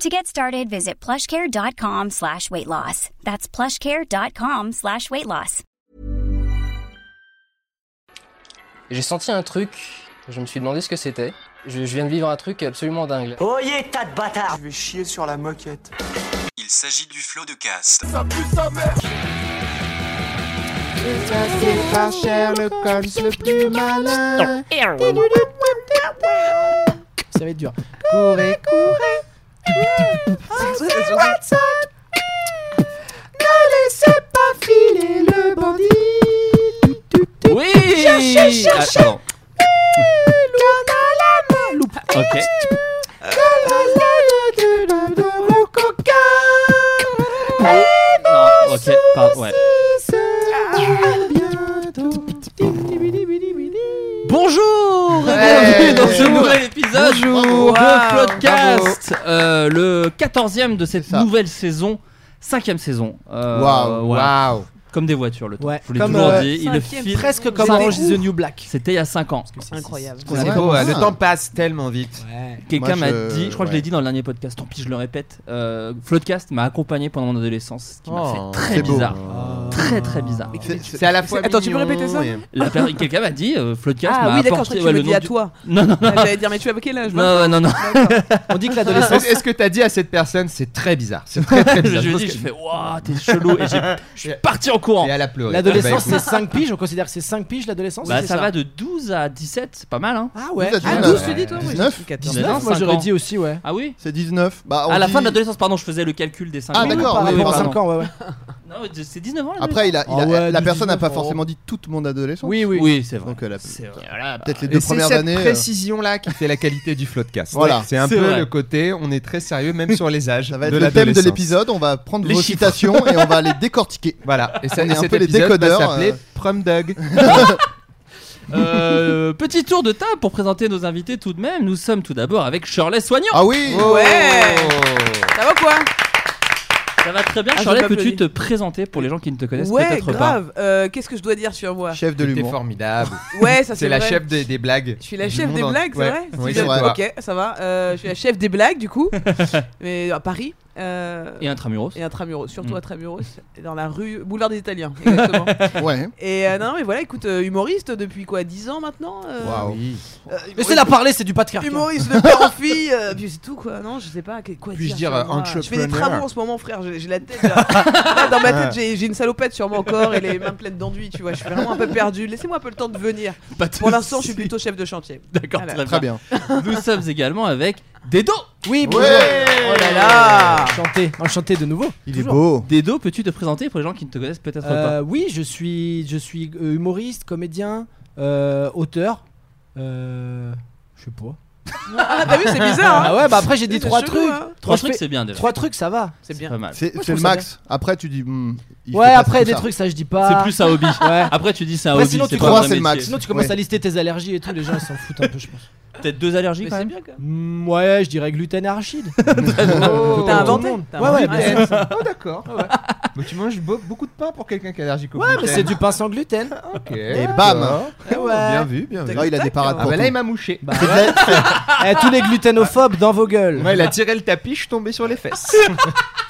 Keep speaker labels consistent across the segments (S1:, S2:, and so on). S1: To get started, visit plushcare.com slash weight loss. That's plushcare.com slash weight loss.
S2: J'ai senti un truc, je me suis demandé ce que c'était. Je, je viens de vivre un truc absolument dingue.
S3: Oyez, tas de bâtards
S4: Je vais chier sur la moquette.
S5: Il s'agit du flot de cast.
S4: C'est pas cher le cons le plus malin. Ça va être dur. Courez, courez. C'est Watson. Ne laissez pas filer le bandit.
S6: Oui
S4: Cherchez,
S6: Ah,
S4: cherchez.
S6: pardon. Ok. Non, ok, pardon, ouais. Bonjour et bienvenue dans ce
S4: Bonjour.
S6: nouvel épisode de
S4: Bonjour. Bravo.
S6: Podcast, euh, le 14e de cette
S4: C'est ça.
S6: nouvelle saison, cinquième saison. Euh,
S4: Waouh,
S6: voilà.
S4: waouh.
S6: Comme des voitures, le temps.
S7: Ouais,
S6: Je vous l'ai
S7: comme,
S6: toujours
S7: euh,
S6: dit, il le file.
S7: Presque comme
S6: C'était
S7: Orange is
S6: ouf.
S7: the New Black.
S6: C'était il y a 5 ans.
S7: Incroyable.
S4: Ouais,
S8: C'est beau,
S4: ouais.
S8: hein, le temps passe tellement vite.
S6: Quelqu'un m'a
S4: Moi, je-
S6: dit, je crois que je
S4: ouais.
S6: l'ai dit dans le dernier podcast, tant pis je le répète, euh, Floodcast m'a accompagné pendant mon adolescence, ce qui m'a
S8: Oh,
S6: fait très
S4: c'est beau.
S6: bizarre.
S7: Oh.
S6: Très très bizarre.
S8: C'est c'est à la fois.
S7: Attends, tu peux
S8: mignon
S7: répéter ça
S8: et-
S6: La per- Quelqu'un m'a dit, euh, Floodcast
S7: Ah
S6: m'a
S7: oui, d'accord, je
S6: apporté
S7: crois que
S6: ouais,
S7: tu
S6: le
S7: me dis
S6: nom
S7: à
S6: du-
S7: toi.
S6: Non, non, non.
S7: J'allais dire, mais tu es à quel âge
S6: Non, non, non.
S7: On dit que l'adolescence.
S8: Est-ce est-ce que t'as dit à cette personne c'est très bizarre C'est très très
S6: je
S8: bizarre.
S6: lui ai
S8: pense
S6: dit,
S8: que-
S6: je fais, waouh, t'es chelou. Et j'ai- je suis parti en courant.
S8: Et elle a pleuré.
S7: L'adolescence,
S8: Bah,
S7: c'est 5 piges. On considère que c'est 5 piges l'adolescence
S6: Bah,
S7: c'est
S6: ça va de 12 à 17, c'est pas mal, hein.
S7: Ah ouais.
S4: Nous, à
S7: Ah,
S4: 19,
S7: 12, tu dis toi
S4: ouais.
S7: ouais,
S4: 19,
S7: j'ai dit 14.
S6: 19,
S7: 19, moi j'aurais
S6: cinq
S7: dit aussi, ouais.
S6: Ah oui
S4: C'est 19. Bah, on
S6: À la
S4: dit-
S6: fin de l'adolescence, pardon, je faisais le calcul des 5
S4: Ah,
S6: ans.
S4: d'accord,
S7: par
S4: oui,
S7: rapport à
S4: pardon.
S7: 5 ans, ouais, ouais.
S6: Non, c'est 19 ans, là
S4: Après, il a, il a-
S7: Ah ouais,
S4: la
S7: 12,
S4: personne n'a pas
S7: 19,
S4: forcément dit toute mon adolescence.
S7: Oui, oui.
S6: oh. Oui, c'est vrai.
S4: Donc, elle a-
S6: C'est vrai.
S4: peut-être les
S8: Et
S4: deux
S8: c'est
S4: premières
S8: cette
S4: années. euh,
S8: précision-là qui fait la qualité du floodcast.
S4: Voilà.
S8: c'est un
S6: C'est
S8: peu
S6: vrai.
S8: le côté, on est très sérieux même sur les âges.
S4: Ça va être
S8: de
S4: le thème de
S8: l'adolescence.
S4: l'épisode. On va prendre
S8: Les
S4: vos
S8: chiffres.
S4: citations et on va les décortiquer.
S8: Voilà, et ça,
S4: On est
S8: et
S4: un
S8: cet
S4: peu les
S8: épisode
S4: décodeurs,
S8: va s'appeler
S4: euh.
S8: Prom Dog.
S6: Euh, petit tour de table pour présenter nos invités tout de même. Nous sommes tout d'abord avec Shirley Soignant.
S4: Ah oui
S7: Ouais. Ça va ou quoi
S6: Ça va très bien,
S7: Ah, je
S6: Shirley,
S7: vais
S6: que tu
S7: m'applaudir.
S6: te présenter pour les gens qui ne te connaissent
S7: Ouais,
S6: peut-être pas.
S7: grave. Euh, Qu'est-ce que je dois dire sur moi
S4: Chef de
S8: C'était
S4: l'humour.
S8: formidable.
S7: Ouais, ça
S8: C'est
S7: c'est
S8: la
S7: vrai.
S8: chef des, des blagues.
S7: Je suis la
S8: du
S7: chef
S8: monde
S7: des
S8: en-
S7: blagues, c'est
S8: Ouais.
S7: vrai
S8: Oui,
S7: Si,
S4: c'est vrai.
S7: Ok, ça va. Euh, je suis la chef des blagues du coup, mais à Paris. Euh,
S6: Et intramuros.
S7: et Intramuros, surtout
S6: Mm.
S7: Intramuros, dans la rue Boulevard des Italiens, exactement.
S4: Ouais.
S7: et euh, non, mais voilà, écoute, euh, humoriste depuis quoi 10 ans maintenant euh,
S4: Waouh.
S7: euh,
S6: Mais
S7: humoriste-
S6: c'est la parler, c'est du pas de
S7: Humoriste de père en fille, euh, puis c'est tout quoi, non Je sais pas, que- quoi
S8: Puis-je
S7: dire,
S8: dire,
S7: sur
S8: euh,
S7: moi Je fais des
S8: entrepreneur.
S7: travaux en ce moment, frère, j'ai j'ai la tête. là. Là, dans ma tête, j'ai j'ai une salopette sur moi encore et les mains pleines d'enduit, tu vois, je suis vraiment un peu perdu. Laissez-moi un peu le temps de venir. Pour l'instant, je suis plutôt chef de chantier.
S6: D'accord,
S7: Voilà.
S6: très,
S4: Très
S6: bien.
S4: bien.
S6: Nous sommes également avec Dedo.
S7: Oui,
S4: bonjour. Ouais.
S7: Oh là là
S9: Enchanté, enchanté de nouveau.
S4: Il est
S9: Toujours.
S4: beau.
S6: Dedo, peux-tu te présenter pour les gens qui ne te connaissent peut-être pas
S9: Euh, oui, je suis, je suis euh, humoriste, comédien, euh, auteur. Euh, je sais pas.
S7: Ah, t'as vu, c'est bizarre, hein
S9: Ah ouais, bah après j'ai dit
S7: C'est
S9: trois
S7: chelou,
S9: trucs.
S7: hein.
S6: Trois
S9: je
S6: trucs,
S9: fais-
S6: c'est bien déjà.
S9: Trois trucs, ça va.
S7: C'est
S6: C'est
S7: bien.
S6: pas mal.
S4: C'est
S9: je
S4: c'est le
S9: trouve ça
S4: max. Après, tu dis. hmm, il
S9: Ouais,
S4: fait pas
S9: après
S4: tout
S9: des
S4: ça.
S9: trucs, ça je dis
S6: C'est
S9: pas.
S6: plus un hobby.
S9: Ouais.
S6: Après, tu dis c'est un
S9: Ouais,
S6: hobby.
S9: sinon, tu
S6: c'est
S9: crois,
S6: pas un
S4: c'est
S6: vrai
S4: le
S6: max.
S4: max.
S9: Sinon, tu commences
S4: Ouais.
S9: à lister tes allergies et tout. Les gens ils s'en foutent un peu, je pense.
S6: Peut-être deux allergies
S7: Mais
S6: quand
S7: c'est
S6: même.
S7: bien quand même.
S9: Hmm, ouais, je dirais gluten et arachide.
S8: Oh.
S7: T'as
S9: Tout le
S7: inventé
S9: monde.
S7: T'as
S9: Ouais,
S7: inventé.
S9: ouais, bien sûr. Bah,
S8: Oh, d'accord. Mais tu manges beau- beaucoup de pain pour quelqu'un qui est allergique au
S9: Ouais, mais
S8: gluten. Ah,
S9: c'est du pain sans gluten.
S8: Ok.
S4: Et bam
S8: D'accord. Oh,
S9: Ouais.
S8: Bien vu, bien vu.
S4: Ah, il a des parades
S8: Ah
S4: pour
S8: bah là, il
S4: tout.
S8: m'a mouché.
S4: C'est de la-
S9: Eh, tous les glutenophobes dans vos gueules.
S8: Ouais, il a tiré le tapis, je suis tombé sur les fesses. Ah,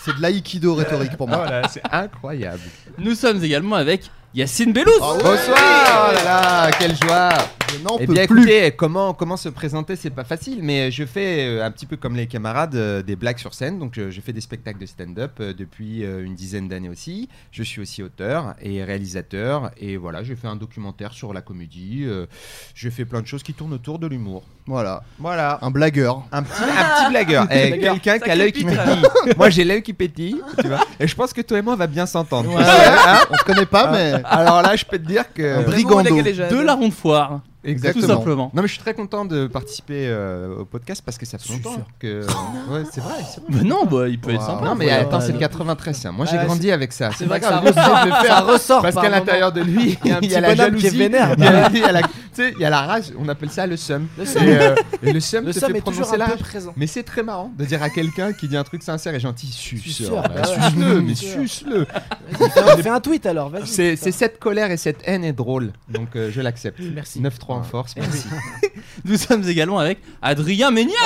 S4: c'est de l'aïkido rhétorique pour moi.
S8: voilà, c'est incroyable.
S6: Nous sommes également avec Yacine Bellouz.
S4: Ah ouais.
S8: Bonsoir, oh là là, quelle joie. Je
S9: Eh
S8: n'en peux plus. Comment, comment se présenter, c'est pas facile, mais je fais euh, un petit peu comme les camarades euh, des blagues sur scène. Donc, euh, je fais des spectacles de stand-up euh, depuis euh, une dizaine d'années aussi. Je suis aussi auteur et réalisateur. Et voilà, je fais un documentaire sur la comédie. euh, je fais plein de choses qui tournent autour de l'humour. Voilà. Voilà.
S4: Un blagueur.
S8: Un petit,
S9: Ah.
S8: un petit blagueur. Eh,
S7: Blagueur. Ça
S8: Quelqu'un qui a l'œil qui
S7: crépite,
S8: pétille. moi, j'ai l'œil qui pétille. Tu vois et je pense que toi et moi, on va bien s'entendre.
S4: Ouais, ouais.
S8: Hein Ah.
S4: On se connaît pas, mais.
S8: Alors là, je peux te dire que.
S4: Un
S7: Vraiment,
S4: brigando.
S7: la galée jeune.
S6: De la ronde foire.
S8: Exactement.
S6: Tout simplement.
S8: Non, mais je suis très content de participer euh, au podcast parce que ça fait longtemps
S9: sûr.
S8: que. ouais, c'est vrai. c'est vrai.
S6: Mais non, bah, il peut être
S8: Wow.
S6: sympa.
S8: Non, mais
S6: voilà.
S8: attends, c'est le 93. ça. Moi, j'ai
S9: Ah Ouais,
S8: grandi avec ça.
S9: C'est vrai que
S8: pas
S9: ça
S8: grave.
S9: ressort, ça ressort
S8: Parce
S9: par
S8: qu'à
S9: moment.
S8: l'intérieur de lui, il
S9: Il y a un
S8: y a
S9: petit
S8: la
S9: bonhomme qui
S8: jalousie,
S9: est
S8: il y
S9: vénère.
S8: a il y a la- tu sais, il y a la rage. On appelle ça le seum.
S9: Le seum.
S8: Et, euh, et le seum
S9: Le
S8: te
S9: somme
S8: fait
S9: est toujours
S8: prononcer la
S9: un peu
S8: rage.
S9: présent.
S8: Mais c'est très marrant de dire à quelqu'un qui dit un truc sincère et gentil,
S9: Suceur,
S8: suce-le, hein,
S9: bah ouais.
S8: suce-le, mais
S9: Suceur.
S8: suce-le.
S9: Fais un tweet alors, vas-y.
S8: C'est c'est cette colère et cette haine est drôle, donc euh, je l'accepte. Merci. 9-3 en force, merci.
S6: Nous sommes également avec Adrien Méniel.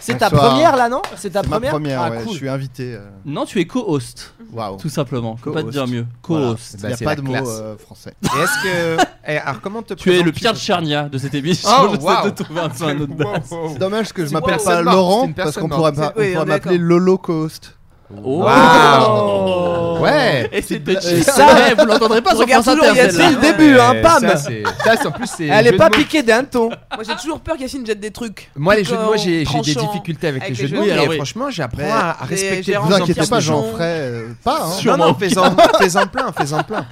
S9: C'est ta
S4: Bonsoir.
S9: première là, non C'est ta
S4: C'est ma
S9: première
S4: première,
S9: Ah,
S4: ouais,
S9: cool.
S4: je suis invité. euh,
S6: Non, tu es co-host,
S4: Waouh.
S6: tout simplement. Faut pas te
S4: Co-host.
S6: dire mieux. Co-host.
S4: Il
S8: Bah,
S4: n'y a
S8: c'est
S4: pas
S8: la
S4: de mots
S8: classe.
S4: euh, français.
S8: Et est-ce que. Eh, alors, comment te
S6: Tu es le
S8: présentes-tu
S6: Pierre de Charnia de cette émission.
S8: Oh,
S6: J'essaie
S8: waouh.
S6: de trouver un peu un autre
S8: Wow,
S6: base.
S8: wow.
S4: C'est dommage que je m'appelle
S8: wow.
S4: pas
S8: Personne morte, c'est
S4: Laurent
S8: une
S4: parce qu'on
S8: personne
S4: pourrait
S8: morte.
S4: pas-
S7: C'est- oui,
S4: on pourrait
S7: on est
S4: m'appeler
S7: d'accord.
S4: l'Holocauste.
S6: Oh.
S7: Oh.
S8: Wow. Ouais.
S6: Et c'était
S9: Et
S6: ça, vous l'entendrez pas sur
S7: Regarde
S6: France Inter.
S7: toujours Yacine.
S9: C'est
S6: celle-là.
S9: le début,
S8: Ouais,
S9: hein,
S8: Ça,
S9: pam
S8: c'est- ça, c'est- en plus, c'est.
S9: Elle
S8: jeu
S9: est
S8: de
S9: pas
S8: mots.
S9: piquée d'un ton.
S7: Moi j'ai toujours peur qu'Yacine jette des trucs.
S8: Moi, les jeux de mots, j'ai j'ai des
S7: Tranchant.
S8: difficultés avec, les jeux de
S6: jeux
S8: mots.
S6: de
S8: et
S6: mots. Oui, alors oui.
S8: franchement, j'apprends
S4: Mais-
S8: à à
S7: mais
S8: respecter.
S7: Gérard,
S4: Vous
S7: Jean-Pierre
S4: inquiétez pas, j'en
S7: Pichon.
S4: ferai euh, pas. hein.
S8: Non, non, fais-en fais-en plein, fais-en plein. Fais-en plein.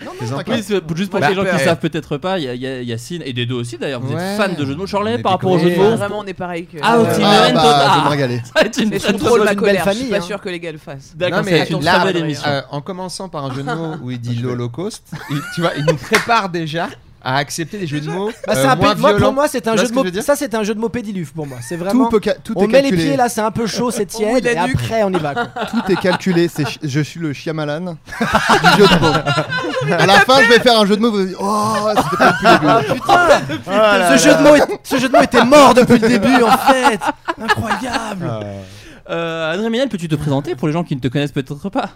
S6: Oui, c'est- juste pour
S8: Bah,
S6: les gens qui
S8: ouais.
S6: savent peut-être pas, il y a- il y a Yacine et Dedo aussi d'ailleurs. Vous
S8: Ouais.
S6: êtes fan de jeux de mots.
S8: On
S6: Charlet
S8: est
S6: par rapport aux
S8: des
S6: jeux de
S8: connards.
S6: mots.
S7: Vraiment, on est pareil que.
S6: Ah,
S7: Ouais.
S6: ok.
S7: Ah,
S4: Ah,
S6: Timérène, toi,
S4: bah, je
S6: ah.
S4: vais me régaler.
S6: Ça va être une
S7: Mais
S6: très
S7: c'est
S6: très
S7: drôle ma
S6: bonne
S7: colère, je suis
S9: famille,
S7: pas
S9: hein.
S7: sûr que les gars le fassent.
S8: Non,
S6: D'accord, ça
S8: mais
S6: va être une
S8: là,
S6: très belle émission.
S8: euh, en commençant par un jeu de mots où il dit l'Holocauste, il- tu vois, il nous prépare déjà à accepter des jeux de mots.
S9: Bah, c'est
S8: euh,
S9: un
S8: moins
S9: peu- moi, pour
S8: violents.
S9: moi, c'est un
S8: Tu vois ce
S9: jeu de
S8: que je veux
S9: mots.
S8: dire
S9: Ça, c'est un jeu de mots pédilufe pour moi. C'est
S4: Tout,
S9: vraiment.
S4: peut ca- tout
S9: On
S4: est
S9: met les
S4: calculé.
S9: pieds là, c'est un peu chaud, c'est tiède, et
S7: Danube.
S9: après on y va. quoi.
S4: Tout est calculé. c'est chi- je suis le Shyamalan du jeu de mots. À la fin, je vais faire un jeu de mots. Vous allez dire, oh, c'était calculé.
S9: Ah putain
S4: Oh
S9: ce, jeu de mots est- ce jeu de mots était mort depuis le début en fait Incroyable
S6: Ah Euh, Adrien Méniel, peux-tu te présenter pour les gens qui ne te connaissent peut-être pas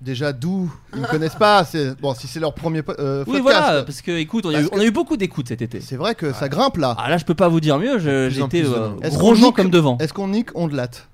S4: Déjà, d'où Ils ne connaissent pas. c'est- Bon, si c'est leur premier po- euh,
S6: Oui,
S4: podcast.
S6: voilà, parce que écoute, on a, eu,
S4: Parce que-
S6: on a eu beaucoup d'écoutes cet été.
S4: C'est vrai que ça grimpe là.
S6: Ah là, je peux pas vous dire mieux, je-
S8: plus en
S6: j'étais
S8: plus de
S6: euh,
S8: monde.
S4: Est-ce qu'on
S6: rongeant
S4: nique-
S6: comme devant.
S4: Est-ce qu'on nique On de latte.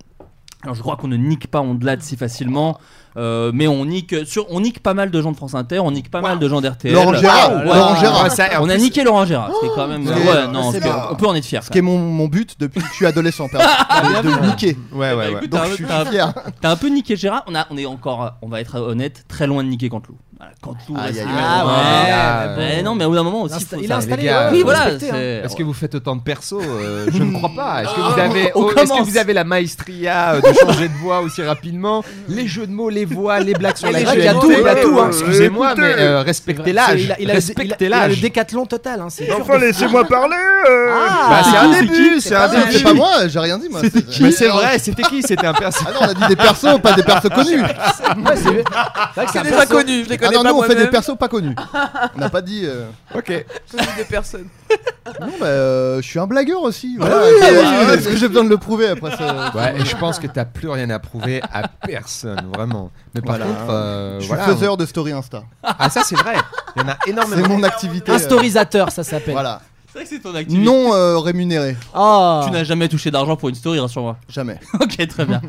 S6: Alors je crois qu'on ne nique pas Ondelat si facilement, euh, mais on nique, sur, on nique pas mal de gens de France Inter, on nique pas mal de gens d'RTL.
S4: Laurent Gérard,
S6: Ouais,
S4: Laurent
S6: ouais,
S4: Gérard. Oh,
S6: ouais, ça- Ah, on a niqué Laurent Gérard, c'est quand même. euh,
S4: c'est-
S6: ouais, non,
S4: c'est
S6: c'est-
S4: bien.
S6: on peut en être fier.
S4: Ce qui est mon, mon but depuis que je suis adolescent, perso. de, de niquer.
S8: Ouais,
S4: Bah,
S8: ouais, ouais.
S6: Eh ben, écoute,
S4: Donc
S6: t'as-
S4: je suis
S6: t'as-
S4: fier.
S6: T'as un peu niqué Gérard, on, a, on est encore, euh, on va être honnête, très loin de niquer Canteloup. Voilà, Canteloup,
S4: Aïe,
S6: reste-
S4: aïe,
S9: Ah
S4: aïe.
S9: ouais,
S8: Ah,
S9: mais
S6: Ouais, ben
S9: bon.
S6: non, mais au bout d'un moment aussi,
S9: Insta-
S6: faut-
S9: Il a
S6: ça-
S8: insta-
S9: installé.
S8: les gars,
S9: ouais,
S6: Oui,
S9: faut
S6: voilà.
S9: respecter, hein.
S6: c'est-
S8: Est-ce que vous faites autant de perso euh, Je ne crois
S4: Bah,
S8: pas. Est-ce que vous avez,
S6: On
S8: oh, est-ce que
S6: commence.
S8: vous avez la maestria euh, de changer de voix aussi rapidement Les jeux de mots, les voix, les blagues sur
S7: Et
S8: la
S7: les jeux de
S8: actualité,
S7: mots, il y a tout,
S8: euh,
S7: hein.
S8: Excusez-moi, mais euh,
S9: C'est vrai,
S8: respectez
S9: c'est-
S8: l'âge.
S9: il a- il a le dé- il a-
S8: Respectez
S9: il a le
S8: l'âge.
S9: décathlon total. hein, c'est dur
S3: Enfin,
S9: de-
S3: laissez-moi parler euh.
S8: Bah, c'est un
S9: Ah
S8: début, c'est un
S9: pas mal.
S8: début.
S4: C'est pas moi, j'ai rien dit moi.
S6: C'était
S4: C'est-
S6: qui
S8: Mais c'est vrai, c'était qui C'était un perso.
S4: Ah non, on a dit des persos, pas des persos connus.
S9: Ouais, c'est vrai que c'est
S7: C'est
S9: un
S7: des
S9: perso-
S7: inconnus, je les
S4: Ah
S7: connais
S4: non,
S7: pas
S4: nous on fait des
S7: moi-même.
S4: persos pas connus. On n'a pas dit. euh,
S8: Ok.
S7: Je suis des personnes.
S4: Non, bah, euh, je suis un blagueur aussi. Voilà. Est-ce que j'ai besoin de le prouver après ça
S8: Ouais, et je pense que t'as plus rien à prouver à personne, vraiment. Mais par
S4: Voilà.
S8: contre, euh,
S4: Je suis
S8: voilà.
S4: faiseur de story Insta.
S8: Ah, ça, c'est vrai. Il y en a
S4: C'est
S8: énormément.
S4: mon activité.
S9: Un
S4: euh,
S9: storisateur, ça s'appelle.
S4: Voilà.
S6: C'est vrai que c'est ton activité.
S4: Non euh, rémunéré.
S9: Ah.
S6: Tu n'as jamais touché d'argent pour une story, rassure-moi.
S4: Jamais.
S6: Ok, très bien.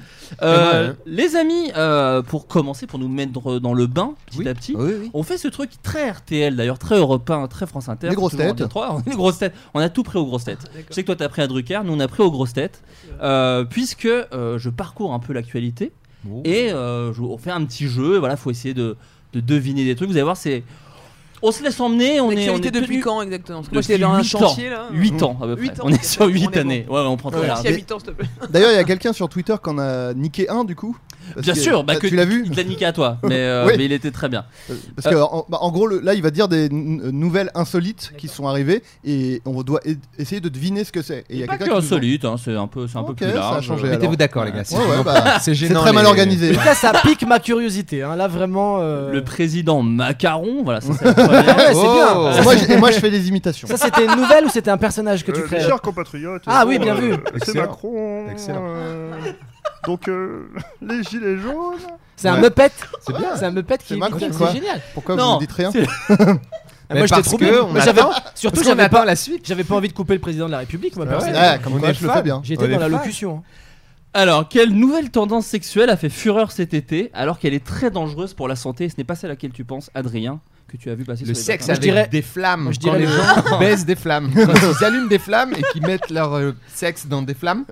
S6: Euh,
S8: Et moi,
S6: Les amis, euh, pour commencer, pour nous mettre dans le bain petit
S8: Oui.
S6: à petit,
S4: Oui, oui.
S6: on fait ce truc très RTL d'ailleurs, très européen, très France Inter.
S4: Les grosses
S6: toujours en
S4: têtes.
S6: bien trois. Les grosses têtes. On a tout pris aux grosses têtes. Je sais que toi t'as pris à Drucker, nous on a pris aux grosses têtes, Euh, puisque euh, je parcours un peu l'actualité
S4: Oh.
S6: et euh, je- on fait un petit jeu. Voilà, faut essayer de, de deviner des trucs. Vous allez voir, c'est on se laisse emmener, on est on
S7: L'actualité
S6: est
S7: depuis
S6: tenu-
S7: quand exactement Parce que moi
S6: depuis
S7: j'étais dans un
S6: 8 ans.
S7: chantier là.
S4: Mmh.
S6: 8 ans à peu près.
S7: Huit ans,
S6: on est sur
S7: on est
S6: 8
S7: bon.
S6: années. Ouais, on prend très
S7: Merci à
S6: large.
S7: 8 ans, s'il te plaît.
S4: D'ailleurs, il y a quelqu'un sur Twitter qu'on a niqué un du coup. Parce
S6: Bien
S4: que-
S6: sûr, bah,
S4: t'as-
S6: que-
S4: tu l'as vu
S6: Il te l'a niqué à toi, mais, euh,
S4: Oui.
S6: mais il était très bien.
S4: Parce
S6: Euh.
S4: que en, bah, en gros, le- là, il va dire des n- euh, nouvelles insolites qui sont arrivées et on doit e- essayer de deviner ce que c'est. Et il y a
S6: pas
S4: quelqu'un
S6: que
S4: qui nous-
S6: insolite, hein, c'est un peu, c'est un
S4: Ok,
S6: peu plus
S4: ça a
S6: large.
S4: changé,
S6: Euh,
S4: alors.
S8: Mettez-vous d'accord, les gars. c'est
S4: Ouais, ouais,
S8: gênant.
S4: bah,
S8: C'est
S4: C'est
S8: gênant.
S4: très mal
S8: les-
S4: organisé.
S9: Donc là, ça pique ma curiosité. hein. Là, vraiment. euh,
S6: Le président Macaron, voilà, ça c'est la première.
S9: Ouais, c'est
S8: Oh.
S9: bien.
S4: Et moi, je- et moi, je fais des imitations.
S9: Ça, c'était une nouvelle ou c'était un personnage que tu
S3: Euh,
S9: crées
S3: mes chers compatriotes.
S9: Ah
S3: euh,
S9: oui, bien vu.
S3: C'est
S8: Excellent.
S3: Macron.
S8: Excellent.
S3: euh, donc, euh, les gilets jaunes.
S9: C'est un
S4: Ouais.
S9: Muppet
S4: C'est bien.
S9: C'est un Muppet
S4: C'est
S9: qui
S4: Macron,
S9: qui-
S4: quoi.
S9: C'est génial.
S4: Pourquoi vous
S6: Non,
S4: ne dites rien
S6: c'est-
S9: Ah,
S8: Mais
S9: moi j'étais
S8: parce
S9: trop
S8: que
S9: bien.
S8: on
S9: Moi, j'avais-
S8: attend-
S9: surtout
S8: parce qu'on
S9: j'avais
S8: attend
S9: pas
S8: la suite.
S9: J'avais pas envie de couper le président de la République moi
S8: Ah
S9: Bah, personne.
S8: ouais, Ouais, comme on quoi, est je le fan. fais bien.
S9: J'étais
S8: On est
S9: dans la
S8: fan.
S9: locution. hein.
S6: Alors, quelle nouvelle tendance sexuelle a fait fureur cet été alors qu'elle est très dangereuse pour la santé et ce n'est pas celle à laquelle tu penses, Adrien, que tu as vu passer
S8: Le
S6: sur les
S8: sexe
S6: plateformes
S8: avec des flammes.
S6: Moi, je
S8: quand
S6: dirais
S8: les
S6: le-
S8: gens baissent des flammes. Quand ils allument des flammes et qu'ils mettent leur euh, sexe dans des flammes.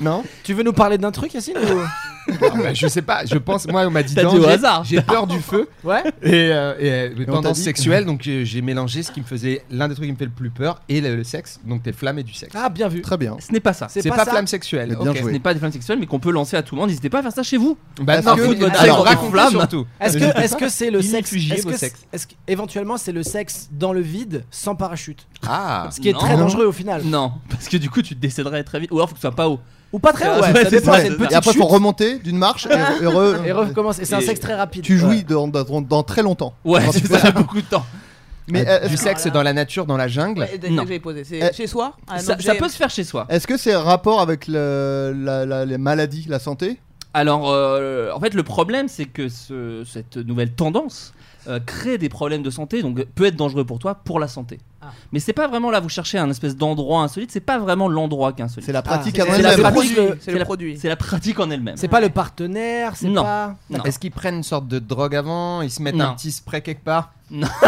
S8: non
S9: Tu veux nous parler d'un truc Yacine ou-
S8: Ah bah, Je sais pas. Je pense. Moi, on m'a dit.
S6: T'as dit
S8: danger,
S6: au hasard.
S8: J'ai peur du feu.
S9: Ouais.
S8: Et, euh, et, euh,
S4: on t'a
S8: tendance
S4: dit
S8: sexuelle. Donc euh, j'ai mélangé ce qui me faisait l'un des trucs qui me fait le plus peur et le, le sexe. Donc des flammes et du sexe.
S9: Ah bien vu.
S4: Très bien.
S6: Ce n'est pas ça.
S8: C'est pas,
S9: ça.
S8: flamme sexuelle.
S4: Mais bien
S8: ok.
S6: Ce
S4: joué.
S6: n'est pas des flammes sexuelles, mais qu'on peut lancer à tout le monde. N'hésitez pas à faire ça chez vous.
S8: Bah,
S4: Parce
S8: non,
S4: que-
S8: foutre votre
S4: alors,
S8: sexe dans des
S6: raconte-nous
S8: flammes.
S6: surtout.
S9: Est-ce
S8: Je
S9: que
S8: sais
S9: est-ce que c'est le sexe
S8: Inéfugiez
S9: Est-ce
S8: vos
S9: que
S8: sexes.
S9: c'est- est-ce que- éventuellement c'est le sexe dans le vide sans parachute
S8: Ah.
S9: Ce qui est
S6: Non.
S9: très dangereux au final.
S6: Non, parce que du coup, tu te décéderais très vite. Ou alors, faut que ce soit pas haut.
S9: Ou pas très haut,
S6: Ah, Ouais,
S9: ouais, ça
S6: c'est
S9: dépend,
S6: ça,
S9: c'est
S6: c'est
S9: une
S6: ça.
S9: petite
S4: Et après,
S9: chute.
S4: faut remonter d'une marche et, et re-
S9: Et recommence. Et c'est un sexe très rapide.
S4: Tu jouis
S9: Ouais.
S4: dans, dans- dans très longtemps.
S6: Ouais,
S4: Quand tu
S6: c'est
S4: fais
S6: ça, beaucoup de temps.
S4: Mais euh,
S8: Du
S4: est-ce
S8: sexe Euh, dans la nature, dans la jungle.
S7: Ouais,
S6: Non.
S7: que j'avais posé. C'est
S4: Eh,
S7: chez soi un
S6: Ça,
S7: objet-
S6: ça peut se faire chez soi.
S4: est-ce que c'est un rapport avec le- la, la- les maladies, la santé
S6: Alors, euh, en fait, le problème, c'est que ce- cette nouvelle tendance euh, crée des problèmes de santé, donc euh, peut être dangereux pour toi, pour la santé.
S9: Ah.
S6: Mais c'est pas vraiment là, vous cherchez un espèce d'endroit insolite, c'est pas vraiment l'endroit qui est insolite.
S4: C'est la pratique
S7: c'est-
S4: en
S7: c'est la
S4: elle-même.
S7: pratique.
S9: Ah, pratique-
S7: C'est le produit.
S6: C'est la pratique en elle-même.
S9: C'est pas le partenaire, c'est
S6: Non.
S9: pas.
S6: Non.
S8: Est-ce qu'ils prennent une sorte de drogue avant Ils se mettent
S6: Non.
S8: un petit spray quelque part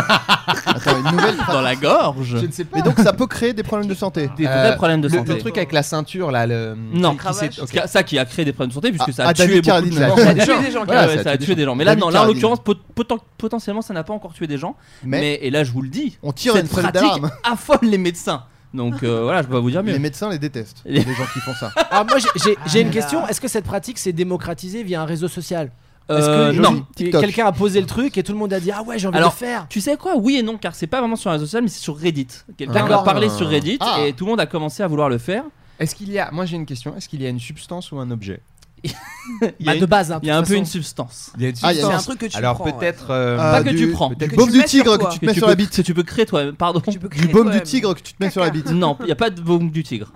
S4: Attends, une nouvelle
S6: Dans la gorge.
S8: Je ne sais pas.
S4: Mais donc, ça peut créer des problèmes de santé.
S6: Des
S8: Euh,
S6: vrais problèmes de
S8: le,
S6: santé.
S8: le truc avec la ceinture là, le
S6: Non.
S8: qui- qui s'est- ok.
S6: Ça qui a créé des problèmes de santé, puisque
S4: Ah,
S6: ça a
S4: ah,
S6: tué beaucoup
S4: David
S6: de
S4: Carradine,
S6: gens.
S4: là.
S6: Ça a
S7: Ça a tué des gens,
S6: Ouais,
S7: carrément.
S4: ça a
S6: ça a
S4: tué
S6: tué
S4: des
S6: des
S4: gens.
S6: gens. Mais là,
S4: David
S6: non, là, en
S4: Carradine.
S6: l'occurrence, pot- poten- potentiellement, ça n'a pas encore tué des gens.
S4: Mais,
S6: Mais, et là, je vous le dis,
S4: on tire une
S6: cette
S4: sonnette
S6: pratique
S4: d'alarme.
S6: affole les médecins. Donc euh, voilà, je peux pas vous dire mieux.
S4: Les médecins les détestent,
S6: Les-
S4: les gens qui font ça.
S9: Alors Ah, moi j'ai- j'ai j'ai une
S7: Ah là.
S9: question. Est-ce que cette pratique s'est démocratisée via un réseau social Est-ce
S6: Euh,
S9: que
S6: non.
S4: TikTok.
S9: quelqu'un a posé le truc et tout le monde a dit ah ouais j'ai envie de le
S6: Alors,
S9: faire.
S6: Tu sais quoi Oui et non, car c'est pas vraiment sur un réseau social, mais c'est sur Reddit. Quelqu'un
S9: D'accord.
S6: a parlé sur Reddit
S4: Ah.
S6: et tout le monde a commencé à vouloir le faire.
S8: Est-ce qu'il y a Moi j'ai une question. Est-ce qu'il y a une substance ou un objet
S6: Il y a,
S9: Bah,
S6: une-
S9: de base. hein, de
S6: il y a un
S9: toute
S6: peu une
S9: façon.
S6: substance.
S8: Il y a une
S4: Ah, il y
S7: C'est
S4: a
S7: un
S4: substance.
S7: truc que tu
S8: Alors
S7: prends, ouais.
S8: peut-être
S4: Euh,
S6: pas que tu prends.
S8: peut-être
S7: que
S4: du baume
S7: tu
S4: du
S7: mets sur toi.
S4: tigre que tu te
S6: Que
S4: mets
S6: tu
S4: sur
S6: peux-
S4: la bite.
S6: que tu peux créer toi-même, pardon.
S7: Tu peux
S4: Du
S7: créer
S4: baume du
S7: toi-même.
S4: tigre que tu te mets sur la bite.
S6: Non, il y a pas de baume du tigre.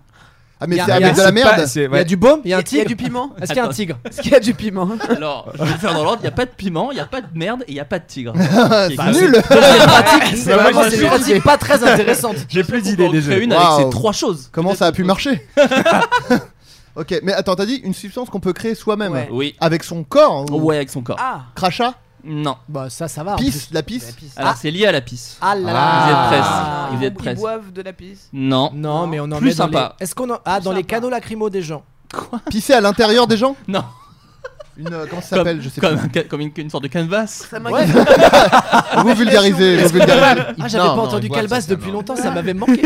S4: Ah, mais
S9: Y a-
S4: c'est
S9: y a-
S4: avec de la
S8: c'est
S4: merde.
S8: pas- c'est-
S9: Il y a
S8: ouais.
S9: du baume, il y a
S7: Il
S9: un
S7: y a
S9: tigre.
S7: du piment.
S9: Est-ce qu'il y a un tigre
S7: Est-ce qu'il y a du piment
S6: Alors, je vais le faire dans l'ordre, il y a pas de piment, il y a pas de merde et il y a pas de tigre.
S4: C'est Bah, nul.
S9: C'est vraiment c'est une pratique pas très intéressante.
S8: J'ai plus
S6: d'idées
S8: désolé.
S6: une avec
S4: Waouh.
S6: ces trois choses.
S4: Comment ça a pu marcher Ok, mais attends, t'as dit une substance qu'on peut créer soi-même
S7: Ouais.
S6: Oui.
S4: avec son corps ou
S6: Ouais, avec son corps.
S7: Ah
S4: crachat,
S6: Non.
S9: Bah ça ça va. en plus.
S4: pisse, la
S9: La
S4: pisse.
S9: pisse.
S6: Alors, c'est lié à la pisse.
S9: Ah là
S6: Ah.
S9: là.
S6: Vous
S7: ils
S6: êtes presque.
S7: boivent de la pisse.
S6: Non.
S9: Non mais on en
S6: Plus
S9: met dans
S6: sympa.
S9: les- Est-ce qu'on en... ah dans les
S7: sympa.
S9: canaux lacrymaux des gens.
S4: Pisser à l'intérieur des gens
S6: Non.
S4: Une euh, comment ça
S6: Comme,
S4: s'appelle Je sais
S6: comme,
S4: pas.
S6: un ca- comme une, une sorte de canvas.
S7: Ça m'inquiète.
S4: Vous vulgarisez, vous vulgarisez.
S9: Ah j'avais
S8: Non,
S9: pas
S8: non,
S9: entendu
S8: ils boivent,
S9: Calbas
S8: ça, ça,
S9: depuis
S8: non.
S9: longtemps, ça m'avait manqué.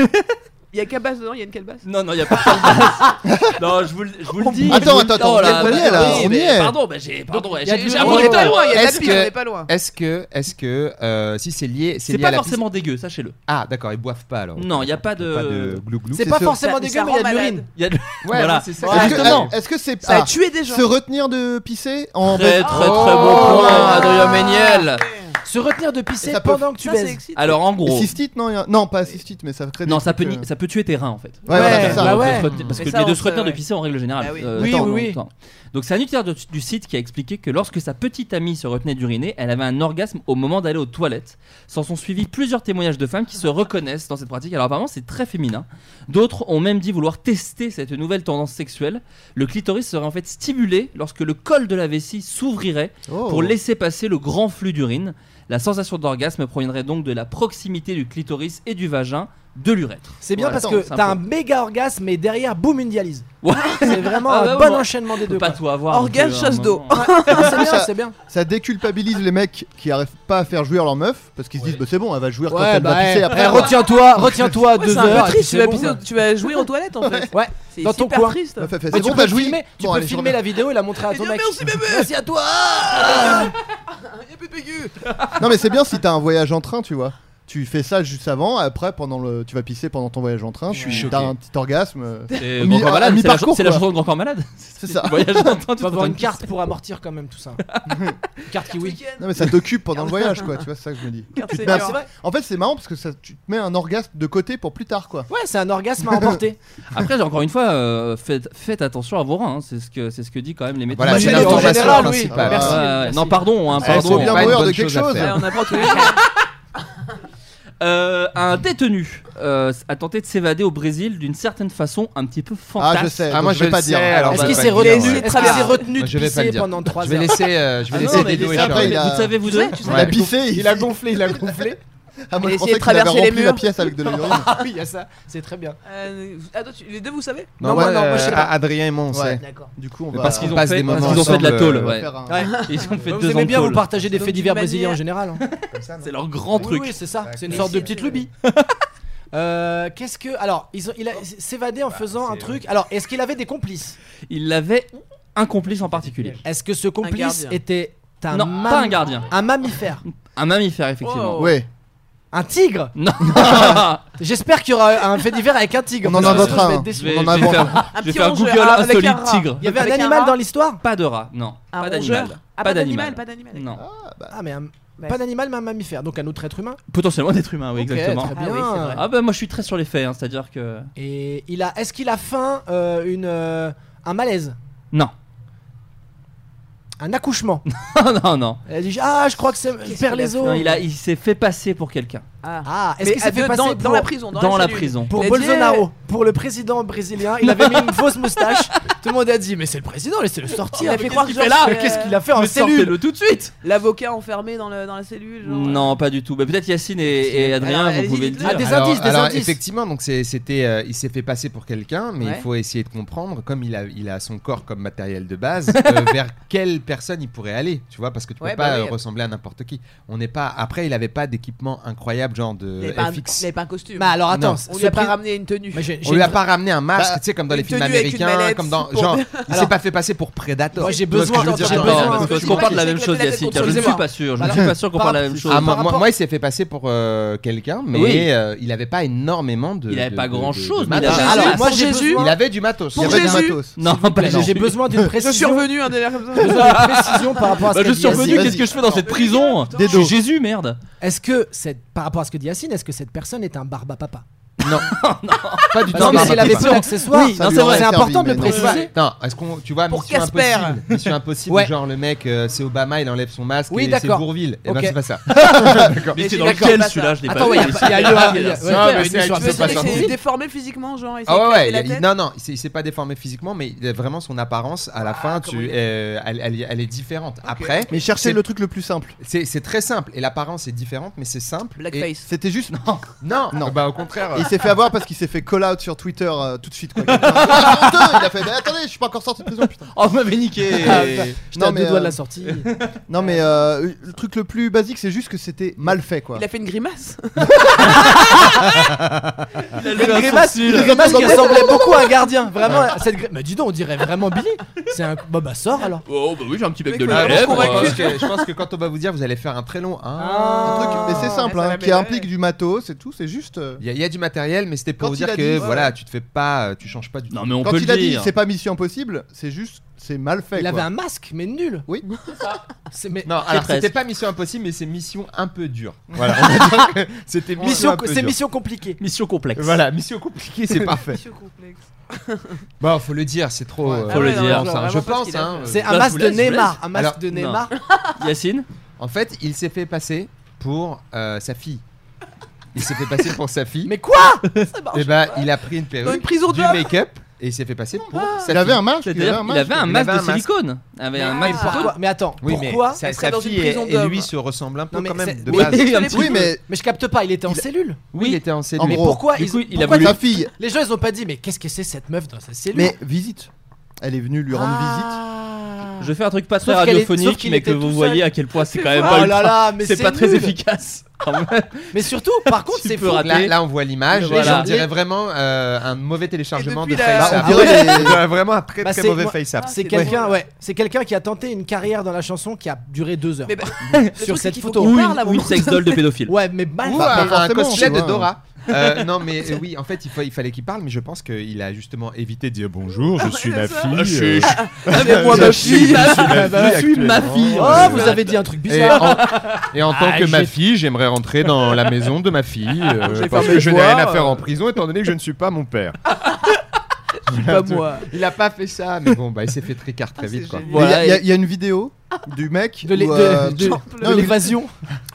S7: Il y a Cabas dedans, il y a une Calbas.
S6: Non, non, il n'y a pas de canvas. non, je vous, le- je vous le dis.
S4: Attends,
S6: je vous le-
S4: attends, attends,
S6: Oh
S4: on y est, là,
S6: oui,
S4: on y
S6: mais
S4: est.
S6: Pardon, bah, j'ai pardon,
S9: y a
S6: j'ai-
S9: du-
S6: j'ai
S9: Ah,
S7: Ah,
S6: appris
S7: on
S9: ouais,
S7: est
S6: le
S7: pas
S6: taille.
S7: loin, il y a de
S8: Est-ce
S7: la pisse,
S8: que-
S7: on est pas loin.
S8: Est-ce que est-ce que euh, si c'est lié c'est
S6: C'est
S8: lié à
S6: pas
S8: la piste-
S6: forcément dégueu, sachez-le.
S8: Ah d'accord, ils boivent pas alors.
S6: Non, il y a pas de-
S8: Pas de glou-glou.
S9: C'est
S4: C'est
S9: pas
S4: ce-
S9: forcément
S7: Ça-
S9: dégueu
S7: ça
S9: mais il
S7: rend
S9: y a de
S7: malade.
S9: l'urine.
S6: Il y a de-
S8: Ouais,
S6: Voilà.
S8: ouais, c'est ça.
S4: Est-ce
S6: Justement.
S4: que- est-ce que c'est
S7: Ça a
S4: ah,
S7: tué des gens.
S4: se retenir de pisser en
S6: Très très très bon
S8: Oh.
S6: point, Adrien Méniel.
S9: Se retenir de pisser
S4: Et ça peut-
S9: pendant que tu
S7: Ça, c'est
S9: baises.
S7: excitant.
S6: Alors en
S4: Et
S6: gros,
S4: cystite non, il y a- non pas cystite mais ça crée des
S6: non, ça peut
S4: trucs,
S6: ni-
S4: euh,
S6: ça peut tuer tes reins en fait.
S4: Ouais, voilà,
S9: Ouais,
S4: c'est ça.
S9: bah ouais.
S6: Parce
S7: Mais
S6: que
S7: ça,
S6: les deux
S7: on
S6: se retenir
S7: sait,
S6: de
S7: ouais.
S6: pisser en règle générale.
S7: Bah oui.
S6: euh,
S9: Ah Oui,
S6: tant
S9: oui,
S6: longtemps.
S9: oui.
S6: Donc c'est un utilitaire de- du site qui a expliqué que lorsque sa petite amie se retenait d'uriner, elle avait un orgasme au moment d'aller aux toilettes. S'en sont suivis plusieurs témoignages de femmes qui se reconnaissent dans cette pratique. Alors apparemment c'est très féminin. D'autres ont même dit vouloir tester cette nouvelle tendance sexuelle. Le clitoris serait en fait stimulé lorsque le col de la vessie s'ouvrirait
S4: oh.
S6: pour laisser passer le grand flux d'urine. La sensation d'orgasme proviendrait donc de la proximité du clitoris et du vagin de l'urètre.
S9: C'est bien
S4: Ouais,
S9: parce
S4: attends,
S9: que
S6: c'est un
S9: t'as
S6: peu-
S9: un méga orgasme et derrière boum une dialyse.
S6: Ouais.
S9: C'est vraiment
S6: Ah bah
S9: un
S6: oui,
S9: bon
S6: moi,
S9: enchaînement des
S6: Peut
S9: deux.
S6: pas
S9: quoi.
S6: tout avoir.
S7: Orgasme,
S6: donc, euh,
S7: chasse
S6: un
S7: d'eau.
S6: moment-
S9: Ah, c'est bien,
S4: Ça-
S9: c'est bien.
S4: ça déculpabilise les mecs qui arrivent pas à faire jouer leur meuf parce qu'ils se disent bah, c'est bon elle va jouer quand
S9: Ouais,
S4: elle
S9: bah,
S4: va pisser
S9: eh,
S4: après
S9: eh,
S4: elle va-
S9: retiens-toi, retiens-toi
S7: Ouais,
S9: deux
S7: c'est un
S9: heures.
S7: peu
S9: et puis
S7: triste, tu vas,
S9: bon.
S7: pisser- tu vas jouer aux toilettes en fait.
S9: Ouais.
S7: C'est
S9: Dans ton
S7: hyper
S9: coin.
S7: triste.
S4: Elle fait- fait,
S9: Mais
S4: c'est
S9: tu
S4: bon
S9: peux
S4: t'as joué
S9: filmer, tu
S4: Bon,
S9: peux
S4: allez, je
S9: filmer
S4: remets.
S9: la vidéo et la montrer à
S7: Et
S9: ton
S7: dis,
S9: mec.
S7: merci, bébé.
S9: Merci à toi.
S7: Il y a plus de PQ.
S4: non mais c'est bien si t'as un voyage en train tu vois tu fais ça juste avant après pendant le tu vas pisser pendant ton voyage en train
S8: Je suis
S4: tu-
S8: choqué.
S4: t'as un petit orgasme euh,
S6: C'est
S4: Mi-
S6: Grand Corps
S4: à
S6: Malade, c'est la,
S4: mi-parcours,
S6: c'est la
S4: quoi.
S6: chanson de Grand Corps Malade.
S4: C'est ça.
S6: Voyage en train,
S9: Tu
S6: tu
S9: vas avoir
S6: t'entends
S9: une
S6: pisser.
S9: carte pour amortir quand même tout ça. Une carte qui oui.
S4: non mais ça t'occupe pendant le voyage quoi tu vois c'est ça que je me dis
S7: Carte
S4: Tu te mets
S7: senior.
S4: un-
S7: C'est vrai.
S4: en fait c'est marrant parce que ça tu te mets un orgasme de côté pour plus tard quoi
S9: Ouais, c'est un orgasme à emporter.
S6: Après, encore une fois, euh, faites, faites attention à vos reins. hein. C'est ce que c'est ce que dit quand même les médecins.
S8: Voilà,
S4: Imaginez,
S8: c'est
S4: en
S8: l'information
S9: général, oui.
S8: principale.
S4: Merci.
S6: Ouais, ouais, ouais. Non, pardon, hein,
S4: Eh,
S6: pardon.
S4: faut bien
S8: Pas une
S4: mourir de
S8: bonne
S4: quelque
S8: chose à
S4: chose
S7: Ouais,
S8: faire.
S4: hein.
S7: On apprend tous les jours.
S6: Euh, un détenu euh, a tenté de s'évader au Brésil d'une certaine façon un petit peu fantastique.
S4: je sais, Ah, moi, donc je je vais le pas sais, dire. alors,
S9: Est-ce
S4: bah,
S9: qu'il
S4: bah,
S9: s'est
S4: bah,
S9: retenu,
S4: ouais.
S9: est-ce qu'il s'est
S4: Ah.
S9: retenu
S4: Moi,
S9: de
S4: je vais pas le
S9: pisser
S4: dire.
S9: pendant 3 heures
S4: Je vais laisser, euh, je vais
S9: Ah
S4: laisser
S9: non, mais
S4: Dédé
S9: laissez
S4: et
S9: après,
S4: Charles.
S9: il a- Vous savez, vous
S4: Tu sais,
S9: deux
S4: tu sais. Il a pissé, il-
S9: Il a gonflé, il a gonflé.
S4: Ah, moi,
S9: Il a
S4: je
S9: essayé
S4: pensais
S9: de
S4: qu'il avait
S9: traverser les
S4: rempli la
S9: murs.
S4: pièce avec de l'urine.
S9: Ah oui, il y a ça, c'est très bien.
S7: Euh, ah, toi, tu- les deux, vous savez
S8: Non, moi, euh, Adrien et moi, on sait.
S4: Du coup, on
S8: Mais
S4: va.
S8: parce qu'ils ont
S4: passe
S8: fait-
S4: des
S8: parce
S4: moments
S8: qu'ils ont fait de la
S4: ensemble,
S8: tôle,
S4: euh,
S8: ouais.
S4: faire un-
S6: Ouais. Ils ont fait
S9: vous
S6: deux ans
S9: aimez
S6: de
S9: bien vous
S6: tôle.
S9: partager des
S7: Donc,
S9: faits
S7: d'une
S9: divers
S7: manière-
S9: brésiliens en général. hein.
S6: C'est leur grand
S9: Oui,
S6: truc.
S9: Oui, c'est ça.
S8: Ouais,
S9: C'est une
S8: mais
S9: sorte de
S8: si,
S9: petite lubie. Euh, Qu'est-ce que. Alors, ils ont- il a s'évadé
S8: Bah,
S9: en faisant un truc. Alors, est-ce qu'il avait des complices
S6: Il avait un complice en particulier.
S9: Est-ce que ce complice
S7: gardien.
S9: était un,
S6: non,
S9: mam-
S6: pas un gardien.
S9: un mammifère
S6: Un mammifère, effectivement.
S7: Oh.
S4: Ouais,
S9: Un tigre
S6: Non,
S9: J'espère qu'il y aura un fait divers avec un tigre.
S4: On en
S9: parce que
S4: inventera
S9: sinon, je vais être
S4: un.
S6: je
S9: déçu.
S6: vais,
S4: On en
S6: je vais
S4: a
S6: faire,
S7: un
S6: je vais
S7: petit
S6: faire
S7: rongeur
S6: Google
S7: avec un
S6: insolite
S7: rat.
S6: tigre.
S9: Il y avait Ah, un
S7: Avec un
S9: animal
S7: rat.
S9: dans l'histoire
S6: Pas de rat, non.
S7: Un
S6: pas
S7: rongeur
S6: d'animal.
S7: Ah,
S6: pas d'animal.
S7: Pas d'animal.
S6: Non.
S4: bah.
S9: Ah, mais un-
S7: Ouais.
S9: pas d'animal, mais un mammifère. Donc un autre être humain.
S6: Potentiellement un être humain, oui,
S9: Ok,
S6: exactement.
S9: Très
S7: Ah
S9: bien.
S7: oui, c'est vrai.
S6: Ah bah moi je suis très sur les faits, hein, c'est-à-dire que...
S9: Et il a. Est-ce qu'il a faim euh, une euh, un malaise,
S6: Non.
S9: un accouchement
S6: non, non.
S9: Elle dit ah je crois que c'est je
S7: Qu'est-ce
S9: perds
S7: qu'il a
S9: les os.
S6: Non, il, a- il s'est fait passer pour quelqu'un.
S7: Ah.
S9: Ah est-ce
S7: Mais
S9: qu'il s'est
S7: à
S9: fait
S7: deux-
S9: passer
S7: dans,
S9: pour...
S7: dans la prison
S6: Dans,
S7: Dans,
S6: la
S7: cellule.
S6: prison.
S9: Pour
S7: Il a
S9: Bolsonaro, pour le président brésilien, il avait mis une fausse moustache. Tout le monde a dit mais c'est le président, laissez-le
S7: Il
S9: sortir.
S7: a fait croire
S9: qu'est-ce
S7: que
S9: qu'il fait là
S7: Georges,
S9: Qu'est-ce
S7: euh,
S9: qu'il a fait en
S6: Mais
S9: cellule
S6: sortez-le tout de suite
S7: L'avocat enfermé dans, le, dans la cellule. genre.
S6: Non, pas du tout. Bah, Peut-être Yacine et, et Adrien,
S7: Alors,
S6: vous
S7: allez-y,
S6: pouvez le
S7: dites-le.
S6: dire.
S9: Ah, des
S8: alors,
S9: indices, des
S8: alors,
S9: indices.
S8: effectivement, donc c'est- c'était, euh, il s'est fait passer pour quelqu'un, mais
S7: Ouais.
S8: il faut essayer de comprendre, comme il a, il a son corps comme matériel de base, euh, vers quelle personne il pourrait aller, tu vois, parce que tu
S7: Ouais,
S8: peux
S7: bah
S8: pas
S7: oui.
S8: euh, ressembler à n'importe qui. On n'est pas. Après, il avait pas d'équipement incroyable, genre de
S7: Il avait pas, un,
S8: FX.
S7: il avait pas un costume.
S9: Euh, Bah alors attends,
S8: Non.
S9: ce
S7: On lui a pas
S9: pré-
S7: ramené une tenue.
S9: Mais j'ai- j'ai
S8: On lui a
S9: une- Bah,
S8: pas ramené un masque, tu sais, comme dans les
S7: une
S8: films
S7: tenue avec une
S8: américains,
S7: mallette
S8: comme dans.
S7: pour-
S8: Genre, il
S9: Alors-
S8: s'est pas fait passer pour Predator.
S9: Moi, j'ai
S8: Tu vois ce que
S9: besoin-
S8: je veux dire
S9: j'ai
S8: Genre,
S9: besoin-
S8: euh,
S6: Attends, parce
S7: parce
S6: que
S7: que
S6: qu'on
S7: j'ai
S6: parle de
S7: pas-
S6: la
S7: j'ai
S6: même
S7: pas de
S6: chose,
S7: la tête
S6: Yacine,
S7: contre
S6: car je
S7: le
S6: ne suis
S7: mur.
S6: pas sûr. Je ne
S9: Voilà.
S6: suis pas sûr qu'on
S9: Par
S6: parle de la
S9: rapport-
S6: même chose.
S8: Ah,
S9: par
S8: moi, moi-
S9: rapport-
S8: moi, il s'est fait passer pour euh, quelqu'un, mais
S6: Oui.
S8: euh, il avait pas énormément de.
S6: Il avait
S8: de-
S6: pas
S8: de-
S6: grand-chose,
S8: de
S6: mais il
S8: matos.
S6: avait-
S9: Alors,
S7: Jésus,
S9: moi
S7: pour
S9: j'ai
S7: Jésus,
S9: besoin-
S8: Il avait du matos.
S7: Pour
S8: il avait du
S7: Jésus.
S8: matos.
S6: Non, pas du
S9: j'ai- j'ai
S6: tout.
S9: besoin d'une
S7: Je suis
S9: précision.
S7: revenu, un délire comme ça.
S9: J'ai besoin d'une précision par rapport à ce
S6: Bah,
S9: qu'a
S6: je
S9: dit
S6: suis revenu,
S9: Yacine.
S6: qu'est-ce que je fais dans cette prison
S7: Putain.
S6: Je suis Jésus, merde
S9: Est-ce que cette, par rapport à ce que dit Yacine, est-ce que cette personne est un barbe à papa
S8: Pas du
S9: Parce
S8: tout.
S9: que
S8: Non,
S9: s'il
S8: non,
S9: avait
S8: pas-
S9: peu d'accessoires,
S6: Oui,
S9: ça
S6: non,
S9: lui
S6: c'est
S9: aurait
S6: vrai.
S9: servi, important de le
S4: mais non.
S9: préciser.
S8: Non, est-ce qu'on, tu vois,
S7: Pour
S8: Mission
S7: Casper.
S8: Impossible, Mission Impossible,
S9: Ouais.
S8: genre le mec, euh, c'est Obama, il enlève son masque,
S9: Oui,
S8: et c'est
S9: d'accord.
S8: Bourville. Et ben
S9: Ok.
S8: c'est pas ça.
S7: Mais
S6: Mais c'est
S7: j'ai
S6: dans
S7: d'accord,
S6: lequel
S7: pas ça.
S6: celui-là Je l'ai pas
S9: Attends, ouais,
S6: vu.
S9: il y a- il y a eu un- il y a- ouais,
S8: Non,
S9: ouais,
S8: mais
S9: une
S8: c'est-
S9: histoire
S8: tu
S9: de-
S8: veux pas
S7: Il
S8: sortir.
S7: s'est déformé physiquement, genre. Il s'est
S8: Ah ouais,
S7: éclaté
S8: ouais,
S7: la
S8: il-
S7: tête.
S8: non, non, il s'est, il s'est pas déformé physiquement, mais il a vraiment son apparence à la
S9: Ah,
S8: fin, tu, euh, elle, elle- elle est différente. Après,
S4: Mais cherchez
S8: C'est-
S4: le truc le plus simple.
S8: c'est, c'est très simple, et l'apparence est différente, mais c'est simple. Et-
S7: Blackface.
S4: C'était juste.
S8: Non,
S4: Non.
S8: bah au contraire. euh,
S4: Il s'est fait avoir parce qu'il s'est fait call out sur Twitter euh, tout de suite. Quoi. Quelqu'un a dit, Ah, honteux il a fait mais attendez, je suis pas encore sorti de prison. Putain.
S6: Oh, vous m'avez niqué
S4: Ah, putain.
S9: J'étais à deux
S4: mais,
S9: doigts de
S4: euh,
S9: la sortie.
S4: non mais euh, le truc le plus basique, c'est juste que c'était mal fait quoi.
S7: Il a fait une grimace.
S6: Il a levé un
S9: Une grimace,
S6: sourcil.
S9: une grimace qui ressemblait beaucoup à un gardien. Vraiment, cette grimace. Mais dis donc, on dirait vraiment Billy. C'est un. Bah, bah, sors alors.
S6: Oh, bah oui, j'ai un petit bec de
S7: Mais
S8: ah,
S7: quoi,
S6: lait.
S8: je,
S7: vraiment
S8: pense
S7: convaincu.
S8: que, je pense que quand on va vous dire, vous allez faire un très long. hein.
S4: Un truc- mais c'est simple,
S7: ça
S4: hein,
S7: va
S4: qui
S7: m'énerver.
S4: implique du matos et tout, c'est juste. euh,
S8: Il y, a- il y a du matériel, mais c'était pour
S4: Quand
S8: vous
S4: il
S8: dire
S4: a
S8: que
S4: dit,
S8: voilà,
S4: ouais.
S8: tu te fais pas, euh, tu changes pas du tout.
S6: Non, mais on
S4: Quand
S6: peut le
S4: il a dit
S6: dire.
S4: c'est pas mission impossible, c'est juste c'est mal fait.
S9: Il avait
S4: quoi.
S9: un masque, mais nul.
S4: Oui.
S9: C'est mais.
S8: Non, alors
S6: presque.
S8: c'était pas mission impossible, mais c'est mission un peu dure. Voilà, on va dire que c'était mission,
S9: Mission,
S8: un peu
S9: c'est
S8: dure.
S9: mission compliquée.
S6: Mission complexe.
S8: Voilà, mission compliquée, c'est parfait. Bon, faut le dire, c'est trop.
S4: Ouais.
S8: euh,
S6: Faut le
S3: Ah
S7: ouais, non,
S6: dire,
S7: non,
S8: ça,
S7: vraiment
S8: je
S7: pas ce
S8: pense,
S7: qu'il a
S8: hein.
S9: C'est
S6: Là,
S9: un
S6: je
S9: masque
S6: vous
S9: de
S6: laisse, je vous
S9: Neymar.
S6: laisse.
S9: Un masque
S8: Alors,
S9: de
S6: non.
S9: Neymar.
S6: Yacine
S8: En fait, il s'est fait passer pour euh, sa fille. Il s'est fait passer pour sa fille.
S9: Mais quoi
S8: Et bah, il a pris une
S7: Dans une
S8: perruque,
S7: prison
S8: du
S7: d'hommes.
S8: make-up et il s'est fait passer pour sa
S4: Il
S8: fille.
S4: avait un masque. Il avait
S6: C'est-à-dire
S4: un
S6: qu'il
S4: masque.
S6: avait un
S8: il
S6: masque
S8: avait
S6: de
S8: un masque.
S6: silicone. Avait un
S7: Mais
S6: masque
S7: pourquoi
S6: de-
S9: Pourquoi- Ah. Mais attends.
S8: Oui, mais
S9: Pourquoi
S8: sa,
S7: elle
S8: sa
S7: serait dans une
S8: fille et,
S7: prison
S8: et
S7: d'hommes
S8: lui se ressemblent un peu
S9: Non, mais
S8: quand même
S9: c'est-
S8: de
S6: Oui,
S8: base.
S6: un petit
S4: Oui
S6: peu.
S4: mais
S9: Mais je capte pas. Il était en cellule.
S8: Oui, il était en cellule.
S4: en
S9: Mais
S4: gros,
S9: pourquoi
S6: du
S9: ils-
S6: coup, il a
S9: pourquoi
S6: voulu-
S9: ils-
S4: sa fille.
S9: Les gens, ils ont pas dit. Mais qu'est-ce que c'est cette meuf dans sa cellule
S4: Mais visite. Elle est venue lui rendre visite.
S6: Je fais un truc pas très
S9: Ah. Sauf qu'elle est- sauf
S6: radiophonique,
S9: qu'il
S6: mais
S9: était
S6: que vous
S9: tout
S6: voyez
S9: seul.
S6: à quel point c'est
S9: C'est
S6: quand même
S9: vrai.
S6: pas,
S9: Oh là
S6: ultra-
S9: là, mais
S6: c'est
S9: c'est
S6: pas très
S9: nul.
S6: efficace. quand même.
S9: Mais surtout, par contre,
S6: Tu
S9: c'est
S6: peux
S9: fou.
S6: rater.
S8: Là, là, on voit l'image.
S6: Voilà.
S8: Et on dirait vraiment euh, un mauvais téléchargement
S7: Et
S8: de
S7: depuis la-
S8: FaceApp.
S4: Bah, on dirait les-
S8: On dirait vraiment un très
S9: Ah, Bah,
S8: très
S9: c'est-
S8: mauvais
S9: moi-
S8: FaceApp.
S9: C'est
S7: c'est
S9: quelqu'un,
S7: drôle.
S9: ouais. C'est quelqu'un qui a tenté une carrière dans la chanson qui a duré deux heures.
S7: Mais bah,
S9: Sur
S7: truc, c'est
S9: cette
S7: qu'il faut
S9: photo.
S7: qu'on
S6: Ou
S7: parle
S6: une,
S7: avant
S6: ou une
S7: qu'on-
S6: sex doll de pédophile.
S9: Ouais, mais mal.
S4: Ouh,
S8: Ou
S4: Bah,
S8: un,
S4: pas
S8: un
S4: forcément,
S8: cosplay
S4: tu
S8: de
S4: vois.
S8: Dora. Euh, non, mais euh, oui, en fait, il, fa- il fallait qu'il parle, mais je pense qu'il a justement évité de dire bonjour, je suis la fille. euh,
S9: moi, ma fille.
S6: Je suis ma fille.
S9: Oh, vous avez dit un truc
S8: Et
S9: bizarre.
S8: en, et en tant
S9: Ah,
S8: que ma
S9: j'ai-
S8: fille, j'aimerais rentrer dans la maison de ma fille euh,
S7: J'ai
S8: parce
S7: fait
S8: que
S7: mes
S8: je n'ai rien
S7: devoirs,
S8: à faire
S7: euh.
S8: en prison étant donné que je ne suis pas mon père.
S7: Pas moi.
S8: Il a pas fait ça, mais bon, bah il s'est fait tricard très
S7: Ah,
S8: vite
S7: c'est
S8: quoi.
S7: génial.
S4: Mais il y a-
S6: Voilà,
S4: il y, a- il y a une vidéo du mec
S9: De l'é-
S4: où, euh,
S9: de- de-
S4: non,
S9: de
S4: il-
S9: l'évasion.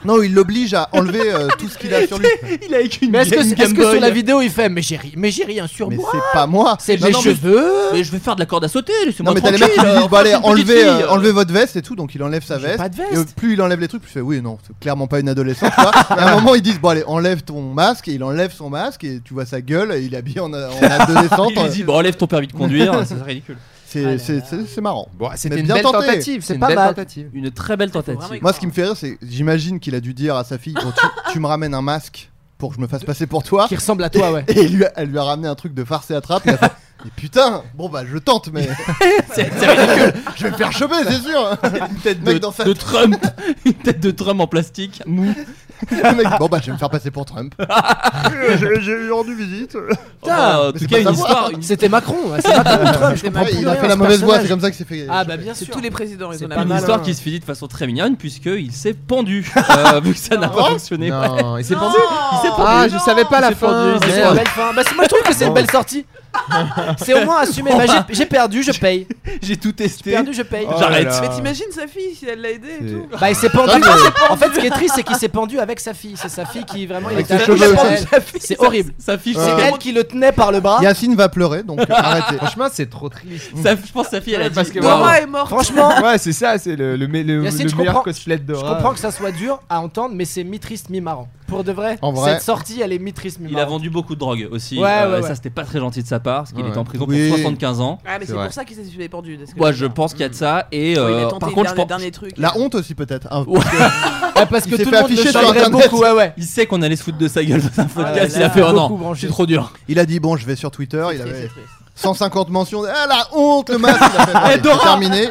S4: Non, il l'oblige à enlever euh, tout ce qu'il a sur lui.
S9: Il a avec une Mais est-ce que,
S4: Game-
S9: est-ce
S4: Game
S9: que
S4: Boy.
S9: sur la vidéo il fait Mais j'ai ri- mais j'ai rien sur
S4: Mais
S9: moi
S4: c'est pas moi.
S9: C'est
S4: Non,
S9: mes
S4: non, mais-
S9: cheveux
S6: Euh Mais je vais faire de la corde à sauter, laissez-moi
S4: Non mais t'as les
S6: tranquille.
S4: mecs qui
S6: euh,
S4: disent bon allez
S6: enfin, je suis une
S4: enlevez,
S6: petite
S4: euh,
S6: fille, euh.
S4: enlevez votre veste et tout donc il enlève sa
S9: J'ai
S4: veste.
S9: pas de
S4: Et
S9: veste.
S4: plus il enlève les trucs plus il fait oui non c'est clairement pas une adolescente. tu vois. et à un moment ils disent bon allez enlève ton masque et il enlève son masque et tu vois sa gueule et il est habillé en, en adolescente.
S6: Il lui dit, bon, enlève ton permis de conduire, c'est ridicule.
S4: C'est- c'est c'est- c'est marrant.
S8: Bon,
S4: Mais
S8: c'était une
S4: bien
S8: belle
S4: tenté.
S8: tentative.
S9: C'est
S8: une
S9: pas
S8: belle
S9: mal.
S8: tentative.
S6: Une très belle
S7: vraiment y
S6: tentative.
S4: Moi ce qui me fait rire c'est j'imagine qu'il a dû dire à sa fille bon, tu, tu me ramènes un masque pour que je me fasse passer pour toi.
S9: Qui ressemble à toi, ouais.
S4: Et il lui a- elle lui a ramené un truc de farce et attrape. Et elle a fait, mais putain bon bah je tente mais
S6: C'est c'est ridicule.
S4: je vais me faire choper c'est sûr.
S6: Une tête
S4: Mec
S6: de,
S4: dans sa-
S6: de Trump. Une tête de Trump en plastique. Mou.
S4: Le mec, bon bah je vais me faire passer pour Trump.
S3: Euh, j'ai- J'ai eu rendu visite.
S6: Putain, en
S4: Oh, mais
S6: tout
S4: c'est
S6: cas,
S4: pas
S6: une
S4: ta
S6: histoire. une-
S9: C'était Macron, ouais, c'est Macron Trump, je comprends
S4: Ouais,
S9: plus
S4: il a
S9: rien,
S4: fait la
S9: ce
S4: mauvaise voix,
S9: personnage.
S4: c'est comme ça que c'est fait.
S9: Ah bah bien
S7: C'est
S9: sûr.
S7: tous les présidents
S9: C'est
S7: raisonnables.
S9: pas
S6: Une
S9: mal,
S6: histoire
S9: hein.
S6: qui se finit de façon très mignonne puisqu'il s'est pendu euh, vu que ça n'a pas fonctionné.
S8: Non, et c'est
S7: Non.
S8: pendu. Il s'est pendu.
S7: Ah, je savais pas
S6: la
S8: Il s'est
S6: fin.
S8: pendu, il s'est
S9: C'est
S6: Merde.
S9: une belle fin. Bah, c'est- moi je trouve que c'est une belle sortie. C'est au moins assumé. Bah, j'ai- j'ai perdu, je paye.
S6: J'ai tout testé.
S9: Perdu, je paye.
S3: Oh
S6: J'arrête.
S3: là là.
S7: Mais t'imagines sa fille si elle l'a aidé et
S8: C'est-
S7: tout
S9: Bah il s'est pendu.
S4: Ah, mais-
S9: En fait, ce qui est triste, c'est qu'il s'est pendu avec sa fille. C'est sa fille qui vraiment il
S4: Avec
S9: était
S4: ses
S9: accrochée
S4: cheveux.
S9: à elle.
S7: Sa fille,
S9: C'est horrible.
S6: Sa fille,
S9: C'est elle qui le tenait par le bras.
S4: Yacine va pleurer donc euh, arrêtez.
S8: Franchement, c'est trop triste.
S6: sa- je pense que sa fille, elle a
S8: Ouais,
S6: dit.
S8: parce que
S6: Non,
S8: moi-
S7: Dora est morte.
S9: Franchement,
S8: Ouais, c'est ça, c'est le, le, me- le-
S9: Yacine,
S8: le
S9: je
S8: meilleur
S9: comprends-
S8: cosplay de
S9: je
S8: Dora.
S9: comprends que ça soit dur à entendre, mais c'est mi-triste mi-marrant. Pour de vrai,
S4: En vrai.
S9: cette sortie, elle est mi-triste
S6: Il a
S9: mi-marrant.
S6: vendu beaucoup de drogue aussi.
S9: Ouais,
S6: euh,
S9: ouais,
S6: et
S9: ouais.
S6: Ça, c'était pas très gentil de sa part parce qu'il
S8: Ouais.
S6: était en prison
S4: Oui.
S6: pour 75 ans.
S7: Ah, mais
S8: C'est
S7: c'est
S8: vrai.
S7: pour ça qu'il s'est fait pendu. de ce que
S6: Moi,
S7: je
S6: je
S7: veux dire.
S6: pense qu'il y a de ça. Et
S7: Oh, il
S6: euh,
S7: a tenté
S6: par
S7: le
S6: contre,
S7: dernier-
S6: je pense-
S7: dernier truc.
S4: La honte aussi peut-être. hein.
S6: Ouais.
S9: Ouais, parce
S4: Il
S9: que
S4: s'est
S9: tout
S4: fait
S9: le monde le
S4: afficher sur
S9: chagrinerait
S4: Internet.
S9: beaucoup. Ouais, ouais.
S6: il sait qu'on allait se foutre de sa gueule dans un podcast.
S9: Ah, là,
S6: il a fait
S9: là,
S6: oh
S9: beaucoup
S6: non,
S9: branché.
S6: c'est trop dur.
S4: Il a dit bon je vais sur Twitter, il
S9: C'est
S4: avait
S9: triste, c'est triste.
S4: 150 mentions. Ah la honte le masque. Il a fait, allez, c'est terminé.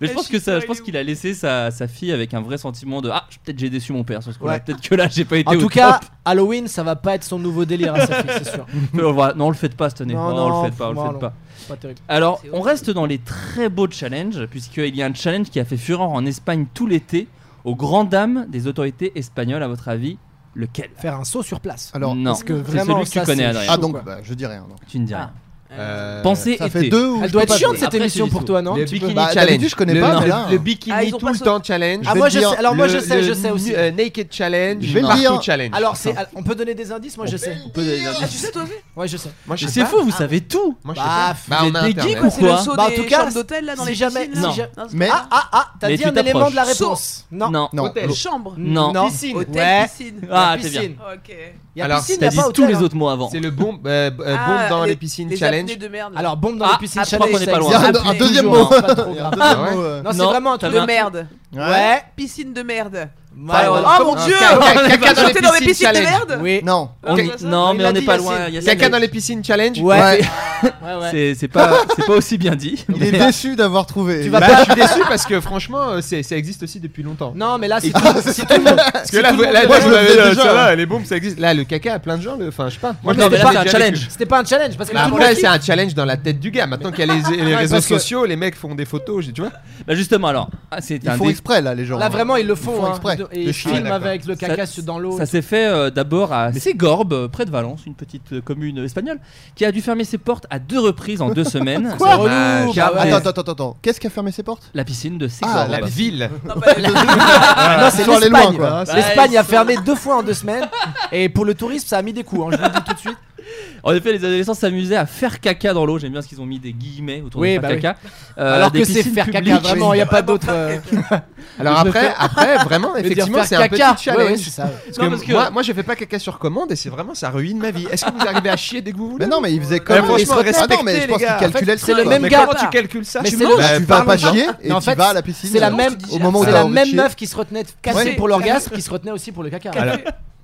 S6: Mais je
S7: Et
S6: pense que
S7: Chico,
S6: ça,
S7: il
S6: je
S7: est
S6: pense
S7: où
S6: qu'il a laissé sa, sa fille avec un vrai sentiment de ah je- peut-être j'ai déçu mon père sur ce coup-là.
S9: Ouais.
S6: Peut-être que là j'ai pas été.
S9: En
S6: au
S9: tout
S6: top.
S9: cas, Halloween, ça va pas être son nouveau délire à sa fille, c'est sûr.
S6: Euh, voilà. non on le fait pas cette année.
S9: Non,
S6: Non, on
S9: non,
S6: le fait pas, on
S9: moi,
S6: le fait
S9: non.
S6: pas.
S9: C'est Pas terrible.
S6: Alors
S7: C'est
S6: on
S7: horrible.
S6: reste dans les très beaux challenges puisqu'il y a un challenge qui a fait fureur en Espagne tout l'été aux grandes dames des autorités espagnoles. À votre avis lequel
S9: Faire un saut sur place.
S4: Alors
S6: non,
S9: Parce que
S6: c'est
S9: vraiment,
S6: celui que tu
S9: ça,
S6: connais
S9: c'est
S6: Adrien.
S4: ah
S9: chaud,
S4: donc
S9: quoi. Ah.
S4: bah, je dis rien. non.
S6: Tu ne dis rien.
S8: Euh,
S6: Pensez
S4: Ça
S6: été.
S4: fait deux. Ou
S9: Elle doit être chiante
S6: mais
S9: cette
S6: après,
S9: émission
S6: c'est
S9: pour
S6: du
S9: toi, non
S8: le
S6: tu
S8: bikini
S6: peux-
S4: Bah,
S8: challenge.
S4: d'habitude, je connais
S8: le,
S4: pas,
S8: non,
S4: mais là-
S8: le, le bikini
S7: Ah, ils ont
S8: tout
S7: pas
S8: le
S7: ce-
S8: temps challenge.
S9: Ah,
S4: vais
S9: moi
S4: te
S9: je
S4: dire,
S9: sais, alors moi
S8: Le-
S9: je sais,
S8: le
S9: je sais
S8: nu-
S9: aussi.
S8: euh, naked challenge.
S4: Je vais le
S8: partout
S4: dire.
S8: challenge.
S9: Alors c'est, on peut donner des indices, moi je sais.
S6: On peut donner des
S7: Ah,
S6: indices.
S7: tu sais, toi aussi
S9: Ouais, je sais. Ah
S8: Moi, je
S6: Mais
S8: sais
S6: c'est
S8: pas.
S6: faux, vous savez tout.
S8: Moi, je sais
S9: Bah,
S8: pas. Bah, on
S6: vous
S8: a
S6: êtes des
S8: internet.
S6: geeks ou
S7: C'est le
S6: quoi
S7: saut
S9: Bah, en
S7: des
S9: tout cas,
S7: chambres d'hôtel là dans
S9: si
S7: les
S9: jamais-
S7: piscines, là.
S6: si
S9: ja-
S7: Non, c'est-
S4: Mais
S9: Ah ah ah, t'as
S6: Mais
S9: dit
S6: tu
S9: un élément
S6: t'approches.
S9: de la
S7: Saut.
S9: réponse. Non.
S6: Non.
S4: non.
S8: Hôtel.
S4: l'eau.
S7: Chambre.
S6: Non.
S9: Non.
S7: Piscine. Hôtel,
S9: Ouais.
S7: piscine.
S6: Ah,
S9: La
S6: c'est bien.
S9: piscine.
S7: Ok.
S9: Il y a
S8: Alors,
S9: piscine,
S6: T'as
S9: il y a
S6: dit
S9: pas
S6: tous
S9: hôtel,
S6: les
S9: hein.
S6: autres mots avant.
S8: C'est le bombe, euh, b- euh, bombe
S7: Ah,
S8: dans les, piscines
S7: les
S8: challenge.
S7: apnées de merde. là.
S9: Alors bombe dans
S6: Ah,
S9: les piscines,
S6: ah, je crois qu'on est pas
S9: ça
S6: loin.
S4: Il y a un,
S9: existe.
S4: un deuxième
S6: toujours,
S4: mot.
S9: Non, pas trop
S4: Il y a
S9: grave.
S4: un deuxième
S8: Ah ouais.
S4: mot, euh.
S9: Non, c'est
S6: Non,
S9: vraiment un truc
S6: t'avais
S7: de merde.
S9: Ouais.
S7: Piscine de merde.
S9: Ouais, ouais.
S7: oh mon dieu
S8: caca- caca dans les
S7: Jeter dans les
S8: piscines
S7: piscines de
S8: challenge.
S7: merde
S9: Oui.
S4: Non.
S6: On
S7: Ah,
S6: est-
S7: c'est ça
S6: Non,
S9: Il
S6: mais
S9: l'a
S6: on n'est
S9: dit,
S6: pas
S9: Yacine.
S6: loin. Yacine,
S8: Caca
S6: elle-
S8: dans les piscines challenge.
S9: Ouais. Ouais, ouais.
S6: Ah, C'est c'est pas, c'est pas aussi bien dit.
S4: Il est déçu d'avoir trouvé.
S9: Tu vas
S8: Bah,
S9: pas
S8: je suis déçu parce que franchement, euh, c'est- ça existe aussi depuis longtemps.
S9: Non, mais là c'est tout, c'est tout le monde.
S8: Parce que là,
S9: tout le
S8: vous-
S9: monde
S8: là,
S9: le
S8: moi,
S9: fait.
S8: je l'avais
S4: Ouais.
S8: déjà. Ça va, les bombes, ça existe. Là, le caca à plein de gens. le- Enfin, je sais pas. Moi,
S9: Non, mais
S8: l'avais
S9: là,
S8: déjà
S6: c'est un
S8: vécu.
S6: challenge.
S9: C'était pas un challenge parce que
S8: Bah,
S9: tout le
S8: là,
S9: monde
S8: c'est un challenge dans la tête du gars. Maintenant qu'il y a les, les réseaux
S9: parce que-
S8: sociaux, les mecs font des photos. J'ai- Tu vois
S6: Bah justement alors, ah, c'est
S4: Ils
S6: un
S4: font
S6: dé-
S4: exprès là les gens.
S9: Là vraiment ils le font,
S4: Ils font
S9: hein.
S4: exprès.
S9: Et
S4: De
S9: ils
S4: chier.
S9: filment
S8: Ah,
S9: avec le
S6: Ça-
S9: caca dans l'eau.
S6: Ça s'est fait euh, d'abord à Ségorbe, euh, près de Valence, une petite euh, commune espagnole, qui a dû fermer ses portes à deux reprises en deux semaines.
S9: Quoi
S8: Dommage.
S9: Bah ouais.
S4: Attends, attends, attends, attends. Qu'est-ce qui a fermé ses portes
S6: La piscine de Ségorbe.
S4: Ah,
S8: La ville.
S7: Non, bah, la-
S9: Non, c'est
S4: Ils sont allés loin,
S9: l'Espagne.
S4: quoi.
S6: Ah,
S9: L'Espagne a fermé deux fois en deux semaines. Et pour le tourisme, ça a mis des coups. hein, je vous le dis tout de suite.
S6: En effet, les adolescents s'amusaient à faire caca dans l'eau. J'aime bien ce qu'ils ont mis des guillemets autour
S9: Oui,
S6: de faire
S9: bah oui.
S6: caca. Euh,
S9: Alors
S6: des
S9: que c'est
S6: piscines
S9: faire caca,
S6: publiques. Ah
S9: vraiment, il n'y a pas d'autre. euh,
S8: Alors
S9: Je
S8: après,
S9: préfère-
S8: après, vraiment,
S9: que dire
S8: effectivement,
S9: faire
S8: c'est un petit
S9: caca.
S8: challenge.
S9: Ouais, ouais, c'est ça.
S8: Parce
S6: Non,
S8: que
S6: parce que-
S8: Moi, moi, je fais pas caca sur commande et c'est vraiment, ça ruine ma vie. Est-ce que vous arrivez à chier dès que vous voulez
S4: Mais non, mais il faisait
S8: Eh,
S4: comme.
S8: franchement,
S4: il se retenait.
S8: respectez,
S4: Non, mais je
S8: les
S4: pense qu'il
S8: gars.
S4: calculait le
S9: c'est
S4: truc,
S9: le
S4: quoi.
S9: même
S8: Mais
S9: gars.
S8: comment tu calcules ça
S9: Mais
S8: Tu
S9: c'est
S8: manges
S9: logique.
S4: Tu vas pas
S8: Parle-moi.
S4: chier et
S9: Mais en
S4: tu
S9: fait,
S4: vas à la piscine.
S9: C'est la
S4: Non.
S9: même,
S4: Au moment où
S9: c'est
S4: t'as
S9: la
S4: envie de
S9: même
S4: chier.
S9: meuf qui se retenait cassée
S4: Ouais.
S9: pour l'orgasme, qui se retenait aussi pour le caca.
S8: Alors-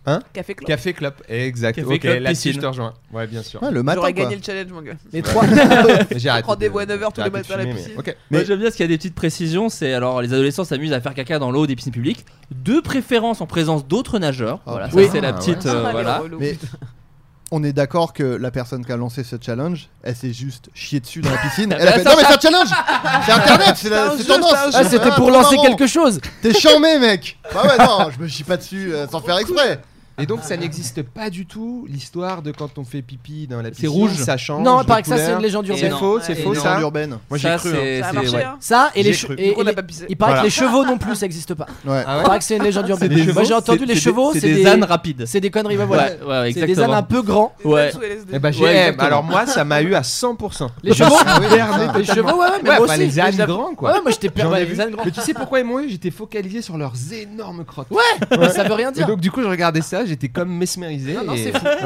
S8: Hein
S7: Café Club.
S8: Café Clop, exact.
S6: Café
S8: ok,
S6: Clop,
S8: là-dessus,
S6: piscine.
S8: je te rejoins. Ouais, bien sûr.
S9: Ah,
S4: Ouais, le matin.
S7: J'aurais
S4: quoi.
S7: gagné le challenge, mon gars.
S9: Les trois.
S8: J'ai arrêté
S7: Prends des
S8: de-
S7: bois à 9h tous
S8: j'ai
S7: les
S8: arrêté
S7: matins à
S8: de
S7: la
S8: fumer,
S7: piscine.
S8: mais- ok.
S4: Mais-
S6: Moi, J'aime bien ce qu'il y a des petites précisions. C'est alors les adolescents s'amusent à faire caca dans l'eau des piscines publiques, de préférence en présence d'autres nageurs.
S4: Ah,
S6: voilà, ça
S4: oui.
S6: c'est la
S8: Ah,
S6: petite. euh,
S7: Ah, mais
S6: voilà.
S7: relou.
S4: Mais on est d'accord que la personne qui a lancé ce challenge, elle s'est juste chiée dessus dans la piscine. Elle a
S6: Bah,
S4: fait
S6: ça,
S4: Non, mais c'est un challenge C'est internet, c'est
S7: C'est
S4: la-
S7: un jeu,
S4: c'est tendance
S7: c'est un jeu.
S9: Ah, c'était
S4: Ah,
S9: pour
S4: trop
S9: lancer
S4: marrant.
S9: quelque chose.
S4: Bah T'es charmé, mec Bah ouais, non, je me chie pas dessus euh, sans faire exprès
S8: Et donc ça n'existe pas du tout l'histoire de quand on fait pipi dans la piscine.
S6: rouge.
S8: ça change.
S9: Non,
S8: de
S9: pareil que ça,
S8: couleur.
S9: c'est une légende
S8: C'est
S9: urbaine.
S8: faux, c'est
S7: Ouais,
S8: faux
S7: une
S8: ça.
S4: légende urbaine.
S8: Moi j'ai
S6: Ça,
S8: cru. hein.
S6: c'est-
S7: Ça a
S6: c'est-
S7: marché,
S6: ouais.
S7: hein
S9: Ça, et,
S8: J'y
S9: les,
S8: ai
S9: che-
S8: cru.
S9: et-
S7: Pourquoi on
S9: et
S7: n'a
S9: les-
S7: pas pissé
S9: il paraît
S8: Voilà.
S9: que les chevaux non plus, ça n'existe pas.
S4: Ouais.
S8: Ah ouais
S9: paraît que c'est une légende urbaine. Moi, j'ai entendu les chevaux,
S6: c'est des ânes rapides.
S9: C'est des conneries, ouais, voilà.
S6: Ouais, ouais,
S9: c'est des ânes
S6: exactement.
S9: un peu grands.
S7: Des
S6: Ouais.
S7: ailes sous LSD.
S8: Eh ben, j'ai-
S6: Ouais,
S8: eh,
S6: exactement.
S8: alors moi ça m'a eu à 100%.
S9: Les
S8: Je
S9: chevaux
S8: suis berné
S9: Les
S8: totalement.
S9: chevaux, ouais, ouais, mais
S8: Ouais,
S9: moi
S8: pas
S9: aussi.
S8: les ânes
S9: je l'ai-
S8: grands quoi.
S9: Ouais, moi j'étais
S8: J'en
S9: perdu.
S8: ai
S9: Les
S8: vu.
S9: ânes grands.
S8: Mais tu sais pourquoi ils m'ont eu J'étais focalisé sur leurs énormes crottes.
S9: Ouais, ça veut rien
S8: Et
S9: dire.
S8: donc du coup je regardais ça, j'étais comme mesmérisé.
S9: Non, non,
S8: et- hein,
S9: c'est fou.
S8: Ouais.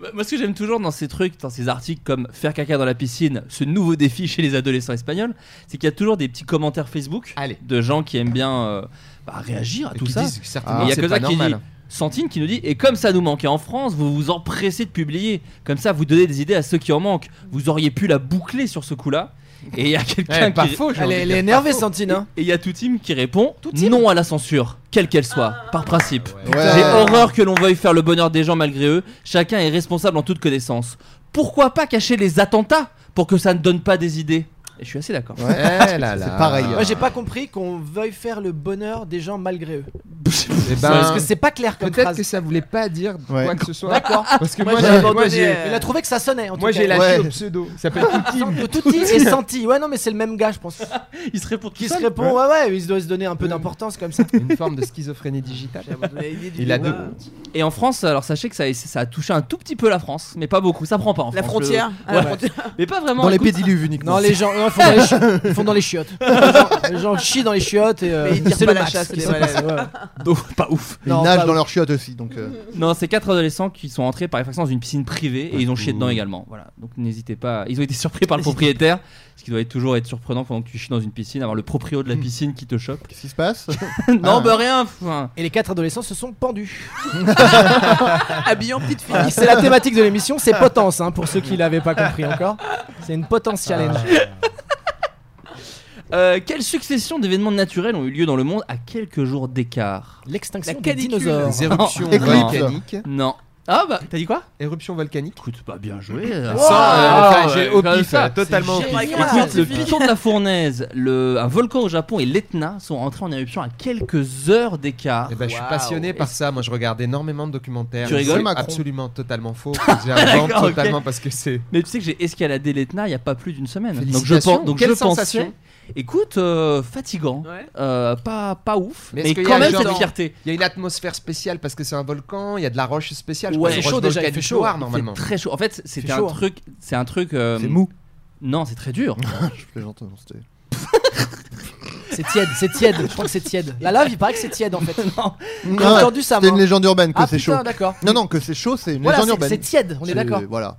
S6: Bah, Moi, ce que j'aime toujours dans ces trucs, dans ces articles comme faire caca dans la piscine, ce nouveau défi chez les adolescents espagnols, c'est qu'il y a toujours des petits commentaires Facebook
S8: Allez.
S6: de gens qui aiment bien euh, bah, réagir à
S8: Et
S6: tout
S8: qui
S6: ça.
S8: disent que certainement,
S6: Et il y a
S8: c'est
S6: que ça
S8: pas
S6: qui dit.
S8: normal.
S6: Santine qui nous dit Et comme ça nous manquait en France, vous vous empressez de publier. Comme ça, vous donnez des idées à ceux qui en manquent. Vous auriez pu la boucler sur ce coup-là. Et il y a quelqu'un
S8: Ouais, pas
S6: qui.
S8: faux, j'ai
S9: Elle
S8: envie
S9: est-
S8: de
S9: elle
S8: dire,
S9: est
S8: pas
S9: énervée,
S8: faux.
S9: Santine. hein.
S6: Et il y a tout team qui répond
S9: Team
S6: non à la censure, quelle qu'elle soit, par principe.
S4: Ah. Ouais.
S6: J'ai horreur que l'on veuille faire le bonheur des gens malgré eux. Chacun est responsable en toute connaissance. Pourquoi pas cacher les attentats pour que ça ne donne pas des idées Et je suis assez d'accord.
S4: Ouais.
S8: Eh là là.
S4: C'est pareil.
S6: hein.
S9: Moi j'ai pas compris qu'on veuille faire le bonheur des gens malgré eux.
S8: Eh ben,
S9: Parce que c'est pas clair comme
S8: Peut-être
S9: phrase.
S8: que ça voulait pas dire
S4: Ouais.
S8: quoi que ce soit.
S9: D'accord.
S8: Parce que moi,
S7: Moi, j'ai
S8: j'ai-
S7: abandonné,
S8: moi, j'ai-
S7: euh,
S9: Il a trouvé que ça sonnait en
S8: moi,
S9: tout cas.
S8: j'ai lâché
S4: Ouais.
S8: le pseudo. Ça s'appelle Poutine.
S9: Le Touti est senti. Ouais non mais c'est le même gars je pense.
S6: Il se répond tout
S9: Qui se
S6: seul.
S9: répond ouais ouais il doit se donner un peu
S8: Ouais.
S9: d'importance comme ça.
S8: Une forme de schizophrénie digitale.
S7: J'ai abandonné l'idée du
S8: Il a
S7: débat.
S8: deux.
S6: Et en France, alors sachez que ça, ça a touché un tout petit peu la France, mais pas beaucoup. Ça prend pas en
S7: La
S6: France.
S7: frontière. Ah,
S6: Ouais.
S7: la frontière.
S6: Le- Mais pas vraiment.
S4: Dans les
S6: écoute,
S4: pédiluves uniquement.
S9: Non les gens non, ils, font dans les chi- ils font dans les chiottes. Les gens, les gens chient dans les chiottes et euh,
S7: Mais ils tirent
S9: c'est
S7: pas
S9: le
S7: la
S9: max
S7: chasse,
S9: qui
S7: les
S9: s'est
S7: malades.
S9: passé, ouais, ouais.
S6: Ouf, pas ouf.
S4: Ils
S9: Non,
S4: nagent
S9: pas
S4: dans
S9: ouf.
S4: leurs chiottes aussi. Donc, euh,
S6: Non, c'est quatre adolescents qui sont entrés par effraction dans une piscine
S4: Ah,
S6: privée et ils ont chié dedans également. Voilà. Donc n'hésitez pas. Ils ont été surpris par le propriétaire, ce qui doit être toujours être surprenant pendant que tu chies dans une piscine, avoir le proprio de la piscine qui te chope.
S4: Hmm. qu'est-ce qui se passe
S6: non,
S4: Ah.
S6: bah rien. enfin.
S9: Et les quatre adolescents se sont pendus.
S7: Habillé en petite fille.
S9: Et C'est la thématique de l'émission, c'est potence hein, pour ceux qui l'avaient pas compris encore. C'est une potence challenge.
S6: Euh, quelle succession d'événements naturels ont eu lieu dans le monde à quelques jours d'écart
S9: L'extinction
S7: La
S9: des
S7: canicule.
S9: dinosaures.
S8: Des éruptions
S4: Éclipse.
S8: volcaniques.
S6: Non. Ah bah t'as dit quoi
S8: Éruptions volcaniques.
S6: Écoute, pas bien joué. euh,
S8: Sans, euh,
S6: ah,
S8: enfin, j'ai-
S6: ouais,
S8: au
S6: comme
S8: pif,
S6: ça.
S8: euh, totalement au
S7: C'est
S8: pif.
S7: génial.
S6: Écoute, le
S7: Scientifique.
S6: piton de la fournaise, le, un volcan au Japon et l'Etna sont rentrés en éruption à quelques heures d'écart.
S8: Eh ben, je suis
S7: Waouh.
S8: passionné par ça. Moi, je regarde énormément de documentaires.
S6: Tu rigoles
S8: C'est
S4: Macron.
S8: absolument totalement faux. J'invente
S6: D'accord, ok.
S8: totalement parce que c'est.
S6: Mais tu sais que j'ai escaladé l'Etna il n'y a pas plus d'une semaine. Donc je
S8: Félicitations.
S6: pense, donc
S8: Quelle
S6: je pensais.
S8: sensation
S6: Écoute, euh, fatigant,
S7: Ouais.
S6: euh, pas pas ouf,
S8: Mais
S6: mais,
S8: est-ce qu'il y a
S6: quand même
S8: des
S6: cette
S8: gens-
S6: fierté.
S8: Il y a une atmosphère spéciale parce que c'est un volcan. Il y a de la roche spéciale. Je
S6: Ouais,
S8: crois que
S6: c'est
S8: c'est
S6: chaud
S8: roche
S9: déjà, il
S8: volcanique
S9: fait chaud.
S8: noire,
S9: Il
S8: normalement.
S6: C'est très chaud. En fait, c'était
S9: fait
S6: un
S9: chaud, hein.
S6: truc, c'est un truc. euh,
S4: C'est mou.
S6: Non, c'est très dur.
S4: Je plaisante. non, c'était-
S9: C'est tiède, c'est tiède, je crois que c'est tiède. La lave, il paraît que c'est tiède en fait.
S6: Non.
S9: J'ai
S4: Non,
S9: entendu ça,
S4: Ah, C'était
S9: moi.
S4: une légende urbaine que
S9: Ah
S4: c'est chaud.
S9: putain, d'accord.
S4: Non, non, que c'est chaud, c'est une
S9: Voilà,
S4: légende
S9: c'est-
S4: urbaine.
S9: c'est tiède, on est
S4: C'est-
S9: d'accord.
S4: Voilà.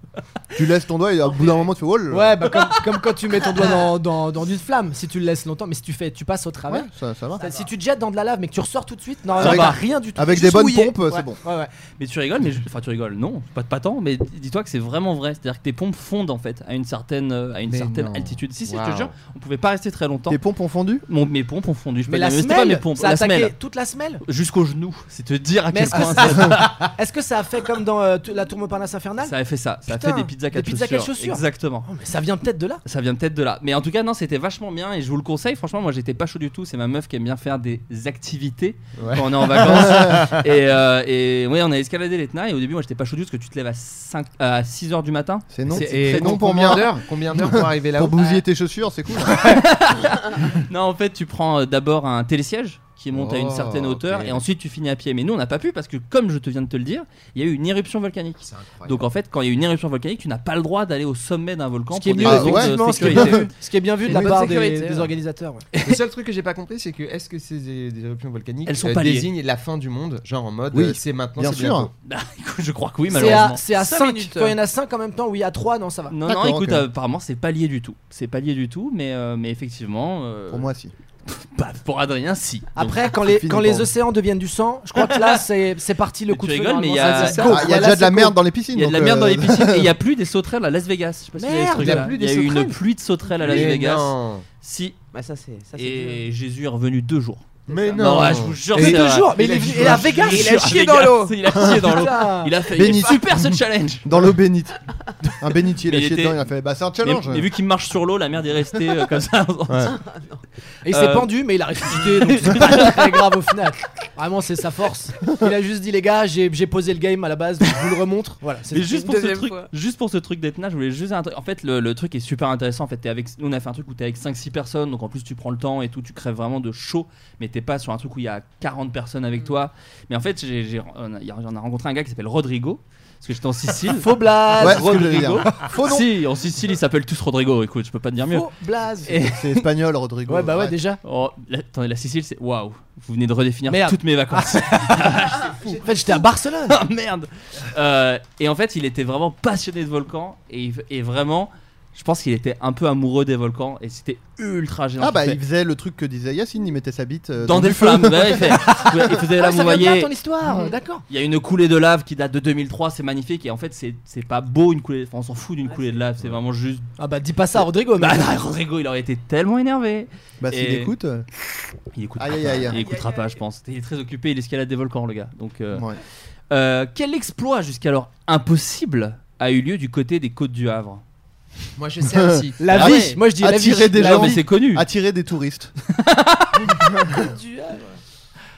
S4: Tu laisses ton doigt et au bout d'un moment tu fais oh là là.
S9: Ouais, bah comme, comme quand tu mets ton doigt dans, dans, dans une flamme, si tu le laisses longtemps, mais si tu fais, tu passes au
S4: Ouais,
S9: travers.
S4: ça, ça va.
S9: Ça, si tu te jettes dans de la lave mais que tu ressors tout de suite, non,
S6: Ça
S9: non,
S6: va.
S9: t'as rien du tout.
S4: Avec
S9: Juste
S4: des bonnes
S9: mouillé.
S4: pompes,
S9: Ouais,
S4: c'est bon.
S9: Ouais, ouais.
S6: Mais tu rigoles, mais je- enfin tu rigoles, non, pas, pas tant, mais dis-toi que c'est vraiment vrai. C'est-à-dire que tes pompes fondent en fait à une certaine, euh, à une
S8: Mais
S6: certaine
S8: non.
S6: altitude. Si, si, je
S8: Waouh.
S6: te jure, on pouvait pas rester très longtemps.
S4: Tes pompes ont fondu
S6: Mon- mes pompes ont fondu, je
S9: Mais
S6: peux
S9: la
S6: dire, mais c'était pas mes
S9: semelle,
S6: pompes,
S9: ça a
S6: la
S9: attaqué
S6: semelle.
S9: toute la semelle.
S6: Jusqu'au genou, c'est te dire à
S9: Mais
S6: quel
S9: est-ce que,
S6: point
S9: ça... est-ce que ça a fait comme dans euh, la tour Montparnasse infernale
S6: ça a fait ça. Ça a
S9: Putain,
S6: fait des pizzas
S9: des
S6: quatre
S9: pizzas quatre chaussures.
S6: Exactement.
S9: Oh, mais ça vient peut-être de là.
S6: Ça vient peut-être de là. Mais en tout cas, non, c'était vachement bien et je vous le conseille. Franchement, moi, j'étais pas chaud du tout. C'est ma meuf qui aime bien faire des activités
S8: Ouais.
S6: quand on est en vacances. et, euh, et ouais, on a escaladé l'Etna et au début, moi, j'étais pas chaud du tout parce que tu te lèves à, 5, à 6 heures du matin.
S4: C'est non.
S6: C'est-
S4: C'est
S8: Et
S4: non
S8: donc,
S4: pour
S8: combien
S4: moi.
S8: d'heures Combien d'heures pour arriver
S4: Pour
S8: là-haut
S4: bousiller tes chaussures, c'est cool.
S6: Non, en fait, tu prends euh, d'abord un télésiège qui monte à une
S8: Oh,
S6: certaine hauteur
S8: ok.
S6: et ensuite tu finis à pied. Mais nous, on n'a pas pu parce que, comme je te viens de te le dire, il y a eu une éruption volcanique.
S8: C'est incroyable.
S6: Donc en fait, quand il y a une éruption volcanique, tu n'as pas le droit d'aller au sommet d'un volcan
S9: Ce qui est
S6: pour des
S9: mieux,
S6: raisons
S4: ouais,
S6: de
S9: effectivement, ce qui est bien
S6: sécurité.
S9: vu, ce qui est bien vu de
S8: Une
S9: la
S8: bonne
S9: part des,
S8: sécurité,
S9: des
S8: ouais.
S9: organisateurs. ouais.
S8: Le seul truc que j'ai pas compris, c'est que est-ce que ces é- des éruptions volcaniques euh,
S6: Elles sont pas liées.
S8: désignent la fin du monde, genre en mode
S4: Oui,
S8: euh, c'est maintenant,
S4: Bien
S8: c'est
S4: sûr.
S8: bientôt.
S6: Bah, écoute, je crois que oui,
S9: C'est à,
S6: malheureusement.
S9: c'est à
S7: Cinq
S9: 5
S7: minutes.
S9: Quand il y en a 5 en même temps, oui, à 3, non, ça va.
S6: Non, non,
S4: D'accord,
S6: écoute,
S4: ok.
S6: euh, apparemment c'est pas lié du tout. C'est pas lié du tout, mais, euh, mais effectivement. euh,
S4: Pour moi, si.
S6: bah, pour Adrien, si. Donc,
S9: Après, quand les,
S4: fini
S9: quand
S4: pour
S9: les
S4: vous.
S9: océans deviennent du sang, je crois que là, c'est c'est parti le
S6: Tu
S9: coup de feu.
S6: rigoles, mais il y a-
S9: normalement,
S6: Ah,
S9: c'est
S6: c'est
S4: Ah,
S9: ça.
S4: Il y a déjà de la
S9: con.
S4: merde dans les piscines.
S6: il y a de la
S4: donc,
S6: merde dans
S4: euh,
S6: les piscines et il y a plus des sauterelles à Las Vegas. Je sais pas si vous avez ce
S9: Merde,
S6: truc-là.
S8: il y a plus des
S6: il y a eu une
S8: sauterelles
S6: plus de sauterelles à Las
S8: Mais
S6: Vegas.
S8: non.
S6: Si.
S7: Bah ça c'est ça c'est.
S6: Et Jésus est revenu deux jours.
S8: Mais
S6: ça. non. Non, ouais, je vous jure,
S9: Mais
S6: c'est vrai.
S9: toujours, mais
S6: Il
S9: il
S6: a
S9: est
S6: dit-
S9: venu- et à Vegas,
S6: Il
S7: Il
S6: a
S7: a
S6: chié
S7: chié dans l'eau.
S6: Il a chié dans l'eau.
S9: Putain.
S6: Il a fait
S4: Béni-
S6: super ce challenge.
S4: Dans l'eau bénite. Un bénitier, il a
S6: Mais il
S4: chié
S6: était-
S4: dedans, il a fait Bah, c'est un
S6: Mais,
S4: challenge.
S6: mais vu qu'il marche sur l'eau, la merde est restée euh, comme ça.
S9: Ah, Et il s'est
S6: Euh,
S9: pendu, mais il a ressuscité, donc c'est pas très grave au final. Vraiment, c'est sa force. Il a juste dit, les gars, j'ai j'ai posé le game à la base, donc je vous le remontre. Voilà, c'est
S6: Mais juste pour, ce
S7: deuxième
S6: truc,
S7: fois.
S6: juste pour ce truc d'Etna, je voulais juste dire un truc. En fait, le, le truc est super intéressant. En fait, t'es avec, nous, on a fait un truc où t'es avec 5-6 personnes, donc en plus, tu prends le temps et tout, tu crèves vraiment de chaud, mais t'es pas sur un truc où il y a 40 personnes
S9: Mm.
S6: avec toi. Mais en fait, j'ai, j'ai- on, a, il y a- on a rencontré un gars qui s'appelle Rodrigo, parce que j'étais en Sicile.
S9: Faux blaze,
S4: Ouais, c'est ce que j'allais dire.
S9: faux nom,
S6: si, en Sicile, ils s'appellent tous Rodrigo, écoute, je peux pas te dire mieux.
S9: faux blaze.
S6: Et-
S4: C'est espagnol, Rodrigo.
S9: Ouais, bah ouais,
S4: arrête.
S9: déjà.
S6: Oh, la, attendez, la Sicile, c'est. Waouh! Vous venez de redéfinir
S9: Merde.
S6: toutes mes vacances.
S9: En fait, j'étais à Barcelone.
S6: Ah merde Euh, Et en fait, il était vraiment passionné de volcans et, il- et vraiment, je pense qu'il était un peu amoureux des volcans et c'était ultra gênant.
S4: Ah, bah,
S6: Il fait,
S4: il faisait le truc que disait Yacine, il mettait sa bite euh,
S6: dans,
S4: du
S6: des
S4: feu.
S6: flammes. Bah, il, fait- il faisait là,
S9: Ah,
S6: vous
S9: ça vient bien
S6: voyez,
S9: ton histoire, d'accord.
S6: il y a une coulée de lave qui date de 2003, c'est magnifique et en fait, c'est c'est pas beau une coulée. Enfin, on s'en fout d'une coulée de lave, c'est vraiment juste.
S9: Ah bah dis pas ça à Rodrigo, mais
S6: Bah, non, Rodrigo, il aurait été tellement énervé.
S4: Bah, s'il
S6: Et-
S4: écoute. euh,
S6: Il écoutera,
S4: Aïe, aïe, aïe.
S6: il écoutera pas, je pense. Il est très occupé, il escalade des volcans, le gars. Donc. euh,
S4: ouais.
S6: Euh, quel exploit jusqu'alors impossible a eu lieu du côté des côtes du Havre
S8: Moi je sais aussi.
S9: la
S4: Ah
S9: vie,
S4: ouais.
S9: moi je dis la vie.
S4: Attirer des
S6: Là,
S4: gens.
S6: mais c'est connu.
S4: Attirer des touristes.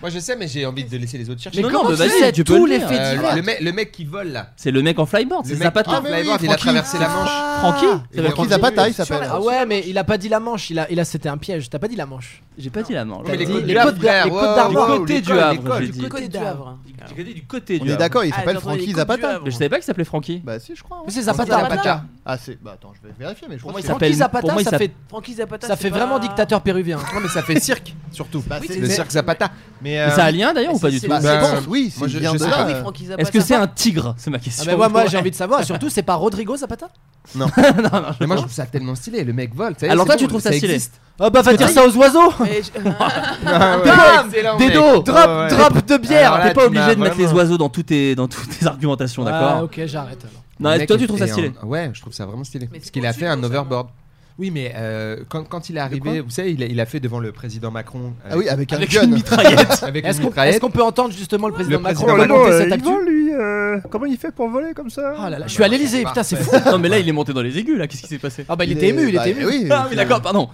S8: Moi je sais, mais j'ai envie de laisser les autres chercher.
S6: Mais
S9: Mais
S6: non,
S9: comment
S6: mais
S9: tu
S6: vas-y,
S9: sais
S6: tu peux
S9: tous
S6: le
S9: les
S6: dire.
S9: faits
S8: Euh,
S9: divers
S8: le, mec, le mec qui vole là.
S6: C'est le mec en flyboard, c'est
S8: Le mec qui
S6: Zapata.
S8: vole, il a traversé la Manche.
S6: Francky Ça veut
S4: Francky
S6: dire-
S4: Zapata, il s'appelle.
S9: Ah ouais, mais il a pas dit la Manche, il a, il a c'était un piège. T'as pas dit la Manche.
S6: J'ai pas dit la Manche.
S8: Mais
S9: dit
S8: Côtes
S9: les
S8: d'Armor,
S9: Côtes d'Ar-
S8: frère,
S9: les
S8: wow,
S9: Côtes d'Armor.
S8: wow,
S6: Côté
S8: l'école,
S6: du Havre,
S8: l'école,
S6: j'ai dit.
S8: Du côté
S7: Côté
S8: du
S7: du Havre.
S6: Du côté du côté
S4: On
S6: du
S4: est
S6: Havre.
S4: d'accord, il
S7: Ah,
S4: s'appelle
S7: attends,
S4: Francky
S7: les Côtes du
S4: Zapata.
S7: Havre.
S6: Mais je savais pas qu'il s'appelait Francky.
S4: Bah, si, je crois. hein.
S9: Mais c'est
S8: Francky
S9: Zapata.
S8: Zapata.
S4: Ah, c'est. Bah, attends, je vais vérifier, mais je
S6: Pour moi,
S4: crois que
S6: il
S4: c'est-
S9: Francky
S6: s'appelle- pour
S9: Zapata,
S6: moi, il
S9: ça
S6: s'appelle-
S9: fait,
S7: Francky Zapata.
S9: ça
S7: c'est
S9: fait
S7: pas-
S9: vraiment dictateur péruvien.
S8: Non mais ça fait cirque surtout.
S4: Bah, c'est-
S8: Le
S9: mais-
S8: cirque Zapata. Mais
S6: Mais
S8: euh,
S6: ça a lien d'ailleurs ou pas du tout
S4: Bah,
S8: Ben,
S4: je pense, oui,
S8: moi,
S4: s'il
S8: je-
S4: vient
S8: je
S4: de
S8: sais
S4: là,
S8: pas.
S7: Oui,
S4: euh,
S7: Francky Zapata.
S6: Est-ce que Ah c'est un tigre C'est ma question.
S9: Ah bah ouais, moi j'ai envie de savoir, surtout c'est pas Rodrigo Zapata
S8: mais moi je trouve ça tellement stylé. Le mec vole.
S6: Alors toi, tu trouves ça stylé
S9: Ah bah va dire ça aux oiseaux
S7: Mais je-
S9: Des dos Drop, drop de bière
S8: Ah,
S6: T'es
S8: là,
S6: pas
S8: tu
S6: obligé
S8: m'as
S6: de mettre les
S8: vraiment-
S6: oiseaux dans toutes tes dans toutes tes argumentations,
S9: Ah,
S6: d'accord
S9: ok, j'arrête alors.
S6: Non, est-ce que toi tu trouves ça stylé
S8: Ouais, je trouve ça vraiment stylé.
S7: Mais
S8: Parce
S7: c'est
S8: qu'il a
S7: au-dessus,
S8: fait un
S7: non, ça,
S8: overboard. Oui, mais euh, quand, quand il est arrivé, vous savez, il a, il a fait devant le président Macron. euh,
S4: Ah oui, avec un
S6: Avec
S4: gun.
S6: une mitraillette.
S8: avec
S9: Est-ce
S8: une
S9: qu'on
S8: mitraillette.
S9: est-ce qu'on peut entendre justement le président
S8: Le
S9: Macron
S8: président
S9: raconter
S3: Normalement, euh,
S9: cette
S3: il
S9: actu
S3: vole, lui. euh, Comment il fait pour voler comme ça
S9: Ah là là, je suis à l'Elysée, putain c'est fou
S6: Non, mais là il est monté dans les aigus là, qu'est-ce qui s'est passé
S9: Ah bah il, était
S4: est-
S9: ému, il
S4: bah,
S9: était ému
S4: Oui,
S6: Ah oui,
S4: c'est-
S6: d'accord, pardon.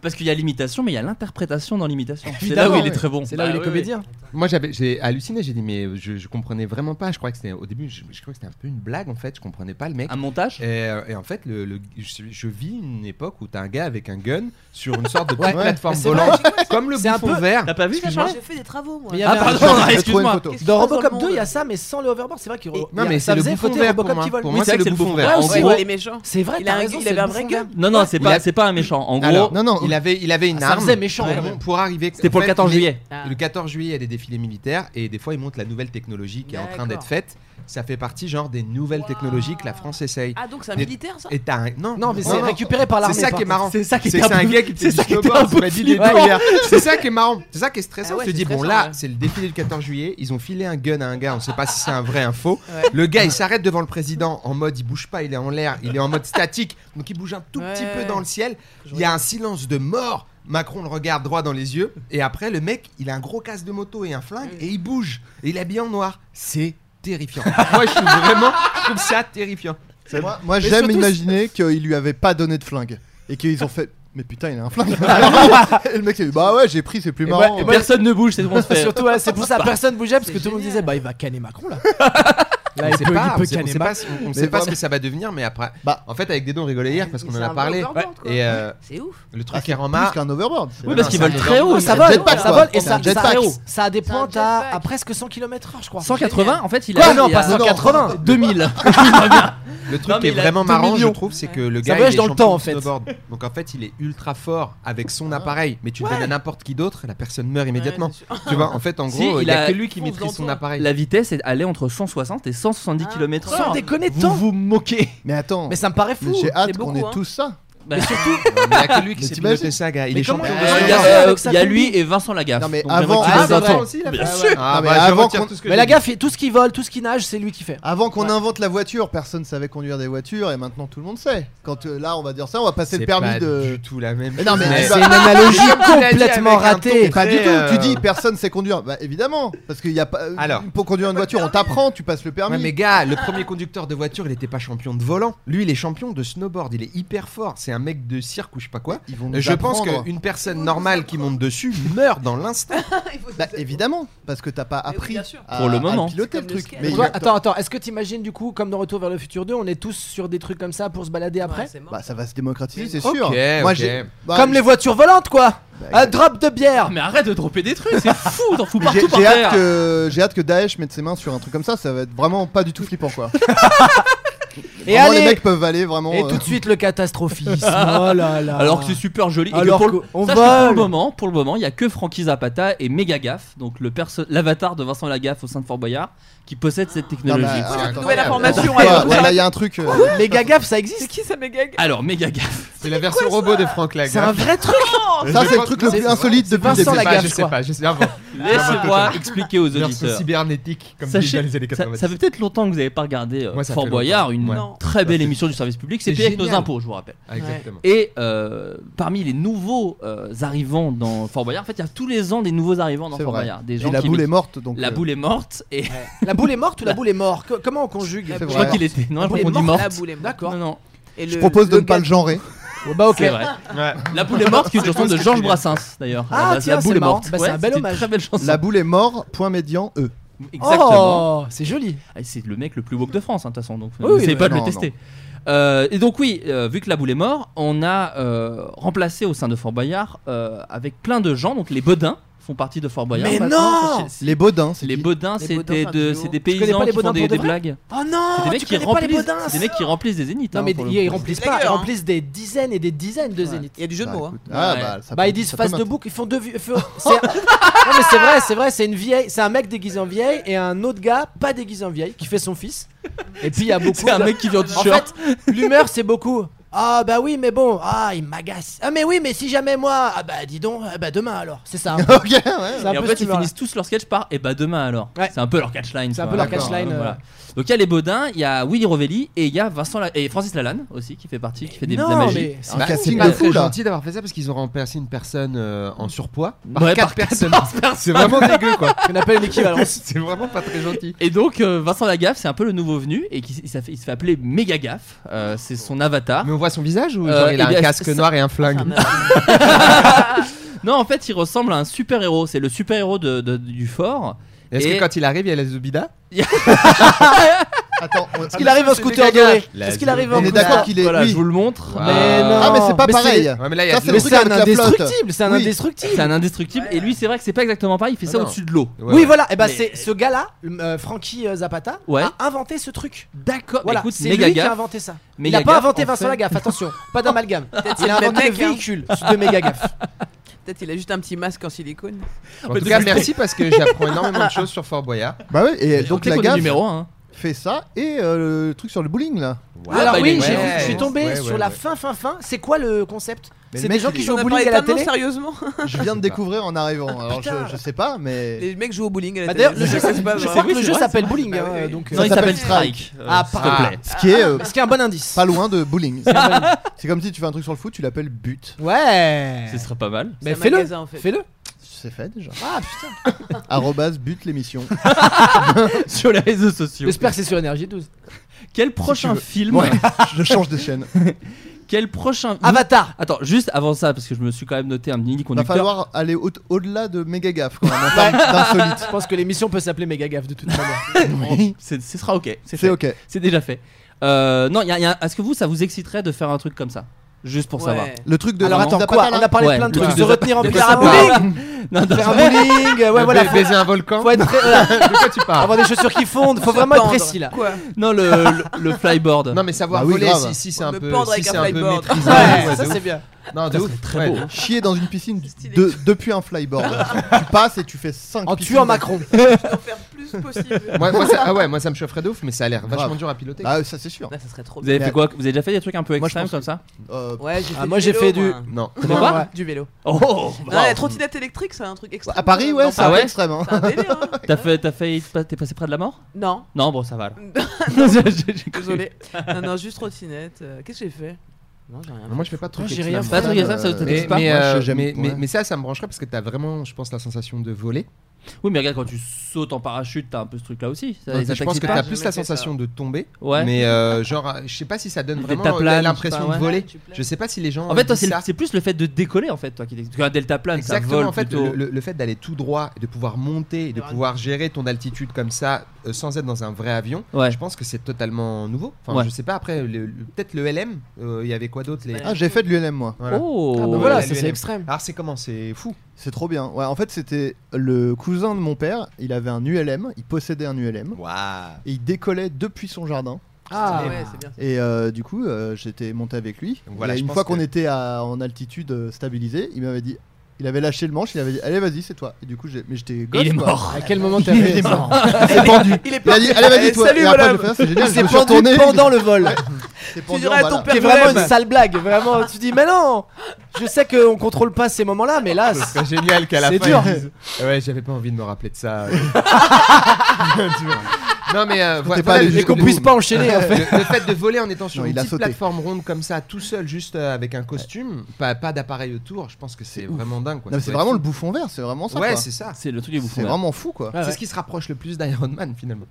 S6: Parce qu'il y a l'imitation, mais il y a l'interprétation dans l'imitation. C'est là
S9: Évidemment,
S6: où il est
S9: ouais.
S6: très bon.
S9: C'est là
S6: Bah
S9: où il
S6: oui,
S9: est comédien
S8: Moi, j'avais, j'ai halluciné. J'ai dit, mais je, je comprenais vraiment pas. Je crois que c'était au début, je, je crois que c'était un peu une blague en fait. Je comprenais pas le
S6: oui.
S8: mec.
S6: Un montage
S8: Et, euh, et en fait, le, le- je, je vis une époque où t'as un gars avec un gun sur une sorte de petite
S9: Ouais.
S8: plateforme
S9: Mais c'est
S8: volante, comme le
S9: C'est un
S8: bouffon
S9: peu-
S8: vert.
S6: T'as pas vu ça,
S8: Excuse-moi.
S6: Charles
S7: J'ai fait des travaux, moi.
S9: Mais il y
S6: Ah
S9: avait un-
S6: pardon,
S4: je vais trouver une
S6: excuse-moi.
S4: photo.
S7: Qu'est-ce qui se
S9: Dans
S7: passe
S9: Robocop
S7: le
S9: 2 il y a
S7: monde
S9: ça, mais sans le hoverboard c'est vrai qu'il
S7: Et-
S8: Non, mais
S9: ça
S8: c'est le
S9: faisait
S8: bouffon
S9: côté
S8: vert pour
S9: Robocop
S8: moi.
S9: qui vole.
S8: Pour
S9: Oui,
S8: moi,
S6: c'est vrai
S8: c'est
S6: que
S8: le
S6: c'est le
S8: bouffon
S6: bouffon
S8: vert. Oh,
S6: vert.
S7: Ouais,
S6: En
S7: c'est
S6: gros,
S7: pour
S6: il-
S7: les méchants.
S9: C'est vrai,
S7: Il
S9: t'as
S7: a un-
S9: raison,
S7: il
S9: c'est
S7: avait un
S9: le
S7: vrai
S9: bouffon
S7: gun.
S9: vert.
S6: Non, non, c'est
S8: Il
S6: pas,
S8: a-
S6: c'est pas un méchant. En
S8: Ah,
S6: gros,
S8: non,
S4: Non, non.
S8: il avait, il avait une
S9: Ah, Ça
S8: arme.
S9: faisait méchant.
S8: pour,
S9: quand même.
S8: pour arriver.
S6: c'était pour
S8: en
S6: le
S8: fait,
S6: 14
S8: les-
S6: juillet.
S7: Ah.
S8: Le 14 juillet, il y a des défilés militaires et des fois, ils montrent la nouvelle technologie qui est en train
S7: D'accord.
S8: d'être faite. Ça fait partie, genre, des nouvelles
S7: Waouh.
S8: technologies que la France essaye.
S7: Ah, donc c'est un
S8: Mais-
S7: militaire ça
S8: Et t'as un. Non,
S9: Non mais c'est récupéré par
S8: C'est
S9: l'armée
S8: ça
S9: par
S8: qui est marrant.
S6: C'est ça qui
S8: C'est
S6: était
S8: que c'est
S6: un
S8: un
S6: peu-
S8: gars qui
S6: c'est
S8: était
S6: ça qui était
S8: snowboard,
S6: un peu
S8: on m'a dit des
S6: flippant.
S8: trucs hier. C'est ça qui est marrant. C'est ça qui est stressant.
S7: Ah ouais,
S8: Je te
S7: c'est
S8: dis, bon,
S7: stressant,
S8: là,
S7: ouais.
S8: c'est le défilé du 14 juillet. Ils ont filé un gun à un gars. On sait pas si c'est un vrai, un faux.
S7: Ouais.
S8: Le gars, il s'arrête devant le président en mode, il bouge pas, il est en l'air, il est en mode statique. Donc il bouge un tout petit
S7: Ouais.
S8: peu dans le ciel. Il y a un silence de mort. Macron le regarde droit dans les yeux. Et après, le mec, il a un gros casque de moto et un flingue et il bouge. Et il est habillé en noir. C'est terrifiant. Moi, je suis vraiment, je trouve ça terrifiant.
S4: Moi, moi,
S8: Mais
S4: j'aime
S8: surtout,
S4: imaginer qu'ils lui avaient pas donné de flingue et qu'ils ont fait. Mais putain, il a un flingue. et le mec s'est dit Bah ouais, j'ai pris, c'est plus
S9: moi-
S4: marrant.
S9: et moi-
S6: Personne ne bouge, c'est ce qu'on se fait.
S9: Surtout voilà, c'est pour ça personne bougeait parce
S7: C'est
S9: que tout le monde
S7: génial.
S9: disait bah il va canner Macron là.
S8: on
S9: Là il
S8: sait
S9: peut
S8: pas,
S9: il peut
S8: on sait- on
S9: canner
S8: sait
S9: Macron.
S8: pas, ce- on- on
S4: Mais
S8: sait pas ce
S4: voilà.
S8: que ça va devenir, mais après.
S4: Bah.
S8: en fait, avec des dons, on rigolait hier parce qu'on
S7: Mais
S8: en
S7: c'est
S8: a
S7: un
S8: parlé.
S7: overboard, quoi.
S8: Et euh,
S7: C'est ouf.
S8: le
S4: Ah,
S8: truc
S4: c'est
S8: qui est en marre.
S4: plus qu'un overboard. c'est-
S6: Oui, parce
S8: Non,
S6: qu'ils
S8: c'est
S6: volent
S8: un
S6: très haut.
S9: Oh,
S8: overboard.
S9: ça
S4: C'est un
S9: vole,
S4: jetpack,
S9: ça
S4: quoi.
S9: vole et
S4: C'est
S9: ça, ça,
S4: un jetpack.
S9: ça a des
S7: C'est un
S9: pointes à,
S7: jetpack.
S9: à presque 100 km/h, je crois.
S6: 180, en fait, il
S9: Quoi
S6: a.
S9: Non,
S6: il a-
S9: pas 180
S6: 2000.
S8: Le truc
S6: Non,
S8: qui
S6: mais
S8: est
S6: il a
S8: vraiment
S6: deux
S8: marrant,
S6: millions.
S8: je trouve, c'est que le
S9: Ça
S8: gars. il
S9: voyage
S8: est
S9: dans le
S8: champion
S9: temps,
S8: de
S9: en fait.
S8: snowboard. Donc en fait, il est ultra fort avec son appareil. Mais tu le donnes à n'importe qui d'autre, la personne meurt immédiatement. Tu vois, en fait, en
S6: Si,
S8: gros,
S6: il
S8: il n'y a
S6: a-
S8: que lui qui
S7: Fonce
S8: maîtrise
S7: dans
S8: son
S7: toi.
S8: appareil.
S6: La vitesse est allée entre 160 et 170 km/h.
S9: Sans déconner
S6: Vous
S9: tant.
S6: vous moquez.
S4: Mais attends,
S9: Mais ça me paraît fou.
S4: mais j'ai
S9: C'est
S4: hâte
S9: beaucoup,
S4: qu'on ait
S9: hein.
S4: tous ça.
S6: Bah,
S8: Il n'y a que lui
S4: Mais
S8: qui s'est
S4: t'imagines
S8: piloté ça, gars. Il est
S9: comment
S8: champion.
S9: il
S6: il y
S9: Ah,
S6: a,
S9: non,
S6: euh,
S9: avec sa
S6: il y a
S9: combi.
S6: lui et Vincent Lagaffe.
S4: Non, mais
S6: Donc, vraiment,
S4: avant
S6: tu
S4: qu'il
S6: baisses
S4: Ah,
S6: Vincent.
S4: Bien sûr.
S8: Ah,
S4: Non, mais
S8: bah, je
S4: avant
S8: retire
S4: qu'on-
S8: tout ce que
S9: Mais
S8: j'ai
S9: la
S8: dit.
S9: gaffe, tout ce qui vole, tout ce qui nage, c'est lui qui fait.
S4: Avant qu'on
S9: Ouais.
S4: invente la voiture, personne ne savait conduire des voitures et maintenant tout le monde sait. Quand euh, là, on va dire ça, on va passer le
S8: C'est
S4: permis
S8: pas
S4: de.
S8: du tout la même.
S4: Mais non, mais
S8: chose.
S4: tu vas-
S9: analogie
S8: complètement ratée.
S4: Pas du tout.
S8: Après,
S4: Tu
S8: euh,
S4: dis personne sait conduire. Bah évidemment, parce qu'il y a pas.
S8: Alors.
S4: pour conduire une voiture, on t'apprend, tu passes le permis.
S8: Ouais, Ah, mais gars, le premier conducteur de voiture, il était pas champion de volant. Lui, il est champion de snowboard. Il est hyper fort. C'est un mec de cirque ou je sais pas quoi.
S4: Ils vont nous
S8: Je pense
S4: apprendre.
S8: qu'une personne normale qui monte dessus meurt dans l'instant.
S4: Bah évidemment, parce que t'as pas
S7: oui,
S4: appris
S7: bien sûr.
S4: à,
S6: Pour le
S4: à
S6: moment.
S7: C'est
S4: piloter le
S7: comme le
S4: truc.
S7: skate.
S4: Mais
S9: Toi,
S4: il-
S9: attends, attends, est-ce que t'imagines du coup, comme dans Retour vers le futur 2, on est tous sur des trucs comme ça pour se balader après
S4: Bah ça va se démocratiser, c'est
S8: Ok,
S4: sûr.
S8: ok.
S4: bah,
S9: Comme les voitures volantes quoi
S4: bah,
S9: Un drop Ah, de bière
S6: Mais arrête de dropper des trucs, c'est fou, t'en fous
S4: j'ai-
S6: partout par
S4: J'ai hâte,
S6: terre.
S4: que, j'ai hâte que Daesh mette ses mains sur un truc comme ça, ça va être vraiment pas du tout flippant quoi.
S9: Et
S4: Vraiment, les
S9: allez
S4: mecs peuvent aller vraiment.
S9: Et
S4: euh,
S9: tout de suite le catastrophisme Oh là là
S6: Alors que c'est super joli. et que
S9: Alors
S6: pour le-
S9: que- on
S6: Sache que pour le
S9: vole.
S6: moment, pour le moment, il y a que Frankie Zapata et Mega Gaff, donc le perso- l'avatar de Vincent Lagaffe au sein de Fort Boyard, qui possède cette
S4: non,
S6: technologie.
S4: bah,
S8: C'est
S4: attends,
S7: nouvelle
S4: attends,
S7: information,
S4: attends,
S7: allez,
S4: attends,
S7: on
S4: Là il y a un truc. euh,
S9: Les gagaf ça
S7: C'est
S9: existe
S7: qui ça, mes gags
S6: Alors Mega Gaff,
S8: C'est la version robot de Frank Lagaffe.
S9: C'est un vrai truc
S4: Ça c'est le truc le plus insolite depuis le
S8: Je sais
S9: Vincent
S4: début.
S8: pas,
S9: Lagaffe,
S8: je
S9: je
S8: sais
S9: crois.
S8: pas, je sais pas.
S6: laissez-moi expliquer aux
S8: Version
S6: auditeurs.
S8: cybernétique, comme déjà
S6: Sachez-
S8: les années
S6: Ça,
S8: 90.
S6: ça fait peut-être longtemps que vous n'avez pas regardé euh,
S8: Moi, ça
S6: Fort
S8: fait
S6: Boyard,
S8: longtemps.
S6: une
S8: Ouais.
S6: très belle émission du service public. C'est
S8: C'est
S6: payé avec nos
S8: génial.
S6: impôts, je vous rappelle.
S8: Ah, Exactement.
S6: Et euh, parmi les nouveaux euh, arrivants dans Fort Boyard, en fait, il y a tous les ans des nouveaux arrivants dans
S4: C'est
S6: Fort
S4: vrai.
S6: Boyard. Des
S4: Et
S6: gens
S4: la
S6: qui
S4: boule est morte donc.
S6: La
S4: euh,
S6: boule est morte et
S9: La boule est morte ou la boule est mort Co- Comment on conjugue
S4: C'est
S6: je
S4: vrai.
S6: crois qu'il était. Non, je crois
S9: boule
S6: qu'on
S9: est
S6: dit
S7: morte, la
S6: morte.
S7: boule est morte.
S6: D'accord. Non, non.
S7: Et
S4: Je
S7: le-
S4: propose de
S7: le
S4: ne pas
S7: gars-
S4: le genrer.
S9: Oh, Bah ok
S6: C'est vrai.
S8: Ouais.
S6: La boule est morte, qui est une chanson de Georges Brassens d'ailleurs.
S9: Ah,
S6: À la base,
S9: tiens,
S6: la boule
S9: c'est
S6: est
S9: marrant.
S6: morte.
S9: Bah, c'est un bel
S6: c'était une
S9: hommage.
S6: Très belle chanson.
S4: La boule est mort. Point médian E.
S6: Exactement.
S9: Oh, c'est joli
S6: Ah, C'est le mec le plus woke de France, hein, de toute façon. Donc,
S9: Oui, oui,
S6: n'essayez
S9: bah,
S6: pas de
S4: non,
S6: le tester. Euh, et donc oui, euh, vu que la boule est morte, on a euh, remplacé au sein de Fort Boyard euh, avec plein de gens. Donc les Bodins font partie de Fort Boyard.
S9: Mais
S6: maintenant.
S9: non
S6: C'est-
S4: Les Baudins. c'est
S6: Les
S4: qui
S6: Bodins,
S7: Les Bodins,
S6: c'était
S7: c'est un
S6: de,
S7: duo.
S6: c'est des
S9: Tu connais pas
S6: paysans
S9: les
S6: qui font
S9: Bodins
S6: des,
S9: pour de
S6: des
S9: vrai
S6: blagues.
S9: Oh non
S6: c'est des mecs
S9: tu
S6: qui
S9: connais pas les
S6: remplissent.
S9: bodins
S6: C'est des mecs qui remplissent des zéniths.
S9: Non
S6: hein,
S9: mais
S6: pour
S9: ils
S6: le
S9: ils
S6: coup.
S9: remplissent
S7: C'est
S9: pas, ils
S7: dégueu, hein.
S9: remplissent des dizaines et des dizaines de
S7: Ouais.
S9: zéniths
S7: Il y a du jeu de
S4: Bah,
S7: mots. hein.
S4: écoute, Ah
S6: Ouais.
S4: bah ça
S9: Bah
S4: peut-
S9: ils disent
S4: ça peut
S9: face de
S4: m'intéresser.
S9: bouc, ils font deux vieux. font- c'est- non mais c'est vrai, c'est vrai, c'est une vieille, c'est un mec déguisé en vieille et un autre gars pas déguisé en vieille qui fait son fils. Et puis il y a beaucoup.
S6: C'est un
S9: de-
S6: mec qui vient du
S9: En
S6: Nord.
S9: fait, l'humeur c'est beaucoup. Ah bah oui mais bon, ah il m'agace. Ah mais oui mais si jamais moi, ah bah dis donc, ah bah demain alors, c'est ça.
S4: Ok, ouais.
S9: C'est un
S6: Et en
S9: peu
S6: fait,
S9: cette
S6: ils
S9: humeur-là.
S6: finissent tous leur sketch par et bah demain alors.
S9: Ouais.
S6: C'est un peu leur catchline.
S9: C'est un
S6: quoi.
S9: peu leur
S4: D'accord,
S9: catchline.
S6: Voilà.
S9: euh,
S6: Donc il y a les Baudins, il y a Willy Rovelli et il y a Vincent La- et Francis Lalanne aussi qui fait partie, qui fait des, Ah, de la
S9: non,
S6: magie.
S9: mais c'est
S4: Bah,
S9: fou.
S4: c'est
S8: C'est
S4: pas
S8: pas
S4: fou,
S8: très
S4: là.
S8: gentil d'avoir fait ça parce qu'ils ont remplacé une personne euh, en surpoids par
S6: Ouais,
S8: quatre
S6: par
S8: personnes.
S6: 14
S8: C'est vraiment dégueu quoi.
S9: On appelle une équivalence.
S8: C'est vraiment pas très gentil.
S6: Et donc euh, Vincent Lagaffe, c'est un peu le nouveau venu et qui il, s'est fait- il se fait appeler Méga Gaffe. Euh, c'est son avatar.
S8: Mais on voit son visage ou
S6: Euh,
S8: genre il a
S6: eh bien,
S8: un casque
S6: ça-
S8: noir et un flingue
S6: Non, en fait, il ressemble à un super héros. C'est le super héros de, de- du fort.
S8: Est-ce
S6: Et-
S8: que quand il arrive, il y a la Zubida
S4: Attends, on-
S9: Est-ce qu'il arrive en scooter doré
S8: La
S9: Est-ce qu'il arrive en
S4: on est
S9: scooter
S4: d'accord qu'il est.
S6: Voilà,
S4: oui.
S6: je vous le montre.
S8: Wow.
S9: Mais non.
S4: Ah mais c'est pas
S9: Mais
S4: pareil.
S8: Ouais, mais là, il y a
S4: Ça, c'est
S9: Mais
S4: le
S8: Zubida.
S4: truc
S9: c'est un
S4: avec la flotte.
S9: indestructible, c'est un
S4: Oui.
S9: indestructible.
S6: C'est un indestructible. Et lui, c'est vrai que c'est pas exactement pareil. Il fait
S8: Ah
S6: ça
S8: non.
S6: au-dessus de l'eau.
S8: Ouais,
S9: Oui,
S8: ouais.
S4: Eh
S9: voilà, et
S4: ben,
S9: bah
S6: Mais-
S9: c'est ce gars-là, le- euh, Frankie euh, Zapata,
S6: Ouais.
S9: a inventé ce truc.
S6: D'accord.
S9: Voilà,
S6: Écoute,
S9: c'est lui
S6: Méga
S9: qui a
S6: Gaffe.
S9: inventé ça.
S6: Mais
S9: il a
S6: Gaffe,
S9: pas inventé
S6: en
S9: Vincent
S6: fait-
S9: Lagaffe, attention, pas d'amalgame. Il a
S7: c'est le
S9: inventé
S7: même
S9: le
S7: mec, hein.
S9: véhicule de méga gaffe.
S7: Peut-être il a juste un petit masque en silicone.
S8: En tout cas, merci parce que j'apprends énormément de choses sur Fort Boyard.
S4: Bah ouais, et donc
S6: Donc
S4: la
S6: le
S4: gaffe
S6: numéro 1
S4: fait ça et euh, le truc sur le bowling là.
S9: Alors
S6: bah, il
S9: Ah oui,
S6: est-
S9: j'ai vu-
S6: ouais.
S9: je suis tombé
S8: Ouais,
S9: sur
S8: ouais,
S9: la
S8: ouais.
S9: fin, fin, fin. C'est quoi le concept
S4: Mais
S9: C'est
S4: le mec,
S9: des gens
S4: il
S9: qui
S4: est-
S9: jouent
S7: On
S9: au
S7: a
S9: bouling
S7: parlé
S9: à la
S7: tellement
S9: télé.
S7: sérieusement.
S4: Je viens de découvrir en arrivant. Alors je,
S9: putain.
S4: je sais pas, mais
S7: Les mecs jouent au bowling à la
S9: Bah,
S7: télé.
S9: d'ailleurs, le jeu,
S7: Ça, c'est pas
S9: Je
S7: vrai.
S9: crois
S6: oui,
S9: que le
S6: c'est
S9: jeu
S6: vrai,
S9: s'appelle
S6: c'est
S9: bowling.
S7: vrai.
S9: hein,
S7: Bah oui, oui.
S9: donc,
S6: Non,
S9: euh,
S6: il
S4: Ça
S6: s'appelle
S4: s'appelle
S6: Strike. euh,
S9: Ah,
S6: s'il
S9: pardon.
S6: te plaît.
S4: ce qui est euh,
S9: Ce qui est un bon indice.
S4: pas loin de bowling.
S9: C'est un bon indice.
S4: C'est comme si tu fais un truc sur le foot, tu l'appelles but.
S9: Ouais.
S6: Ce serait pas mal.
S9: Mais
S7: C'est un
S9: fais-le.
S7: magasin, en fait.
S9: Fais-le.
S4: C'est fait déjà. Ah putain. Arrobase but l'émission.
S6: Sur les réseaux sociaux.
S9: J'espère que c'est sur Energy 12.
S6: Quel prochain
S4: veux.
S6: film
S4: Ouais, je change de chaîne.
S6: Quel prochain
S9: Avatar.
S6: Attends, juste avant ça, parce que je me suis quand même noté un mini
S4: Va
S6: conducteur. Ah,
S4: falloir aller au- au-delà de méga gaffe quand même en termes d'insolite.
S9: Je pense que l'émission peut s'appeler méga gaffe de toute manière.
S6: Oh, c'est- Ce sera ok. C'est
S4: C'est
S6: fait.
S4: ok.
S6: C'est déjà fait. Euh, non, y a- y a- est-ce que vous, ça vous exciterait de faire un truc comme ça Juste pour
S7: Ouais.
S6: savoir. Ah,
S4: Le truc de
S9: Alors
S4: la
S9: attends,
S4: Zapata,
S9: quoi On
S4: là.
S9: a parlé de
S6: Ouais,
S9: plein de
S6: le
S9: trucs.
S6: truc
S9: Se
S6: de-
S9: retenir en
S6: de
S9: plus.
S6: quoi
S9: Faire un
S6: ça
S9: bowling.
S6: Non, non,
S9: Faire un bowling. euh, Ouais,
S8: Ba-
S9: voilà. faut-
S8: Baiser un volcan
S9: Faut être très- voilà,
S8: De quoi tu parles
S9: avoir des chaussures qui fondent, faut vraiment être
S7: Pendre.
S9: précis là.
S7: Quoi
S6: non, le, le, le flyboard.
S8: Non, mais savoir
S4: Bah oui,
S8: voler,
S4: grave.
S8: si, si c'est
S7: Me
S8: un peu,
S7: pendre
S8: si
S7: avec
S8: c'est
S7: un
S8: un peu
S7: flyboard.
S8: maîtrisé.
S9: Ouais,
S8: ouais,
S9: ça
S8: de
S9: c'est
S8: ouf.
S9: bien.
S8: Non, de
S6: Ça
S8: ouf.
S6: serait très beau. hein.
S8: Ouais.
S4: Chier dans une piscine
S7: Stylé.
S4: de- depuis un flyboard. tu passes et tu fais 5
S9: En tuant Macron.
S7: Faut en faire plus possible.
S8: moi, moi, ça, ah ouais, moi ça me chaufferait de ouf, mais ça a l'air vachement
S4: Grave.
S8: dur à piloter.
S6: Bah,
S4: Ah, ça c'est sûr.
S7: ça serait trop
S6: Vous avez
S4: Mais-
S6: fait quoi Vous avez déjà fait des trucs un peu
S4: Moi, je
S6: extrêmes
S4: pense
S6: comme ça
S4: Euh,
S7: Ouais, j'ai
S9: Ah,
S7: fait
S9: moi,
S7: du
S9: j'ai
S7: vélo,
S9: fait du-
S7: moi.
S8: Non.
S6: Comment
S9: Ouais.
S6: pas
S7: Du vélo.
S6: Oh
S7: Non,
S6: waouh.
S7: la trottinette électrique, c'est un truc extrême.
S4: à Paris,
S7: Non,
S4: ouais,
S7: c'est
S4: c'est
S6: Ah
S4: un peu
S6: ouais
S4: extrême. hein.
S7: un délire. hein.
S6: T'as fait, t'as failli, t'es passé près de la mort
S7: Non,
S6: Non, bon, ça va. alors.
S7: désolé. Non, non, juste trottinette. Euh, Qu'est-ce que j'ai fait Non, j'ai rien.
S8: Moi je fais pas
S6: Ah,
S8: de trucs
S9: Moi, j'ai
S8: extrêmes.
S9: rien
S6: Pas de trucs extrêmes, ça
S4: Euh,
S6: vous
S8: Mais,
S6: pas
S8: mais,
S4: Moi,
S8: euh,
S4: j'aime-
S8: mais, mais-
S4: ouais.
S8: mais ça, ça me brancherait parce que t'as vraiment, je pense, la sensation de voler.
S6: Oui, mais regarde, quand tu sautes en parachute, t'as un peu ce truc là aussi. Ça- ça
S8: je pense
S6: t'excite
S8: que
S6: pas
S8: t'as
S7: J'ai
S8: plus
S7: jamais
S8: la
S7: fait ça.
S8: sensation de tomber.
S6: Ouais.
S8: Mais euh, genre, je sais pas si ça donne
S6: Des
S8: vraiment euh,
S6: taplanes, je sais
S8: l'impression
S6: pas,
S8: de
S6: ouais.
S8: voler. Je sais pas si les gens.
S6: En fait, toi,
S8: disent
S6: c'est le-
S8: ça.
S6: c'est plus le fait de décoller en fait, toi, qui t'ex- parce qu'un delta plane, ça
S8: Exactement,
S6: vole
S8: en fait,
S6: plutôt.
S8: le, le- le fait d'aller tout droit et de pouvoir monter et de pouvoir gérer ton altitude comme ça euh, sans être dans un vrai avion,
S6: Ouais.
S8: je pense que c'est totalement nouveau. Enfin,
S6: Ouais.
S8: je sais pas, après, le- le- peut-être le LM, euh, il y avait quoi d'autre les...
S7: Ouais.
S4: Ah, j'ai fait de l'ULM moi.
S8: Voilà.
S6: Oh.
S9: Ah, bah
S8: Ouais,
S9: voilà,
S8: la
S9: ça c'est
S8: LLM.
S9: extrême.
S8: Alors, Ah, c'est comment C'est fou.
S4: C'est trop bien. Ouais, en fait, c'était le cousin de mon père. Il avait un ULM. Il possédait un ULM.
S8: Waouh
S4: Et il décollait depuis son jardin.
S9: Ah,
S7: Ouais, c'est bien.
S4: Et euh, du coup, euh, j'étais monté avec lui.
S8: Donc voilà,
S4: Et
S8: je
S4: une
S8: pense
S4: fois qu'on
S8: que-
S4: était à- en altitude euh, stabilisée, il m'avait dit. Il avait lâché le manche, il avait dit Allez, vas-y, c'est toi. Et du coup, j'ai- mais j'étais gosse.
S6: il est
S4: quoi.
S6: mort.
S9: à quel moment t'as
S4: Il
S9: fait
S4: est mort.
S9: C'est pendu.
S7: Il est
S4: Il a
S7: pas.
S4: dit Allez, vas-y,
S7: Eh,
S4: toi.
S7: salut,
S4: et après,
S7: madame.
S4: j'ai fait, Ah, c'est génial.
S9: Il
S4: je
S9: s'est
S4: me suis
S9: pendu
S4: retourné.
S9: pendant le vol.
S4: C'est
S7: Tu dirais à ton
S9: Qui est
S7: père
S9: vraiment une
S7: Noël.
S9: sale blague. Vraiment, tu dis, mais non Je sais qu'on contrôle pas ces moments-là, mais là, c'est-
S8: C'est génial qu'à la
S9: C'est
S8: fin.
S9: dur.
S8: ils disent, Ouais, j'avais pas envie de me rappeler de ça. Tu vois. non, mais euh,
S4: t'es
S8: voilà,
S4: pas allé
S8: le-
S9: et qu'on
S8: le-
S9: puisse pas enchaîner. en fait.
S8: le, le fait de voler en étant sur
S4: Non,
S8: une
S4: il a
S8: petite
S4: sauté.
S8: plateforme ronde comme ça, tout seul, juste euh, avec un costume, pas, pas d'appareil autour, je pense que c'est
S4: C'est ouf.
S8: vraiment dingue. quoi.
S4: Non, mais
S8: Ça
S4: c'est
S8: doit être
S4: vraiment le
S8: fou.
S4: bouffon vert, c'est vraiment ça.
S8: Ouais,
S4: quoi.
S8: c'est ça.
S6: C'est le truc est
S4: c'est
S6: bouffon.
S4: vraiment fou quoi.
S9: Ouais,
S8: C'est
S9: ouais.
S8: ce qui se rapproche le plus d'Iron Man finalement.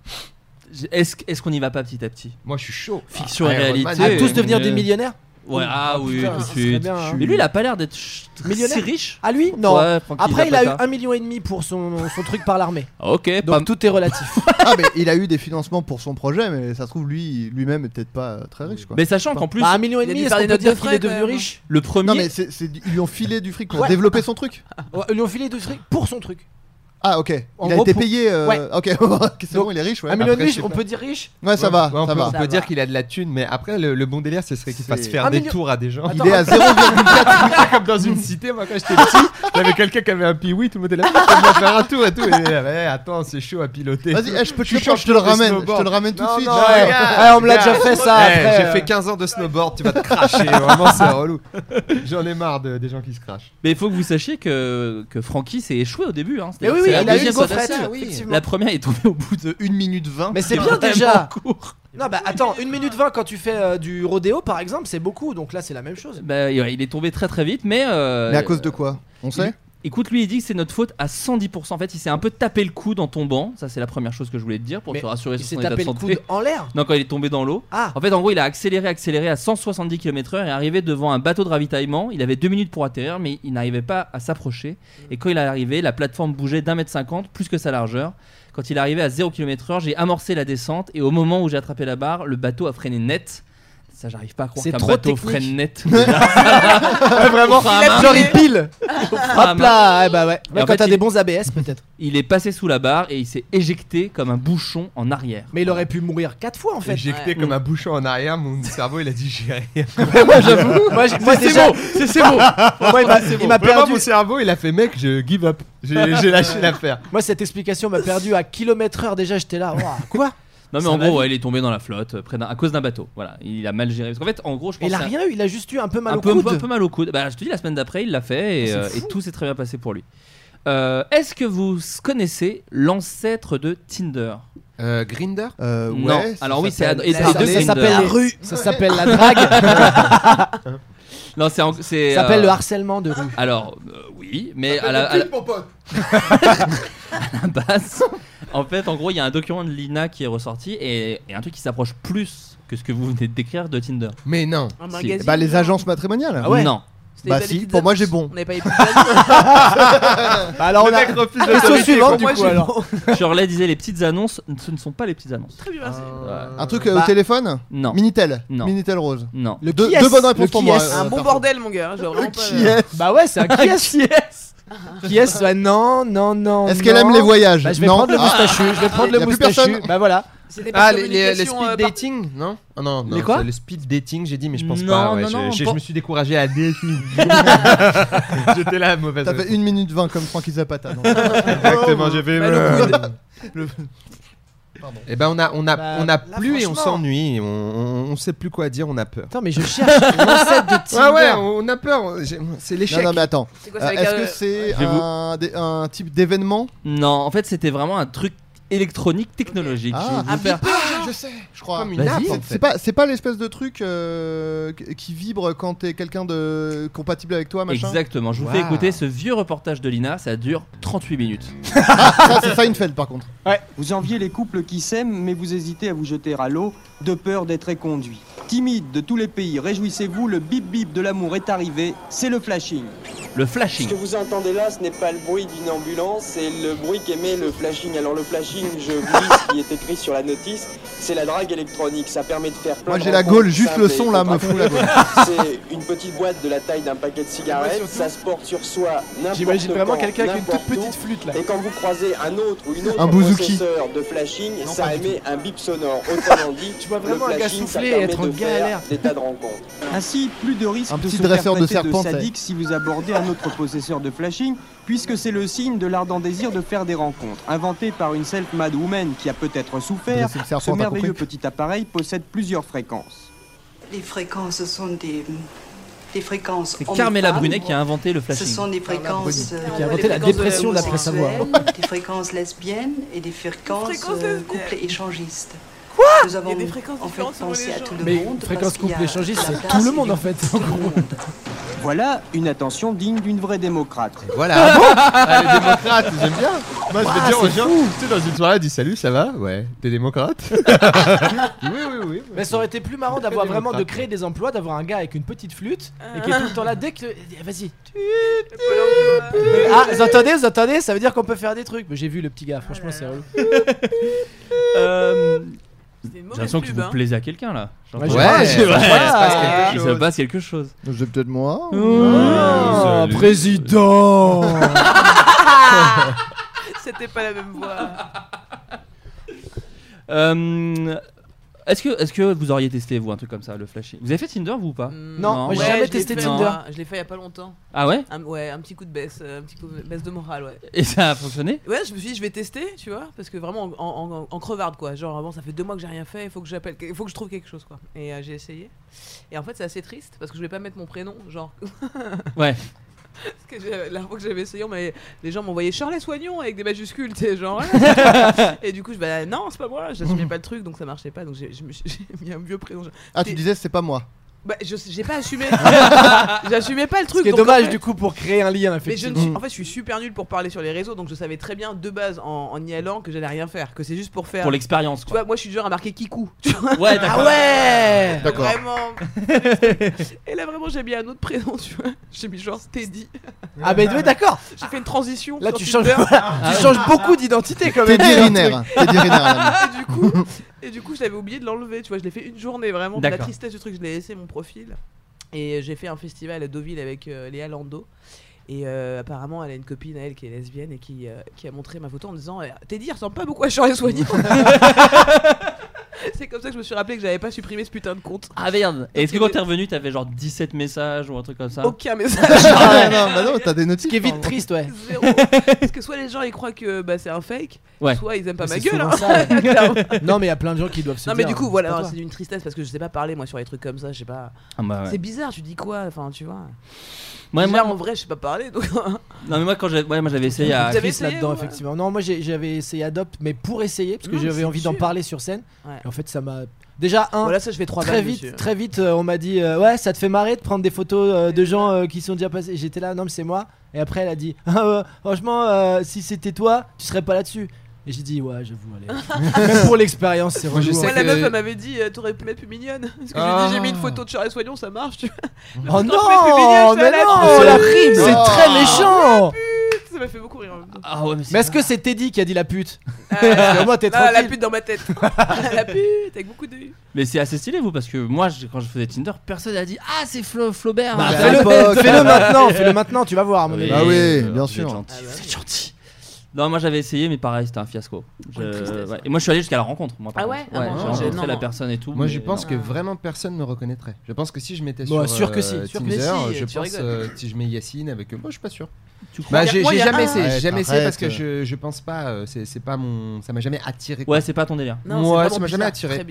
S6: J'ai- Est-ce est qu'on y va pas petit à petit
S8: Moi je suis chaud.
S6: Fiction et
S8: Iron
S6: réalité.
S8: Man,
S9: À
S8: euh,
S6: Et-
S9: tous devenir
S6: mais-
S9: des millionnaires Oh,
S6: Ouais, ah oui,
S9: Putain,
S6: tout de
S9: ça serait
S6: suite.
S9: bien, hein.
S6: Mais lui, il a pas l'air d'être ch-
S9: Millionnaire
S6: si riche.
S9: À lui Non.
S6: Ouais, Frankie
S9: Après, il a eu
S6: Zapata.
S9: 1,5 million et demi pour son, son truc par l'armée.
S6: Ok, pas
S9: Donc tout est relatif.
S4: ah, mais il a eu des financements pour son projet, mais ça se trouve, lui lui-même est peut-être pas euh, très riche quoi.
S6: Mais sachant qu'en plus,
S9: Bah, 1,5 million,
S7: Il a dû
S9: est-ce
S7: faire
S9: qu'on
S7: des
S9: peut
S7: notes de
S9: dire qu'il
S7: frais,
S9: est devenu
S7: quand même. hein.
S9: riche
S6: le premier.
S4: Non, mais c'est- c'est- ils lui ont filé du fric pour
S9: Ouais.
S4: développer son truc.
S9: Ouais, Ils lui ont filé deux fric pour son truc.
S4: Ah, ok. Il
S9: En
S4: a
S9: gros,
S4: été
S9: pour-
S4: payé. euh,
S9: Ouais.
S4: Ok, c'est
S9: Donc,
S4: bon, il est riche, ouais.
S9: 1,5 million, et
S8: après,
S9: demi,
S8: je sais
S9: on
S8: pas.
S9: peut dire riche
S4: Ouais, ça
S8: Ouais,
S4: va,
S8: ouais, on
S4: ça
S8: peut,
S4: va.
S8: on peut
S7: Ça
S8: dire
S7: va.
S8: qu'il a de la thune, mais après le, le bon délire, ce serait qu'il fasse
S4: C'est-
S8: faire
S9: Un
S8: des
S9: million-
S8: tours à des gens.
S4: Il est à 0,4.
S8: comme dans une cité, moi quand j'étais petit, j'avais quelqu'un qui avait un piwi, tout le monde était là, on va faire un tour et tout. Et, il est là, Eh, attends, c'est chaud à piloter.
S4: Vas-y, eh, je peux te
S8: Je
S4: le
S8: suis
S4: prendre,
S8: chaud,
S4: je te le
S8: je fais
S4: ramène. Je
S8: snowboard.
S4: te le ramène tout de
S8: Non,
S4: suite.
S8: non,
S4: Ouais.
S8: regarde.
S9: Ouais, on me l'a déjà
S8: Regarde.
S9: fait ça.
S8: Eh,
S9: après,
S8: J'ai
S9: euh.
S8: fait 15 ans de snowboard, tu vas te cracher, vraiment c'est relou. J'en ai marre de- des gens qui se crachent.
S6: Mais il faut que vous sachiez que, que Frankie s'est échoué au début. Hein.
S9: Mais oui,
S6: C'est-à-dire que
S9: oui,
S6: c'est la
S9: il a eu une
S6: deuxième
S9: gaufrette.
S6: tentative.
S9: effectivement.
S6: La première est tombée au bout de
S2: 1 minute
S6: Hein
S2: 20.
S9: Mais c'est bien déjà.
S6: vraiment court.
S9: Non, bah attends, 1 minute 20 quand tu fais euh, du rodéo par exemple, c'est beaucoup. Donc là, c'est la même chose.
S6: Bah, ouais, il est tombé très très vite, mais. euh,
S4: Mais à cause de quoi On sait
S6: Écoute, lui, il dit que c'est notre faute à 110%. En fait, il s'est un peu tapé le coude en tombant. Ça, c'est la première chose que je voulais te dire pour
S9: Mais
S6: te rassurer
S9: Il
S6: sur
S9: s'est
S6: son état de
S9: tapé le
S6: santé.
S9: coude en l'air.
S6: Non, quand il est tombé dans l'eau.
S9: Ah,
S6: En fait, en gros, il a accéléré, accéléré à 170 km/h et arrivé devant un bateau de ravitaillement. Il avait deux minutes pour atterrir, mais il n'arrivait pas à s'approcher. Et quand il est arrivé, la plateforme bougeait d'un mètre cinquante, plus que sa largeur. Quand il est arrivé à 0 km/h, j'ai amorcé la descente et au moment où j'ai attrapé la barre, le bateau a freiné net. Ça, j'arrive pas à croire
S9: C'est
S6: qu'un
S9: trop
S6: bateau
S9: technique.
S6: freine net. vraiment,
S9: genre il pile. Hop là, eh bah ouais.
S6: Et en
S9: Quand
S6: fait,
S9: t'as
S6: il-
S9: des bons ABS peut-être.
S6: il est passé sous la barre et il s'est éjecté comme un bouchon en arrière.
S9: Mais il aurait pu mourir 4 fois en fait.
S8: Éjecté comme un bouchon en arrière, mon cerveau il a dit j'ai rien.
S9: moi j'avoue. Moi, j'ai- moi, déjà,
S6: c'est c'est beau.
S9: moi, il m'a- il m'a
S8: Vraiment,
S9: perdu.
S8: mon cerveau il a fait mec, je give up. J'ai j'ai lâché l'affaire.
S9: Mm. Moi cette explication m'a perdu à kilomètre heure déjà. J'étais là. Ouah, Quoi
S6: Non mais
S9: Ça
S6: en
S9: va
S6: gros, ouais, il est tombé dans la flotte euh, près d'un- à cause d'un bateau. Voilà, il a mal géré. Parce qu'en fait, en gros, je pense
S9: Il a
S6: que c'est
S9: rien eu. Il a juste eu un peu mal
S6: un
S9: au
S6: peu,
S9: coude. Ah,
S6: un peu mal au coude. Bah, je te dis, la semaine d'après, il l'a fait et,
S9: C'est
S6: euh, et
S9: fou.
S6: tout s'est très bien passé pour lui. Euh, Est-ce que vous connaissez l'ancêtre de Tinder
S8: Euh, Grinder
S4: Euh, ouais,
S6: Non.
S4: ça
S6: Alors oui, c'est
S4: s'appelle-
S6: ad- et-
S9: Ça,
S6: et de
S9: ça s'appelle
S6: Grindr.
S9: la rue, ça s'appelle la drague,
S6: Non, c'est en- c'est.
S9: ça s'appelle
S6: euh,
S9: le harcèlement de rue.
S6: Alors euh, oui, mais à la, à la- à la base, en fait, en gros, il y a un document de Lina qui est ressorti et, et un truc qui s'approche plus que ce que vous venez de décrire de Tinder.
S8: Mais non.
S7: Un
S6: Si.
S7: magazine.
S4: Bah, les agences matrimoniales.
S6: Non.
S7: C'était
S4: Bah,
S7: pas des
S4: si,
S7: petites
S4: pour moi,
S7: annonces.
S4: j'ai bon.
S7: On n'avait pas eu plus d'annonces.
S9: alors on a question suivante du coup alors.
S6: Shirley disait les petites annonces, ce ne sont pas les petites annonces.
S7: Très bien, merci.
S4: Un truc euh,
S9: Bah.
S4: au téléphone
S6: Non.
S4: Minitel.
S6: Non.
S4: Minitel Rose.
S6: Non.
S9: Le
S4: Deux-
S9: qui est-ce
S4: deux bonnes réponses
S9: Le
S4: pour
S9: qui
S4: moi,
S9: est-ce
S4: euh,
S7: Un bon
S4: par
S7: bordel, mon gars. J'ai vraiment pas. hein.
S4: Qui est
S9: Bah ouais, c'est un qui est-ce. Qui est-ce ouais, Non, non, non.
S4: Est-ce qu'elle
S9: non.
S4: aime les voyages
S9: Bah, je vais
S4: Non.
S9: prendre le
S4: Ah,
S9: moustachu, je vais prendre
S4: y
S9: le
S4: a plus
S9: moustachu.
S4: personne.
S9: Bah voilà.
S7: C'était
S8: Ah,
S7: pas
S8: les, les- les
S7: communication.
S8: speed
S7: euh, par-
S8: dating Non Ah non, non.
S6: Les quoi
S8: c'est Le speed dating, j'ai dit, mais je pense
S6: Non,
S8: pas. ouais,
S6: non,
S8: je-
S6: non,
S8: je,
S6: pas-
S8: je me suis découragé à définir. J'étais là, mauvaise.
S4: T'as fait 1 minute 20 comme Frankie Zapata. non
S9: Bah,
S8: Exactement, j'ai fait.
S7: Mal au coude.
S4: Le-
S8: Eh ben on a, on a,
S9: Bah,
S8: on a
S9: là,
S8: plus et on
S9: franchement.
S8: s'ennuie, on, on, on sait plus quoi dire, on a peur.
S9: Attends, mais je cherche une recette de Tinder.
S8: Ouais ouais, on a peur, on- j'ai- c'est l'échec.
S4: Non, non, mais attends.
S7: C'est quoi,
S4: Euh,
S7: c'est avec
S4: Est-ce
S7: un-
S4: que c'est
S6: Je vais vous-
S4: un, dé- un type d'événement
S6: Non, en fait, c'était vraiment un truc électronique, technologique.
S4: Ah.
S6: Je vais vous
S4: Un
S6: faire-
S4: Ah, je sais, je crois.
S8: Comme
S6: Vas-y.
S8: une app, en
S4: C'est-
S8: fait.
S4: C'est pas, c'est pas l'espèce de truc euh, qui qui vibre quand t'es quelqu'un de compatible avec toi, machin.
S6: Exactement, je vous
S8: Waouh.
S6: fais écouter ce vieux reportage de Lina, ça dure 38 minutes.
S4: Ah, Ça, c'est Seinfeld par contre.
S10: Vous enviez les couples qui s'aiment, mais vous hésitez à vous jeter à l'eau de peur d'être éconduit. Timide de tous les pays, réjouissez-vous, le bip bip de l'amour est arrivé, c'est le flashing.
S6: Le
S10: Ce
S6: flashing.
S10: que vous entendez là, ce n'est pas le bruit d'une ambulance, c'est le bruit qu'émet le flashing. Alors le flashing, je vous dis ce qui est écrit sur la notice, c'est la drague électronique. Ça permet de faire plein
S4: Moi,
S10: de
S4: j'ai la
S10: rencontres
S4: gaule, juste
S10: simples
S4: le
S10: et
S4: son, là, me
S10: contractées.
S4: fout la gaule.
S10: C'est une petite boîte de la taille d'un paquet de cigarettes, ça se porte sur soi n'importe
S9: J'imagine vraiment
S10: quand,
S9: quelqu'un avec une toute
S10: n'importe où.
S9: petite flûte là.
S10: Et quand vous croisez un autre ou une autre
S4: Un bouzouki.
S10: processeur de flashing,
S9: Non,
S10: ça
S9: pas du
S10: émet un bip sonore. Autrement dit,
S9: Tu vois vraiment
S10: le
S9: un gars
S10: flashing, ça
S9: souffler et
S10: permet
S9: être en
S10: de
S9: galère.
S10: faire des tas de rencontres.
S5: Ainsi, plus de risque
S4: Un
S5: de
S4: petit
S5: se faire
S4: dresseur de
S5: traiter
S4: serpent, ça.
S5: sadique si vous abordez un autre possesseur de flashing, puisque c'est le signe de l'ardent désir de faire des rencontres. Inventé par une self-made woman qui a peut-être souffert,
S4: Dresser le
S5: ce
S4: serpent, t'as compris
S5: merveilleux petit appareil possède plusieurs fréquences.
S11: Les fréquences ce sont des, des fréquences.
S6: C'est
S11: hommes-femmes.
S6: Carmela Brunet qui a inventé le
S11: Ce
S6: flashing.
S11: sont des fréquences.
S9: Brunet,
S11: euh,
S9: qui a
S11: des
S9: inventé la
S11: fréquences
S9: dépression d'après sa voix.
S11: homosexuelles, Des fréquences lesbiennes et des fréquences,
S7: Des fréquences
S11: euh,
S7: lesbiennes.
S11: couples échangistes. Quoi Nous avons
S7: Il y a des fréquences
S11: en fait
S7: différentes selon
S11: pensé
S7: les
S11: à
S7: gens.
S11: tout le
S9: Mais
S11: monde. parce
S9: fréquence
S11: qu'il y a
S9: couple échangiste,
S11: la
S9: c'est
S11: place
S9: tout le
S11: et
S9: monde
S11: du-
S9: en fait.
S11: tout le monde.
S5: Voilà une attention digne d'une vraie démocrate.
S8: Voilà, Ah, les démocrates, j'aime bien. Moi, je vais
S9: Ouah,
S8: dire aux
S9: c'est
S8: gens, tu sais, dans une soirée, elle dit salut, ça va Ouais, t'es démocrate Oui, oui, oui. oui.
S9: Mais ça aurait été plus marrant d'avoir vraiment de créer des emplois, d'avoir un gars avec une petite flûte et qui est tout le temps là dès que. Vas-y.
S8: Oh Euh,
S9: Ah, vous entendez, vous entendez Ça veut dire qu'on peut faire des trucs. Mais j'ai vu le petit gars, franchement,
S8: Ah
S9: c'est relou.
S6: Euh,
S7: C'était une
S6: J'ai l'impression
S7: mauvaise
S6: que
S7: pub,
S6: vous
S7: hein.
S6: plaisez à quelqu'un là.
S9: Ouais,
S6: J'entends-
S8: Ouais,
S9: j'ai-
S8: ouais,
S9: voilà.
S8: il se passe quelque
S6: Il
S8: chose.
S6: se passe quelque chose.
S4: C'est peut-être moi.
S6: Ah, salut.
S9: président
S6: oh.
S7: C'était pas la même voix.
S6: Euh, Est-ce que, est que vous auriez testé, vous, un truc comme ça, le flashing Vous avez fait Tinder, vous, ou pas
S9: Non,
S6: Non,
S9: moi j'ai
S6: ouais,
S9: jamais
S7: Hmm, je l'ai
S9: testé
S7: fait,
S9: Tinder.
S7: moi. Je l'ai fait il y a pas longtemps.
S6: Hein Ah ouais
S7: Un, ouais, un petit coup de baisse, euh, un petit coup de baisse de morale, ouais.
S6: Et ça a fonctionné
S7: Ouais, je me suis dit, je vais tester, tu vois, parce que vraiment en, en- en- en crevarde, quoi. Genre, vraiment, ça fait deux mois que j'ai rien fait, il faut que j'appelle, il faut que je trouve quelque chose, quoi. Et euh, j'ai essayé. Et en fait, c'est assez triste, parce que je voulais pas mettre mon prénom, genre.
S6: Ouais.
S7: Parce que j'ai- la fois que j'avais essayé, on m'avait- les gens m'envoyaient Charles Soignon avec des majuscules, tu sais, genre. voilà. et du coup, je bah non, c'est pas moi, j'assumais pas le truc, donc ça marchait pas, donc j'ai je me suis- j'ai mis un vieux prénom.
S4: Ah, tu disais c'est pas moi.
S7: Bah, je- j'ai pas assumé. J'assumais pas le truc.
S9: Ce qui est
S7: donc en
S9: dommage
S7: fait-
S9: du coup pour créer un lien,
S7: mais je ne
S9: effectivement.
S7: suis, en fait, je suis super nul pour parler sur les réseaux, donc je savais très bien de base en, en y allant que j'allais rien faire, que c'est juste pour faire.
S6: Pour l'expérience,
S7: tu
S6: quoi.
S7: vois, moi je suis du genre à marquer Kikou. tu vois.
S6: Ouais,
S9: Ah
S6: d'accord.
S9: ouais
S4: D'accord.
S7: Vraiment. Et là, vraiment, j'ai mis un autre prénom, tu vois. J'ai mis genre Teddy.
S9: Ah bah oui, d'accord
S7: J'ai fait une transition.
S9: Là
S7: sur
S9: tu changes,
S7: Tinder.
S9: tu changes beaucoup d'identité quand
S4: T'es
S9: même.
S4: dirinaire. T'es dirinaire.
S7: Et du coup, et du coup, je l'avais oublié de l'enlever. Tu vois, je l'ai fait une journée vraiment. de La
S6: D'accord.
S7: tristesse du truc, je l'ai laissé mon profil. Et j'ai fait un festival à Deauville avec euh, Léa Lando. Et euh, apparemment, elle a une copine à elle qui est lesbienne et qui, euh, qui a montré ma photo en disant euh, Teddy il ressemble pas beaucoup à Charles Soigny. C'est comme ça que je me suis rappelé que j'avais pas supprimé ce putain de compte.
S6: Ah merde Et Est-ce que quand t'es revenu, t'avais genre 17 messages ou un truc comme ça
S7: Aucun message.
S4: Ah, non, non, bah non, t'as des notifs.
S9: Ce qui est vite
S4: hein.
S9: triste, ouais.
S7: Zéro. Parce que soit les gens ils croient que bah, c'est un fake,
S6: Ouais.
S7: soit ils aiment pas
S9: Mais
S7: ma
S9: c'est
S7: gueule.
S9: souvent
S7: hein.
S9: ça, ouais.
S7: Clairement.
S9: Non mais il y a plein de gens qui doivent se
S7: non mais
S9: dire,
S7: du coup
S9: euh,
S7: voilà,
S9: c'est pas
S7: alors,
S9: toi.
S7: c'est d'une tristesse parce que je sais pas parler moi sur les trucs comme ça, je sais pas.
S6: Ah bah ouais.
S7: C'est bizarre, tu dis quoi Enfin, tu vois.
S6: Ouais,
S7: Déjà,
S6: moi,
S7: en vrai, je sais pas parler, donc.
S6: non, mais moi, quand j'avais ouais, moi, j'avais essayé à.
S7: Vous avez
S9: triste
S7: essayé,
S9: là-dedans,
S7: ouais.
S9: effectivement. Non, moi j'ai- j'avais essayé Adopt, mais pour essayer, parce que
S7: Non, mais
S9: j'avais
S7: c'est
S9: envie d'en
S7: dur.
S9: parler sur scène.
S7: Ouais.
S9: Et en fait, ça m'a. Déjà, un,
S7: voilà, ça, je fais trois
S9: très
S7: vannes
S9: vite,
S7: dessus. hein.
S9: très vite, euh, on m'a dit euh, ouais, ça te fait marrer de prendre des photos euh, de gens euh, qui sont déjà passés. J'étais là, non mais c'est moi. Et après, elle a dit Ah, euh, franchement, euh, si c'était toi, tu serais pas là-dessus. Et j'ai dit ouais, j'avoue. Allez. Même pour l'expérience, c'est
S8: Moi, je
S9: relou.
S8: sais
S7: Moi,
S9: hein.
S8: que-
S7: la meuf, elle m'avait dit, euh, t'aurais pu mettre plus mignonne. Parce que j'ai
S8: Ah.
S7: dit, j'ai mis une photo de Charles Soignon, ça marche, tu vois.
S9: Oh
S7: Je t'en prie, plus mignonne,
S9: non,
S7: je
S9: mais
S7: la lève.
S9: non,
S8: C'est
S9: la
S8: horrible.
S9: pute, c'est
S8: Oh.
S9: très méchant.
S7: Ça m'a fait beaucoup rire en même temps.
S6: Ah ouais, mais c'est.
S9: Mais est-ce que c'est Teddy qui a dit la pute
S7: Ah,
S9: Parce que Moi, t'es
S7: là, la
S9: tranquille.
S7: pute dans ma tête. Ah, la pute, avec beaucoup de.
S6: Mais c'est assez stylé, vous, parce que moi, je- quand je faisais Tinder, personne n'a dit Ah, c'est Flo- Flaubert
S9: Bah,
S6: hein.
S4: fais-le.
S9: Fais-le fais-le maintenant, fais-le maintenant, tu vas voir. à mon avis.
S4: Bah oui,
S6: euh,
S4: bien
S6: vous
S4: sûr.
S6: êtes gentil, vous êtes gentil. Non, moi j'avais essayé, mais pareil, c'était un fiasco. Je-
S7: Une tristesse,
S6: ouais. Et moi je suis allé jusqu'à la rencontre. Moi, par
S7: Ah
S6: contre.
S7: ouais Ah bon,
S6: J'ai
S7: non,
S6: rencontré
S7: j'ai- non,
S6: la
S7: non.
S6: personne et tout.
S8: Moi,
S6: mais
S8: je pense
S6: non.
S8: que vraiment personne me reconnaîtrait. Je pense que si je m'étais
S6: Bah,
S9: Moi,
S8: sur
S9: sûr que
S8: euh,
S9: si, sûr que
S8: Tinder,
S7: si,
S8: je
S7: tu
S8: pense
S7: rigoles.
S8: euh, si je mets Yacine avec eux, moi, je suis pas sûr.
S6: Tu crois
S8: Bah, j'ai
S6: Moi,
S8: j'ai
S6: il y a
S8: jamais
S6: un-
S8: essayé, j'ai
S6: Ouais,
S8: jamais essayé
S6: t'arrêtes.
S8: parce que je, je pense pas, euh, c'est c'est pas mon, ça m'a jamais attiré.
S6: Ouais, c'est pas ton délire.
S8: Non, ouais, ça m'a jamais attiré.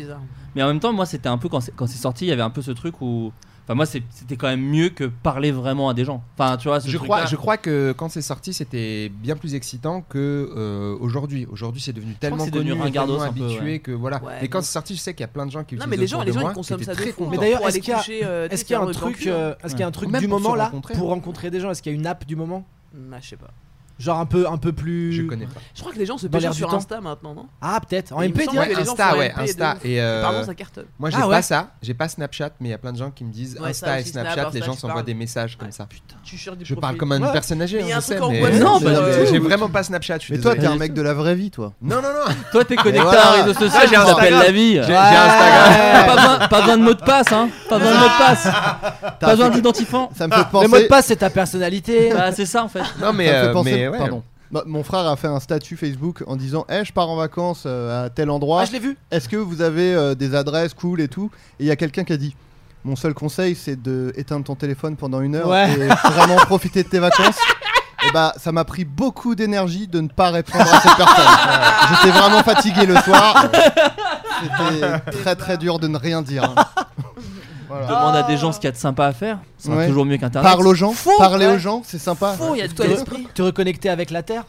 S6: Mais en même temps, moi, c'était un peu quand c'est quand c'est sorti, il y avait un peu ce truc où. Enfin, moi, c'est- c'était quand même mieux que parler vraiment à des gens. Enfin, tu vois, ce
S8: Je
S6: truc-là.
S8: crois, je crois que quand c'est sorti, c'était bien plus excitant que euh, aujourd'hui. Aujourd'hui, c'est devenu
S6: crois que
S8: tellement
S6: c'est devenu
S8: connu, et
S6: ringardos
S8: tellement
S6: un peu,
S8: habitué
S6: ouais.
S8: que voilà.
S6: Ouais,
S8: Mais quand
S6: mais-
S8: c'est sorti, je sais qu'il y a plein de gens qui
S6: Non,
S8: utilisent
S6: mais les gens-
S8: autour
S6: les
S8: de
S6: gens, ils
S8: moi, qui
S6: consomment
S8: étaient
S6: ça de
S8: très
S6: fou, hein.
S8: contents.
S9: Mais d'ailleurs,
S6: Pour
S9: est-ce
S6: aller
S9: qu'il y a,
S6: coucher, euh,
S9: est-ce
S6: tu
S9: qu'il y a
S6: sais,
S9: un
S6: faire le
S9: truc,
S6: grand
S9: euh,
S6: cul,
S9: est-ce
S6: hein.
S9: qu'il y a un
S6: Ouais.
S9: truc
S6: Ou même
S9: du
S6: pour se
S9: moment là
S6: rencontrer,
S9: pour
S6: hein.
S9: rencontrer des gens Est-ce qu'il y a une app du moment
S7: Bah, je sais pas.
S9: Genre un peu, un peu plus. Je
S8: connais pas.
S7: Je crois que les gens se
S9: Dans l'air
S7: pêchent
S9: du
S7: sur
S9: temps.
S7: Insta maintenant, non
S9: Ah, peut-être. En
S7: Il me
S9: MP
S7: semble
S9: direct.
S7: que les gens
S8: Insta,
S7: font
S8: ouais,
S7: MP de
S8: Insta.
S7: ouf.
S8: Et, euh,
S7: Apparemment, ça cartonne.
S8: Moi, j'ai
S7: Ah
S8: pas
S7: ouais.
S8: ça, j'ai pas Snapchat, mais il y a plein de gens qui me disent
S7: Ouais,
S8: Insta
S7: ça
S8: et
S7: aussi, Snap,
S8: Snapchat, les
S7: Insta,
S8: gens
S7: tu
S8: s'envoient
S7: parles.
S8: des messages comme ça.
S7: Tu cherches des
S8: Je parle
S7: profils.
S8: comme un
S7: Ouais.
S8: personnage âgé,
S7: Mais il y a
S8: hein,
S7: un
S8: je
S7: truc
S8: sais, mais-
S7: angoissant,
S8: Non,
S7: c'est
S8: pas du
S7: vrai.
S8: tout. J'ai vraiment pas Snapchat, je suis
S4: Mais toi, t'es
S8: désolé.
S4: un mec de la vraie vie, toi.
S8: Non, non, non.
S6: Toi, t'es connecté à un réseau social qui s'appelle La Vie.
S4: Ah, J'ai j'ai Instagram. Ah.
S6: Pas besoin, pas besoin de mot de passe, hein. Pas besoin de mot de passe.
S4: T'as
S6: Pas besoin
S4: fait-
S6: d'identifiant. Ah.
S4: Ça me fait penser.
S9: Le mot de passe, c'est ta personnalité.
S6: Bah, c'est ça en fait.
S8: Non, mais,
S4: Ça me fait
S8: euh,
S4: penser-
S8: mais ouais.
S4: pardon. Bah, mon frère a fait un statut Facebook en disant Eh, je pars en vacances euh, à tel endroit.
S9: Ah, je l'ai vu.
S4: Est-ce que vous avez euh, des adresses cool et tout Et il y a quelqu'un qui a dit Mon seul conseil, c'est de éteindre ton téléphone pendant une heure
S9: Ouais.
S4: et vraiment profiter de tes vacances. Et bah, ça m'a pris beaucoup d'énergie de ne pas répondre à cette personne. J'étais vraiment fatigué le soir. C'était très très dur de ne rien dire. hein.
S6: Demande à des gens ce qu'il y a de sympa à faire. C'est
S4: Ah. Ouais.
S6: toujours mieux qu'Internet.
S4: Parle aux gens,
S9: Faux,
S4: parler
S9: ouais.
S4: aux gens, c'est sympa.
S9: Faux, il y a de toi l'esprit. Te reconnecter avec la Terre.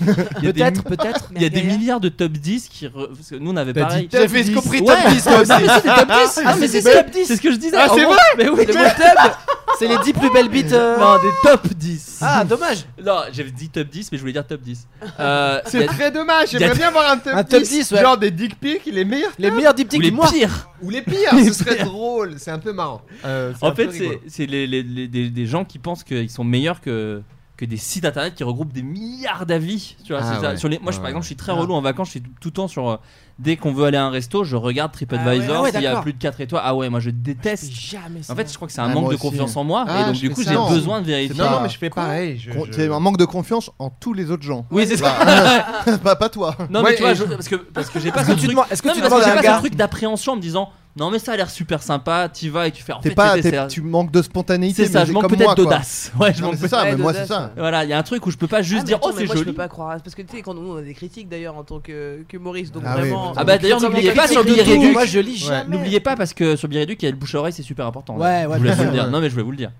S6: Il y a des
S9: Peut-être,
S6: mi-
S9: peut-être.
S6: Il y a des milliards de top 10 qui. re- Parce que nous, on avait
S9: T'as
S6: pareil.
S9: dit top Ah, J'ai fait- 10. compris top 10, moi aussi.
S6: Non, mais c'est top 10.
S9: Ah, mais
S6: c'est
S9: c'est
S6: top
S9: top
S6: 10. C'est ce que je disais.
S9: Ah,
S6: En
S9: c'est
S6: gros,
S9: vrai
S6: Mais oui,
S9: Le mot top, c'est les 10 plus belles bites, euh.
S6: Non, des top 10.
S9: Ah, dommage.
S6: Non, j'avais dit top 10, mais je voulais dire top 10. Euh,
S8: C'est
S6: il y a-
S8: très dommage,
S6: il y a
S8: j'aimerais
S6: des-
S8: bien avoir un top,
S9: Un top 10, ouais.
S8: Genre des dick pics, les meilleurs.
S9: Les meilleurs
S6: Ou
S9: diptyques
S6: les
S9: du mois.
S6: pires.
S8: Ou les pires,
S6: Les
S8: ce serait
S6: pires.
S8: drôle, c'est un peu marrant. Euh,
S6: En
S8: un peu
S6: fait, c'est
S8: rigolo.
S6: c'est les, les- les- des, des gens qui pensent qu'ils sont meilleurs que, que des sites internet qui regroupent des milliards d'avis. Tu vois,
S8: Ah
S6: c'est ça.
S8: ouais.
S6: Sur les, moi, je, par
S8: Ouais,
S6: exemple, je suis très
S4: Ah.
S8: ouais.
S6: relou hein. en vacances. Je suis tout, tout le temps sur. euh, dès qu'on veut aller à un resto, je regarde TripAdvisor.
S9: Ah ouais,
S6: S'il y a
S9: d'accord.
S6: plus de 4 étoiles, ah ouais, moi je déteste.
S9: Jamais ça.
S6: en fait, je crois que c'est
S4: Ah,
S6: un
S4: moi
S6: manque de
S4: aussi.
S6: confiance en moi. hein.
S8: Ah,
S6: et donc,
S8: je
S6: du
S8: fais
S6: coup,
S8: ça,
S6: j'ai
S8: non.
S6: besoin de vérifier.
S8: Non, non,
S4: pas-
S8: mais je fais pareil. je-
S4: Ah. Con-
S8: je-
S4: C'est un manque de confiance en tous les autres gens.
S6: Oui, c'est ça.
S4: Bah, pas, pas toi.
S6: Non,
S8: Ouais,
S6: mais tu vois,
S8: et-
S6: je- parce que, parce que j'ai pas
S9: Est-ce
S6: ce
S9: que tu
S6: truc.
S9: demandes- est-ce que
S6: Non,
S9: tu
S6: mais parce
S9: demandes à un
S6: j'ai pas
S9: gars
S6: ce truc d'appréhension en me disant non, mais ça a l'air super sympa. T'y vas et tu fais. En
S4: T'es
S6: fait,
S4: pas-
S6: c'était-
S4: t'es-
S6: c'est-
S4: tu manques de spontanéité.
S6: c'est ça,
S4: mais
S6: je manque
S4: comme
S6: peut-être
S4: moi, quoi.
S6: d'audace. Ouais, je
S4: Non, mais
S6: manque
S4: c'est ça,
S7: Ouais,
S4: mais moi
S7: d'audace,
S4: c'est ça.
S6: Voilà, il y a un truc où je peux pas
S7: Ah,
S6: juste
S7: mais
S6: dire
S7: attends,
S6: oh,
S7: mais
S6: c'est
S7: moi, Je
S6: joli.
S7: peux pas croire. hein, Parce que tu sais, quand nous on a des critiques d'ailleurs en tant que qu'humoriste, donc
S4: Ah oui,
S7: vraiment.
S4: putain.
S6: Ah bah d'ailleurs
S7: Comment
S6: n'oubliez
S7: ça
S6: pas
S7: fait
S6: sur
S7: que-
S6: Billy Réduc.
S9: Moi, je lis jamais.
S6: N'oubliez pas parce que sur Billy Réduc il y a le bouche à oreille c'est super important. hein.
S9: Ouais, ouais,
S6: je voulais
S9: bien
S6: vous le
S9: sûr,
S6: dire.
S4: ouais.
S6: Non mais je vais vous le dire.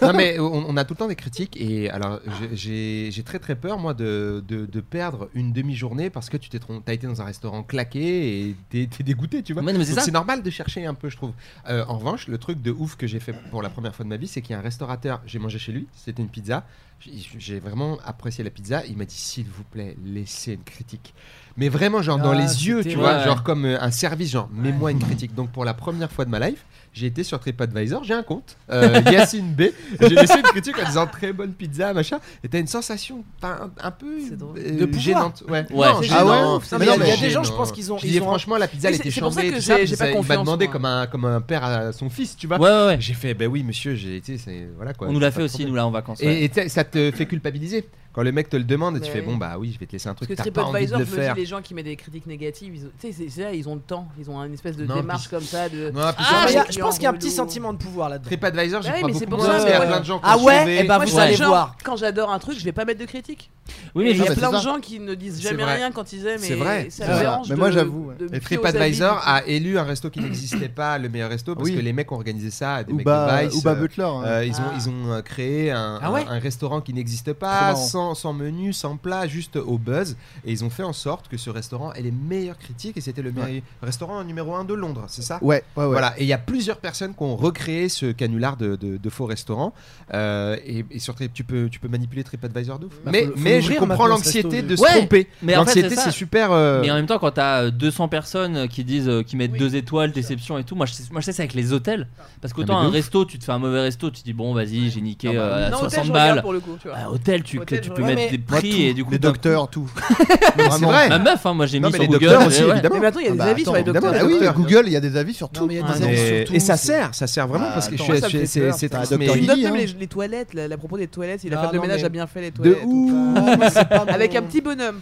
S8: Non mais on, on a tout le temps des critiques et alors j'ai- j'ai j'ai très très peur moi de, de, de perdre une demi-journée parce que tu t'es trom- t'as été dans un restaurant claqué et t'es t'es dégoûté tu vois.
S6: Ouais, non, mais c'est
S8: Donc
S6: ça.
S8: c'est normal de chercher un peu je trouve. Euh, en revanche le truc de ouf que j'ai fait pour la première fois de ma vie c'est qu'il y a un restaurateur j'ai mangé chez lui c'était une pizza J'ai- j'ai vraiment apprécié la pizza il m'a dit s'il vous plaît laissez une critique. Mais vraiment genre dans
S9: Ah,
S8: les yeux
S9: c'était-
S8: tu vois
S6: ouais.
S8: genre comme euh, un service genre mets-moi une critique donc pour la première fois de ma life j'ai été sur TripAdvisor, j'ai un compte, euh, Yacine B. et J'ai laissé une critique en disant très bonne pizza, machin. Et t'as une sensation t'as un, un peu
S7: C'est drôle.
S8: euh,
S9: De pouvoir.
S8: gênante. Ouais,
S6: Ouais,
S8: Non,
S6: c'est
S8: ah
S9: gênant.
S8: ouais,
S9: Putain,
S8: c'est
S9: mais il y a-
S8: gênant.
S9: il y a des gens, je pense qu'ils ont-
S8: Je
S9: ils
S8: dis,
S9: ont-
S8: franchement, la pizza, elle
S7: Mais c'est-
S8: était
S7: c'est pour ça
S8: chambée. et
S7: que
S8: tout ça,
S7: j'ai-
S8: puis
S7: j'ai
S8: ça-
S7: pas
S8: Il m'a
S7: confiance,
S8: demandé
S7: moi.
S8: comme un, comme un père à son fils, tu vois.
S6: Ouais ouais ouais.
S8: J'ai fait, ben oui, monsieur, j'ai été. c'est- Voilà quoi.
S6: On nous l'a
S8: c'est
S6: fait
S8: pas
S6: aussi
S8: trop
S6: nous là en vacances.
S8: bien.
S6: ouais.
S8: Et, et t'sais, ça te fait culpabiliser. Quand le mec te le demande, tu
S7: Mais-
S8: fais, bon bah oui, je vais te laisser un
S7: Parce
S8: truc.
S7: que
S8: T'as pas envie de
S7: TripAdvisor,
S8: le
S7: je me
S8: faire.
S7: dis, les gens qui mettent des critiques négatives, ils ont- tu sais, c'est- c'est là, ils ont le temps, ils ont une espèce de
S8: Non,
S7: démarche
S8: puis-
S7: comme ça. De...
S8: Non, puis
S9: Ah,
S8: ça,
S9: mais il y a-
S7: mais-
S9: je pense qu'il y a un petit
S7: relou.
S9: sentiment de pouvoir là-dedans.
S8: TripAdvisor, j'y
S9: Bah
S7: Ouais,
S8: crois
S7: mais c'est
S8: beaucoup.
S7: pour ça,
S8: moins, mais il y a
S7: ouais.
S8: plein de gens qui
S9: Ah
S8: ont
S9: ouais,
S8: changé.
S9: eh ben,
S7: Moi,
S9: vous
S7: je suis
S9: allez
S7: genre,
S9: voir.
S7: Quand j'adore un truc, je vais pas mettre de critiques.
S6: Oui
S7: Et
S6: mais
S7: il y
S6: je-
S4: Ah,
S7: a
S4: bah,
S7: plein
S4: c'est
S7: de
S4: ça.
S7: gens qui ne disent
S8: C'est
S7: jamais
S8: vrai.
S7: rien quand ils aiment.
S8: C'est
S7: et
S8: vrai.
S7: Ça
S4: C'est
S7: me
S4: vrai.
S7: dérange.
S4: Mais moi,
S7: de-
S4: j'avoue, ouais.
S7: de me
S8: Et
S7: fier aux
S8: TripAdvisor
S7: habits.
S8: a élu un resto qui n'existait pas, le meilleur resto, parce
S4: Oui.
S8: que les mecs ont organisé ça, des
S4: Ou
S8: mecs
S4: bah,
S8: de Vice.
S4: ou bah
S8: euh,
S4: Butler. hein.
S8: euh, ils, ont,
S7: Ah.
S8: ils ont euh, créé un,
S9: Ah ouais
S8: un- un restaurant qui n'existe
S4: Trop
S8: pas,
S4: marrant.
S8: sans, sans menu, sans plat, juste au buzz. Et ils ont fait en sorte que ce restaurant ait les meilleures critiques. Et c'était le meilleur restaurant numéro 1 de Londres, c'est ça
S4: Ouais, ouais, ouais.
S8: Voilà, et il y a plusieurs personnes qui ont recréé ce canular de, de- de faux restaurants. Euh, et, et sur Trip- tu peux, tu peux manipuler TripAdvisor de ouf.
S9: Bah,
S8: mais
S9: faut- faut
S8: mais je
S9: l'ouvrir
S8: comprends
S9: maintenant, ce
S8: l'anxiété
S9: resto,
S8: de se
S6: Ouais,
S8: tromper.
S6: mais en fait,
S8: L'anxiété,
S6: c'est ça.
S8: c'est super. euh,
S6: Mais en même temps, quand t'as euh, 200 personnes qui disent, euh, qui mettent deux étoiles, déception et tout, moi je sais, moi je sais ça avec les hôtels. Parce qu'autant
S8: Ah, mais de
S6: un
S8: ouf.
S6: resto, tu te fais un mauvais resto, tu dis bon vas-y j'ai niqué
S8: Non, bah,
S6: euh, à
S7: Non, hôtel,
S6: 60
S7: je regarde
S6: balles.
S7: pour le coup, tu vois.
S6: À hôtel, tu,
S7: Hôtel,
S6: tu
S7: je
S6: peux
S7: regarde.
S6: mettre des
S4: Moi,
S6: prix
S4: tout.
S6: et du coup
S4: les
S6: t'as-
S4: docteurs, tout.
S8: mais c'est
S4: Vraiment.
S8: vrai.
S6: Ma meuf, hein, moi j'ai
S8: Non,
S6: mis
S8: mais
S6: sur
S8: les
S6: Google.
S8: docteurs aussi,
S6: ouais.
S8: évidemment.
S7: Mais maintenant, il y a des
S4: Bah,
S7: avis sur les
S4: attends,
S7: docteurs.
S4: bah oui, Google, il y a des avis sur
S9: Non,
S4: tout.
S9: mais il y a
S6: Ah,
S9: des
S6: non,
S9: avis
S8: Et,
S9: sur tout.
S8: et ça sert, ça sert vraiment
S4: Ah,
S8: parce que
S4: attends,
S8: je suis-
S4: ça me
S8: je
S4: fait
S8: suis- c'est
S4: peur,
S8: c'est
S4: ça.
S8: triste,
S4: Docteur
S8: mais
S4: Who.
S7: Tu notes
S4: Billy,
S7: même
S4: hein.
S7: les, les toilettes, la, la propos des toilettes, si la
S9: Ah,
S7: femme de
S9: non,
S7: ménage
S9: mais-
S7: a bien fait les
S9: De
S7: toilettes. ou
S9: ouf.
S7: pas.
S9: c'est pas
S7: Avec
S9: mon-
S7: un petit bonhomme.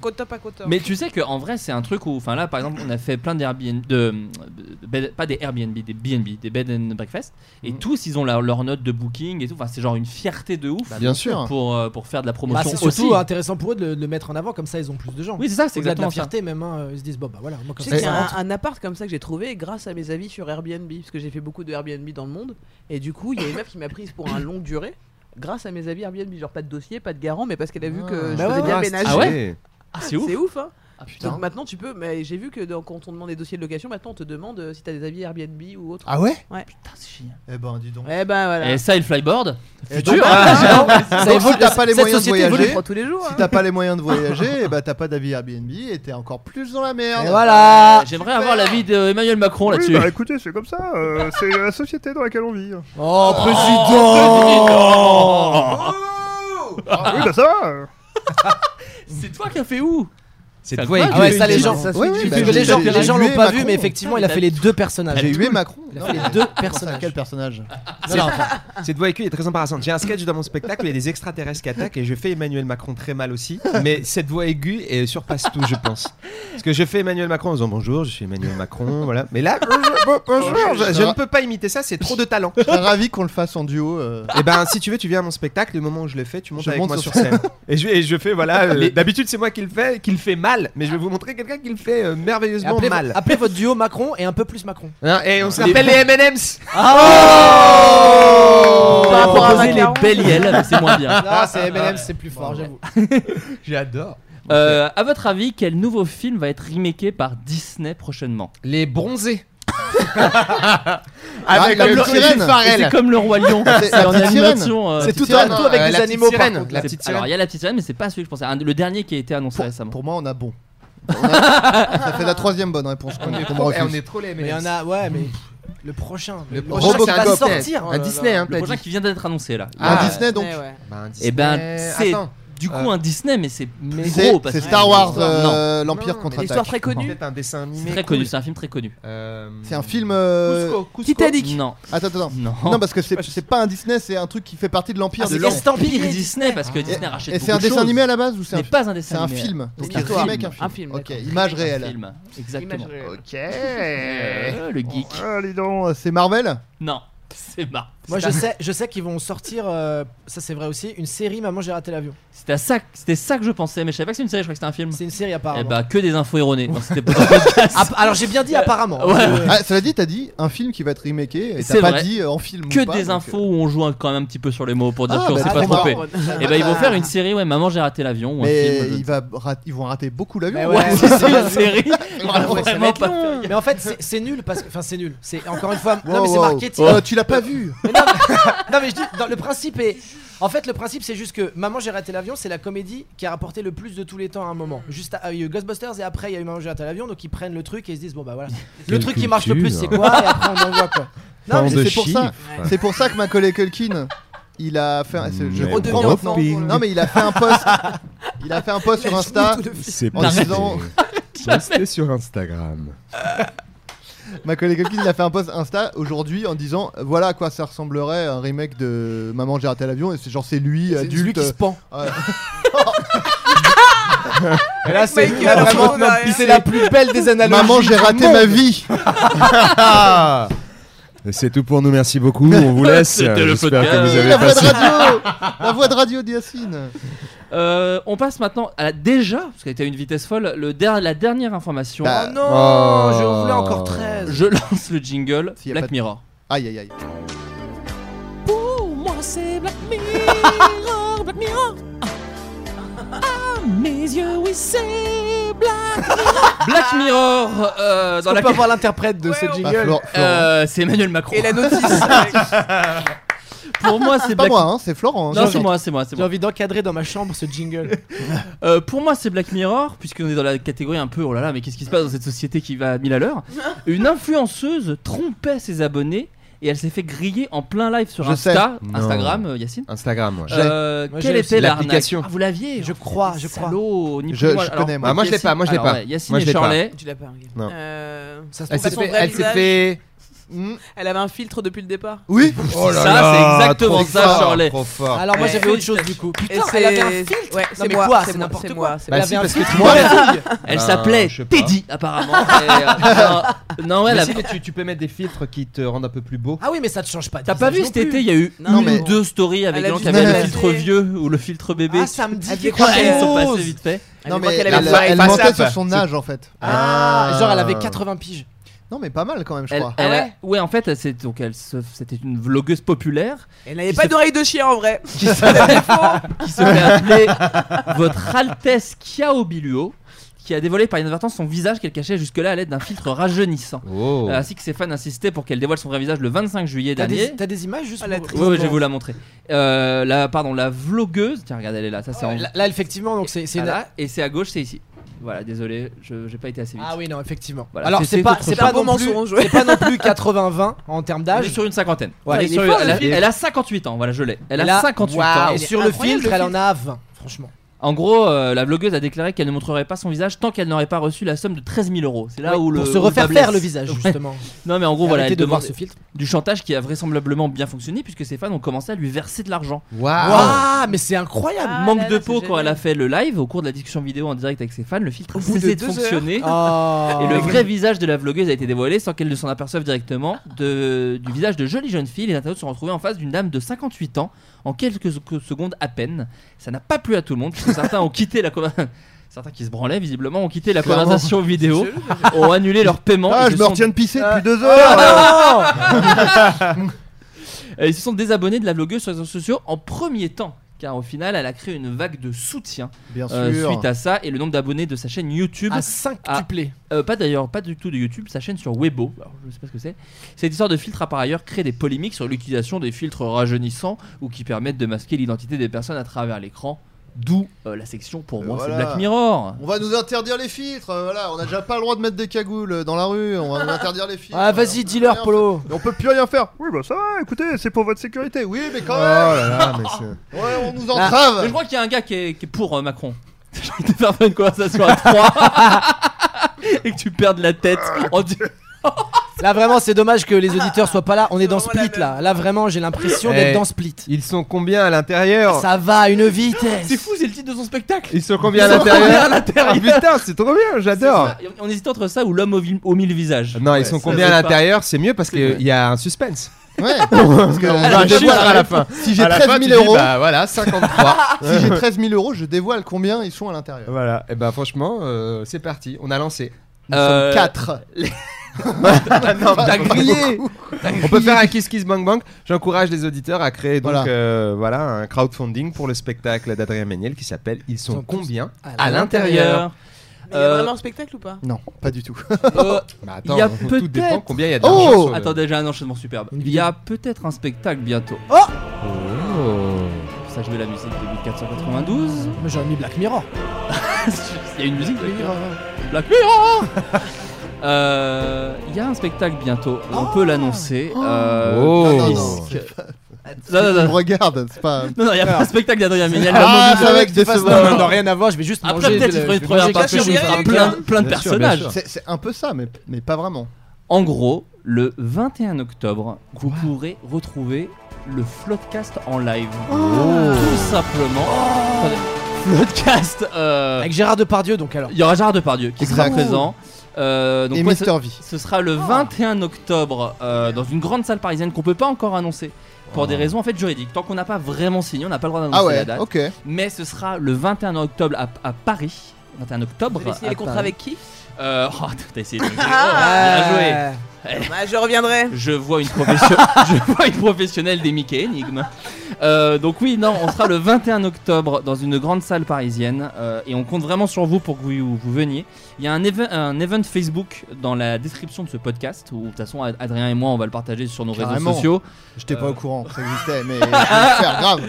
S7: quota, pas quota.
S6: Mais tu sais qu'en vrai, c'est un truc où, enfin là, par exemple, on a fait plein d'Airbnb, de, de bed- pas des Airbnb, des BNB, des Bed and Breakfast, et tous, ils ont leur, leur note de booking et tout. Enfin, c'est genre une fierté de ouf.
S4: Bah, bien sûr.
S6: Pour, euh, pour faire
S3: Ah,
S6: de la
S9: Bah,
S6: promotion
S9: c'est
S6: aussi.
S9: surtout intéressant pour eux de le, de le mettre en avant, comme ça ils ont plus de gens.
S6: Oui, c'est ça, c'est
S9: Au-delà de
S6: exactement
S9: la
S6: ça.
S9: fierté, même. hein, ils se disent, bon bah voilà, moi
S7: Tu
S9: comme
S7: sais
S9: ça.
S7: qu'il y
S9: ça
S7: a
S9: rentre.
S7: un, un appart comme ça que j'ai trouvé grâce à mes avis sur Airbnb, parce que j'ai fait beaucoup de Airbnb dans le monde, et du coup, il y a une meuf qui m'a prise pour un longue durée. Grâce à mes avis Airbnb, genre pas de dossier, pas de garant, mais parce qu'elle a vu que je
S9: Bah
S7: faisais
S9: ouais,
S7: bien
S9: ouais.
S7: ménager.
S9: Ah ouais Ah, c'est ouf. Ah,
S7: C'est ouf, hein
S9: putain.
S7: Donc maintenant tu peux, mais j'ai vu que dans- quand on demande des dossiers de location, maintenant on te demande euh, si t'as des avis Airbnb ou autre.
S4: Ah ouais
S7: Ouais.
S6: Putain, c'est génial.
S4: Eh ben, dis donc.
S7: Eh ben voilà.
S6: Et ça, et le flyboard
S4: Et
S6: Futur
S4: donc,
S6: Ah,
S4: bah,
S6: j'adore.
S4: donc,
S6: Ça
S4: donc,
S6: évolue-
S4: si t'as pas les
S6: cette
S4: moyens de
S6: société évolue,
S4: voyager,
S6: prend tous les jours,
S4: si
S6: hein.
S4: t'as pas les moyens de voyager, et bah t'as pas d'avis Airbnb et t'es encore plus dans la merde.
S9: Et voilà.
S6: J'aimerais avoir l'avis d'Emmanuel Macron
S3: Oui,
S6: là-dessus.
S3: bah écoutez, c'est comme ça. euh, c'est la société dans laquelle on vit.
S9: Oh,
S4: Oh,
S6: président Oh.
S3: Ah bah, oui, bah ça va.
S6: C'est toi qui as fait où
S8: C'est
S6: Ça
S8: toi
S6: te
S8: et
S9: Ah ouais, ça les gens,
S8: Ça se
S9: ça se
S8: fait que tu
S9: fait que
S3: bah,
S8: fais
S9: les
S8: huer
S9: gens, les gens l'ont pas
S4: Macron.
S9: vu, mais effectivement,
S4: Putain,
S9: il a fait les deux personnages.
S4: J'ai hué Macron.
S9: Il a fait les deux
S4: Personne.
S9: personnages.
S4: Quel personnage
S8: C'est- Cette voix aiguë est très embarrassante. J'ai un sketch dans mon spectacle où il y a des extraterrestres qui attaquent et je fais Emmanuel Macron très mal aussi. Mais cette voix aiguë et surpasse tout, je pense. Parce que je fais Emmanuel Macron en disant bonjour, je suis Emmanuel Macron, voilà. Mais là, bonjour, Oh, je, je ne peux pas imiter ça, c'est trop de talent.
S4: Je serais ravi qu'on le fasse en duo. euh,
S8: Et ben, si tu veux, tu viens à mon spectacle. Le moment où je le fais, tu montes
S4: Je
S8: avec
S4: monte
S8: moi
S4: sur
S8: sur scène. et, je, et je fais, voilà. euh,
S6: Mais-
S8: D'habitude, c'est moi qui le fais, qui le fait mal. Mais je vais vous montrer quelqu'un qui le fait euh, merveilleusement
S9: Appelez,
S8: mal.
S9: appelez votre duo Macron et un peu plus Macron.
S8: Hein, et on s'appelle les M&M. MMs.
S6: Ah
S9: On va proposer
S6: les Béliels, mais c'est moins bien.
S9: Oh Non, c'est MLM, c'est plus fort, j'avoue.
S8: J'adore.
S6: Euh, à votre avis, quel nouveau film va être remaké par Disney prochainement
S8: Les bronzés.
S4: Ah,
S8: Avec
S4: comme
S8: le
S4: le
S8: Colin
S4: sirène. Ah,
S8: Farrell.
S6: C'est comme le roi lion,
S4: C'est-
S6: c'est
S4: la
S6: en
S4: petite sirène.
S6: animation. euh,
S9: C'est tout
S4: sirène,
S9: un tout avec
S8: euh,
S9: des
S8: la petite
S9: animaux. par
S8: sirène,
S9: contre.
S8: la
S6: c'est-
S8: petite
S6: Alors il
S8: sirène.
S6: y a la petite sirène, mais c'est pas celui que je pensais. Un- Le dernier qui a été annoncé récemment.
S4: Pour moi, on a bon. On a- Ça fait la troisième bonne réponse qu'on
S8: On est
S4: qu'on me
S8: trop- eh, on
S4: refuse.
S8: est trop les
S9: Mais il y en
S8: MMs.
S9: a, ouais, mais le prochain.
S8: Le
S9: prochain qui
S4: Robocop.
S9: va sortir. Oh
S8: Un Disney, hein,
S6: Le
S8: t'as
S6: prochain
S8: dit.
S6: qui vient d'être annoncé là.
S8: Ah,
S4: Un Disney donc.
S7: Ouais, ouais.
S8: Bah, un Disney.
S6: Et ben c'est
S8: Attends.
S6: du coup
S8: Euh,
S6: un Disney, mais c'est mais
S4: C'est
S6: gros parce
S4: c'est
S6: que-
S4: Star Wars,
S6: Non.
S4: euh, l'Empire
S8: Non,
S4: contre
S8: mais
S7: Histoire
S4: attaque.
S7: très connue.
S8: Peut-être un dessin animé.
S6: C'est très
S8: cool.
S6: connu, c'est un film très connu.
S8: Euh,
S4: C'est un film. euh,
S8: Cusco, Cusco.
S7: Titanic.
S6: Non,
S4: Attends, attends. attends.
S6: non.
S4: Non, parce que c'est c'est pas un Disney, c'est un truc qui fait partie de l'Empire.
S9: Ah,
S4: des
S9: c'est
S4: gens.
S9: Gaston.
S6: Pire Disney parce que Disney rachète
S4: Et c'est un
S6: beaucoup de
S4: dessin
S6: choses.
S4: animé à la base ou
S6: Ce
S4: c'est un,
S6: n'est pas un dessin
S4: c'est un
S6: animé.
S4: film Donc
S6: C'est
S4: un
S6: un film.
S4: remake, un film.
S7: Un film,
S4: Ok,
S7: d'accord.
S4: image
S6: Un
S4: réelle.
S6: film, Exactement.
S7: Image réelle.
S3: Ok.
S6: Euh, le geek.
S4: Oh,
S3: Ah, dis donc.
S4: Bon, euh, C'est Marvel
S6: Non, c'est Eh marrant.
S9: Moi, je sais, je sais qu'ils vont sortir, euh, ça c'est vrai aussi, une série Maman, j'ai raté l'avion.
S6: C'était à ça, que- c'était ça que je pensais, mais je savais pas que c'était une série, je croyais que c'était un film.
S9: C'est une série
S6: Eh
S9: apparemment.
S6: bah que des infos erronées. Non, c'était pas un podcast.
S9: Ah, alors j'ai bien dit apparemment.
S6: Ouais.
S4: Ah, Cela dit, t'as dit un film qui va être remaké et
S6: C'est
S4: t'as pas
S6: vrai.
S4: dit euh, en film. ou
S6: que
S4: pas,
S6: des
S4: donc,
S6: infos où on joue quand même un petit peu sur les mots pour dire
S4: Ah,
S6: qu'on
S4: bah,
S6: s'est
S4: c'est
S6: pas
S4: trop
S6: trompé.
S4: marrant.
S6: Et bah ils vont faire une série, ouais, maman j'ai raté l'avion
S4: euh,
S6: ou un
S4: Mais
S6: film.
S4: il va rat- ils vont rater beaucoup
S9: Mais
S4: l'avion.
S9: ouais.
S6: Ouais, c'est une série. Ils vont
S9: Ouais, ça va
S6: vraiment
S9: être
S6: pas
S9: long.
S6: faire-
S9: Mais en fait, c'est- c'est nul parce que. Enfin, c'est nul. C'est encore une fois.
S4: Wow,
S9: non, mais c'est
S4: wow.
S9: marqué. tu-
S4: Euh, tu l'as pas vu
S9: Mais non, mais- non, mais je dis, dans- le principe est. En fait, le principe, c'est juste que Maman, j'ai raté l'avion, c'est la comédie qui a rapporté le plus de tous les temps à un moment. Juste, à- il y a eu Ghostbusters et après, il y a eu Maman, j'ai raté l'avion, donc ils prennent le truc et ils se disent, bon bah voilà. Le
S8: Quelle
S9: truc qui marche le plus, c'est
S8: culture.
S9: quoi Et après, on envoie quoi. Non, mais
S4: mais c'est pour ça.
S7: Ouais.
S4: C'est pour ça que Macaulay Culkin, il a fait. un- c'est- Je
S8: Mais
S4: comprends
S7: bon.
S4: maintenant. Non mais il a fait un post. Il a fait un post sur Insta
S8: C'est
S4: en disant
S8: Restez sur Instagram.
S4: Macaulay Culkin il a fait un post Insta aujourd'hui en disant voilà à quoi ça ressemblerait un remake de Maman j'ai raté l'avion et c'est genre c'est lui
S9: c'est celui
S4: adulte.
S9: qui se pend.
S4: euh,
S8: Et là, c'est
S7: Mike, il a vraiment
S8: vraiment
S7: derrière.
S8: c'est la plus belle des analogies.
S4: Maman j'ai raté ma vie.
S8: C'est tout pour nous, merci beaucoup. On vous laisse.
S6: C'était le J'espère que podcast. vous
S4: la voix de radio. Oh La voix de radio d'Yacine.
S6: Euh, on passe maintenant à la- déjà, parce qu'elle était à une vitesse folle, le der- la dernière information.
S4: Bah,
S9: Oh non,
S8: Oh.
S9: je voulais encore 13.
S6: Je lance le jingle
S4: S'il y a
S6: Black
S4: pas de-
S6: Mirror.
S4: Aïe aïe aïe.
S6: Pour moi c'est Black Mirror, Black Mirror. À mes yeux oui c'est Black Mirror. Black Mirror euh, dans
S9: On
S6: la
S9: peut avoir l'interprète de ce
S4: Bah,
S9: jingle.
S4: Flor- Florent.
S6: euh, c'est Emmanuel Macron.
S7: Et la notice.
S6: Pour moi c'est
S4: C'est pas
S6: Black
S4: moi hein, c'est Florent. hein.
S6: Non, c'est moi, c'est moi, c'est
S9: J'ai
S6: moi.
S9: envie d'encadrer dans ma chambre ce jingle.
S6: Euh, pour moi, c'est Black Mirror, puisqu'on est dans la catégorie un peu oh là là, mais qu'est-ce qui se passe dans cette société qui va à mille à l'heure Une influenceuse trompait ses abonnés et elle s'est fait griller en plein live sur
S4: Je
S6: Insta,
S8: sais.
S6: Instagram, euh, Yacine.
S8: Instagram, ouais.
S4: Je l'ai.
S6: Euh,
S9: Moi,
S6: quelle
S9: j'ai
S6: était
S8: aussi.
S6: l'arnaque
S8: L'application.
S6: Ah, Vous l'aviez
S9: Je crois, je crois.
S6: Salaud, ni
S4: Je-
S6: plus ni moins.
S4: je
S6: Alors,
S4: connais, moi.
S6: Ah,
S8: je l'ai pas, moi, je l'ai
S6: alors,
S8: pas.
S6: ouais, Yacine
S8: Moi, je
S6: et
S8: l'ai pas.
S6: Charlet.
S7: tu l'as pas. ok.
S8: Non.
S7: Euh,
S9: Ça se
S8: Elle
S9: trouve,
S8: s'est
S7: son
S8: fait,
S7: vrai
S8: elle s'est
S7: visage.
S8: fait
S9: Hmm
S7: Elle avait un filtre depuis le départ.
S4: Oui.
S6: Oh là Ça, là, c'est exactement trop ça, fort, Shirley.
S4: trop fort.
S9: Alors moi
S7: Ouais.
S9: j'ai fait autre chose du coup.
S7: Et
S9: Putain,
S7: c'est-
S9: elle avait un filtre.
S7: Ouais,
S9: Non,
S7: c'est
S9: mais
S7: moi,
S9: quoi,
S7: c'est
S9: c'est
S7: moi,
S9: n'importe
S7: c'est
S9: quoi.
S6: Ah,
S7: moi, c'est
S8: Bah
S9: Elle
S7: moi.
S9: avait un
S7: Parce que
S9: filtre.
S7: moi,
S9: Elle avait un filtre.
S6: Elle
S8: Ben,
S6: s'appelait
S8: je sais pas.
S6: Teddy, apparemment. Et, euh, non, non, elle
S8: Mais
S6: a-
S8: si, mais tu, tu peux mettre des filtres qui te rendent un peu plus beau.
S9: Ah oui mais ça te change pas. de
S6: T'as pas
S9: visage
S6: vu
S9: non
S6: cet été,
S9: plus.
S6: il y a eu
S9: Non,
S6: une
S9: mais-
S6: ou deux stories avec
S9: Elle a
S6: des gens
S9: dû
S6: qui avaient le
S9: se
S6: filtre
S9: passer.
S6: vieux ou le filtre bébé.
S9: Ah ça me dit
S7: Elle
S9: quelque
S7: croit qu'elle
S6: Elles sont
S9: chose.
S6: passées vite fait.
S4: Non mais
S7: crois qu'elle
S4: elle,
S7: avait le pareil
S4: elle mentait
S7: face-up.
S4: sur son âge en fait.
S9: Ah genre elle avait 80 piges.
S4: Non mais pas mal quand même je
S6: Elle-
S4: crois.
S6: elle a-
S9: Ah ouais
S6: ouais, en fait, elle s'est- donc elle se- c'était une vlogueuse populaire
S7: Elle n'avait
S6: Qui
S7: pas
S6: se-
S7: d'oreille de chien en vrai.
S6: qui se qui se fait appeler Votre Altesse Kiao Biluo, qui a dévoilé par inadvertance son visage qu'elle cachait jusque-là à l'aide d'un filtre rajeunissant.
S8: Oh.
S6: Euh, Ainsi que ses fans insistaient pour qu'elle dévoile son vrai visage le 25 juillet
S9: T'as
S6: dernier.
S9: des, t'as des images juste
S7: Ah, la
S9: pour-
S7: tri-
S6: Oui, oui, je vais vous la montrer. Euh, la, pardon, la vlogueuse. Tiens, regardez, elle est là. Ça, c'est en...
S9: Là, là, effectivement donc c'est c'est une-
S6: Ah, là, et c'est à gauche, c'est ici. Voilà, désolé, je j'ai pas été assez vite.
S9: Ah oui non effectivement.
S6: Voilà,
S9: Alors
S6: c'était
S9: c'est pas
S6: autre
S9: c'est
S6: chose.
S9: pas
S7: Un bon
S9: non plus
S7: mensonge, ouais.
S9: c'est pas non plus 80-20 en termes
S6: Elle est
S9: d'âge.
S6: sur une cinquantaine.
S9: Ouais,
S6: elle, est
S9: il est
S6: sur-
S9: fort,
S6: elle
S9: le
S6: a,
S9: film.
S6: elle a 58 ans, voilà, je l'ai. Elle a
S9: Là,
S6: 58 ans.
S9: Et sur le
S7: incroyable,
S9: filtre
S7: le
S9: elle en
S7: filtre.
S9: a 20 franchement.
S6: En gros, euh, la blogueuse a déclaré qu'elle ne montrerait pas son visage tant qu'elle n'aurait pas reçu la somme de 13 000 euros. C'est là où le.
S9: Pour
S6: où
S9: se
S6: le
S9: refaire
S6: bas blesse.
S9: faire le visage
S6: Ouais.
S9: justement.
S6: Non, mais en gros, voilà,
S9: Arrêtez
S6: elle
S9: de voir
S6: demande
S9: ce filtre.
S6: du chantage qui a vraisemblablement bien fonctionné puisque ses fans ont commencé à lui verser de l'argent.
S8: Waouh.
S9: Waouh mais c'est incroyable.
S7: Ah
S6: Manque
S7: là
S6: de
S7: là,
S6: peau
S7: c'est
S6: quand elle
S7: génial.
S6: a fait le live, au cours de la discussion vidéo en direct avec ses fans, le filtre a
S7: bout de
S6: cessé de,
S7: deux heures.
S6: fonctionner.
S9: Oh.
S6: Et le vrai visage de la vlogueuse a été dévoilé sans qu'elle ne s'en aperçoive directement. De, du visage de jolie jeune fille, les internautes se sont retrouvés en face d'une dame de 58 ans en quelques sec- secondes à peine. Ça n'a pas plu à tout le monde, puisque certains ont quitté la conver- Certains qui se branlaient visiblement ont quitté la
S4: Clairement.
S6: conversation vidéo, ont annulé leur paiement.
S4: Ah
S6: et se
S4: je me
S6: sont-
S4: retiens de pisser depuis deux heures.
S6: Euh, Ils se sont désabonnés de la vlogueuse sur les réseaux sociaux en premier temps, car au final, elle a créé une vague de soutien
S4: Bien
S6: euh,
S4: sûr.
S6: suite à ça, et le nombre d'abonnés de sa chaîne YouTube
S9: à 5 tuplé.
S6: Euh, pas d'ailleurs, pas du tout de YouTube, sa chaîne sur Weibo, alors je sais pas ce que c'est. Cette histoire de filtre a par ailleurs créé des polémiques sur l'utilisation des filtres rajeunissants ou qui permettent de masquer l'identité des personnes à travers l'écran, d'où euh, la section pour
S4: Euh,
S6: moi c'est
S4: voilà.
S6: Black Mirror.
S4: On va nous interdire les filtres, euh, voilà, on a déjà pas le droit de mettre des cagoules euh, dans la rue, on va nous interdire les filtres.
S9: Ah
S4: voilà.
S9: vas-y dis-leur Polo.
S3: Et on peut plus rien faire. Oui, bah ça va, écoutez, c'est pour votre sécurité. Oui,
S4: Oui, mais
S8: Oh
S4: quand même
S8: là là, mais c'est.
S4: Ouais, on nous
S6: Mais Ah, je
S4: entrave
S6: crois qu'il y a un gars qui est, qui est pour euh, Macron. J'ai envie de te faire faire une conversation à 3 et que tu perdes la tête. en di-
S9: Là vraiment c'est dommage que les auditeurs soient pas là. On est dans
S7: C'est vraiment
S9: Split
S7: la
S9: là. Là vraiment j'ai l'impression
S8: Eh.
S9: d'être dans Split.
S8: Ils sont combien à l'intérieur
S9: Ça va à une vitesse.
S6: C'est fou, c'est le titre de son spectacle.
S8: Ils sont combien
S6: Ils
S8: à
S6: sont combien
S8: l'intérière
S6: à l'intérieur
S8: Ah putain, c'est trop bien, j'adore.
S6: C'est ça, On hésite entre ça ou l'homme au, vil- au mille visages.
S8: Non, ils sont
S6: ça
S8: combien à
S6: veut pas.
S8: l'intérieur C'est mieux parce qu'il y a un suspense.
S4: Ouais
S8: Parce que on
S4: Alors,
S8: va
S4: je
S8: dévoiler
S4: suis-
S8: à la fin.
S4: Si j'ai
S8: À la
S4: 13
S8: fin, tu
S4: 000
S8: dis,
S4: euros,
S8: Bah voilà, 53.
S4: si j'ai 13 000 euros, je dévoile combien ils sont à l'intérieur.
S8: Voilà, et bah franchement, euh, c'est parti, on a lancé.
S4: Nous
S6: Euh, Ah
S4: sommes 4
S6: T'as grillé
S8: On peut faire un kiss kiss bang bang. J'encourage les auditeurs à créer donc
S4: Voilà.
S8: euh, voilà un crowdfunding pour le spectacle d'Adrien Méniel qui s'appelle Ils sont,
S9: sont
S8: combien
S9: à
S8: à l'intérieur
S7: Mais il y a
S6: Euh,
S7: vraiment un spectacle ou pas
S4: Non, pas du tout.
S6: Euh,
S8: Bah
S6: Il y a
S8: tout dépend
S6: peut-être-
S8: combien il y a
S4: Oh
S8: d'argent. sur le-
S6: Attendez, j'ai un enchaînement superbe. Il y a peut-être un spectacle bientôt.
S8: Oh.
S6: Pour ça, je mets la musique de 1492.
S9: Mais j'aurais mis Black Mirror.
S6: Il y a une musique Black Mirror. Black Mirror Euh, Il y a un spectacle bientôt. On peut l'annoncer. Euh,
S8: Oh.
S4: Oh Non, non, non.
S6: puisque- Non, non,
S4: Il
S6: non.
S4: me regarde, c'est pas.
S6: Non, non, il y a pas un spectacle d'Adrien Méniel.
S4: Ah, ça va être
S9: Non,
S4: décevant.
S9: non, non, rien à voir, je vais juste
S6: Après,
S9: manger.
S6: peut-être
S9: de-
S6: il fera
S9: je
S6: une
S9: vais
S6: première
S9: manger
S6: partie où
S9: quelque
S6: il
S9: chose.
S6: fera plein, plein de
S8: Bien sûr, bien
S6: personnages.
S8: sûr.
S4: C'est c'est un peu ça, mais, mais pas vraiment.
S6: En gros, le 21 octobre, vous pourrez retrouver le Floodcast en live.
S4: Oh.
S6: Tout simplement. Attendez. Floodcast. euh,
S9: Avec Gérard Depardieu donc alors.
S6: Il y aura Gérard Depardieu qui sera
S4: Exact.
S6: présent. Euh, donc
S4: Et
S6: ouais,
S4: Mister
S6: ce,
S4: V. Ah.
S6: ce sera le 21 octobre euh, dans une grande salle parisienne qu'on peut pas encore annoncer pour des raisons en fait juridiques. Tant qu'on n'a pas vraiment signé, on n'a pas le droit d'annoncer
S4: Oh. Ah
S6: la
S4: ouais,
S6: date.
S4: ok.
S6: Mais ce sera le 21 octobre à, à Paris. 21 octobre.
S7: Vous avez signé
S6: à
S7: les contrats
S6: Paris.
S7: avec qui
S6: Euh, oh, t'as essayé de me-
S7: Ah.
S6: Oh, bien joué.
S7: Bah, Je reviendrai.
S6: Je vois une, profession- je vois une professionnelle des Mickey Enigme. Euh, donc oui, non, on sera le 21 octobre dans une grande salle parisienne euh, et on compte vraiment sur vous pour que vous, vous veniez. Il y a un, even- un event Facebook dans la description de ce podcast où de toute façon Ad- Adrien et moi on va le partager sur nos réseaux
S4: Carrément.
S6: sociaux.
S4: J'étais
S6: Euh.
S4: pas au courant, ça existait, mais je vais le
S6: Ah,
S4: faire grave.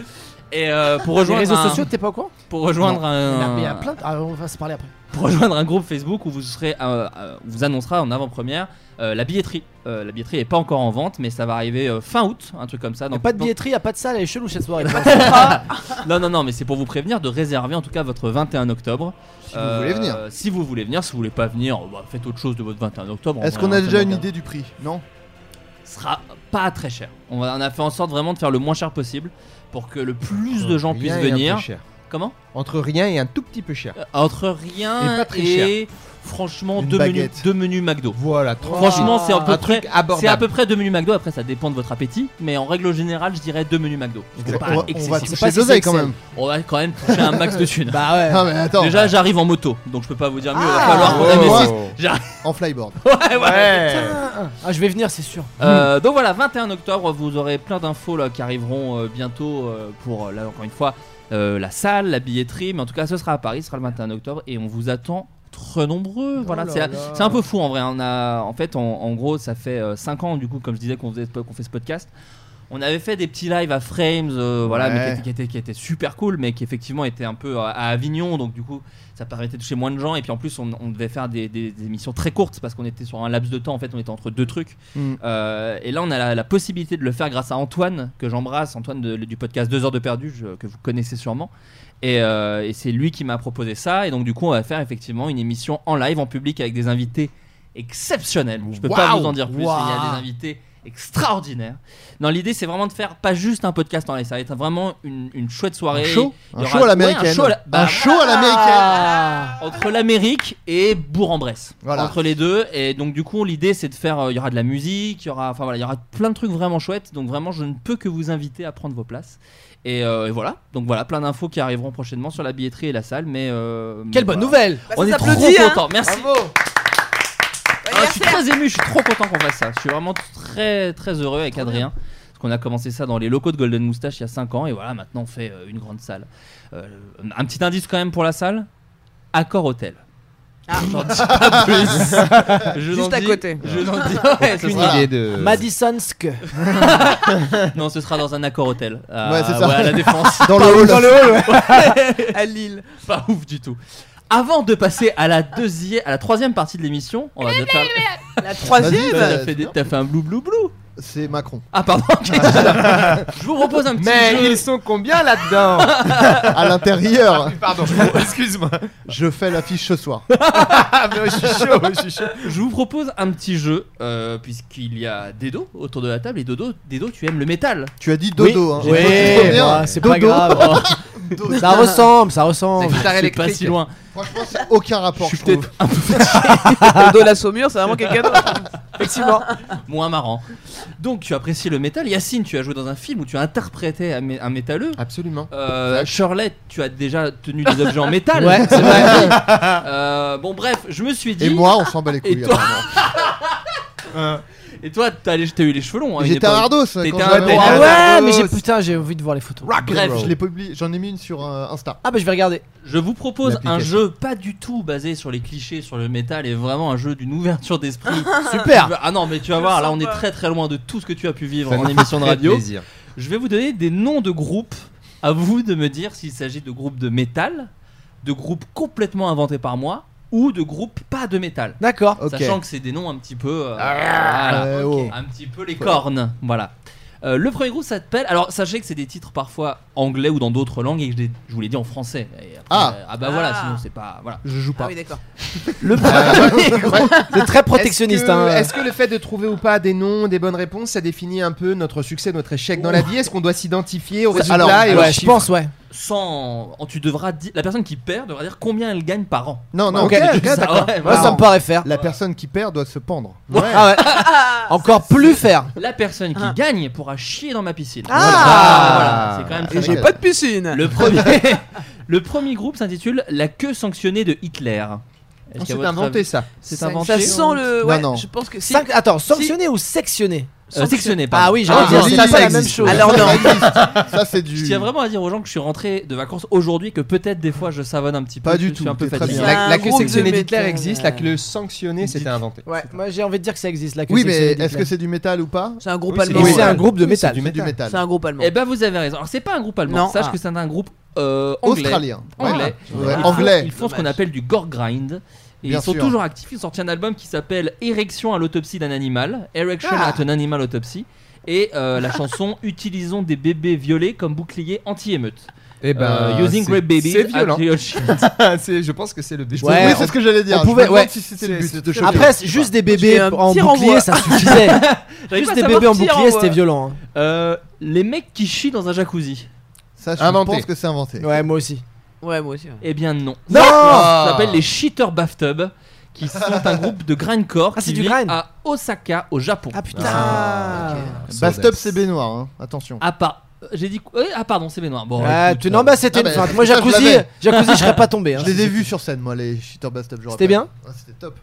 S6: Et euh, pour
S9: Les
S6: rejoindre
S9: réseaux
S6: un-
S9: sociaux, t'es pas au courant
S6: pour rejoindre
S9: Mais il y a
S6: un,
S9: plein de. Ah, on va se parler après.
S6: pour rejoindre un groupe Facebook où vous serez, euh, euh, on vous annoncera en avant-première euh, la billetterie. Euh, la billetterie est pas encore en vente, mais ça va arriver euh, fin août, un truc comme ça.
S9: Y a
S6: Donc
S9: pas de
S6: donc-
S9: billetterie, y a pas de salle, elle est chelou cette soirée.
S6: Non, non, non, mais c'est pour vous prévenir de réserver en tout cas votre 21 octobre. Euh,
S4: Si vous voulez venir.
S6: Si vous voulez venir, si vous voulez pas venir, bah, faites autre chose de votre 21 octobre.
S4: Est-ce
S6: En vrai,
S4: qu'on a
S6: hein,
S4: déjà
S6: ça
S4: une
S6: m'intéresse.
S4: idée du prix Non
S6: sera pas très cher. On, va- on a fait en sorte vraiment de faire le moins cher possible pour que le plus
S4: Oh,
S6: de gens
S8: Rien
S6: puissent
S8: et un peu
S6: venir.
S8: cher.
S6: Comment
S8: Entre rien et un tout petit peu cher.
S6: Euh, Entre rien
S8: Et pas très
S6: et
S8: cher.
S6: franchement
S8: Une
S6: deux menus,
S8: baguette.
S6: deux menus McDo.
S8: Voilà,
S6: franchement c'est à peu
S8: un
S6: près
S8: truc abordable.
S6: c'est à peu près deux menus McDo après ça dépend de votre appétit mais en règle générale je dirais deux menus McDo.
S4: On va-
S6: Pas
S4: on va
S6: excessif.
S4: toucher C'est pas si l'oseille, quand excel. même.
S6: On va quand même toucher un max de thunes.
S9: Bah ouais.
S4: Non, mais attends.
S6: Déjà j'arrive en moto donc je peux pas vous dire mieux il va
S4: Ah.
S6: falloir qu'on
S4: Ouais,
S6: aille
S4: ouais.
S6: aussi. J'arrive-
S4: En flyboard.
S6: Ouais, ouais.
S9: Putain. Ah, je vais venir, c'est sûr.
S6: Euh, donc voilà, 21 octobre, vous aurez plein d'infos là qui arriveront euh, bientôt euh, pour euh, là encore une fois euh, la salle, la billetterie, mais en tout cas ce sera à Paris, ce sera le 21 octobre et on vous attend très nombreux. Voilà,
S9: là
S6: c'est
S9: là.
S6: c'est un peu fou en vrai. hein. On a en fait en, en gros ça fait 5 ans du coup comme je disais qu'on faisait- qu'on fait ce podcast. On avait fait des petits lives à Frames, euh, voilà,
S8: Ouais.
S6: mais qui étaient- qui étaient, qui étaient super cool, mais qui effectivement étaient un peu à, à Avignon, donc du coup ça permettait de toucher moins de gens. Et puis en plus on, on devait faire des, des- des émissions très courtes parce qu'on était sur un laps de temps, en fait on était entre deux trucs.
S8: Mm.
S6: Euh, et là, on a la, la possibilité de le faire grâce à Antoine, que j'embrasse, Antoine de- du podcast 2 heures de perdu, je- que vous connaissez sûrement. Et, euh, et c'est lui qui m'a proposé ça. Et donc, du coup, on va faire effectivement une émission en live, en public, avec des invités exceptionnels. Je peux pas
S9: Waouh
S6: vous en dire plus, mais il y a
S9: Waouh
S6: des invités extraordinaires. Non, l'idée, c'est vraiment de faire pas juste un podcast en live, ça va être vraiment une, une chouette soirée.
S4: Un show
S6: Il y
S4: Un
S6: aura-
S4: show à
S6: ouais,
S4: l'américaine.
S6: Un show à la-
S4: Un
S6: bah,
S4: show à l'américaine.
S6: entre l'Amérique et Bourg-en-Bresse.
S4: Voilà.
S6: Entre les deux. Et donc, du coup, l'idée, c'est de faire. euh, Il y aura de la musique, il y aura, enfin, voilà, il y aura plein de trucs vraiment chouettes. Donc, vraiment, je ne peux que vous inviter à prendre vos places. Et, euh, et voilà. Donc, voilà, plein d'infos qui arriveront prochainement sur la billetterie et la salle. Mais. euh, mais
S9: Quelle bonne
S6: voilà.
S9: nouvelle
S7: Bah,
S6: On
S7: ça
S6: est trop
S7: s'applaudit, hein.
S6: contents. Merci. Ah, je suis très ému, je suis trop content qu'on fasse ça. Je suis vraiment très très heureux avec Adrien. Parce qu'on a commencé ça dans les locaux de Golden Moustache il y a 5 ans et voilà, maintenant on fait euh, une grande salle. Euh, un petit indice quand même pour la salle Accord Hôtel.
S9: Ah.
S6: J'en dis pas plus. Je
S7: Juste
S6: n'en
S7: à
S6: dis-
S7: côté.
S6: Je n'en dis ouais,
S8: Aucune
S6: c'est
S8: idée
S6: ça.
S8: de.
S9: Madisonsk.
S6: Non, ce sera dans un accord hôtel. Euh,
S4: Ouais, c'est ça.
S6: à la défense.
S4: Dans le
S6: Pas
S4: hall.
S6: ouf.
S4: Dans le hall,
S7: à Lille.
S6: Pas ouf du tout. Avant de passer à la deuxième, à la troisième partie de l'émission, on va déjà faire.
S4: eh ben.
S7: La troisième
S4: Vas-y,
S6: Toi, T'as
S4: Euh,
S6: fait des- t'as fait un blou blou blou.
S4: C'est Macron.
S6: Ah pardon. ok. je vous propose un petit jeu.
S8: Mais ils sont combien là-dedans
S4: À l'intérieur,
S8: Ah, Pardon, excuse-moi.
S4: je fais l'affiche ce soir.
S8: Ah, mais je suis chaud, je suis chaud.
S6: Je vous propose un petit jeu, euh, puisqu'il y a Dedo autour de la table. Et Dodo, Dedo tu aimes le métal.
S4: Tu as dit dodo, hein.
S9: Oui,
S4: J'ai pas dit combien.
S9: bah, c'est pas
S4: Dodo.
S9: grave. ça ressemble, ça ressemble.
S6: C'est pas si loin.
S4: Franchement, c'est aucun rapport.
S6: Je
S4: Je
S6: suis
S4: trouve.
S7: Le dos de la saumure, c'est vraiment quelqu'un d'autre.
S6: Effectivement. Moins marrant. Donc, tu apprécies le métal. Yacine, tu as joué dans un film où tu as interprété un, mé- un métalleux.
S8: Absolument.
S6: Euh, Shirley, tu as déjà tenu des objets en métal.
S9: Ouais, c'est
S6: vrai. Euh, bon, bref, je me suis dit.
S4: Et moi, on s'en bat les
S6: Et
S4: couilles.
S6: toi
S4: apparemment.
S6: Et toi, t'as les- t'as eu les cheveux longs. hein, à une
S4: J'étais un
S6: époque.
S4: Ardos.
S6: T'étais
S4: quand
S6: un
S4: j'avais-
S6: Ardos.
S9: Ah ouais, mais j'ai
S8: Rose.
S9: putain, j'ai envie de voir les photos.
S4: Bref,
S8: Bro.
S4: je l'ai publié. J'en ai mis une sur euh, Insta.
S9: Ah bah je vais regarder.
S6: Je vous propose un
S8: L'application.
S6: jeu pas du tout basé sur les clichés sur le métal et vraiment un jeu d'une ouverture d'esprit.
S9: Super.
S6: Tu vas- Ah non, mais tu vas
S7: Je
S6: voir,
S7: le
S6: là
S7: sens
S6: on est
S7: pas.
S6: très très loin de tout ce que tu as pu vivre
S8: Ça
S6: en
S8: nous fait
S6: émission de
S8: très
S6: radio.
S8: plaisir.
S6: Je vais vous donner des noms de groupes. À vous de me dire s'il s'agit de groupes de métal, de groupes complètement inventés par moi ou de groupes pas de métal.
S9: D'accord.
S4: Ok.
S6: Sachant que c'est des noms un petit peu. euh, voilà.
S4: Euh, oh.
S6: Un petit peu les cornes, voilà. Euh, le premier groupe s'appelle. Alors sachez que c'est des titres parfois anglais ou dans d'autres langues et que je, les- je vous l'ai dit en français. Et après,
S4: Ah.
S6: euh, ah bah
S7: Ah.
S6: voilà, sinon c'est pas. Voilà.
S4: Je joue
S7: Ah
S4: pas.
S7: oui, d'accord.
S8: Euh,
S9: Le premier gros, c'est très protectionniste
S8: Ah, Est-ce que,
S9: hein.
S8: est-ce que le fait de trouver ou pas des noms, des bonnes réponses, ça définit un peu notre succès, notre échec dans la vie Est-ce qu'on doit s'identifier au
S4: Ça-
S8: résultat
S4: alors,
S8: et au
S9: Ouais, je
S8: chiffre
S9: pense ouais.
S6: Sans. oh, Tu devras dire. La personne qui perd devra dire combien elle gagne par an.
S4: Non, non,
S9: Ok,
S4: ok,
S9: ok,
S4: ok,
S6: Ça,
S4: d'accord.
S6: ouais,
S9: Moi
S6: voilà.
S9: ça me paraît faire.
S4: La personne qui perd doit se pendre.
S9: Ah ouais. Encore plus faire.
S6: La personne qui
S7: Ah.
S6: gagne pourra chier dans ma piscine.
S7: Ah.
S6: Voilà. Voilà, c'est quand
S4: Et
S6: même
S4: j'ai
S6: très
S7: J'ai
S6: bien.
S7: pas de piscine.
S6: le premier, le premier groupe s'intitule La queue sanctionnée de Hitler.
S8: On
S6: Est-ce qu'à
S8: s'est
S6: votre
S8: inventé
S6: avis-
S8: ça.
S6: C'est
S8: Ça-
S6: inventé.
S7: Ça sent le.
S4: Non,
S7: Ouais,
S4: non.
S7: je pense que si.
S9: Cinq- Attends, sanctionner ou sectionner
S6: Euh, sectionné, pardon.
S9: Ah oui,
S4: Ah,
S9: j'allais
S4: joli,
S9: dire, c'est pas
S4: ça
S9: la même
S4: existe.
S9: chose.
S7: Alors
S4: Ça,
S7: non.
S4: ça existe. Ça, c'est
S6: Je
S4: du.
S6: tiens vraiment à dire aux gens que je suis rentré de vacances aujourd'hui que peut-être des fois je savonne un petit peu.
S4: Pas
S6: que
S4: du
S6: je suis
S4: tout,
S6: un peu
S4: t'es très
S6: fatigué.
S4: bien.
S8: La,
S7: Un
S8: la queue
S7: groupe de
S8: sectionnée d'Hitler
S7: métal.
S8: existe, la queue sanctionnée, c'était inventé.
S9: Ouais, moi j'ai envie de dire que ça existe la queue
S4: Oui, mais
S9: sectionnée
S4: est-ce
S9: d'Hitler.
S4: que c'est du métal ou pas
S7: C'est un groupe
S8: Oui,
S7: allemand.
S9: Et
S8: Oui,
S9: c'est
S8: voilà.
S9: un groupe de
S8: Oui, c'est
S9: métal.
S4: Du
S8: métal.
S4: métal.
S7: C'est un groupe allemand.
S6: Eh ben vous avez raison. Alors c'est pas un groupe allemand.
S7: Non,
S6: Sache
S7: ah.
S6: que c'est un groupe euh, anglais.
S4: Australien. Ouais.
S6: Anglais.
S8: Ah.
S4: Ouais,
S6: Ils font-
S4: Anglais.
S6: Ils font ce qu'on appelle du gore grind. Et
S4: Bien
S6: ils sont
S4: sûr.
S6: toujours actifs. Ils ont sorti un album qui s'appelle Érection à l'autopsie d'un animal. Erection
S7: Ah.
S6: at an animal autopsy. Et euh, la chanson Utilisons des bébés violets comme boucliers anti-émeute.
S8: Eh ben,
S6: Euh, using
S8: c'est-
S6: Grape Baby.
S8: C'est violent.
S6: at your shit.
S8: C'est- je pense que c'est le but.
S9: Ouais,
S8: Oui,
S9: on-
S8: c'est ce que j'allais dire.
S9: on
S8: Je me
S9: pouvait-
S8: demande
S9: ouais.
S8: si c'était le
S9: C'est-
S8: but.
S9: c'est
S8: de
S9: choqué.
S8: choquer.
S9: Après, c'est juste des bébés
S6: un
S9: en
S6: petit
S9: bouclier,
S6: renvoi.
S9: ça suffisait.
S6: J'avais
S9: juste
S6: pas
S9: des
S6: ça, mon
S9: bébés en
S6: petit
S9: bouclier,
S6: renvoi.
S9: c'était violent. hein.
S6: Euh, les mecs qui chient dans un jacuzzi.
S4: Ça, Ah, je
S8: Inventé.
S4: pense que c'est inventé.
S9: Ouais, moi aussi.
S7: Ouais, moi aussi. ouais.
S6: Eh bien non.
S9: Non
S6: Ça s'appelle les Cheater Bathtub, qui sont un groupe de grindcore
S9: Ah, c'est
S6: qui
S9: du
S6: vit
S9: grind.
S6: à Osaka, au Japon.
S9: Ah putain
S4: Ah, Bathtub, c'est baignoire, hein. attention.
S6: Ah pas. J'ai dit. eh, Ah pardon, c'est baignoire. Bon.
S9: Ah,
S6: écoute,
S9: tu...
S6: euh,
S9: Non, bah c'était
S4: Ah
S9: une
S4: bah,
S9: feinte. Moi,
S4: ça, je
S9: jacuzzi,
S4: l'avais.
S9: jacuzzi, je serais pas tombé. hein.
S4: Je les ai vus sur scène, moi, les cheaters Bathtub. je
S9: C'était
S4: rappelle.
S9: bien
S4: Ah, C'était top.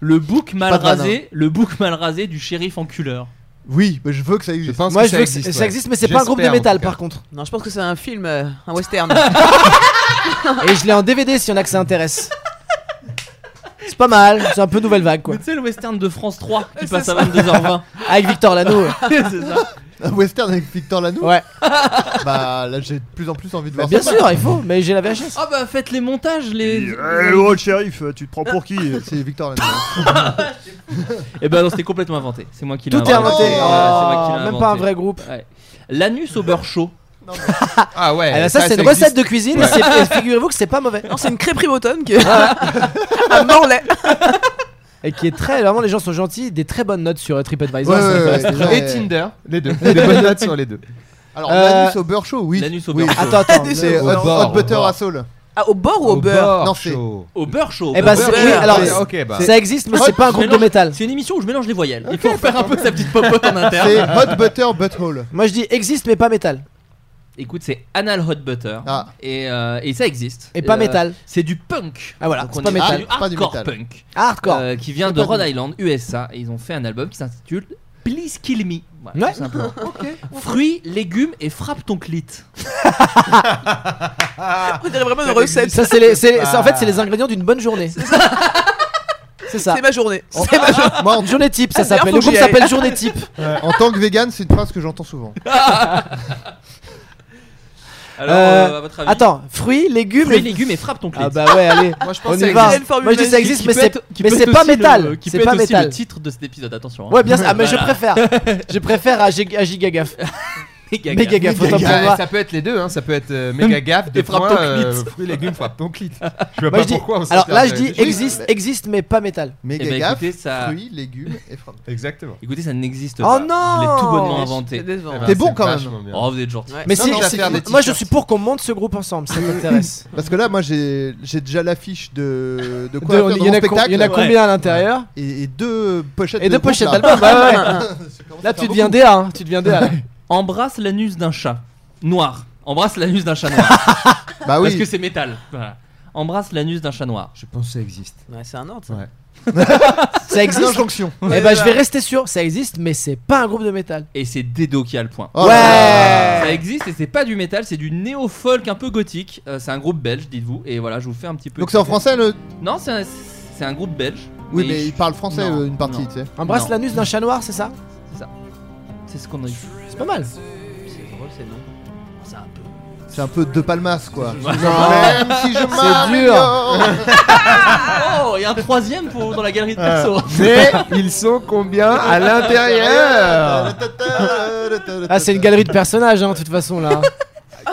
S6: Le bouc mal
S4: Pas de
S6: rasé, le bouc mal rasé du shérif enculeur.
S4: Oui, mais je veux que ça existe.
S8: pense
S9: Moi,
S8: que
S9: je veux que ça- ça existe, mais c'est pas un groupe de
S8: J'espère, en
S9: métal
S8: tout cas.
S9: par contre.
S7: Non, je pense que c'est un film, euh, un western.
S9: Et je l'ai en DVD si y en a que ça intéresse. C'est pas mal, c'est un peu nouvelle vague quoi.
S6: Mais Tu sais le western de France 3 qui passe à 22h20.
S9: Avec Victor Lano. euh.
S6: c'est ça.
S4: Un western avec Victor Lanoux
S9: Ouais.
S4: Bah là, j'ai de plus en plus envie de
S9: Bah,
S4: voir
S9: bien
S4: ça.
S9: sûr, il faut, mais j'ai la VHS.
S6: Ah bah faites les montages les.
S3: Eh, oh, le shérif,
S4: euh,
S3: tu te prends pour qui
S4: C'est Victor Lanoux.
S6: Eh ben non, c'était complètement inventé. C'est moi qui l'ai
S9: Tout est inventé.
S6: Ouais, c'est moi qui l'ai
S9: Oh, Même pas un
S6: inventé.
S9: vrai groupe.
S6: Ouais. L'anus au beurre chaud.
S8: Ah ouais.
S9: Ah bah, ça, c'est une
S8: existe.
S9: recette de cuisine et c'est- et figurez-vous que c'est pas mauvais.
S7: non, c'est une crêperie bretonne que. à Morlaix.
S9: Et qui est très. Vraiment, les gens sont gentils, des très bonnes notes sur euh, TripAdvisor.
S4: Ouais,
S9: ça
S4: ouais,
S9: m'intéresse
S4: ouais.
S9: toujours.
S8: Et Tinder, les deux. Des bonnes notes sur les deux.
S4: Alors,
S9: Euh,
S4: l'anus au beurre chaud, oui.
S6: L'anus au
S4: Oui.
S6: beurre chaud.
S9: Attends, attends.
S7: Des-
S4: C'est
S7: Au
S4: hot,
S8: bord,
S4: hot
S8: au
S4: butter
S8: bord.
S4: à saule.
S7: Ah, au bord ou au, beurre
S4: Non, c'est-
S8: chaud.
S6: Au beurre chaud. au
S9: Eh
S6: beurre
S9: bah, c'est-
S6: chaud.
S9: oui, alors.
S4: Ouais,
S9: c'est-
S8: ok, bah.
S9: Ça existe, mais
S6: Ouais,
S9: c'est pas un
S6: je
S9: groupe de
S6: mélange-
S9: métal.
S6: C'est une émission où je mélange les voyelles. Il faut faire un peu sa petite popote en
S4: C'est
S6: interne.
S4: hot butter butthole.
S9: Moi, je dis existe, mais pas métal.
S6: Écoute, c'est anal hot butter.
S4: Ah.
S6: Et, euh, et ça existe.
S9: Et pas
S6: Euh,
S9: métal.
S6: C'est du punk.
S9: Ah, voilà,
S6: Donc
S9: c'est
S6: on
S9: pas
S6: est-
S9: métal.
S6: du
S4: Ah, pas du
S6: hardcore
S4: métal.
S6: punk.
S9: Hardcore.
S6: euh, qui vient
S4: C'est
S6: de
S4: pas du
S6: Rhode
S4: métal.
S6: Island, USA. Et ils ont fait un album qui s'intitule Please Kill Me. Voilà,
S9: Ouais.
S6: tout simplement. Fruits, légumes et frappe ton clit.
S7: On dirait vraiment une recette.
S9: Ça, c'est les, c'est
S4: Bah.
S9: les- c'est- en fait, c'est les ingrédients d'une bonne journée. C'est ça.
S7: C'est ma journée.
S4: En-
S7: C'est ma journée.
S4: Moi, en,
S9: Journée type, ça
S7: Ah, d'ailleurs,
S9: s'appelle.
S7: faut
S9: Le
S7: que
S9: groupe
S7: j'y aille.
S9: s'appelle Journée type.
S4: en tant que vegan, c'est une phrase que j'entends souvent.
S6: Alors,
S9: Euh,
S6: euh, à votre avis
S9: Attends, fruits, légumes.
S6: Fruits,
S9: et-
S6: légumes et frappe ton clit.
S9: Ah bah ouais, allez.
S8: Moi, je
S9: On
S8: pense que
S9: y
S8: ça
S9: va.
S8: existe.
S7: une formule
S9: Moi, je dis ça
S7: magique
S9: existe,
S6: Qui
S9: mais
S6: peut
S9: c'est
S6: être- qui
S9: mais
S6: peut
S9: c'est
S6: être
S9: pas
S6: aussi le-
S9: métal.
S6: qui
S9: C'est
S6: peut être
S9: pas
S6: aussi
S9: métal.
S6: le titre de cet épisode, attention. hein.
S9: Ouais, bien sûr. Ah, mais je
S6: Voilà.
S9: préfère. Je préfère à, G- à Giga Gaffe.
S6: Méga
S9: Méga
S6: gaffe.
S9: Gaffe, autant pour
S8: Ouais,
S9: moi.
S8: ça peut être les deux, hein. ça peut être euh, méga gaffe, de
S6: Et frappe
S8: points,
S6: ton
S8: euh,
S6: clit.
S8: fruits, légumes, frappe ton clit. Je vois
S9: Moi,
S8: pas
S9: je dis-
S8: pourquoi on se
S9: Alors
S8: sert
S9: là,
S8: de-
S4: Euh,
S9: je dis
S8: du-
S9: existe, existe, mais pas métal.
S4: Méga
S6: Eh ben,
S4: gaffe,
S6: écoutez, ça-
S4: fruits, légumes et frappe.
S8: Exactement.
S6: Écoutez, ça n'existe
S9: Oh non
S6: pas. Je l'ai tout bonnement
S7: C'est
S6: inventé.
S7: décevant.
S8: Eh ben,
S4: T'es bon
S8: c'est
S4: quand même.
S8: vachement bien.
S6: Oh, vous êtes gentil.
S7: Ouais.
S9: Mais
S4: Non,
S9: si,
S4: non,
S9: je-
S4: faire des
S9: moi je
S4: t-shirts.
S9: suis pour qu'on monte ce groupe ensemble, ça m'intéresse.
S4: Parce que là, moi, j'ai j'ai déjà l'affiche de, de quoi
S9: De-
S4: faire dans
S9: Il y en
S4: mon
S9: a co-
S4: spectacle.
S9: il y en a
S6: Ouais.
S9: combien à l'intérieur
S4: Et, et deux pochettes
S9: Et deux
S4: de groupe,
S9: pochettes
S4: là.
S9: d'albums. Bah ouais.
S4: Ça commence à
S9: Là,
S4: faire
S9: tu deviens
S4: beaucoup.
S9: DA, hein, tu deviens DA. là.
S6: Embrasse l'anus d'un chat noir. Embrasse l'anus d'un chat noir.
S4: Bah
S6: Parce que
S4: oui.
S6: c'est métal. Voilà. Embrasse l'anus d'un chat noir.
S8: Je pense que ça existe.
S7: Ouais, c'est un ordre. ça.
S8: Ouais.
S9: Ça existe
S4: Injonction.
S9: Eh ben, je vais rester sûr, ça existe, mais c'est pas un groupe de métal.
S6: Et c'est Dedo qui a le point.
S4: Oh là
S9: ouais.
S6: Ça existe et c'est pas du métal, c'est du néo-folk un peu gothique. Euh, c'est un groupe belge, dites-vous. Et voilà, je vous fais un petit peu.
S4: Donc c'est en français le.
S6: Non, c'est un, c'est un groupe belge.
S4: Oui,
S6: Et
S4: mais il parle français
S6: Non,
S4: euh, une partie,
S6: non.
S4: tu sais.
S9: Embrasse
S6: Non.
S9: l'anus d'un chat noir, c'est ça
S6: C'est ce qu'on a eu.
S9: C'est pas mal.
S7: C'est drôle, c'est non.
S4: C'est Oh, un peu de Palmas quoi.
S9: Non.
S4: Même si je
S9: dur.
S4: m'améliore.
S6: Oh, il y a un troisième pour, dans la galerie
S9: Ah.
S6: de
S4: Euh,
S6: perso.
S8: Mais ils sont combien à l'intérieur
S9: Ah, c'est une galerie de personnages, hein, de toute façon là.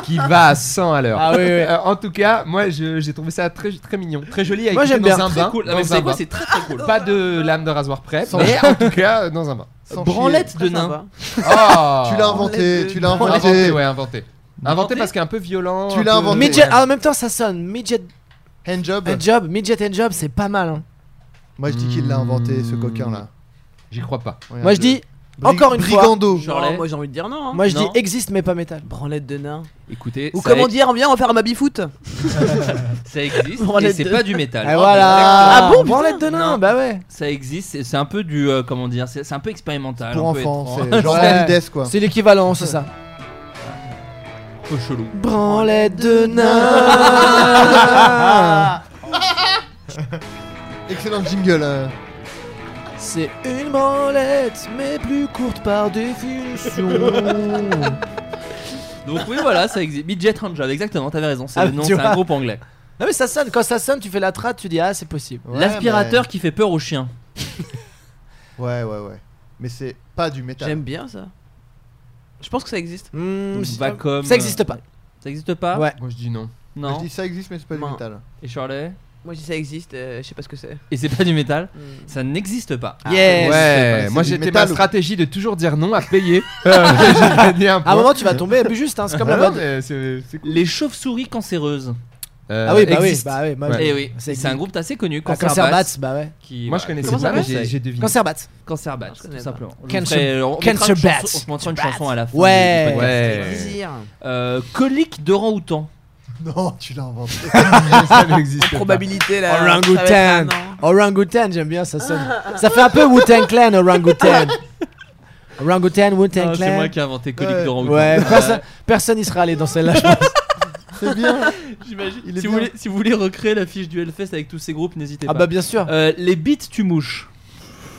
S8: Qui va à 100 à l'heure.
S9: Ah oui, oui.
S8: Euh, en tout cas, moi je- j'ai trouvé ça très, très mignon, très joli. à
S9: Moi,
S8: écouter
S9: j'aime
S8: dans
S9: bien.
S8: Un
S6: Très
S8: bain,
S6: cool. Ah,
S8: dans
S6: mais
S8: un
S6: c'est quoi
S8: bain.
S6: C'est très très cool.
S8: Pas de lame de rasoir près,
S4: Sans-
S8: mais en tout cas euh, dans un bain.
S4: Sans
S6: Branlette
S4: chier.
S6: de
S7: Très
S6: nain.
S7: sympa.
S8: Oh
S4: Tu l'as inventé, tu l'as
S8: inventé,
S4: inventé.
S8: ouais, inventé. Inventé
S6: Inventé
S8: parce qu'un peu violent.
S4: Tu
S8: un
S4: l'as
S8: peu-
S4: inventé.
S9: Midget, ah, en même temps, ça sonne. Midget
S4: Handjob.
S9: and job, midget and job, c'est pas mal. hein.
S4: Moi je dis qu'il l'a inventé ce
S8: Mmh.
S4: coquin là.
S8: J'y crois pas.
S9: Moi je dis, encore une fois.
S4: Brigando.
S7: Non,
S6: Branlette.
S7: moi j'ai envie de dire non. hein.
S9: moi je dis
S6: Non.
S9: existe, mais pas métal.
S7: Branlette de nain.
S6: Écoutez,
S7: Ou
S6: ça
S7: comment
S6: ex-
S7: dire, on vient, on va faire un baby-foot.
S6: Ça existe et
S7: Branlette
S6: c'est
S7: de-
S6: pas du métal.
S9: Et voilà.
S7: Ah bon,
S9: Branlette de nain,
S6: Non.
S9: bah ouais.
S6: Ça existe, c'est- c'est un peu du euh, comment dire, c'est c'est un peu expérimental,
S4: Pour
S6: un peu
S4: enfants,
S6: étrange,
S4: c'est genre
S9: Ouais.
S4: Halides quoi.
S9: C'est l'équivalent, c'est ça.
S6: un peu Oh, chelou.
S9: Branlette de nain.
S4: Excellent jingle. euh.
S9: C'est une branlette, mais plus courte par définition.
S6: Donc oui voilà, ça existe. Midget Ranger, exactement, t'avais raison, c'est
S9: Ah,
S6: le nom,
S9: tu
S6: c'est
S9: vois.
S6: un groupe anglais.
S9: non mais ça sonne, quand ça sonne, tu fais la traite, tu dis ah c'est possible.
S4: Ouais,
S6: L'aspirateur qui fait peur aux chiens.
S4: mais- Ouais, ouais, ouais. Mais c'est pas du métal.
S7: J'aime bien ça. Je pense que ça existe.
S9: Hmm,
S6: Donc,
S9: si-
S6: va comme, euh,
S9: ça existe pas.
S6: Ça Ça existe pas
S4: Ouais.
S8: Moi je dis non.
S6: Non.
S4: Je dis ça existe, mais c'est pas du métal.
S6: Et Shirley
S7: Moi je dis ça existe, euh, je sais pas ce que c'est.
S6: Et c'est pas du métal Ça n'existe pas.
S7: Yes.
S8: Ah, Ouais,
S6: Ah, C'est
S8: moi
S6: du
S8: j'étais
S6: métal
S8: ma
S6: ou-
S8: stratégie de toujours dire non à payer. Euh, J'ai gagné
S9: À un
S8: point.
S9: moment, tu vas tomber plus juste, hein, c'est comme la
S8: Ah non,
S9: mode.
S8: mais c'est- c'est cool.
S6: Les chauves-souris cancéreuses.
S9: Ah oui, bah oui,
S6: existent.
S9: bah oui, bah oui.
S6: Eh oui.
S9: C'est-
S6: C'est un groupe assez connu.
S9: Ah,
S6: Cancerbats.
S9: Cancerbats, bah ouais.
S6: Qui,
S8: Moi, je connaissais
S6: Comment ça
S8: pas, mais
S6: s'appelle
S8: j'ai- j'ai deviné.
S9: Cancerbats.
S6: Cancerbats,
S7: connais
S6: tout
S7: pas.
S6: simplement. Je vous
S9: Cancer-
S6: ferai- on mettra une
S9: Cancerbats.
S6: chanson- On se mettra une chanson à la fin.
S9: Ouais.
S6: du podcast.
S8: Ouais.
S7: Avec plaisir.
S6: Euh, Colique d'orang-outan.
S4: Non, tu l'as inventé.
S8: ça n'existe pas.
S7: Probabilité là. ça va être un
S9: Orangutan.
S7: an.
S9: Orangutan, j'aime bien, ça sonne. ça fait un peu Wu-Tang Clan, Orangutan. Orangutan, Wu-Tang
S6: Ah, C'est
S9: Clan.
S6: moi qui ai inventé Colique
S4: Ouais.
S6: d'orang-outan.
S9: Ouais, personne- personne n'y sera allé dans celle-là, je pense.
S4: C'est bien.
S6: J'imagine.
S4: Il est
S6: Si, vous
S4: bien.
S6: voulez- si vous voulez recréer la fiche du Hellfest avec tous ces groupes, n'hésitez
S9: Ah
S6: pas.
S9: bah bien sûr.
S6: Euh, les bites tu mouches.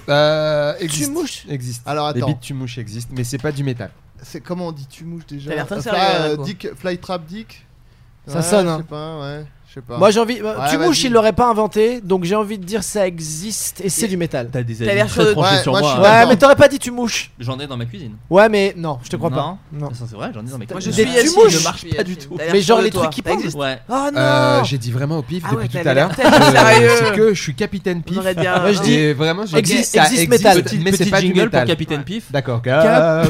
S8: Euh, existe.
S9: mouches
S8: Existe.
S4: Alors,
S8: Les
S4: attends.
S8: beats tu mouches existent, mais c'est pas du métal.
S4: C'est comment on dit tu mouches déjà
S7: T'as l'air très
S4: Euh,
S7: sérieux,
S4: Fly-
S7: là,
S4: euh,
S7: quoi.
S4: Dick, Flytrap Dick.
S9: Ça
S4: Ouais,
S9: sonne,
S4: Je
S9: hein.
S4: sais pas, ouais. Je sais pas.
S9: Moi j'ai envie. bah,
S4: Ouais,
S9: tu
S4: vas-y.
S9: mouches, il l'aurait pas inventé, donc j'ai envie de dire ça existe et c'est du métal.
S6: T'as des
S7: T'as
S6: avis
S7: l'air
S6: très
S7: chaud.
S6: tranchés
S4: Ouais,
S6: sur
S4: moi,
S6: moi.
S4: je suis
S6: hein.
S9: Ouais,
S4: d'accord.
S9: mais t'aurais pas dit tu mouches.
S6: J'en ai dans ma cuisine.
S9: Ouais, mais non, je te crois pas.
S6: Non.
S9: Non.
S6: Ça, C'est vrai, j'en ai dans ma
S7: Moi
S6: cuisine.
S7: je
S9: Des
S7: suis
S9: petits
S7: Yacine,
S9: mouches.
S7: je
S9: Je
S7: marche pas du tout.
S9: Mais genre les trucs qui parlent.
S6: Ouais.
S9: Oh
S8: Euh,
S9: non
S8: j'ai dit vraiment au pif
S7: Ah
S8: depuis
S7: ouais,
S8: tout
S7: t'as
S8: à l'heure.
S7: l'air tellement
S8: Euh,
S7: sérieux.
S8: C'est que je suis capitaine pif.
S7: On aurait bien.
S9: Moi, je dis-
S8: Et vraiment, je
S9: Existe-
S8: dis, ça
S9: existe métal.
S8: petit- mais c'est pas du
S6: jingle
S8: métal.
S6: pour Capitaine Pif.
S8: D'accord.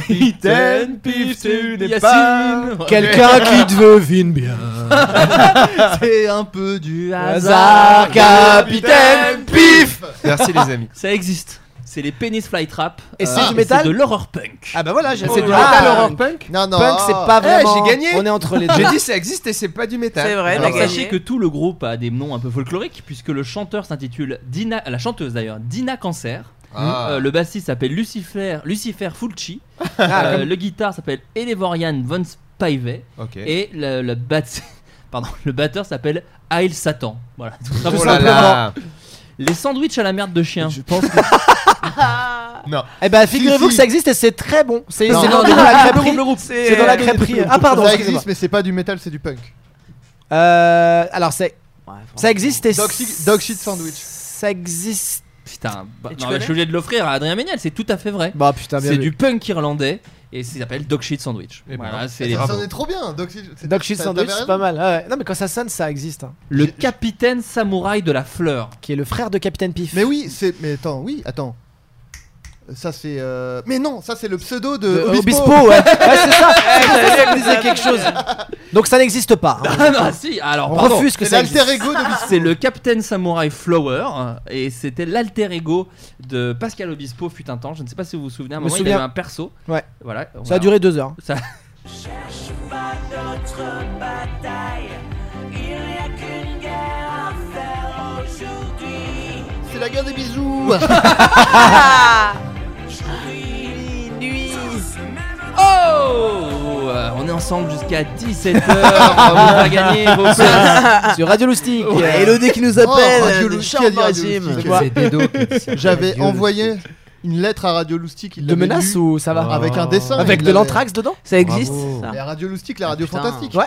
S6: Capitaine Pif, tu n'es pas
S9: Quelqu'un qui devine bien.
S6: C'est un peu du
S9: Hasard, capitaine
S6: Pif.
S8: Merci les amis.
S6: Ça existe. C'est les Penis Flytrap.
S9: Et
S6: euh,
S9: c'est du métal
S6: C'est de l'horror punk.
S9: Ah bah voilà, j'ai
S4: C'est du
S9: Ah,
S4: métal
S9: punk.
S4: horror punk Non, non.
S9: Punk, c'est pas
S8: Eh,
S9: vraiment.
S8: j'ai gagné.
S9: On est entre les deux.
S8: J'ai dit ça existe et c'est pas du métal.
S7: C'est vrai,
S6: Alors
S7: t'as gagné.
S6: sachez que tout le groupe a des noms un peu folkloriques puisque le chanteur s'intitule Dina, la chanteuse d'ailleurs Dina Cancer,
S8: Ah.
S6: Euh, le bassiste s'appelle Lucifer Lucifer Fulci,
S9: Ah,
S6: Euh,
S9: comme-
S6: le guitare s'appelle Elevorian von Spivey
S8: Ok.
S6: et le, le bat- pardon, le batteur s'appelle Hail Satan. Voilà. Tout
S8: Oh
S6: simplement.
S8: là là.
S6: Les sandwichs à la merde de chien.
S4: Je pense que
S8: Non.
S9: Eh bah figurez-vous
S4: si.
S9: que ça existe et c'est très bon. C'est
S4: Non,
S9: c'est dans,
S4: non,
S9: c'est dans la crêperie.
S7: C'est
S9: C'est dans la crêperie. Ah pardon.
S4: ça
S9: excusez-moi.
S4: existe, mais c'est pas du métal, c'est du punk.
S9: Euh, alors c'est ça existe et
S4: Dog shit- dog shit sandwich.
S9: Ça existe.
S6: Putain, bah,
S7: Et tu
S6: non, mais je
S7: connais
S6: suis obligé de l'offrir à Adrien Méniel, c'est tout à fait vrai.
S9: Bah putain bien
S6: C'est
S9: vu.
S6: du punk irlandais et ça s'appelle Dog Shit Sandwich.
S8: Et
S6: Voilà,
S8: bravo.
S6: Ah, c'est les-
S4: Eh ben, Ça sonnait trop bien. Dog shit, c'est-
S9: Dog shit
S4: t'as-
S9: sandwich,
S4: t'avais
S9: c'est
S4: raison.
S9: pas mal. Ah ouais. Non mais quand ça sonne, ça existe. hein.
S6: Le capitaine samouraï de la fleur.
S9: Qui est le frère de Capitaine Pif.
S4: Mais oui, c'est. Mais attends, oui, attends. Ça c'est. euh, Mais non, ça c'est le pseudo de
S9: Euh,
S4: Obispo.
S9: Obispo, ouais. ouais c'est ça. C'est pour ça que ça me disait quelque chose. Donc ça n'existe pas. hein.
S6: Ah non, si, alors
S9: On
S6: pardon.
S9: refuse que
S4: C'est
S9: ça existe.
S4: l'alter ego d'Obispo.
S6: C'est le Captain Samurai Flower hein, et c'était l'alter ego de Pascal Obispo fut un temps. Je ne sais pas si vous vous souvenez. À un
S9: Me
S6: moment, il
S9: souviens.
S6: avait un perso.
S9: Ouais.
S6: Voilà. on
S9: Ça
S6: va-
S9: a duré deux heures.
S6: Ça-
S4: C'est la guerre des bisous.
S6: Oh Euh, On est ensemble jusqu'à 17h. on va gagner vos places.
S9: Sur Radio Loustic.
S7: Ouais, Elodie qui nous
S4: Oh,
S7: appelle.
S4: Radio
S7: de
S4: Loustic, qui a dit Radio
S7: Chambre-Gym.
S4: Loustic.
S9: vois.
S8: C'est des dos qui te sortent.
S4: J'avais envoyé une lettre à Radio Loustic. il
S9: De
S4: l'avait
S9: menaces
S4: lue,
S9: ou ça va
S4: Avec un dessin.
S9: Avec
S4: il
S9: de
S4: l'avait-
S9: l'anthrax dedans
S7: Ça existe
S9: Bravo.
S7: ça.
S4: La Radio Loustic, la radio
S7: putain.
S4: fantastique.
S9: Ouais.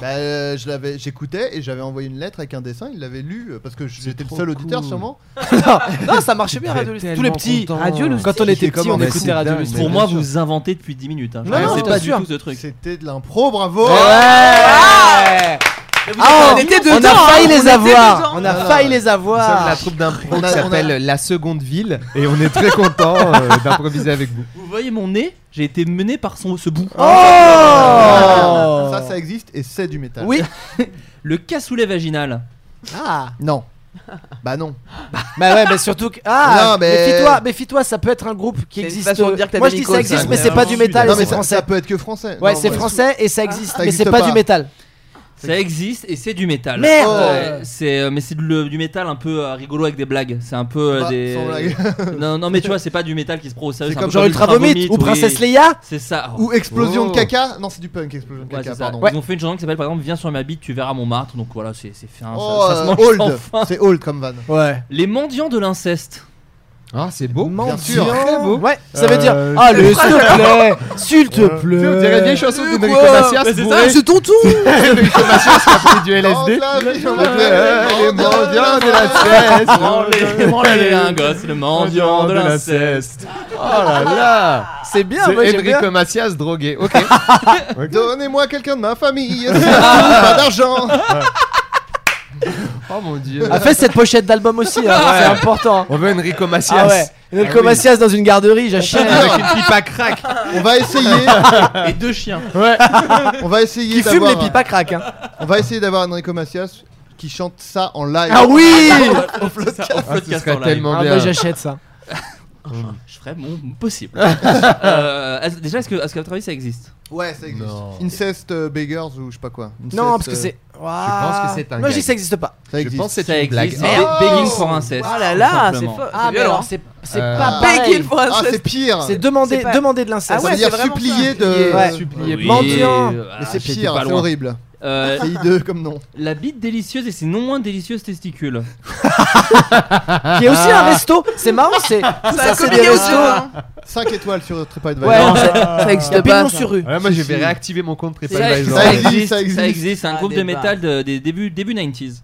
S4: Bah, euh, je l'avais, j'écoutais et j'avais envoyé une lettre avec un dessin. Il l'avait lu euh, parce que j'étais le
S8: trop
S4: seul auditeur
S8: cool.
S4: sûrement.
S9: non, non, ça marchait bien Radio Loustic.
S8: J'étais
S9: Tous les
S8: tellement
S9: petits.
S8: content.
S9: Radio Loustic. Quand on
S4: J'étais
S9: était petits, on
S4: comme un
S9: écoutait
S8: fou
S9: Radio
S8: dingue.
S9: Loustic.
S6: Pour
S8: bien
S6: moi,
S8: sûr.
S6: vous inventez depuis 10 minutes. Hein. Je
S9: Non,
S6: ne
S9: non,
S6: sais
S9: je
S6: pas du
S9: t'assure.
S6: tout ce truc.
S4: C'était de l'impro, bravo.
S9: Ouais Ah,
S7: on était
S9: on
S7: dedans,
S9: a
S7: hein,
S9: failli
S7: on
S9: les
S7: était
S9: avoir.
S7: dedans.
S9: On
S4: Non,
S9: a
S4: non,
S9: failli les
S4: ouais.
S8: Nous sommes la
S9: avoir.
S8: troupe d'impro
S4: On a-
S8: qui
S4: on a-
S8: s'appelle La Seconde Ville et on est très content euh, d'improviser avec vous.
S6: Vous voyez mon nez J'ai été mené par son, ce bout.
S9: Oh
S4: Ah, Ça, ça existe et c'est du métal.
S9: Oui.
S6: Le cassoulet vaginal.
S9: Ah.
S4: Non. Bah non.
S9: Bah ouais, mais surtout que ah,
S4: Non, mais-
S9: méfie-toi, méfie-toi, ça peut être un groupe
S7: C'est
S9: qui
S7: une
S9: existe. euh,
S7: façon de dire que t'as
S9: Moi
S7: des
S9: je dis
S7: mycoses,
S9: ça existe,
S7: ça,
S9: mais c'est pas du
S7: vraiment.
S9: métal,
S4: non
S9: et c'est
S4: mais ça,
S9: français.
S4: ça peut être que français.
S9: Ouais,
S4: Non,
S9: c'est
S4: ouais.
S9: français et ça existe,
S4: Ça
S9: mais c'est
S4: existe
S9: pas,
S4: pas.
S9: du métal.
S6: Ça existe et c'est du métal.
S9: Merde
S6: Ouais, c'est euh, mais c'est le- du métal un peu euh, rigolo avec des blagues. C'est un peu euh,
S4: Bah,
S6: des.
S4: sans blague.
S6: non non mais tu vois c'est pas du métal qui se prend au sérieux.
S4: C'est
S6: un
S4: comme
S6: peu
S9: Genre Ultra Vomit ou
S6: oui.
S9: Princesse Leia
S6: C'est ça.
S4: Ou explosion de
S8: Oh.
S4: caca. Non, c'est du punk. Explosion de
S6: Ouais,
S4: caca.
S6: c'est ça.
S4: Pardon.
S6: Ils ont fait une chanson qui s'appelle par exemple Viens sur ma bite, tu verras mon martre. Donc voilà, c'est c'est fait. un- ça-
S4: Oh,
S6: ça, se
S4: euh,
S6: mange sans
S4: old.
S6: fin.
S4: C'est old comme van.
S9: Ouais.
S6: Les mendiants de l'inceste.
S8: Ah, c'est beau.
S9: Mendiant.
S8: sûr. Très beau.
S9: Ouais, ça veut dire.
S8: Euh,
S9: Ah, le
S8: c'est-
S9: s'il te plaît, s'il te plaît.
S8: On dirait bien une chanson
S9: Mais
S8: d'Enrico
S9: quoi
S8: Macias.
S9: Mais c'est ça,
S8: bourré.
S9: c'est ton tour
S8: Enrico Macias qui a pris du LSD.
S4: la vie, on va
S8: Euh,
S4: te-
S8: Les mendiants de la cesse.
S6: Branlez- branlez un gosse, le mendiant de l'inceste.
S8: Oh là là.
S9: C'est bien, moi,
S8: C'est
S9: j'aime bien.
S8: Enrico Macias drogué. Ok.
S4: Donnez-moi quelqu'un de ma famille, surtout pas d'argent.
S8: Oh mon dieu.
S9: A fait Ah, cette pochette d'album aussi, hein,
S8: Ouais.
S9: c'est important.
S8: On veut Enrico Macias.
S9: Ah ouais, Enrico
S8: Ah oui.
S9: Macias dans une garderie, Ah, j'achète.
S8: Avec une pipe à crack.
S4: On va essayer,
S6: Et deux chiens.
S8: Ouais.
S4: on va essayer
S9: Qui fume les
S4: d'avoir,
S9: pipes à crack. Hein.
S4: on va essayer d'avoir Enrico Macias qui chante ça en live.
S9: Ah oui
S6: Au floodcast. Au
S8: Ah, ce
S6: floodcast en
S8: serait
S6: live.
S8: tellement
S9: Ah
S8: bien.
S9: bah j'achète ça.
S6: Je ferais mon possible. Euh, est-ce- déjà, est-ce que, est-ce qu'à votre avis, ça existe
S4: Ouais, ça existe.
S8: Non.
S4: Incest euh, Beggars ou je sais pas quoi.
S9: Non, parce
S4: Incest,
S9: que c'est.
S8: penses que c'est un
S9: Moi
S8: gag.
S9: je dis que ça existe pas.
S4: euh, Ça
S8: Je
S4: existe. Oh
S8: pense que
S6: Ça
S8: c'est une blague.
S6: existe.
S8: Ah,
S6: Be-
S9: oh.
S6: Begging for incest.
S7: Ah là là,
S6: tout
S7: c'est
S6: simplement.
S7: fort.
S9: Ah, mais alors c'est c'est
S8: Euh,
S9: pas
S7: Begging
S9: pareil.
S7: for
S4: Ah, c'est
S7: incest.
S4: pire.
S9: C'est demander,
S7: C'est pas-
S9: demander de l'inceste.
S7: Ah
S4: ça
S7: ouais,
S4: veut dire
S7: c'est vraiment
S4: supplier
S7: ça.
S4: de.
S9: Ouais.
S8: Supplier.
S6: Oui,
S9: mendiant.
S6: euh,
S4: Mais c'est
S6: ah, j'étais
S4: pire,
S6: pas
S4: c'est
S6: loin.
S4: horrible.
S6: Euh,
S4: C'est hideux comme nom.
S6: la bite délicieuse et ses non moins délicieuses testicules.
S9: Qui est aussi un resto. C'est marrant, c'est. Tout ça,
S7: Ça a
S9: c'est des
S7: communiqué au
S9: restos.
S6: hein.
S7: jeu.
S4: 5 étoiles sur TripAdvisor.
S9: Ouais, non,
S4: ça,
S9: ça ça
S7: existe pas,
S9: Pignon
S7: ça.
S9: sur rue.
S8: Ouais, moi je vais
S4: Si, si.
S8: réactiver mon compte
S6: Ça
S8: TripAdvisor.
S6: ça
S4: existe,
S6: existe,
S4: ça existe.
S6: ça existe. C'est un
S7: Ah,
S6: groupe de
S7: débat.
S6: métal de- des débuts début 90s.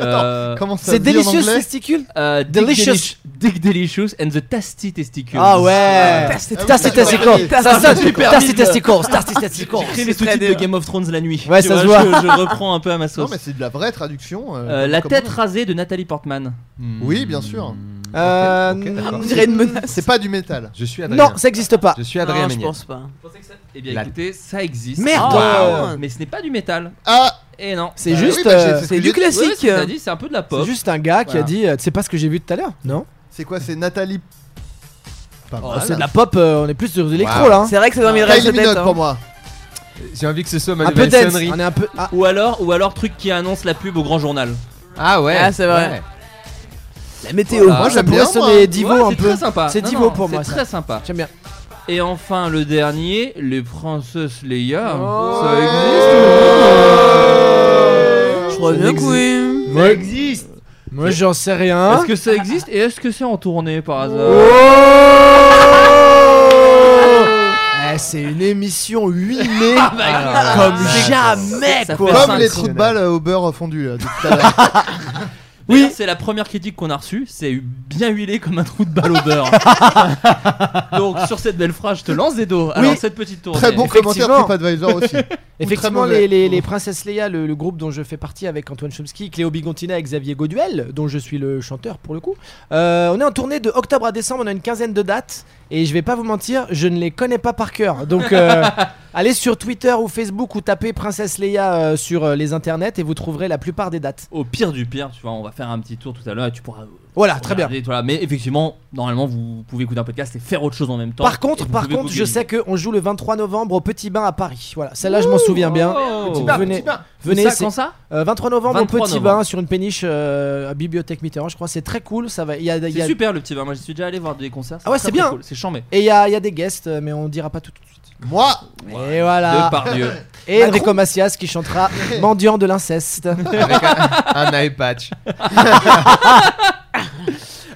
S4: Attends,
S6: Euh,
S4: Comment
S9: C'est
S4: ça se dit en
S9: délicieux
S4: anglais
S9: testicule.
S6: euh, Dick
S9: Delicious.
S6: Delish- Dick Delicious and the Tasty Testicles.
S9: Ah ouais.
S7: Tasty
S9: Tasty
S7: testicles.
S9: testicles. Ça sonne.
S6: Super
S9: Tasty
S6: vite.
S9: testicles. Tasty
S4: Ah,
S9: testicles.
S6: J'écris les
S7: C'est très
S6: sous-titres de
S7: bien.
S6: Game of Thrones la nuit.
S9: Ouais,
S6: Tu
S9: ça se
S6: Je, je reprends un peu à ma
S4: Non,
S6: sauce.
S4: mais c'est de la vraie traduction. euh,
S6: Euh, la
S4: comment-
S6: tête rasée de Nathalie Portman.
S4: Oui, bien sûr.
S9: Euh,
S4: Ok, d'accord.
S7: On dirait une menace.
S4: C'est pas du métal.
S8: Je suis Adrien.
S9: Non, ça existe pas.
S8: Je suis Adrien
S7: Non, je
S8: Méniel.
S7: pense pas.
S6: Eh bien,
S8: La-
S6: écoutez, ça existe.
S9: Merde.
S6: Ah, Mais ce n'est pas du métal.
S4: Ah,
S6: Et non.
S9: C'est
S4: Bah oui,
S9: juste.
S4: bah, j'ai-
S9: euh,
S4: c'est ce
S7: C'est
S4: que
S7: du
S4: j'ai dit.
S6: Ouais,
S7: classique.
S6: c'est- t'as dit, c'est un peu de la
S9: C'est
S6: pop.
S9: juste un gars qui a
S6: Voilà.
S9: dit, euh, tu sais pas ce que j'ai vu tout à l'heure Non
S4: C'est quoi C'est Nathalie. Pas
S9: Oh,
S4: mal.
S9: C'est de la pop, euh, on est plus sur de l'électro
S8: Wow.
S9: là. hein.
S7: C'est vrai que ça donne une
S4: Kylie
S7: reste
S4: Minogue
S7: tête.
S4: pour moi.
S8: J'ai envie que ce soit ma
S9: Un peu
S8: nouvelle
S9: dance.
S8: sonnerie.
S9: On est un peu. ah,
S6: Ou alors, ou alors truc qui annonce la pub au grand journal.
S8: Ah ouais.
S7: Ah, c'est vrai.
S8: Ouais.
S9: La météo.
S6: Voilà.
S9: Moi ça
S4: J'aime
S9: pourrait
S4: bien,
S9: sonner
S4: moi.
S9: Divo
S6: Ouais,
S9: un
S6: c'est
S9: peu.
S6: très sympa.
S9: C'est
S6: Non,
S9: Divo
S6: non,
S9: pour moi.
S6: C'est
S9: ça.
S6: très sympa.
S9: J'aime bien.
S6: Et enfin le dernier, les princesses Leia.
S9: Oh.
S6: Ça existe.
S7: Je crois bien que oui.
S6: Ça existe.
S9: Moi j'en sais rien.
S6: Est-ce que ça existe et est-ce que c'est en tournée par hasard
S9: Oh. Eh, c'est une émission 8 mai
S6: bah,
S9: comme
S6: c'est-
S9: jamais
S6: ça
S9: quoi.
S6: fait
S4: Comme
S6: cinq.
S4: les trous de balle au beurre fondu là, depuis tout à l'heure.
S6: Oui, c'est la première critique qu'on a reçue. C'est bien huilé comme un trou de balle au beurre. Donc sur cette belle phrase, je te lance des dos. Alors cette petite tournée.
S4: Très bon commentaire
S9: Effectivement.
S4: TripAdvisor aussi.
S9: Effectivement,
S4: mauvais.
S9: les, les, les Princesses Leia, le, le groupe dont je fais partie avec Antoine Chomsky, Cléo Bigontina et Xavier Goduel, dont je suis le chanteur pour le coup, euh, on est en tournée de octobre à décembre, on a une quinzaine de dates, et je vais pas vous mentir, je ne les connais pas par cœur. Donc euh, allez sur Twitter ou Facebook ou tapez Princesse Leia euh, sur euh, les internets et vous trouverez la plupart des dates.
S6: Au pire du pire, tu vois, on va faire un petit tour tout à l'heure et tu pourras
S9: Voilà, très bien.
S6: Regardez, voilà. Mais effectivement, normalement, vous pouvez écouter un podcast et faire autre chose en même temps.
S9: Par
S6: Et
S9: contre,
S6: vous
S9: par
S6: pouvez
S9: contre,
S6: bouger
S9: je
S6: les
S9: sais qu'on joue le 23 novembre au Petit Bain à Paris. Voilà, celle-là je m'en souviens bien.
S6: Oh.
S9: Petit
S6: Petit
S9: Bain,
S6: Bain,
S9: venez,
S6: Petit Bain.
S9: venez,
S6: Ça,
S9: c'est-
S6: quand ça
S9: Euh, 23 novembre au
S6: 23
S9: Petit
S6: novembre.
S9: Bain sur une péniche euh, à Bibliothèque Mitterrand, je crois. C'est très cool. Ça va. il Y a, il y
S6: C'est
S9: a-
S6: super le petit bain. Moi, j'y suis déjà allé voir des concerts.
S9: Ah ouais,
S6: très,
S9: c'est
S6: très
S9: bien.
S6: cool. C'est chambé.
S9: Et il y a, il y a des guests, euh, mais on dira pas tout tout de suite.
S4: Moi,
S9: Et voilà.
S6: De par Dieu.
S9: Et Enrico Macias qui chantera Mendiant de l'inceste.
S8: Avec un, un eye patch.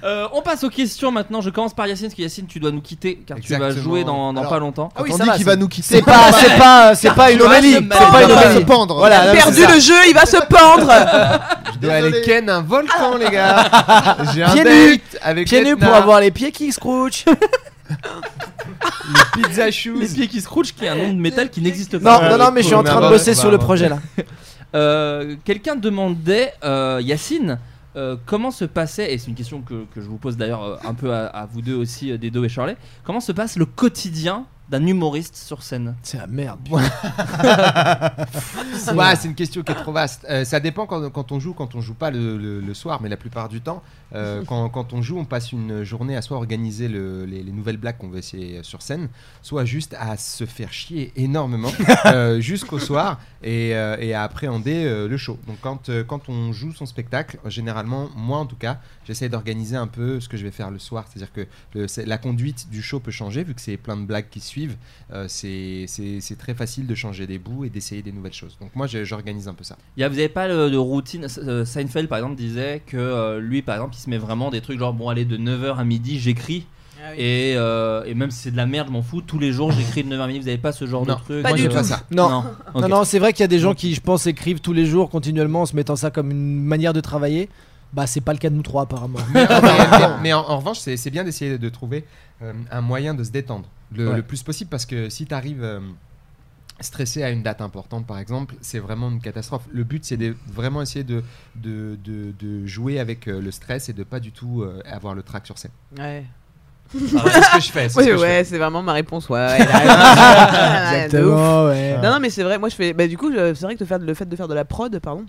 S6: Euh, on passe aux questions maintenant. Je commence par Yacine, parce que Yacine, tu dois nous quitter car tu vas
S8: Exactement.
S6: jouer dans, dans
S4: Alors,
S6: pas
S9: Ah
S6: longtemps.
S4: quand on dit qu'il va nous quitter.
S9: C'est pas, c'est pas, c'est pas une
S6: Tu vas
S9: homélie.
S6: se
S9: C'est
S6: marier.
S9: pas
S4: Il
S9: une
S4: va pas se
S9: homélie.
S4: pendre.
S9: Voilà, là,
S7: Perdu
S9: c'est ça.
S7: le jeu, il va se pendre.
S8: Je dois aller
S4: Désolé.
S8: ken un volcan, les gars. J'ai un
S9: Pieds nus.
S8: date avec
S9: Pieds nus
S8: Etna.
S9: pour avoir les pieds qui scroochent.
S8: les pizza shoes.
S6: Les pieds qui se croulent, qui est un nom de métal qui n'existe
S9: Non,
S6: pas.
S9: non, non, mais je suis en
S8: mais
S9: train de
S8: avant-
S9: bosser sur le
S8: avant-
S9: projet là.
S6: Euh, Quelqu'un demandait, euh, Yacine, euh, comment se passait, et c'est une question que, que je vous pose d'ailleurs euh, un peu à, à vous deux aussi, euh, Dedo et Charlet, comment se passe le quotidien d'un humoriste sur scène
S9: C'est la merde.
S8: Ouais, c'est une question qui est trop vaste. Euh, ça dépend quand, quand on joue, quand on joue pas le, le- le soir, mais la plupart du temps, euh, quand, quand on joue, on passe une journée à soit organiser le- les, les nouvelles blagues qu'on veut essayer sur scène, soit juste à se faire chier énormément euh, jusqu'au soir et, euh, et à appréhender euh, le show. Donc quand, euh, quand on joue son spectacle, généralement, moi en tout cas, j'essaie d'organiser un peu ce que je vais faire le soir. C'est-à-dire que le- c'est- la conduite du show peut changer vu que c'est plein de blagues qui se suivent, euh, c'est c'est- c'est très facile de changer des bouts et d'essayer des nouvelles choses. Donc moi, je- j'organise un peu ça.
S6: Il y a- vous avez pas le- de routine. S- euh, Seinfeld, par exemple, disait que euh, lui, par exemple, il se met vraiment des trucs genre, bon, allez, de 9h à midi, j'écris. Et, euh, et même si c'est de la merde, je m'en fous. Tous les jours, j'écris de 9h à midi. Vous avez pas ce genre de truc
S9: Moi, je fais Non, non,
S6: Ok.
S9: non, c'est vrai qu'il y a des gens qui, je pense, écrivent tous les jours continuellement en se mettant ça comme une manière de travailler. Bah, c'est pas le cas de nous trois, apparemment.
S8: mais, mais- mais en, en revanche, c'est c'est bien d'essayer de trouver euh, un moyen de se détendre le,
S9: Ouais.
S8: le plus possible parce que si tu arrives stressé à une date importante, par exemple, c'est vraiment une catastrophe. Le but, c'est de vraiment essayer de, de, de- de jouer avec euh, le stress et de pas du tout euh, avoir le trac sur scène.
S7: Ouais.
S8: Ah ouais, c'est ce que je fais, c'est ce
S7: Oui,
S8: que je
S7: ouais,
S8: fais.
S7: c'est vraiment ma réponse. Ouais, ouais, là,
S9: Exactement,
S7: de ouf.
S9: ouais.
S7: Non, non, mais c'est vrai, moi je fais. Bah, du coup, je- c'est vrai que de faire, le fait de faire de la prod, pardon,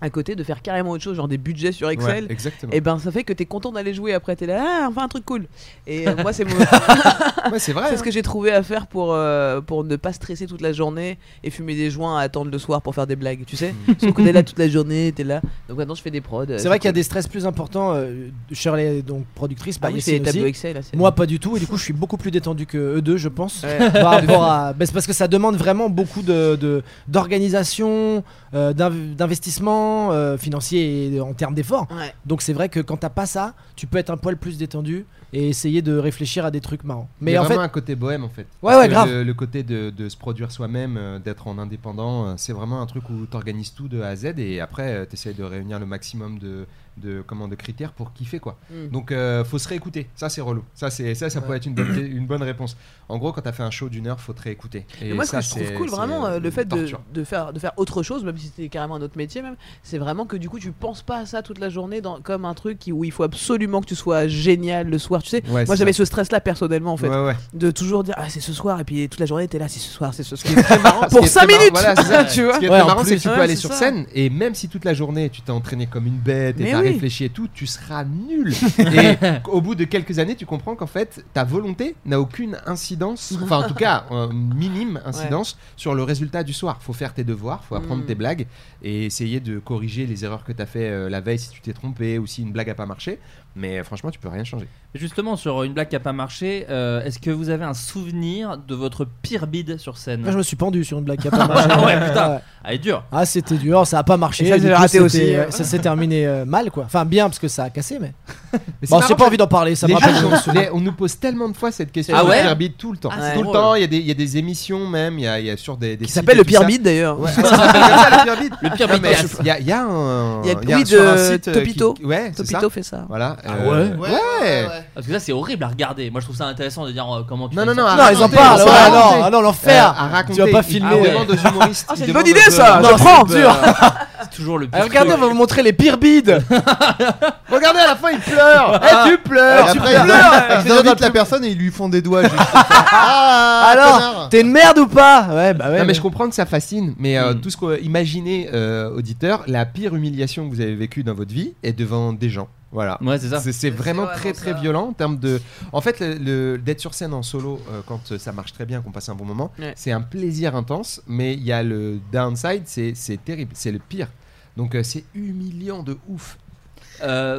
S7: à côté de faire carrément autre chose, genre des budgets sur Excel,
S8: Ouais, exactement.
S7: et ben ça fait que t'es content d'aller jouer après, t'es là, ah, enfin un truc cool. Et euh, moi, c'est mon.
S8: ouais, c'est vrai. hein.
S7: ce que j'ai trouvé à faire pour, euh, pour ne pas stresser toute la journée et fumer des joints à attendre le soir pour faire des blagues, tu sais Sauf que t'es là toute la journée, t'es là. Donc maintenant, je fais des prods. euh,
S9: C'est vrai qu'il y a des stress plus importants. euh, Shirley, donc productrice,
S7: Ah
S9: par
S7: oui,
S9: ici
S7: c'est les
S9: aussi.
S7: tableaux Excel, là, c'est-
S9: Moi, pas du tout. Et du coup, je suis beaucoup plus détendu que eux deux, je pense.
S7: Ouais.
S9: Par rapport à. bah, c'est parce que ça demande vraiment beaucoup de, de- d'organisation, euh, d'inv- d'investissement euh, financier et en termes d'efforts.
S7: Ouais.
S9: Donc c'est vrai que quand t'as pas ça, tu peux être un poil plus détendu et essayer de réfléchir à des trucs marrants.
S8: Mais il y a
S9: en fait,
S8: vraiment un côté bohème en fait.
S9: Ouais,
S8: Parce
S9: ouais,
S8: que
S9: grave.
S8: Le, le côté de, de se produire soi-même, euh, d'être en indépendant, euh, c'est vraiment un truc où tu organises tout de A à Z et après tu essayes de réunir le maximum de, de, comment, de critères pour kiffer quoi.
S9: Mm.
S8: Donc euh, faut se réécouter. Ça c'est relou. Ça, c'est- ça, ça peut être une bonne, une bonne réponse. En gros, quand tu as fait un show d'une heure, faut te réécouter.
S7: Et moi, ce
S8: ça,
S7: que je trouve
S8: c'est-
S7: cool,
S8: c'est
S7: vraiment, euh,
S8: une
S7: le fait de,
S8: torture.
S7: de faire, de faire autre chose, même si c'était carrément un autre métier, même, c'est vraiment que du coup, tu penses pas à ça toute la journée dans, comme un truc qui- où il faut absolument que tu sois génial le soir. Tu sais, moi
S8: Ouais, c'est
S7: j'avais
S8: ça.
S7: ce stress-là personnellement, en fait,
S8: Ouais, ouais.
S7: de toujours dire ah, c'est ce soir, et puis toute la journée, t'es là, c'est ce soir, c'est ce soir. C'est marrant
S8: Ce qui
S7: pour
S8: est
S7: 5
S8: très marrant,
S7: minutes.
S8: voilà, c'est ça.
S7: tu vois.
S8: Ce qui est très marrant, c'est que tu peux aller sur scène et même si toute la journée tu t'es entraîné comme une bête et
S7: Mais
S8: t'as
S7: oui.
S8: réfléchi et tout, tu seras nul. et au bout de quelques années, tu comprends qu'en fait, ta volonté n'a aucune incidence, enfin en tout cas, euh, minime incidence sur le résultat du soir. Faut faire tes devoirs, faut apprendre
S7: Mm.
S8: tes blagues et essayer de corriger les erreurs que t'as fait euh, la veille si tu t'es trompé ou si une blague a pas marché. Mais euh, franchement, tu peux rien changer.
S6: Justement, sur une blague qui a pas marché, euh, est-ce que vous avez un souvenir de votre pire bide sur scène
S9: moi, je me suis pendu sur une blague qui a pas marché.
S6: ouais, putain.
S9: Ouais.
S6: Elle est dure.
S9: Ah, c'était dur, ça a pas marché.
S6: Et ça,
S9: Du
S6: j'ai
S9: coup,
S6: raté
S9: c'était-
S6: aussi.
S9: ouais, ça s'est terminé euh, mal, quoi. Enfin, bien, parce que ça a cassé, mais.
S8: Mais c'est
S9: bon,
S8: marrant,
S9: j'ai pas
S8: parce-
S9: envie d'en parler, ça me
S8: les
S9: rappelle.
S8: gens,
S9: mon souvenir.
S8: les- on nous pose tellement de fois cette question
S9: Ah
S8: sur
S9: ouais
S8: le pyramide tout le temps.
S9: Ah, c'est
S8: tout le
S9: drôle.
S8: temps, il y, a des- il y a des émissions même, il y a, il y a sur des. des
S7: Qui
S8: sites
S7: s'appelle
S8: et
S7: le
S8: tout ça.
S7: pyramide, d'ailleurs.
S8: Ouais, ah, ça s'appelle comme ça, le pyramide.
S7: Le pyramide
S8: Non, mais
S7: cast.
S8: Il y, a- il y a un.
S7: Il y a-
S8: il y a
S7: oui,
S8: un- sur un
S7: de
S8: site, euh,
S7: Topito.
S8: qui- Ouais, c'est
S7: Topito fait ça.
S8: Voilà.
S6: Ah
S8: euh,
S6: ouais
S8: ouais.
S6: Parce que ça, c'est horrible à regarder. Moi, je trouve ça intéressant de dire euh, comment tu.
S8: Non,
S6: fais
S8: non, non,
S6: ça.
S8: à raconter,
S9: ah
S8: à raconter. Euh, à raconter.
S9: vas pas
S8: Il-
S9: filmer.
S8: il
S9: Ah Ouais.
S8: demande aux humoristes,
S9: Ah,
S8: il
S9: c'est une
S8: demande euh,
S9: bonne idée,
S8: aux-
S9: ça,
S8: aux-
S9: je prends.
S8: aux-
S9: Dur.
S6: C'est toujours le pire.
S9: Ah, regardez, on va vous montrer les pires bides.
S8: Regardez, à la fin, il pleure.
S9: Eh, tu pleures,
S4: Ah. Et
S9: tu
S4: après,
S9: pleures.
S4: Ils invitent la personne et ils lui font des doigts. juste. Ah,
S9: Alors,
S4: connard.
S9: t'es une merde ou pas Ouais, bah ouais.
S8: non, mais
S9: mais- Hmm.
S8: je comprends que ça fascine, mais euh, tout ce qu'on imaginez, euh, auditeur, la pire humiliation que vous avez vécue dans votre vie est devant des gens. Voilà.
S6: Ouais, c'est ça.
S8: C'est vraiment très très violent en termes de. En fait, le- le- d'être sur scène en solo euh, quand euh, ça marche très bien, qu'on passe un bon moment,
S7: Ouais.
S8: c'est un plaisir intense, mais il y a le downside, c'est c'est terrible, c'est le pire. Donc euh, c'est humiliant de ouf.
S6: Euh,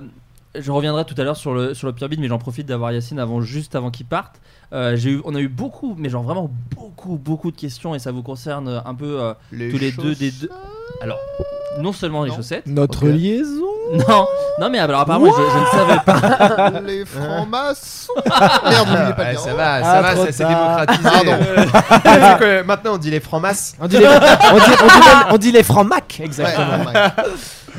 S6: je reviendrai tout à l'heure sur le, sur le pyramide, mais j'en profite d'avoir Yacine avant, juste avant qu'il parte. Euh, j'ai eu, on a eu beaucoup, mais genre vraiment beaucoup, beaucoup de questions et ça vous concerne un peu euh,
S9: Les
S6: tous les deux des deux. Alors, non seulement les chaussettes.
S9: Notre
S6: Ok.
S9: liaison.
S6: Non, non, mais alors apparemment, je, je ne savais pas.
S4: Les francs-maçons. Merde, vous voulez pas
S8: Ouais,
S4: le dire.
S8: ça va,
S9: Ah,
S8: ça va,
S9: trop
S8: ça s'est
S9: tard.
S8: démocratisé.
S9: Pardon.
S8: Euh, c'est que maintenant on dit les francs-masses.
S9: On dit les, on dit- on dit même- on dit les francs Mac,
S8: Ouais,
S9: exactement.
S8: francs Mac.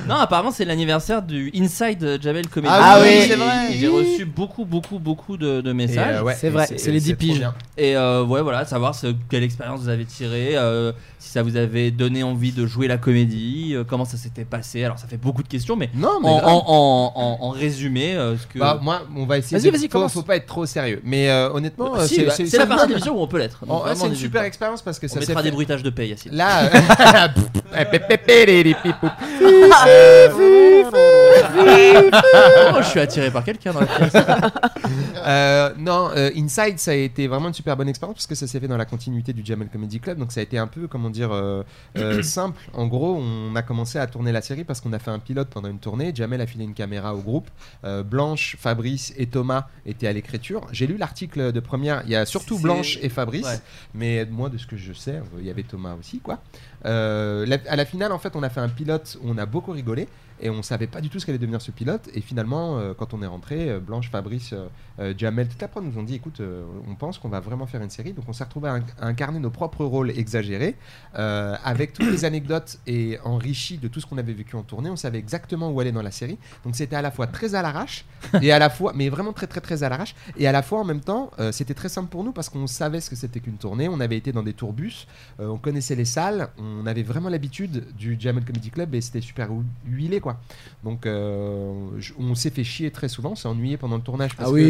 S6: Non, apparemment, c'est l'anniversaire du Inside euh, Jabel Comedy.
S9: Ah oui,
S6: Et-
S9: c'est vrai.
S6: et J'ai reçu beaucoup, beaucoup, beaucoup de, de messages.
S9: Et, euh, ouais, C'est et vrai, c'est- c'est les c'est 10 trop piges. bien.
S6: Et euh, ouais, voilà, savoir ce- quelle expérience vous avez tirée, euh, si ça vous avait donné envie de jouer la comédie, euh, comment ça s'était passé. Alors, ça fait beaucoup de questions, mais,
S8: Non, mais
S6: en,
S8: grave.
S6: en- en- en- en résumé, euh, ce que.
S8: Bah, moi, on va essayer.
S6: Vas-y,
S8: de-
S6: vas-y,
S8: faut,
S6: commence.
S8: faut pas être trop sérieux. Mais euh, honnêtement,
S6: Ah,
S8: euh,
S6: si, bah, c'est la
S8: une
S6: partie de
S8: bonne-
S6: l'émission où on peut l'être. Donc
S8: Oh, ouais,
S6: vraiment,
S8: c'est une
S6: n'hésite
S8: super
S6: pas.
S8: expérience parce que
S6: On
S8: ça s'est
S6: mettra des
S8: fait-
S6: bruitages de paix, Yacine.
S8: Là, euh,
S6: Oh, je suis attiré par quelqu'un dans la pièce.
S8: Euh, non, euh, Inside, ça a été vraiment une super bonne expérience parce que ça s'est fait dans la continuité du Jamel Comedy Club. Donc ça a été un peu, comment dire, euh, euh, simple. En gros, on a commencé à tourner la série parce qu'on a fait un pilote pendant une tournée. Jamel a filé une caméra au groupe. Euh, Blanche, Fabrice et Thomas étaient à l'écriture. J'ai lu l'article de première. Il y a surtout
S6: C'est-
S8: Blanche et Fabrice.
S6: Ouais.
S8: Mais moi, de ce que je sais, il y avait Thomas aussi, quoi. Euh, la- à la finale, en fait, on a fait un pilote où on a beaucoup rigolé et on savait pas du tout ce qu'allait devenir ce pilote. Et finalement, euh, quand on est rentré, euh, Blanche, Fabrice, euh, euh, Jamel, toute la prod nous ont dit écoute, euh, on pense qu'on va vraiment faire une série. Donc on s'est retrouvé à, inc- à incarner nos propres rôles exagérés euh, avec toutes les anecdotes et enrichis de tout ce qu'on avait vécu en tournée. On savait exactement où aller dans la série. Donc c'était à la fois très à l'arrache et à la fois, mais vraiment très très très à l'arrache et à la fois en même temps, euh, c'était très simple pour nous parce qu'on savait ce que c'était qu'une tournée. On avait été dans des tourbus, euh, on connaissait les salles, on avait vraiment l'habitude du Jamel Comedy Club et c'était super hu- huilé quoi. Donc euh, je- on s'est fait chier très souvent, on s'est ennuyé pendant le tournage. parce
S9: Ah oui.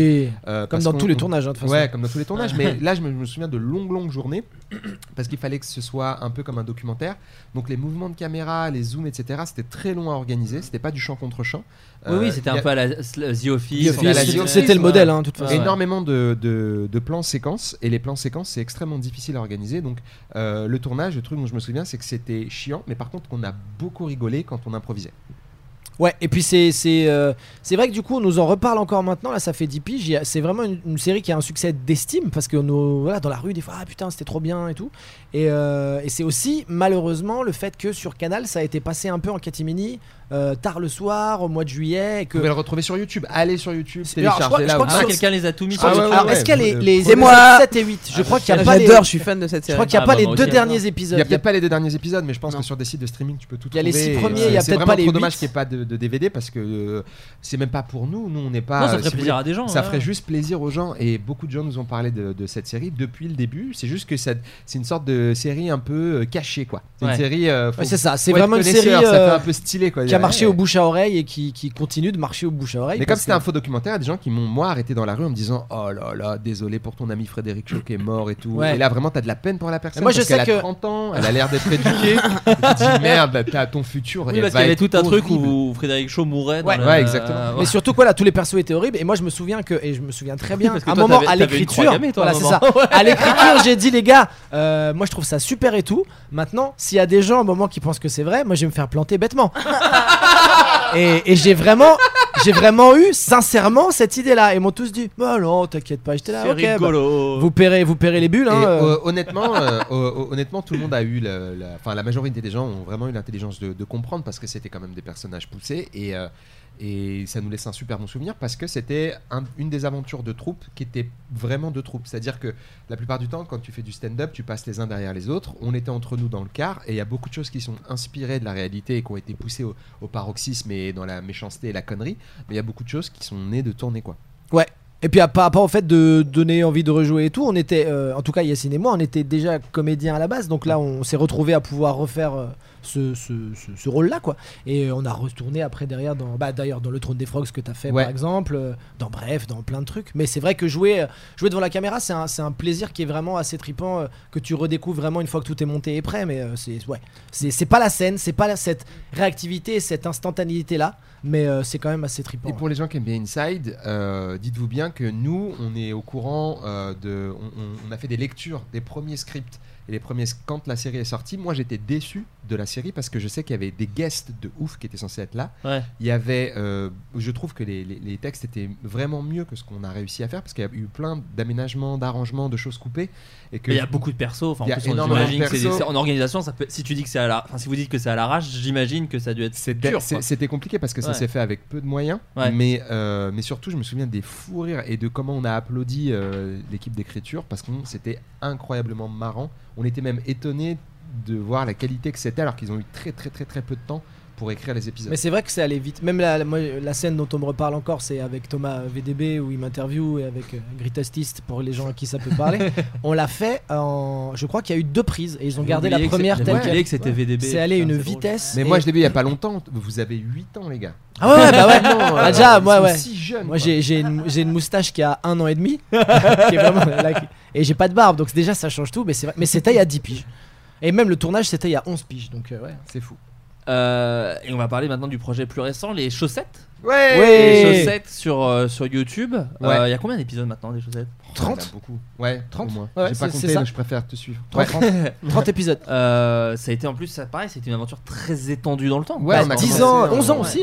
S8: que, euh,
S9: Comme
S8: parce
S9: dans
S8: qu'on-
S9: tous les
S8: on-
S9: tournages, hein, de toute
S8: Ouais,
S9: façon.
S8: comme dans tous les tournages. mais là, je me, je me souviens de longues, longues journées parce qu'il fallait que ce soit un peu comme un documentaire. Donc les mouvements de caméra, les zooms, etc. C'était très long à organiser. C'était pas du champ contre champ.
S6: Oui, oui,
S8: Euh,
S6: c'était
S8: il y
S6: un
S8: a-
S6: peu à la The Office.
S8: The Office,
S6: à la
S8: c'était-
S6: Office,
S9: c'était le
S6: ouais.
S9: modèle, hein, de toute façon.
S6: Ouais.
S8: Énormément de, de- de plans séquences et les plans séquences c'est extrêmement difficile à organiser donc euh, le tournage le truc dont je me souviens c'est que c'était chiant mais par contre on a beaucoup rigolé quand on improvisait.
S9: Ouais, et puis c'est c'est euh, c'est vrai que du coup on nous en reparle encore maintenant. Là, ça fait 10 piges. Il y a- C'est vraiment une, une série qui a un succès d'estime parce que nous voilà dans la rue des fois ah putain c'était trop bien et tout. Et, euh, et c'est aussi malheureusement le fait que sur Canal ça a été passé un peu en catimini euh, tard le soir au mois de juillet. et Que...
S8: Vous pouvez le retrouver sur YouTube. Allez sur YouTube.
S9: Alors, je crois- je
S8: Téléchargez-la.
S9: crois que
S8: Ah,
S9: sur-
S6: quelqu'un les a tout mis
S9: je
S6: sur
S9: crois que-
S6: YouTube.
S9: alors,
S6: Ah Ouais,
S9: est-ce qu'il y a les,
S6: ouais.
S9: les
S6: Prenez
S9: épisodes
S6: ça.
S9: 7 et 8 Je
S6: Ah,
S9: crois qu'il n'y a
S6: j'adore,
S9: pas les-
S6: je suis fan de cette
S9: Je
S6: série.
S9: crois qu'il n'y a
S6: Ah,
S9: pas
S6: bah,
S9: les
S6: moi
S9: deux
S6: aussi,
S9: derniers
S8: hein. Il n'y
S9: épisodes.
S8: a peut-être pas les deux derniers épisodes, mais je pense que sur des sites de streaming, tu peux tout
S9: Il y a les
S8: trouver.
S9: six
S8: Et,
S9: premiers,
S8: euh,
S9: il y a
S8: c'est
S9: peut-être
S8: vraiment
S9: pas les
S8: trop
S9: huit.
S8: dommage qu'il n'y ait pas de, de DVD parce que euh, c'est même pas pour nous. Nous, on n'est pas.
S6: Non, ça
S8: euh,
S6: ferait
S8: si vous
S6: plaisir
S8: voulez,
S6: à des gens,
S8: Ça
S6: ouais.
S8: ferait juste plaisir aux gens. Et beaucoup de gens nous ont parlé de, de cette série depuis le début. C'est juste que ça- c'est une sorte de série un peu euh, cachée, quoi. C'est
S9: Ouais.
S8: une série. euh, faut-
S9: Ouais, c'est ça, c'est
S8: faut être
S9: vraiment une
S8: connaisseur,
S9: série
S8: Ça fait
S9: euh,
S8: un peu stylé, quoi.
S9: qui a
S8: Ouais.
S9: marché au bouche à oreille et qui, qui continue de marcher au bouche à oreille.
S8: Mais comme
S9: parce
S8: c'était
S9: que-
S8: un faux documentaire, il y a des gens qui m'ont moi arrêté dans la rue en me disant Oh là là, désolé pour ton ami Frédéric Choquet mort et tout.
S9: Ouais.
S8: Et là, vraiment, t'as de la peine pour la personne.
S9: moi, je
S8: parce
S9: sais
S8: qu'elle
S9: que-
S8: a 30 ans, elle a l'air d'être éduquée. et tu te dis Merde, t'as ton futur.
S6: Oui,
S8: elle
S6: parce
S8: va
S6: qu'il y avait
S8: être
S6: tout un truc
S8: horrible.
S6: où Frédéric Shaw mourait. dans
S8: Ouais.
S6: la-
S8: Ouais, exactement.
S6: euh,
S9: Mais
S6: voilà.
S9: surtout quoi là tous les persos étaient horribles et moi je me souviens que et je me souviens très bien
S6: parce que
S9: à un
S6: toi,
S9: moment
S6: t'avais-
S9: à
S6: t'avais une croix
S9: l'écriture
S6: gammée, toi, à
S9: voilà
S6: un
S9: c'est ça
S6: moment.
S9: à l'écriture j'ai dit les gars euh, moi je trouve ça super et tout maintenant s'il y a des gens au moment qui pensent que c'est vrai moi je vais me faire planter bêtement et, et j'ai vraiment j'ai vraiment eu sincèrement cette idée là et ils m'ont tous dit bah non t'inquiète pas j'étais là
S6: C'est
S9: ok bah,
S6: rigolo.
S9: vous paierez vous paierez les bulles hein,
S8: Et,
S9: euh.
S8: euh, honnêtement, euh, euh, euh, honnêtement, tout le monde a eu, le- la, enfin la majorité des gens ont vraiment eu l'intelligence de, de comprendre parce que c'était quand même des personnages poussés et euh, et ça nous laisse un super bon souvenir parce que c'était un- une des aventures de troupe qui était vraiment de troupe. C'est-à-dire que la plupart du temps, quand tu fais du stand-up, tu passes les uns derrière les autres. On était entre nous dans le car et il y a beaucoup de choses qui sont inspirées de la réalité et qui ont été poussées au, au paroxysme et dans la méchanceté et la connerie. Mais il y a beaucoup de choses qui sont nées de tourner quoi.
S9: Ouais. Et puis à- par rapport au fait de donner envie de rejouer et tout, on était, euh, en tout cas Yacine et moi, on était déjà comédiens à la base, donc là on s'est retrouvé à pouvoir refaire euh, ce, ce, ce- ce rôle-là, quoi. Et euh, on a retourné après derrière dans, bah d'ailleurs dans le Trône des Frogs que t'as fait
S8: Ouais.
S9: par exemple, euh, dans Bref, dans plein de trucs. Mais c'est vrai que jouer, euh, jouer devant la caméra, c'est un, c'est un plaisir qui est vraiment assez tripant, euh, que tu redécouvres vraiment une fois que tout est monté et prêt. Mais euh, c'est ouais, c'est c'est pas la scène, c'est pas la- cette réactivité, cette instantanéité là, mais euh, c'est quand même assez tripant.
S8: Et pour les gens qui aiment bien Inside, euh, dites-vous bien que nous, on est au courant euh, de. On, on- on a fait des lectures des premiers scripts. Et les premiers, quand la série est sortie, moi j'étais déçu de la série parce que je sais qu'il y avait des guests de ouf qui étaient censés être là.
S6: Ouais.
S8: Il y avait. euh, je trouve que les, les- les textes étaient vraiment mieux que ce qu'on a réussi à faire parce qu'il y a eu plein d'aménagements, d'arrangements, de choses coupées. Et que
S6: Mais il y a beaucoup de persos. Enfin, en
S8: Il y a
S6: plus, on
S8: énormément de
S6: imagine que c'est des-
S8: persos.
S6: c'est- en organisation, ça peut- si tu dis que c'est à la, enfin, si vous dites que c'est à l'arrache, j'imagine que ça a dû être
S8: C'était-
S6: dur.
S8: Ben, c'est-
S6: quoi.
S8: C'était compliqué parce que ça
S6: Ouais.
S8: s'est fait avec peu de moyens,
S6: Ouais.
S8: mais, euh, mais surtout je me souviens des fous rires et de comment on a applaudi euh, l'équipe d'écriture parce que c'était incroyablement marrant. On était même étonné de voir la qualité que c'était alors qu'ils ont eu très très très très peu de temps pour écrire les épisodes.
S9: Mais c'est vrai que c'est allé vite. Même la, la- moi, la scène dont on me reparle encore, c'est avec Thomas euh, VDB où il m'interviewe et avec euh, Gritastist pour les gens à qui ça peut parler. on l'a fait en. Je crois qu'il y a eu deux prises et ils ont
S6: J'avais
S9: gardé la
S6: oublié que
S9: première
S6: c'est-
S9: telle
S6: j'avais oublié
S9: qu'elle.
S6: que c'était VDB,
S9: C'est allé
S6: putain,
S9: une
S6: Ah, c'est drôle.
S9: vitesse.
S8: Mais
S9: et-
S8: moi je l'ai vu il y a pas longtemps, vous avez 8 ans les gars.
S9: Ah ouais, ouais, bah ouais.
S8: Vraiment,
S9: Bah
S8: euh,
S9: déjà,
S8: ils
S9: moi,
S8: sont
S9: ouais.
S8: si jeunes, quoi.
S9: moi, j'ai, j'ai une, j'ai une moustache qui a un an et demi. qui est vraiment- là, qui- et j'ai pas de barbe, donc déjà, ça change tout. Mais, c'est vrai- mais c'était il y a 10 piges. Et même le tournage, c'était il y a 11 piges, donc euh, ouais, c'est fou.
S6: Euh, et on va parler maintenant du projet plus récent, les chaussettes.
S9: Ouais.
S6: Les chaussettes sur, euh, sur YouTube. Euh, Il
S8: Ouais. Oh,
S6: y a combien d'épisodes maintenant des chaussettes
S8: Il
S9: 30?
S8: y en a beaucoup. Ouais,
S9: 30?
S8: au moins.
S9: Ouais,
S8: J'ai pas
S9: c'est-
S8: compté,
S9: c'est ça.
S8: donc je préfère te suivre.
S9: 30.
S8: Ouais,
S9: 30 épisodes.
S6: Euh, ça a été en plus, ça pareil, c'était une aventure très étendue dans le temps.
S8: Ouais,
S6: Parce
S8: on a
S6: qu'en
S8: commencé
S6: fait,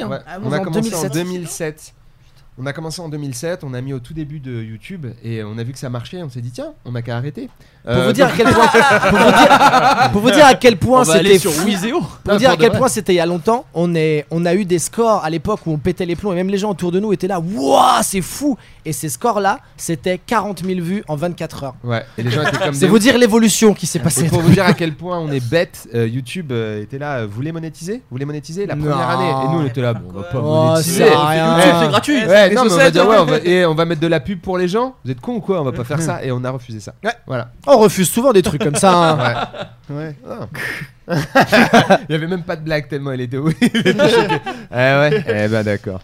S8: en-
S6: euh,
S8: ouais,
S9: hein.
S8: ouais.
S6: Ah,
S8: On
S6: vous,
S8: a
S6: en
S8: commencé en
S6: 2007.
S8: 2007. On a commencé en 2007, on a mis au tout début de YouTube et on a vu que ça marchait. On s'est dit tiens, on n'a qu'à arrêter. Euh,
S9: Pour vous dire à quel point, pour vous dire, pour vous dire à quel point c'était fou. Pour vous dire à quel point c'était il y a longtemps, on est, on a eu des scores à l'époque où on pétait les plombs et même les gens autour de nous étaient là, waouh, c'est fou. Et ces scores là, c'était 40 000 vues en 24 heures.
S8: Ouais, et les gens étaient comme
S9: C'est
S8: des
S9: vous
S8: ouf.
S9: dire l'évolution qui s'est passée.
S8: Et pour vous dire à quel point on est bête, euh, YouTube euh, était là, euh, vous voulez monétiser Vous voulez monétiser la première
S9: Non.
S8: année Et nous on était là, bon, on va pas
S9: Oh,
S8: monétiser.
S9: ça sert à rien.
S8: Ouais.
S9: C'est gratuit.
S8: Ouais,
S9: Les
S8: non, mais on va
S9: chaussettes,
S8: dire ouais, on va-
S9: ouais.
S8: et on va mettre de la pub pour les gens. Vous êtes cons ou quoi On va pas faire ça et on a refusé ça. Voilà.
S9: On refuse souvent des trucs comme ça. hein.
S8: Ouais. Ah. Il y avait même pas de blague tellement elle était où ouais, eh
S4: bah,
S8: ben d'accord.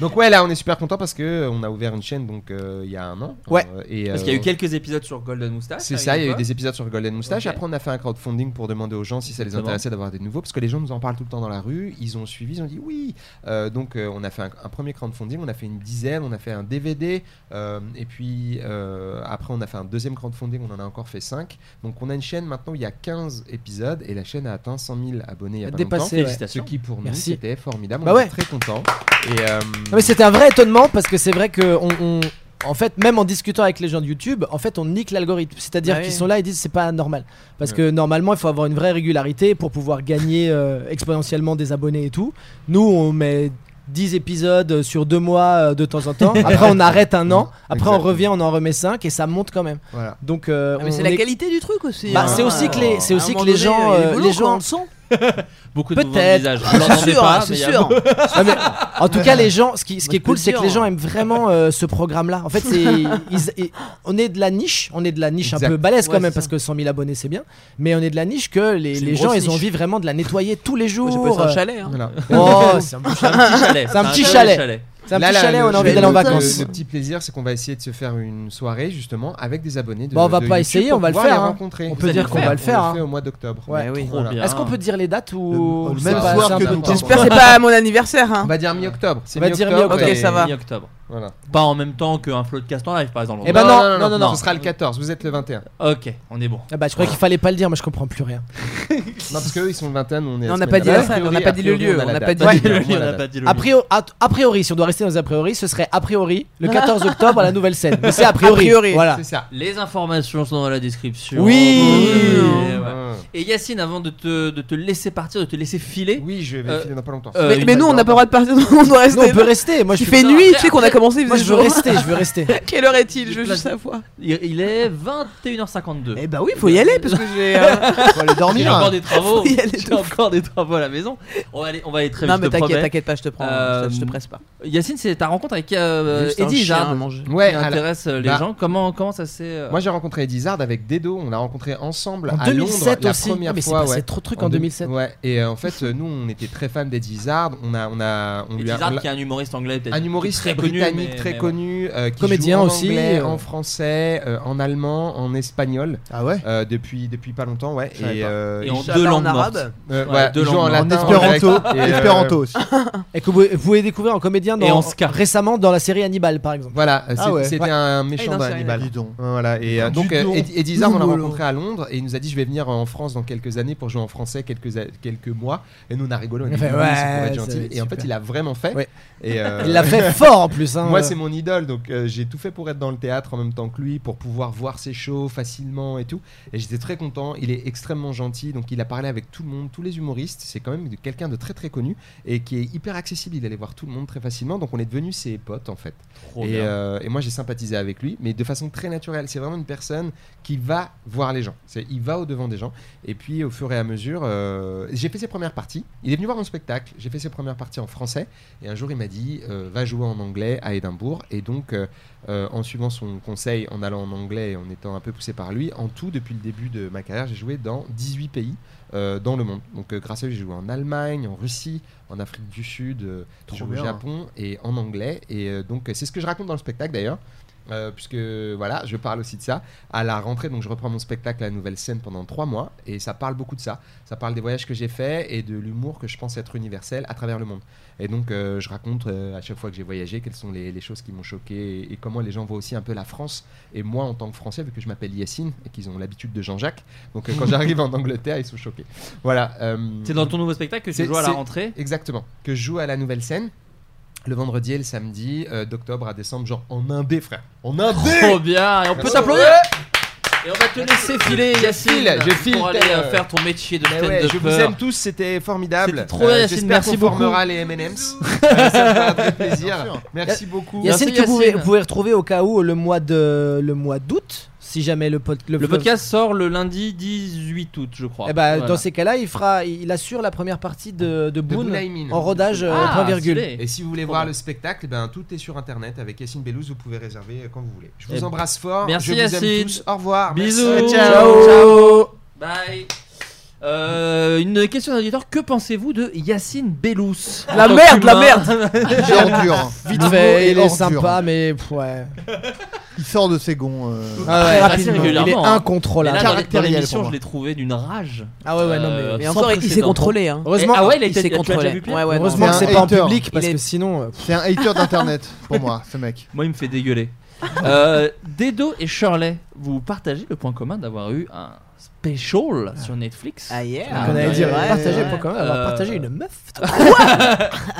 S8: Donc ouais, là on est super content parce que euh, on a ouvert une chaîne donc euh, il y a un an.
S6: Ouais.
S8: Euh, et,
S6: Parce
S8: euh,
S6: qu'il y a eu quelques épisodes sur Golden Moustache.
S8: C'est
S6: avec
S8: ça, il y a eu
S6: toi.
S8: des épisodes sur Golden Moustache.
S6: Ok.
S8: Après, on a fait un crowdfunding pour demander aux gens si ça les
S6: Exactement.
S8: intéressait d'avoir des nouveaux, parce que les gens nous en parlent tout le temps dans la rue. Ils ont suivi, ils ont dit oui. Euh, donc, euh, on a fait un, un premier crowdfunding, on a fait une dizaine, on a fait un DVD, euh, et puis euh, après, on a fait un deuxième crowdfunding, on en a encore fait 5. Donc, on a une chaîne maintenant où il y a 15 épisodes, et la chaîne a atteint 100 000 abonnés il y a pas
S9: Dépassé,
S8: longtemps.
S9: ouais.
S8: Ce
S9: Félicitations.
S8: qui, pour nous,
S9: Merci.
S8: c'était formidable.
S9: Bah
S8: on
S9: ouais.
S8: est très contents. Et, euh,
S9: Non, mais c'était un vrai étonnement parce que c'est vrai que on, on- en fait, même en discutant avec les gens de YouTube, en fait, on nique l'algorithme. C'est-à-dire
S6: Ah oui.
S9: qu'ils sont là et disent c'est pas normal. Parce
S8: Bah Ouais.
S9: que normalement, il faut avoir une vraie régularité pour pouvoir gagner euh, exponentiellement des abonnés et tout. Nous, on met 10 épisodes sur deux mois euh, de temps en temps. Après, on arrête un an. Après, on revient, on en remet 5 et ça monte quand même.
S8: Mmh. Voilà.
S9: Donc, euh,
S7: Ah, mais
S9: on
S7: c'est la
S9: est-
S7: qualité du truc aussi.
S9: Bah,
S7: hein.
S9: c'est aussi que les, c'est
S7: À un
S9: aussi
S7: moment
S9: que les
S7: donné,
S9: gens,
S7: il y a
S9: euh,
S7: des
S9: les
S7: boulons, quoi, on
S9: gens,
S7: le sent.
S6: Beaucoup de mouvements de
S9: Peut-être.
S6: visage. Vous l'entendez pas, mais il y a-
S9: Ah, mais en tout cas, les gens, ce qui, ce
S7: Moi,
S9: qui est
S7: je
S9: cool,
S7: peux
S9: c'est
S7: le
S9: que les
S7: dire. hein.
S9: gens aiment vraiment euh, ce programme-là. En fait, c'est, ils- ils- on est de la niche, on est de la niche
S8: Exact.
S9: un peu balèze quand
S7: Ouais,
S9: même
S7: c'est
S9: parce que 100 000 abonnés, c'est bien. Mais on est de la niche que les,
S7: C'est une
S9: les gens,
S7: grosse
S9: ils ont
S7: niche.
S9: envie vraiment de la nettoyer tous les jours.
S7: J'appelle ça un chalet. hein.
S8: voilà.
S9: Oh, c'est euh, un,
S6: C'est un petit chalet.
S9: c'est un petit chalet. C'est un
S8: Là,
S9: petit
S8: là,
S9: chalet,
S8: le-
S9: on a envie
S8: le-
S9: d'aller en
S8: le-
S9: vacances.
S8: Le, petit plaisir, c'est qu'on va essayer de se faire une soirée justement avec des abonnés. De,
S9: Bon, Bah, on va
S8: de
S9: pas
S8: YouTube
S9: essayer,
S8: pour
S9: on va le
S8: pouvoir les
S9: faire, hein.
S8: rencontrer.
S9: On
S8: Vous
S9: peut
S8: allez
S9: dire
S8: le
S9: qu'on
S8: faire.
S9: va le faire,
S8: On
S9: hein.
S8: le fait au mois d'octobre.
S9: Ouais.
S8: Mais
S6: oui.
S8: voilà.
S6: Trop bien.
S9: Est-ce qu'on peut dire les dates ou
S4: Le- le
S9: ou
S4: même
S9: pas-
S4: soir
S9: c'est
S4: que
S9: important.
S4: nous, par
S7: J'espère que c'est pas à mon anniversaire. hein.
S8: On va dire mi-octobre. C'est
S9: On va dire
S8: mi-octobre.
S9: mi-octobre.
S7: Ok,
S8: et-
S7: ça va.
S6: Mi-octobre.
S8: Voilà.
S6: Pas en même temps qu'un floodcast en live, par exemple.
S9: Eh ben non, non, non, non.
S8: Ce sera le 14. Vous êtes le 21. Non,
S6: Ok, on est bon.
S9: Ah bah, je crois qu'il fallait pas le dire, moi je comprends plus rien.
S8: parce qu'eux, ils sont le 21. Nous, on est. la
S7: Non, on n'a
S8: semaine
S7: pas dit
S8: d'après.
S7: la salle,
S8: A
S7: on n'a pas dit le
S8: priori,
S7: lieu,
S8: a
S7: on n'a
S8: la
S7: pas
S8: date.
S7: dit le
S8: Ouais,
S7: lieu.
S8: on a la
S6: pas
S8: date.
S6: dit le
S9: A
S6: nom.
S9: priori, a, a priori, si on doit rester dans les a priori, ce serait a priori le 14 octobre à la nouvelle scène. Mais c'est a priori.
S7: A priori.
S9: Voilà.
S8: C'est ça.
S6: Les informations sont dans la description.
S9: Oui.
S6: Et,
S9: Ah.
S6: ouais.
S8: Ouais.
S6: Et Yacine, avant de te, de te laisser partir, de te laisser filer.
S8: Oui, je
S6: Euh,
S8: vais filer dans pas longtemps.
S6: euh,
S7: Mais,
S6: une
S7: mais nous, on n'a pas le droit de partir, on doit
S9: Non,
S7: rester.
S9: on peut rester. Moi je
S7: Il
S9: suis-
S7: fait
S6: Non,
S7: nuit,
S6: après-
S7: tu sais qu'on a commencé, il
S9: Moi
S7: faisait
S9: je veux
S7: jour.
S9: rester, je veux rester.
S7: Quelle heure est-il Je veux
S6: Place-
S7: juste savoir.
S6: Il, il est 21h52.
S7: Eh bah oui, faut y aller parce que j'ai. euh,
S4: Faut aller
S6: J'ai
S4: dormir.
S6: encore des travaux.
S7: Il y a les
S6: J'ai encore des travaux à la maison. On va aller, on va aller très
S7: Non,
S6: vite.
S7: mais
S6: je te
S7: t'inquiète,
S6: promets.
S7: t'inquiète pas, je te prends.
S6: Euh,
S7: Je te presse pas.
S6: Yacine, c'est ta rencontre avec euh,
S7: Juste un
S6: Eddie
S7: chien
S6: Jarre
S7: à manger.
S8: Ouais,
S6: qui
S8: à la-
S6: intéresse euh, les
S8: bah-
S6: gens. Comment, comment ça s'est. euh,
S8: Moi j'ai rencontré Edizard avec Dedo, on l'a rencontré ensemble
S9: En
S8: à
S9: 2007
S8: Londres la
S9: aussi.
S8: première
S9: Ah, mais c'est
S8: fois.
S9: passé
S8: ouais.
S9: trop de trucs en
S8: deux-
S9: 2007.
S8: Ouais, et euh, en fait euh, nous on était très fans d'Edizard, on a on a on
S6: Eddie
S8: lui a- on
S6: Jarre,
S8: l'a-
S6: qui est un humoriste anglais, peut-être.
S8: un humoriste
S6: très connu,
S8: britannique
S6: mais-
S8: très
S6: mais ouais.
S8: connu, euh, qui
S9: Comédien
S8: joue en
S9: aussi,
S8: anglais,
S9: euh.
S8: en français, euh, en allemand, en espagnol
S4: Ah ouais
S8: euh, depuis depuis pas longtemps, ouais.
S4: Je savais
S8: Et,
S4: pas.
S8: euh,
S6: Et
S8: il
S6: en
S8: joue-
S6: deux langues
S7: arabe.
S6: mortes.
S8: euh,
S6: ouais,
S8: voilà,
S6: deux
S8: il joue
S6: langues
S8: en
S6: mortes.
S8: latin,
S4: En
S8: en
S4: espéranto.
S8: grec, et, euh,
S4: Espéranto aussi.
S9: Et que vous, vous pouvez découvrir en comédien dans-
S6: Et en ska.
S9: récemment dans la série Hannibal par exemple.
S8: Voilà, euh,
S4: Ah
S8: c'est-
S4: ouais.
S8: c'était
S9: Ouais.
S8: un
S7: Ah,
S8: méchant
S7: non,
S8: dans
S7: c'est
S8: Hannibal.
S4: Dis donc.
S8: Voilà, et euh,
S4: Du
S8: donc euh,
S4: don.
S8: Eddie Eddie Izzard, on l'a
S4: Boulot.
S8: rencontré à Londres et il nous a dit je vais venir en France dans quelques années pour jouer en français quelques, a- quelques mois. Et nous on a rigolé, on a
S9: Il
S8: dit
S9: fait,
S8: oui, c'est pour
S9: ouais,
S8: être
S9: ça va
S8: gentil.
S9: être
S8: Et en
S9: super.
S8: fait il a vraiment fait.
S9: Ouais.
S8: Et, euh,
S9: Il l'a fait fort en plus. Hein,
S8: Moi
S9: euh.
S8: c'est mon idole donc euh, j'ai tout fait pour être dans le théâtre en même temps que lui pour pouvoir voir ses shows facilement et tout. Et j'étais très content, il est extrêmement gentil donc il a parlé avec tout le monde, tous les humoristes. C'est quand même quelqu'un de très très connu et qui est hyper accessible, il allait voir tout le monde très facilement donc on est devenus ses potes en fait.
S6: Trop
S8: Et,
S6: bien.
S8: euh, et moi j'ai sympathisé avec lui, mais de façon très naturelle. C'est vraiment une personne qui va voir les gens. C'est, il va au devant des gens. Et puis au fur et à mesure, euh, j'ai fait ses premières parties. Il est venu voir mon spectacle. J'ai fait ses premières parties en français. Et un jour il m'a dit, euh, va jouer en anglais à Édimbourg. Et donc euh, euh, en suivant son conseil, en allant en anglais et en étant un peu poussé par lui, en tout depuis le début de ma carrière, j'ai joué dans 18 pays. euh, dans le monde. Donc, euh, grâce à lui, j'ai joué en Allemagne, en Russie, en Afrique du Sud, euh, j'ai
S4: Trop
S8: joué au
S4: bien.
S8: Japon et en anglais. Et euh, donc, euh, c'est ce que je raconte dans le spectacle d'ailleurs. euh, puisque voilà, je parle aussi de ça. À la rentrée, donc je reprends mon spectacle à la nouvelle scène pendant trois mois, et ça parle beaucoup de ça. Ça parle des voyages que j'ai faits et de l'humour que je pense être universel à travers le monde. Et donc euh, je raconte euh, à chaque fois que j'ai voyagé quelles sont les, les choses qui m'ont choqué et, et comment les gens voient aussi un peu la France. Et moi, en tant que Français, vu que je m'appelle Yacine et qu'ils ont l'habitude de Jean-Jacques, donc euh, quand j'arrive en Angleterre, ils sont choqués. Voilà. euh,
S6: C'est dans ton nouveau spectacle que tu
S8: c'est-
S6: joues à la
S8: c'est-
S6: rentrée
S8: Exactement. Que je joue à la nouvelle scène. Le vendredi et le samedi, euh, d'octobre à décembre, genre en indé, frère. En indé
S6: Trop Oh, bien, et on peut
S8: Merci.
S6: t'applaudir Et on va te
S8: Merci.
S6: laisser filer,
S8: Je
S6: Yacine,
S8: file, je file,
S6: pour aller
S8: putain.
S6: euh, faire ton métier de
S8: Mais ouais,
S6: stand-upper.
S8: je vous aime tous, c'était formidable. Euh,
S6: C'était trop bien, Yacine,
S8: j'espère
S6: merci
S8: qu'on
S6: beaucoup.
S8: formera les M&M's. Euh, ça me fera très
S4: Bien sûr.
S8: plaisir. Merci
S9: Y'a-
S8: beaucoup.
S9: Yacine, que vous pouvez, vous pouvez retrouver au cas où le mois de le mois d'août, si jamais le, pod-
S6: Le podcast sort le lundi 18 août, je crois.
S9: Eh
S7: bah,
S9: ben,
S6: Voilà.
S9: dans ces cas-là, il fera, il assure la première partie de, de Boone
S8: Boulaïmine.
S9: en rodage euh,
S6: Ah,
S9: point virgule.
S6: stylé.
S8: Et si vous voulez
S6: Trop
S8: voir
S6: bien.
S8: le spectacle, eh ben, tout est sur internet avec Yacine Bellouz, vous pouvez réserver euh, quand vous voulez. Je
S6: Eh
S8: vous
S6: ben,
S8: embrasse fort,
S6: merci
S8: je vous
S6: Yacine.
S8: aime tous, au revoir.
S6: Bisous.
S8: Merci.
S6: Ciao.
S8: Ciao.
S6: Bye. Euh, une question d'auditeur que pensez-vous de Yacine Bellous
S9: La
S6: En tant
S9: merde, la
S6: qu'humain
S9: merde.
S4: J'ai
S8: hein.
S4: ordure.
S9: Vite
S4: Le mot
S9: fait,
S4: est
S9: il est
S4: ordure.
S9: sympa, mais pff, ouais.
S4: Il sort de ses gonds. euh,
S9: Ah ouais,
S6: Très
S9: rapidement.
S6: régulièrement,
S9: Il est
S6: hein.
S9: incontrôlable.
S6: Mais là, dans les- dans
S4: Caractériel
S6: l'émission,
S4: pour
S6: je
S4: moi.
S6: l'ai trouvé d'une rage.
S9: Ah ouais, ouais, non, mais-
S6: Euh,
S7: Mais
S6: sans
S7: encore, il s'est
S6: précédent.
S7: contrôlé. Hein.
S9: Heureusement,
S6: Ah ouais, il a
S9: il s'est
S6: été
S9: contrôlé.
S6: contrôlé.
S7: Ouais, ouais, non,
S9: Heureusement
S7: mais-
S9: que
S4: c'est
S9: c'est
S4: un
S9: pas en
S4: hater.
S9: public parce
S7: Il est-
S9: que sinon. euh, pff,
S4: C'est un hater d'internet pour moi, ce mec.
S6: Moi, il me fait dégueuler. Euh, Dedo et Shirley, vous partagez le point commun d'avoir eu un special sur Netflix.
S7: Ah yeah.
S6: Ah,
S9: qu'on allait
S6: ouais,
S9: dire,
S6: ouais,
S9: partager,
S6: ouais.
S9: pas quand même, avoir
S6: Euh,
S9: partagé une meuf. toi.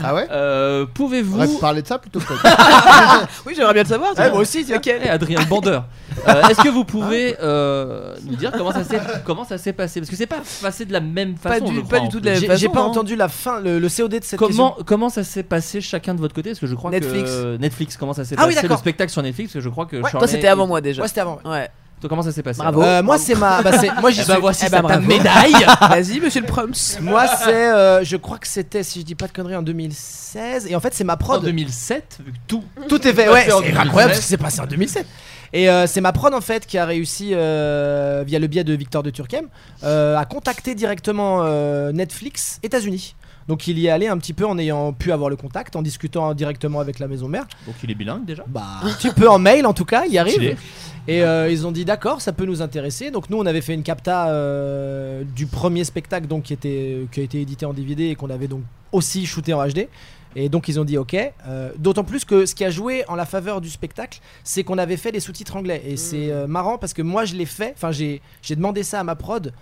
S4: Ah ouais
S6: Euh,
S4: On
S6: Pouvez-vous.
S4: va parler de ça plutôt que.
S7: Oui, j'aimerais bien le savoir. tu
S6: Ouais,
S7: vois.
S6: moi aussi,
S7: Lequel
S6: Eh, Adrien Bandeur. Euh, Est-ce que vous pouvez euh, nous dire comment ça s'est comment ça s'est passé Parce que c'est pas passé de la même
S7: Pas
S6: façon.
S7: du-
S6: je
S7: pas
S6: crois,
S7: du
S6: en
S7: tout de
S6: fait.
S7: la
S9: J'ai
S7: façon,
S9: j'ai pas
S7: hein.
S9: entendu la fin, le, le COD de cette
S6: Comment, comment ça s'est passé chacun de votre côté Parce que je crois
S7: Netflix.
S6: que Netflix, comment ça s'est
S7: Ah oui,
S6: passé le
S7: d'accord.
S6: spectacle sur Netflix Parce que je crois que
S7: Ouais, Toi,
S6: Shirley
S7: c'était avant
S6: et-
S7: moi
S9: question.
S7: déjà.
S9: Ouais, c'était avant. ouais.
S7: Ouais.
S6: Toi, comment ça s'est passé
S7: Bravo.
S9: Euh, moi, c'est ma. Bah, c'est- moi, j'y
S6: Eh ben,
S9: suis-
S6: voici
S9: eh ben,
S6: ta
S9: bravo.
S6: médaille.
S7: Vas-y, monsieur le Proms.
S9: Moi, c'est. euh, je crois que c'était, si je dis pas de conneries, en 2016. Et en fait, c'est ma
S6: En
S9: prod.
S6: 2007, vu que tout.
S9: Tout est fait,
S6: Tout
S9: ouais,
S6: est en
S9: c'est
S6: 2007.
S9: incroyable parce que c'est passé en 2007. Et euh, c'est ma prod en fait qui a réussi, euh, via le biais de Victor de Turquem, euh, à contacter directement euh, Netflix États-Unis. Donc il y est allé un petit peu en ayant pu avoir le contact, en discutant directement avec la maison mère.
S6: Donc il est bilingue déjà.
S9: Bah, un petit peu en mail en tout cas, il y
S6: Stylé.
S9: arrive. Et euh, ils ont dit d'accord, ça peut nous intéresser. Donc nous, on avait fait une capta euh, du premier spectacle donc qui était qui a été édité en DVD et qu'on avait donc aussi shooté en HD. Et donc ils ont dit ok. Euh, D'autant plus que ce qui a joué en la faveur du spectacle, c'est qu'on avait fait les sous-titres anglais. Et
S7: Mmh.
S9: c'est euh, marrant parce que moi je l'ai fait. Enfin j'ai j'ai demandé ça à ma prod.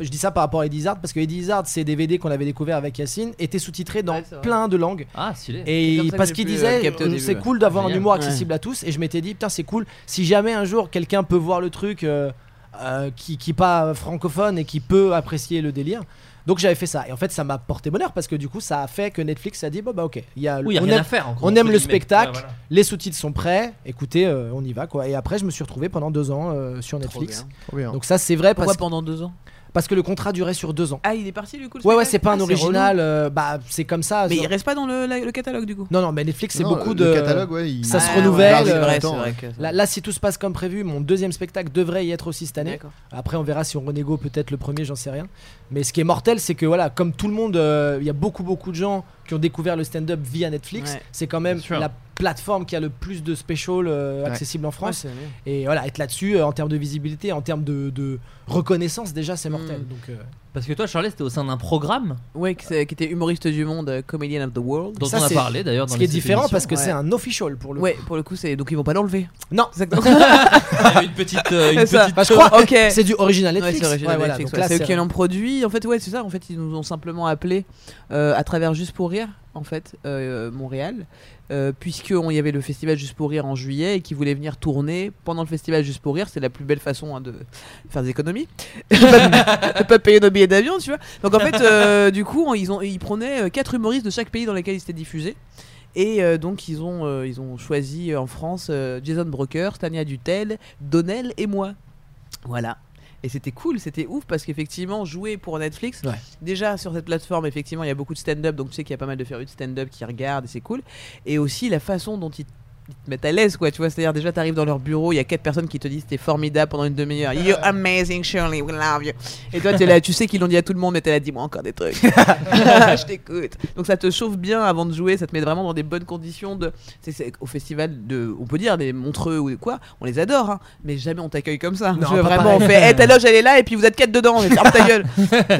S9: Je dis ça par rapport à Eddie Izzard parce que Eddie Izzard, ces DVD qu'on avait découvert avec Yacine, étaient sous-titrés dans
S7: Ouais, c'est vrai.
S9: plein de langues.
S6: Ah, stylé.
S9: Et
S7: C'est comme ça
S9: il-
S7: que
S9: parce
S7: j'ai
S9: qu'il
S7: pu, euh,
S9: disait,
S7: capter au
S9: euh,
S7: début,
S9: c'est
S7: ouais.
S9: cool d'avoir un
S6: Génial.
S9: humour accessible à tous. Et je m'étais dit, putain, c'est cool. Si jamais un jour quelqu'un peut voir le truc euh, euh, qui qui est pas francophone et qui peut apprécier le délire. Donc j'avais fait ça. Et en fait, ça m'a porté bonheur parce que du coup, ça a fait que Netflix a dit, bah, bah ok, il y a,
S6: Oui, il y a
S9: on
S6: rien
S9: aime-
S6: à faire. encore,
S9: on
S6: entre
S9: aime le
S6: guillemets.
S9: spectacle,
S6: Ouais, voilà.
S9: les sous-titres sont prêts. Écoutez, euh, on y va quoi. Et après, je me suis retrouvé pendant deux ans euh, sur Netflix.
S4: Trop bien.
S9: Donc ça, c'est vrai
S7: Pourquoi
S9: parce,
S7: pendant deux ans
S9: parce que le contrat durait sur deux ans.
S7: Ah, il est parti du coup. le
S9: Ouais, ouais,
S7: spectacle Ah,
S9: c'est pas un original. euh, bah, c'est comme ça.
S7: relou. Mais
S9: sur-
S7: il reste pas dans le, la- le catalogue du coup. Ah,
S9: Non, non, mais Netflix, c'est
S4: Non,
S9: beaucoup
S4: le
S9: de.
S4: catalogue, ouais, il-
S9: ça se
S4: il
S9: renouvelle,
S4: garde
S9: euh,
S4: longtemps,
S7: c'est vrai,
S4: ouais.
S7: c'est vrai que.
S9: Là, là, si tout se passe comme prévu, mon deuxième spectacle devrait y être aussi cette année.
S7: D'accord.
S9: Après, on verra si on renégo peut-être le premier, j'en sais rien. Mais ce qui est mortel, c'est que voilà, comme tout le monde, euh, il y a beaucoup beaucoup de gens qui ont découvert le stand-up via Netflix.
S7: Ouais.
S9: C'est quand même
S6: Bien sûr.
S9: la plateforme qui a le plus de specials euh,
S4: Ouais.
S9: accessibles en France.
S7: Ouais, c'est-
S9: Et voilà, être là-dessus euh, en termes de visibilité, en termes de, de reconnaissance, déjà, c'est mortel.
S7: Mm.
S9: Donc, euh,
S6: Parce que toi, Charlie, c'était au sein d'un programme
S7: Ouais, qui c'est- qui était humoriste du monde, euh, comedian of the world.
S6: dont
S9: Ça,
S6: on a
S9: c'est-
S6: parlé d'ailleurs. dans
S9: ce qui est
S6: les
S9: différent
S6: émissions.
S9: parce que
S7: ouais.
S9: c'est un official pour le.
S7: Ouais, pour le coup, c'est donc ils vont pas l'enlever.
S9: Non,
S6: Il y avait une petite, euh, une
S7: C'est ça.
S6: petite
S9: Bah, je crois
S7: Ok.
S9: que c'est du original Netflix.
S7: Ouais, c'est original
S9: Ouais, voilà,
S7: Netflix,
S9: donc
S7: ouais.
S9: là,
S7: c'est eux
S9: c'est-
S7: qui l'ont produit. En fait, ouais, c'est ça. En fait, ils nous ont simplement appelé euh, à travers Juste pour rire, en fait, euh, Montréal, euh, puisque on y avait le festival Juste pour rire en juillet et qu'ils voulaient venir tourner pendant le festival Juste pour rire. C'est la plus belle façon hein, de faire des économies, de pas- de pas payer nos billets d'avion, tu vois. Donc en fait, euh, du coup, on- ils ont ils prenaient euh, quatre humoristes de chaque pays dans lesquels ils étaient diffusés. Et euh, donc ils ont, euh, ils ont choisi euh, en France euh, Jason Broker, Tania Dutel, Donnel et moi. Voilà. Et c'était cool, c'était ouf parce qu'effectivement, jouer pour Netflix,
S9: Ouais.
S7: déjà sur cette plateforme, effectivement, il y a beaucoup de stand-up, donc tu sais qu'il y a pas mal de férus de stand-up qui regardent et c'est cool. Et aussi la façon dont ils ils te mettent à l'aise, quoi. Tu vois, c'est-à-dire déjà, t'arrives dans leur bureau, il y a quatre personnes qui te disent t'es formidable pendant une demi-heure. You're amazing, Shirley, we love you. Et toi, t'es là, tu sais qu'ils l'ont dit à tout le monde, mais t'es là, dis-moi encore des trucs. Je t'écoute. Donc ça te chauffe bien avant de jouer, ça te met vraiment dans des bonnes conditions. De, c'est- c'est- au festival de, on peut dire des Montreux ou quoi, on les adore, hein, mais jamais on t'accueille comme ça.
S9: Non,
S7: Je-
S9: pas
S7: vraiment, on
S9: pareil.
S7: fait, hey, ta loge elle est là et puis vous êtes quatre dedans, mais ferme ta gueule.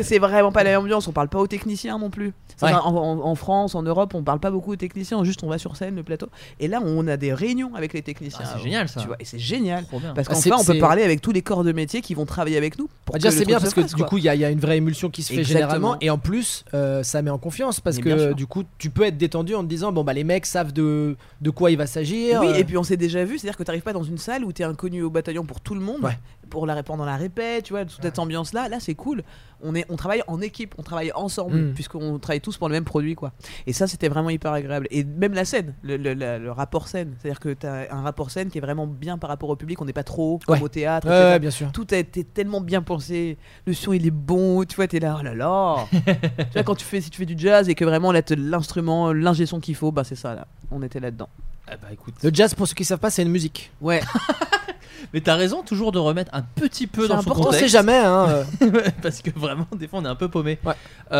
S7: c'est vraiment pas la même ambiance. On parle pas aux techniciens non plus. C'est-
S9: Ouais.
S7: En, en- en France, en Europe, on parle pas beaucoup aux techniciens. Juste on va sur scène, le plateau, et là on a des réunions avec les techniciens.
S6: Ah, c'est génial, ça.
S7: Tu vois, et c'est génial
S6: Trop bien.
S7: parce
S9: Ah,
S7: qu'enfin
S9: c'est-
S7: on peut
S9: c'est-
S7: parler avec tous les corps de métier qui vont travailler avec nous. Pour
S9: Bah, déjà
S7: que le
S9: c'est bien
S7: truc
S9: parce
S7: se
S9: que
S7: fasse,
S9: du
S7: quoi.
S9: coup il y, a- il y a une vraie émulsion qui se fait
S7: Exactement.
S9: généralement et en plus euh, ça met en confiance parce
S7: Mais bien
S9: que
S7: sûr.
S9: du coup tu peux être détendu en te disant bon bah les mecs savent de, de quoi il va s'agir.
S7: Oui,
S9: euh,
S7: et puis on s'est déjà vu, c'est-à-dire que t'arrives pas dans une salle où t'es inconnu au bataillon pour tout le monde,
S9: Ouais.
S7: pour la pendant la répète, tu vois, toute cette ambiance-là. Là, c'est cool. On est, on travaille en équipe, on travaille ensemble,
S9: Mm.
S7: puisqu'on travaille tous pour le même produit, quoi. Et ça, c'était vraiment hyper agréable. Et même la scène, le, le- la- le rapport scène, c'est-à-dire que t'as un rapport scène qui est vraiment bien par rapport au public. On n'est pas trop haut, comme
S9: Ouais.
S7: au théâtre.
S9: Ouais,
S7: etc.
S9: ouais, bien sûr.
S7: Tout a été tellement bien pensé. Le son, il est bon. Tu vois, t'es là, oh là là. tu vois, quand tu fais, si tu fais du jazz et que vraiment là, t'as l'instrument, l'ingé son qu'il faut, bah c'est ça là. On était là-dedans.
S6: Ah bah écoute.
S9: Le jazz pour ceux qui savent pas c'est une musique.
S7: Ouais.
S6: Mais t'as raison toujours de remettre un petit peu
S9: C'est
S6: dans son
S9: important, on
S6: contexte.
S9: sait jamais hein. euh.
S6: parce que vraiment, des fois, on est un peu paumé.
S9: Ouais.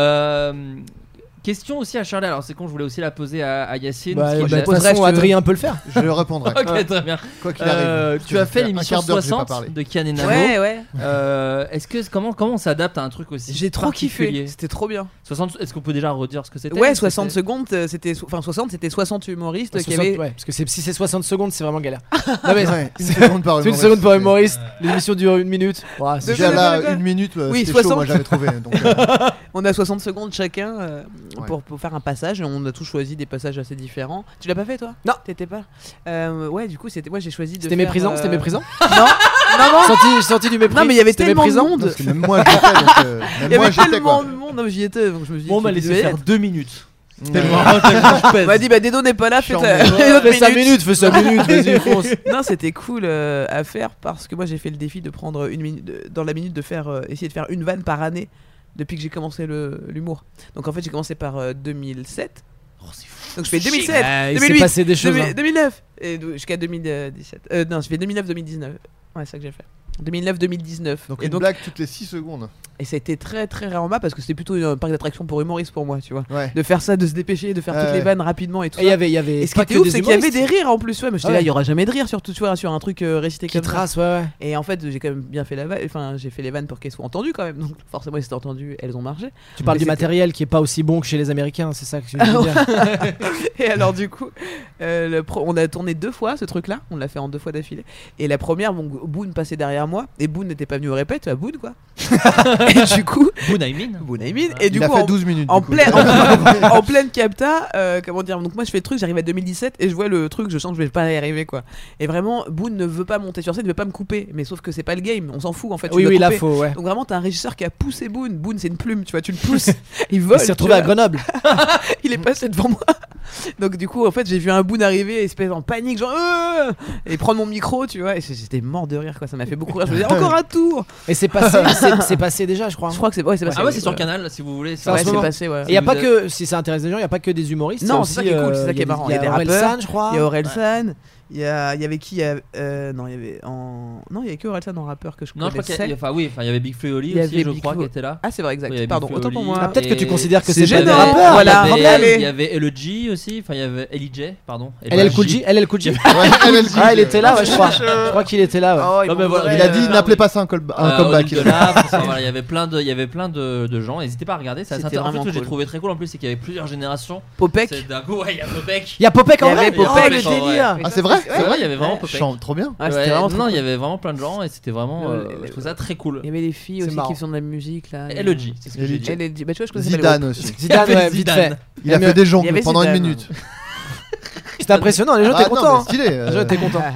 S6: Euh, question aussi à Charlie. Alors, c'est con, je voulais aussi la poser à, à Yacine.
S9: Bah,
S6: parce qu'il
S9: bah,
S6: a-
S9: de toute façon Adrien peut le faire.
S4: Je le répondrai. Ah.
S6: Ok, très bien.
S4: Quoi qu'il arrive.
S6: Euh,
S4: Parce que
S6: tu as
S4: ça fait
S6: fait
S4: un
S6: l'émission
S4: quart d'heure que j'ai pas
S6: 60
S4: parlé.
S6: de Kian et Nano.
S7: Ouais, ouais.
S6: Euh, est-ce que comment comment on s'adapte à un truc aussi
S7: J'ai trop kiffé.
S6: particulier
S7: C'était trop bien.
S6: 60 Est-ce qu'on peut déjà redire ce que c'était
S7: Ouais,
S6: Est-ce que
S7: 60
S6: c'est-
S7: secondes, euh, c'était so- enfin 60, c'était 60 humoristes qui
S9: 60,
S7: avaient
S9: Ah, ouais, parce que c'est- si c'est 60 secondes c'est vraiment galère. Non, mais
S4: Ouais, une
S9: c'est-
S4: seconde par
S9: c'est une
S4: humoriste,
S9: seconde par
S4: c'est-
S9: humoriste. L'émission dure une minute. Ouah, c'est
S4: Déjà
S9: chaud.
S4: Ah, là, une minute, euh,
S7: Oui,
S4: c'était chaud,
S7: 60.
S4: moi j'avais trouvé. Donc, euh,
S7: on a 60 secondes chacun euh,
S4: Ouais.
S7: pour, pour faire un passage et on a tous choisi des passages assez différents. Tu l'as pas fait toi
S9: Non.
S7: T'étais pas Euh, ouais, du coup, c'était moi j'ai choisi de
S9: C'était
S7: faire,
S9: méprisant,
S7: euh,
S9: c'était méprisant.
S7: Non. non non.
S9: Senti, j'ai senti du mépris.
S7: Non, mais il y avait
S9: C'était
S7: tellement de
S9: méprisant.
S7: monde.
S4: parce que même moi j'étais. Donc, euh, même
S7: Il y
S4: moi
S7: avait
S4: j'étais
S7: tellement
S4: quoi.
S7: de monde, non, mais j'y étais, donc je me suis dit
S6: Bon, on va
S7: tu
S6: laisser
S7: devais
S6: faire
S7: être.
S6: deux minutes.
S4: Ouais.
S6: Tellement, tellement je
S7: On
S6: pèse.
S7: m'a dit bah Dedo n'est pas là, fais
S4: Chiant,
S7: ta-
S4: mais-
S7: fais
S9: Fais 5
S7: minutes.
S9: minutes, fais 5 minutes, vas-y fonce.
S7: non, c'était cool euh, à faire parce que moi j'ai fait le défi de prendre une minute de- dans la minute de faire euh, essayer de faire une vanne par année depuis que j'ai commencé le- l'humour. Donc en fait j'ai commencé par euh, 2007. Donc je fais 2007,
S9: Ah, il s'est
S7: 2008,
S9: passé des choses.
S7: 2000-
S9: hein.
S7: 2009 et dou- jusqu'à 2017. Euh, non, je fais 2009-2019. Ouais, c'est ça que j'ai fait. 2009-2019.
S4: Donc
S7: et
S4: une blague toutes les 6 secondes.
S7: et ça a été très très rarement bas parce que c'était plutôt un parc d'attractions pour humoristes pour moi, tu vois.
S4: Ouais.
S7: De faire ça, de se dépêcher, de faire
S4: Ouais.
S7: toutes les vannes rapidement et tout.
S9: Et il y
S7: ça.
S9: avait, il y avait.
S7: Et ce qui
S9: pas
S7: était
S9: que
S7: ouf,
S9: des
S7: c'est qu'il y avait
S9: humoristes
S7: des rires en plus, ouais. Mais j'étais
S9: Ah
S7: là,
S9: ouais.
S7: il y aura jamais de rire surtout, tu vois, sur un truc euh, récité
S9: qui
S7: comme ça.
S9: tracent, ouais, ouais.
S7: Et en fait, j'ai quand même bien fait la vanne. Enfin, j'ai fait les vannes pour qu'elles soient entendues quand même. Donc, forcément, elles étaient entendues, elles ont marché.
S9: Tu parles
S7: Mais
S9: du
S7: c'était-
S9: matériel qui est pas aussi bon que chez les Américains, c'est ça que je veux dire.
S7: Ah Et alors, du coup, euh, le pro- on a tourné deux fois ce truc-là. On l'a fait en deux fois d'affilée. Et la première, bon, Boone passait derrière moi. Et Boone n'était pas venu au répète, à Boone, quoi. et du coup,
S6: Boone, I mean.
S7: Boone I mean. Et du
S4: Il a
S7: coup,
S4: fait
S7: en-
S4: 12 minutes.
S7: en,
S4: du coup.
S7: plein- en, en pleine capta, euh, comment dire Donc moi je fais le truc, j'arrive à 2017 et je vois le truc, je sens que je vais pas y arriver quoi. Et vraiment, Boone ne veut pas monter sur scène, ne veut pas me couper. Mais sauf que c'est pas le game, on s'en fout en fait. tu
S9: oui,
S7: dois
S9: oui, là
S7: couper.
S9: faut, ouais.
S7: Donc vraiment, t'as un régisseur qui a poussé Boone. Boone c'est une plume, tu vois, tu le pousses, il vole.
S9: Il s'est
S7: tu
S9: retrouvé
S7: vois.
S9: à Grenoble.
S7: Il est passé devant moi. Donc du coup, en fait, j'ai vu un Boone arriver, espèce en panique, genre Euh et prendre mon micro, tu vois. Et j'étais mort de rire quoi, ça m'a fait beaucoup rire. Je me disais encore un tour.
S9: Et c'est passé, c'est- c'est passé déjà, je crois.
S7: Je crois que c'est ouais, c'est passé.
S6: Ah ouais, c'est sur Canal là, si vous voulez.
S9: en
S7: Ouais,
S9: ce
S7: c'est
S9: moment.
S7: passé. Ouais.
S9: Et y a
S6: Vous
S9: pas
S6: avez-
S9: que, si ça intéresse les gens, y a pas que des humoristes.
S7: Non,
S9: y
S7: c'est
S9: a aussi,
S7: ça qui est cool, c'est ça
S9: euh,
S7: qui est
S9: y a-
S7: marrant.
S9: Y
S7: Il y a des
S9: a Aurel
S7: rappeurs,
S9: San, je crois.
S7: Il y a
S6: Ah.
S7: Orelsan, il y, a- il y avait qui il y a- euh, Non, il y avait en non, il y avait que Orelsan en rappeur que je
S6: Non, je crois
S7: connaissais.
S6: qu'il y a- enfin, oui, enfin, il y avait Big Flo et Oli
S7: Il y
S6: aussi,
S7: avait
S6: je
S7: Big
S6: crois,
S7: Flo.
S6: qui était là.
S7: Ah, c'est vrai, exact.
S6: Oui, il y a
S7: Pardon,
S6: Big Flo
S7: autant pour
S6: Oli.
S7: moi.
S9: Ah, peut-être que
S6: Et-
S9: tu considères que
S7: c'est
S9: c'est pas des
S7: gênant.
S9: rappeurs.
S7: Voilà.
S9: le
S6: Il y
S9: problème.
S6: avait,
S7: Allez.
S6: il y avait LJ aussi, enfin il y avait LJ, pardon.
S9: LL Cool
S6: LJ.
S9: J, LL Cool J.
S4: Ouais, LL
S9: Ah, il était là, ouais, je crois. Je crois qu'il était là, ouais.
S7: Oh, ils
S6: Non, mais
S7: m'ont
S6: voilà,
S7: adoré.
S4: Il a dit
S6: Euh,
S4: n'appelez pas ça un, col- un
S7: Bah,
S6: Euh,
S4: comeback.
S6: Odile Delap, enfin, voilà, il y avait plein de, il y avait plein de, de gens. N'hésitez pas à regarder. Ça,
S7: C'était
S6: ça en fait,
S7: vraiment
S6: ce que j'ai
S7: cool.
S6: trouvé très cool en plus, c'est qu'il y avait plusieurs générations.
S7: Popek.
S6: C'est d'un coup, ouais, il y a Popek.
S9: Il y a Popek en
S7: Il y
S9: vrai.
S7: avait
S9: Oh,
S7: Popek
S9: le
S6: en vrai.
S9: délire.
S4: Ah, c'est vrai C'est
S6: Ouais,
S4: vrai
S6: il y avait vraiment
S7: Ouais.
S6: Popek.
S4: Chante trop bien.
S7: Ah, c'était
S6: Ouais,
S7: vraiment trop
S6: non,
S7: cool.
S6: il y avait vraiment plein de gens et c'était vraiment.
S7: Le-
S6: euh,
S7: le-
S6: je trouve ça très cool.
S7: Il y avait des filles
S9: C'est
S7: aussi
S9: marrant.
S7: qui faisaient de la musique là.
S6: Et LJ, c'est ce que j'ai dit.
S7: Elle dit, bah tu vois, je connaissais pas le
S4: Zidane aussi.
S9: Zidane, ouais, vite fait.
S6: Zidane.
S4: Il a
S9: Mais-
S4: fait des
S7: il y avait
S4: jongles pendant une
S7: Zidane.
S4: minute.
S9: C'était impressionnant, les gens
S4: Ah,
S9: étaient
S4: non,
S9: contents.
S4: mais
S9: hein.
S4: stylé.
S9: Les gens
S4: euh,
S9: étaient contents.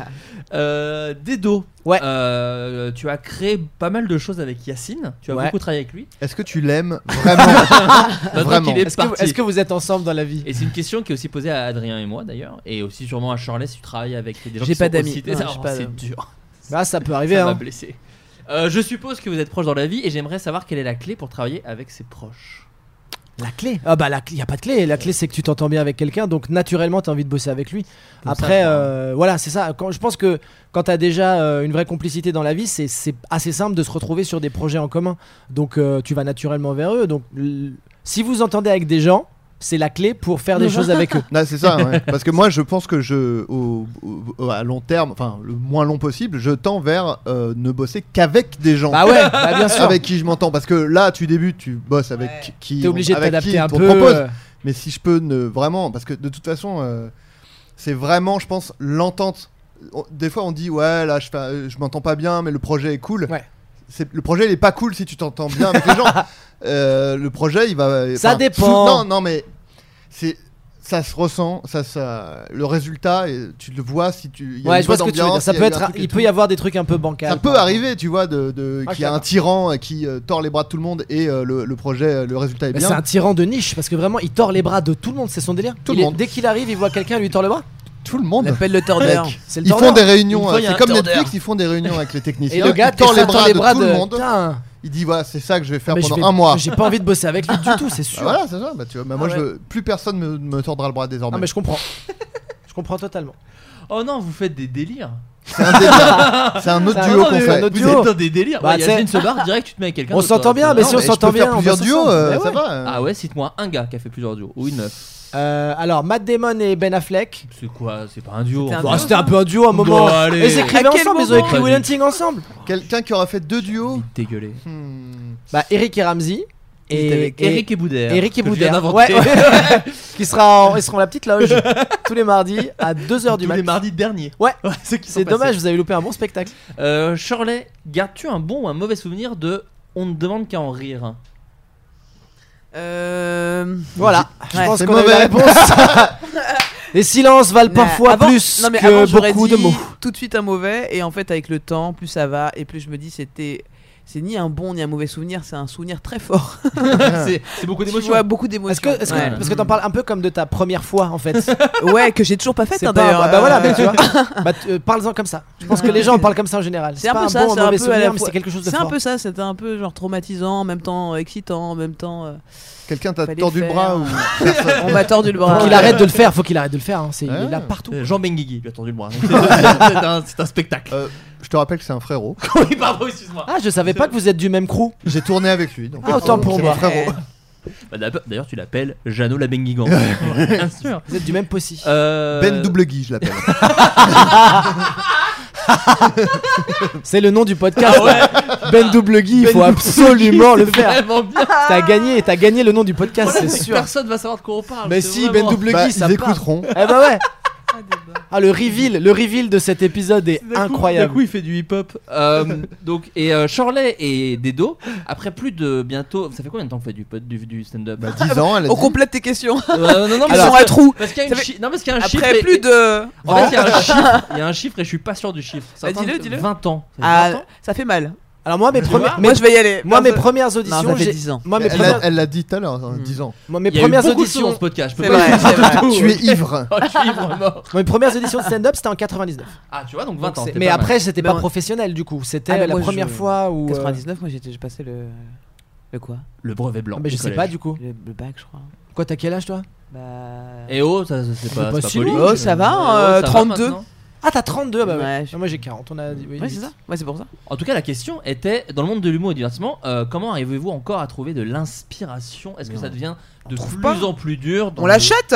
S6: Euh, Dedo.
S9: Ouais.
S6: Euh, tu as créé pas mal de choses avec Yacine. Tu as
S9: Ouais.
S6: beaucoup travaillé avec lui.
S4: Est-ce que tu l'aimes vraiment
S6: Maintenant
S4: Vraiment.
S6: qu'il est
S9: Est-ce que vous-
S6: parti.
S9: est-ce que vous êtes ensemble dans la vie
S6: Et c'est une question qui est aussi posée à Adrien et moi d'ailleurs, et aussi sûrement à Charlet si tu travailles avec des gens
S7: J'ai
S6: qui
S7: pas
S6: sont
S7: d'amis.
S6: aussi-
S7: Non,
S6: Ça,
S7: j'ai
S6: oh,
S7: pas
S6: c'est
S7: d'amis.
S6: dur.
S9: Bah ça peut arriver
S6: Ça m'a
S9: hein.
S6: blessé. Euh, je suppose que vous êtes proche dans la vie et j'aimerais savoir quelle est la clé pour travailler avec ses proches.
S9: La clé Ah bah la clé, y a pas de clé. La clé c'est que tu t'entends bien avec quelqu'un, donc naturellement t'as envie de bosser avec lui.
S6: Comme ça,
S9: Après,
S6: quoi.
S9: euh, voilà, c'est ça. Quand je pense que quand t'as déjà euh, une vraie complicité dans la vie, c'est c'est assez simple de se retrouver sur des projets en commun. Donc euh, tu vas naturellement vers eux. Donc l- si vous entendez avec des gens, c'est la clé pour faire des choses avec eux.
S4: Non, c'est ça, ouais. parce que moi je pense que je, au, au- au- à long terme, enfin le moins long possible, je tends vers euh, ne bosser qu'avec des gens.
S9: Bah ouais, bah bien sûr.
S4: Avec qui je m'entends, parce que là tu débutes, tu bosses avec qui,
S9: T'es obligé de
S4: avec qui
S9: t'adapter un
S4: on te
S9: peu,
S4: propose.
S9: euh.
S4: Mais si je peux ne vraiment, parce que de toute façon, euh, c'est vraiment, je pense, l'entente. On- Des fois on dit ouais là je, fais- euh, je m'entends pas bien, mais le projet est cool. C'est- Le projet il est pas cool si tu t'entends bien avec les gens. Euh, le projet il va.
S9: Ça
S4: enfin,
S9: dépend.
S4: sous- Non non mais c'est ça se ressent, ça, ça, le résultat, et tu le vois si tu. il y a
S9: Ouais,
S4: une
S9: je vois ce
S4: bonne
S9: que tu veux dire.
S4: ambiance,
S9: Ça
S4: il
S9: peut
S4: a eu un
S9: être,
S4: truc et
S9: il
S4: tout.
S9: peut y avoir des trucs un peu bancals.
S4: Ça peut arriver, tu vois, de, de
S9: Ah,
S4: qu'il y a
S9: je
S4: un tyran euh, qui euh, tord les bras de tout le monde et euh, le, le projet, euh, le résultat est
S9: Mais
S4: bien.
S9: Bah, C'est un tyran de niche parce que vraiment il tord les bras de tout le monde, c'est son délire.
S4: Tout le
S9: Il est-
S4: monde.
S9: dès qu'il arrive, il voit quelqu'un, il lui tord le bras.
S4: Tout le monde.
S9: Il appelle le tordeur.
S4: Mec,
S9: C'est le
S4: ils
S9: tordeur.
S4: font des réunions,
S9: Une fois,
S4: euh,
S9: il y a
S4: c'est
S9: un
S4: comme
S9: tordeur.
S4: Netflix, ils font des réunions avec les techniciens.
S9: Et le gars,
S4: ils tordent
S9: des
S4: les
S9: fois, tord
S4: bras
S9: les
S4: de
S9: bras
S4: tout le
S9: de-
S4: monde.
S9: Putain.
S4: Il dit voilà, c'est ça que je vais faire
S9: Mais je
S4: pendant
S9: vais-
S4: un mois.
S9: j'ai pas envie de bosser avec lui du tout, c'est sûr.
S4: Ah, voilà, c'est ça. Bah, tu vois, bah, moi,
S9: Ah
S4: je
S9: ouais.
S4: veux- plus personne me, me tordra le bras désormais.
S9: Ah, mais je comprends. je comprends totalement.
S6: Oh non, vous faites des délires.
S4: C'est un délire. C'est un autre duo qu'on fait.
S6: Vous êtes dans des délires.
S9: Bah,
S6: Ouais, Yacine
S9: c'est-
S6: se barre, direct, tu te mets avec quelqu'un.
S9: On
S6: d'autre,
S9: s'entend
S6: hein.
S9: bien, mais si on
S4: mais je peux
S9: s'entends
S4: faire
S9: bien, on
S4: plusieurs
S9: bosse
S4: duos,
S9: ensemble.
S4: euh,
S9: Mais
S4: ça
S9: ouais.
S4: va, euh.
S6: Ah ouais, cite-moi un gars qui a fait plusieurs duos ou une meuf.
S9: Euh, alors, Matt Damon et Ben Affleck.
S6: C'est quoi C'est pas un duo.
S9: C'était un
S6: enfin.
S9: duo, Ah, C'était un peu un duo à un moment.
S6: Bon, allez.
S9: Ils écrivaient
S6: À quel
S9: ensemble, ils ont écrit
S6: moment
S9: Will Hunting ensemble.
S4: Quelqu'un qui aura fait deux duos. Hmm.
S6: Dégueulé.
S9: Bah, Eric et Ramsey.
S6: Ils étaient avec Eric et Boudère,
S9: Eric et
S6: que je viens
S9: Boudère.
S6: d'inventer.
S9: Ouais, ouais. qui sera en- ils seront à la petite loge tous les mardis à 2h du matin. Tous les
S6: mardis derniers.
S9: Ouais.
S6: sont
S9: C'est dommage,
S6: passés.
S9: vous avez loupé un bon spectacle.
S6: Euh, Shirley, gardes-tu un bon ou un mauvais souvenir de On ne demande qu'à en rire
S7: Euh...
S9: Voilà, je
S7: Ouais.
S9: pense
S7: C'est
S9: qu'on a eu la
S7: mauvais.
S9: réponse. Les silences valent
S7: Non,
S9: parfois
S7: avant-
S9: plus
S7: non, mais
S9: que
S7: avant, j'aurais
S9: beaucoup de
S7: dit
S9: mots.
S7: Tout de suite un mauvais, et en fait, avec le temps, plus ça va, et plus je me dis, c'était. C'est ni un bon ni un mauvais souvenir, c'est un souvenir très fort.
S6: C'est- c'est beaucoup
S7: Tu
S6: d'émotions.
S7: vois, beaucoup d'émotions.
S9: Est-ce que, est-ce que-
S7: Ouais.
S9: parce que t'en parles un peu comme de ta première fois en fait.
S7: Ouais, que j'ai toujours pas faite,
S9: C'est
S7: hein,
S9: pas un-
S7: d'ailleurs.
S9: Bah, voilà,
S7: Euh,
S9: mais tu vois. Bah, tu- euh, parle-en comme ça. Je pense que les gens en parlent comme ça en général.
S7: C'est un
S9: pas
S7: peu
S9: un
S7: ça,
S9: bon
S7: c'est
S9: ou un
S7: un
S9: mauvais
S7: peu à la
S9: souvenir, mais
S7: fois-
S9: c'est quelque chose de
S7: C'est un
S9: fort.
S7: peu ça, c'était un peu genre traumatisant, en même temps euh, excitant, en même temps. euh,
S4: Quelqu'un t'a
S7: fallait
S4: tordu le
S7: faire.
S4: bras ou personne
S7: hein. On m'a tordu le bras.
S9: Faut qu'il arrête de le faire, faut qu'il arrête de le faire. hein, c'est- Il est là partout.
S6: Euh, Jean Benguigui, lui a tendu le bras. Donc, C'est c'est un, c'est un spectacle.
S4: Je te rappelle que c'est un frérot.
S6: Oui, pardon, excuse-moi.
S9: Euh. Ah, je savais pas que vous êtes du même crew.
S4: J'ai tourné avec lui. Donc
S9: Ah, autant pour
S4: c'est hein.
S9: moi. Eh,
S4: mon frérot.
S6: Bah, d'ab- D'ailleurs, tu l'appelles Jeannot la Benguigan. Bien sûr.
S9: Vous êtes du même possi.
S6: Euh,
S4: Ben Double Guy, je l'appelle.
S9: C'est le nom du podcast.
S6: Ah ouais.
S9: hein. Ben Double Guy, il faut
S6: Double
S9: absolument
S6: Guy,
S9: le
S6: c'est
S9: faire.
S6: vraiment bien.
S9: T'as gagné, t'as gagné le nom du podcast,
S6: Voilà,
S9: c'est
S6: mais
S9: sûr.
S6: Personne va savoir de quoi on parle.
S9: Mais
S6: c'est
S9: si, Ben
S6: vraiment-
S9: Double
S4: Bah,
S9: Guy, ça
S4: ils
S9: part.
S4: écouteront.
S9: Eh bah ouais. Ah le reveal, le reveal de cet épisode est
S6: D'un coup-
S9: incroyable.
S6: D'un coup, il fait du hip-hop. Euh, donc, et euh, Shirley et Dedo, après plus de bientôt. Ça fait combien de temps que vous faites du, pod- du, du stand-up
S4: Bah, 10 ans, elle a
S7: On
S4: dit.
S7: complète tes questions.
S6: Euh, non, non, mais
S7: Ils sont
S6: parce
S7: à
S6: que-
S7: trou.
S6: Parce qu'il y a,
S7: Ça
S6: une
S7: fait-
S6: chi- non, parce qu'il y a un
S7: Après
S6: chiffre. et-
S7: plus de.
S6: En fait, il y a un chiffre. Il y a un chiffre et je suis pas sûr du chiffre. Ça
S7: Bah, dis-le,
S6: représente
S7: dis-le.
S6: 20 ans. Ça fait
S7: Ah,
S6: 20 ans
S7: ça fait mal.
S9: Alors moi mes
S6: Tu
S9: premières,
S6: vois
S9: mes-
S7: Moi, je vais y aller.
S9: moi, mes
S7: Perso-
S9: premières
S7: Non,
S9: auditions,
S7: ça fait
S9: j'ai-
S7: 10 ans.
S9: moi mes
S4: Elle l'a-
S9: premières,
S4: elle l'a dit tout à l'heure, hein, 10 ans.
S9: moi, mes
S6: Hmm. Il y a eu
S9: premières
S6: beaucoup de choses dans
S9: auditions,
S6: ce podcast. Je peux
S7: C'est
S6: pas
S7: vrai,
S6: dire
S7: c'est
S6: de
S7: vrai.
S6: tout.
S4: Tu es ivre.
S6: Oh, je suis ivre mort.
S9: mes premières auditions de stand-up c'était en 99.
S6: Ah, tu vois, donc 20
S9: Donc,
S6: ans.
S9: c'est-
S6: t'es
S9: mais
S6: pas
S9: après c'était
S7: Mais
S9: pas
S7: on-
S9: professionnel du coup, c'était
S7: Ah, mais
S9: la
S7: moi, je-
S9: première fois où. euh,
S7: 99, moi, j'ai j'ai passé le. Le quoi
S6: mal. Le brevet blanc.
S9: ah, mais je
S6: au
S9: sais pas
S6: collège.
S9: du coup.
S7: le, le bac, je crois.
S9: Quoi t'as quel âge toi
S7: Bah.
S6: Et oh, ça, ça, c'est pas,
S9: pas
S6: c'est pas
S9: si
S6: poli.
S9: loin.
S7: Oh, ça va,
S6: Oh,
S7: euh,
S6: ça
S7: 32.
S6: maintenant.
S9: Ah t'as 32 bah ouais.
S7: Ouais, je-
S9: Ah, Moi j'ai 40, on a. oui,
S7: Ouais,
S9: vite.
S7: c'est ça. Ouais, c'est pour ça.
S6: En tout cas, la question était dans le monde de l'humour et du divertissement, euh, comment arrivez-vous encore à trouver de l'inspiration Est-ce que ça devient de plus
S7: pas.
S6: en plus dur dans
S7: On
S6: le-
S7: l'achète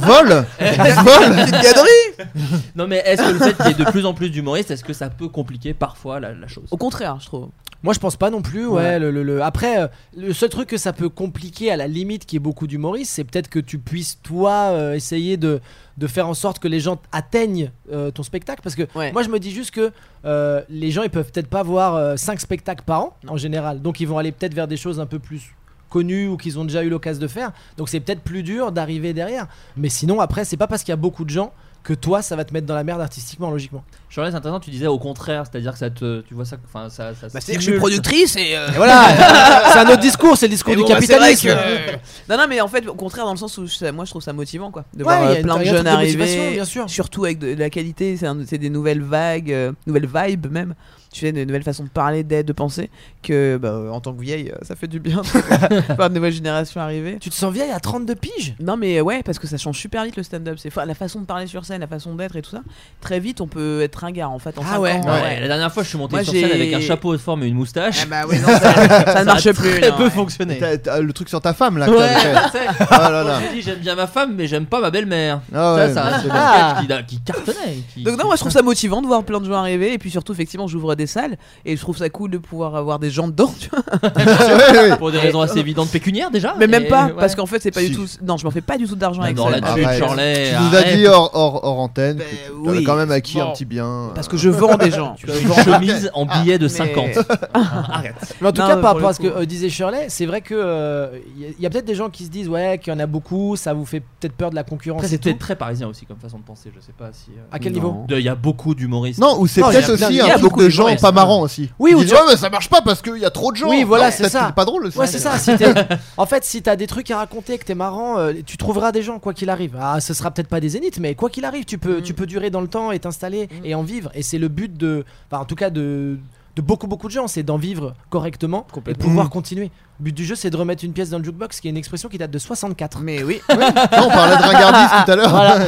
S4: Vol Vol
S7: Petite galerie
S6: Non, mais est-ce que le fait qu'il y ait de plus en plus d'humoristes, est-ce que ça peut compliquer parfois la, la chose
S7: Au contraire, je trouve.
S9: Moi, je pense pas non plus. Ouais.
S7: Ouais.
S9: Le, le- le- Après, euh, le seul truc que ça peut compliquer à la limite, qui est beaucoup d'humoristes, c'est peut-être que tu puisses toi euh, essayer de, de faire en sorte que les gens atteignent euh, ton spectacle. Parce que
S7: Ouais.
S9: moi, je me dis juste que euh, les gens, ils peuvent peut-être pas voir 5 spectacles par an en général. Donc, ils vont aller peut-être vers des choses un peu plus connues ou qu'ils ont déjà eu l'occasion de faire. Donc, c'est peut-être plus dur d'arriver derrière. Mais sinon, après, c'est pas parce qu'il y a beaucoup de gens que toi, ça va te mettre dans la merde artistiquement, logiquement.
S6: Charlie, c'est intéressant, tu disais au contraire, c'est-à-dire que ça te. Tu vois ça. Enfin, ça, ça
S7: Bah, C'est-à-dire que je suis
S6: stimule.
S7: productrice et. euh,
S9: Et voilà, c'est un autre discours, c'est le discours
S7: Et
S9: du
S7: bon, bah, c'est vrai
S9: capitalisme.
S7: que- Non, non, mais en fait, au contraire, dans le sens où ça- moi je trouve ça motivant, quoi. De
S9: Ouais,
S7: voir
S9: il y a
S7: euh,
S9: une-
S7: plein de
S9: il y a un
S7: jeunes
S9: truc de motivation,
S7: arriver.
S9: bien sûr.
S7: Surtout avec de, de la qualité, c'est un- c'est des nouvelles vagues, euh, nouvelles vibes même. Tu sais, des nouvelles façons de parler, d'être, de penser. Que bah, euh, en tant que vieille, euh, ça fait du bien. Pas de nouvelle génération arrivée.
S9: Tu te sens vieille à 32 piges
S7: Non, mais euh, ouais, parce que ça change super vite le stand-up. C'est fa- la façon de parler sur scène, la façon d'être et tout ça. Très vite, on peut être ringard en fait. En
S9: Ah
S7: cinq
S9: ouais.
S7: ans,
S6: Ouais, La dernière fois, je suis monté
S7: Moi,
S6: sur scène
S7: j'ai-
S6: avec un chapeau de forme et une moustache.
S9: Eh
S7: Ah bah ouais, non, ça- ça ne
S6: a
S7: marche plus,
S6: Très
S7: non,
S6: peu
S7: ouais.
S6: fonctionné.
S4: T'as- t'as le truc sur ta femme là. que
S6: Ouais,
S4: t'avais fait.
S6: tu sais.
S7: Oh
S4: Ah là là.
S6: Moi, J'ai dit j'aime bien ma femme, mais j'aime pas ma belle-mère.
S4: Ah
S6: ça,
S4: ouais,
S6: c'est
S4: mais
S6: un
S4: c'est
S6: sketch
S4: bien.
S6: qui, da- qui cartonnait. qui-
S7: bah, Donc non, moi je trouve ça motivant de voir plein de gens arriver et puis surtout effectivement j'ouvre des salles et je trouve ça cool de pouvoir avoir des gens dedans. tu vois.
S6: Pour des raisons assez évidentes pécuniaires déjà.
S7: Mais même
S6: et-
S7: pas
S6: ouais.
S7: parce qu'en fait c'est pas
S4: Si.
S7: du tout. Non, je m'en fais pas du tout d'argent avec
S6: Dans
S7: ça.
S6: la
S4: Ah,
S6: Jules
S4: ouais.
S6: Charlet,
S4: Tu nous as
S6: arrête.
S4: dit oh, hors, hors, hors antenne
S9: Bah
S4: que tu avais
S7: oui,
S4: quand même acquis
S6: bon.
S4: un petit bien. euh.
S7: Parce que je vends des gens.
S6: Tu as une chemise en
S4: Ah,
S9: Ah,
S6: billet de 50. Arrête.
S9: Mais en tout
S7: Non,
S9: cas,
S7: mais
S9: par
S7: pour le
S9: rapport à ce que
S7: coup.
S9: euh, disait Shirley, c'est vrai que euh, il y a- il y a, peut-être des gens qui se disent ouais qu'il y en a beaucoup, ça vous fait peut-être peur de la concurrence.
S6: Après,
S9: et
S6: c'est peut-être
S9: tout.
S6: très parisien aussi comme façon de penser. Je sais pas si. euh,
S9: À quel
S6: non.
S9: niveau
S6: De- Il y a beaucoup d'humoristes.
S4: Non, ou c'est
S9: Non, il
S4: peut-être
S9: y a- il
S4: aussi
S9: y a
S4: un truc
S9: beaucoup
S4: de
S9: de
S4: gens
S9: humoristes,
S4: pas
S9: ouais.
S4: marrants aussi.
S9: Oui,
S4: Ils
S9: ou
S4: disent,
S9: tu-
S6: Ah,
S4: ouais, mais ça marche pas parce qu'il y a trop de gens.
S9: Oui, voilà,
S4: Non,
S9: c'est
S4: peut-être
S9: ça.
S4: que pas drôle aussi.
S9: Ouais, c'est ça. Si t'es- en fait, si t'as des trucs à raconter, que t'es marrant, euh, tu trouveras des gens quoi qu'il arrive. Ah, ce sera peut-être pas des zéniths, mais quoi qu'il arrive, tu peux,
S7: Mm.
S9: tu peux durer dans le temps et t'installer
S7: Mm.
S9: et en vivre. Et c'est le but de, enfin, en tout cas de, de beaucoup beaucoup de gens, c'est d'en vivre correctement et de
S4: Mm.
S9: pouvoir continuer. Le but du jeu, c'est de remettre une pièce dans le jukebox, qui est une expression qui date de 64.
S7: Mais oui.
S4: Non, on parlait de ringardise tout à l'heure.
S9: Voilà.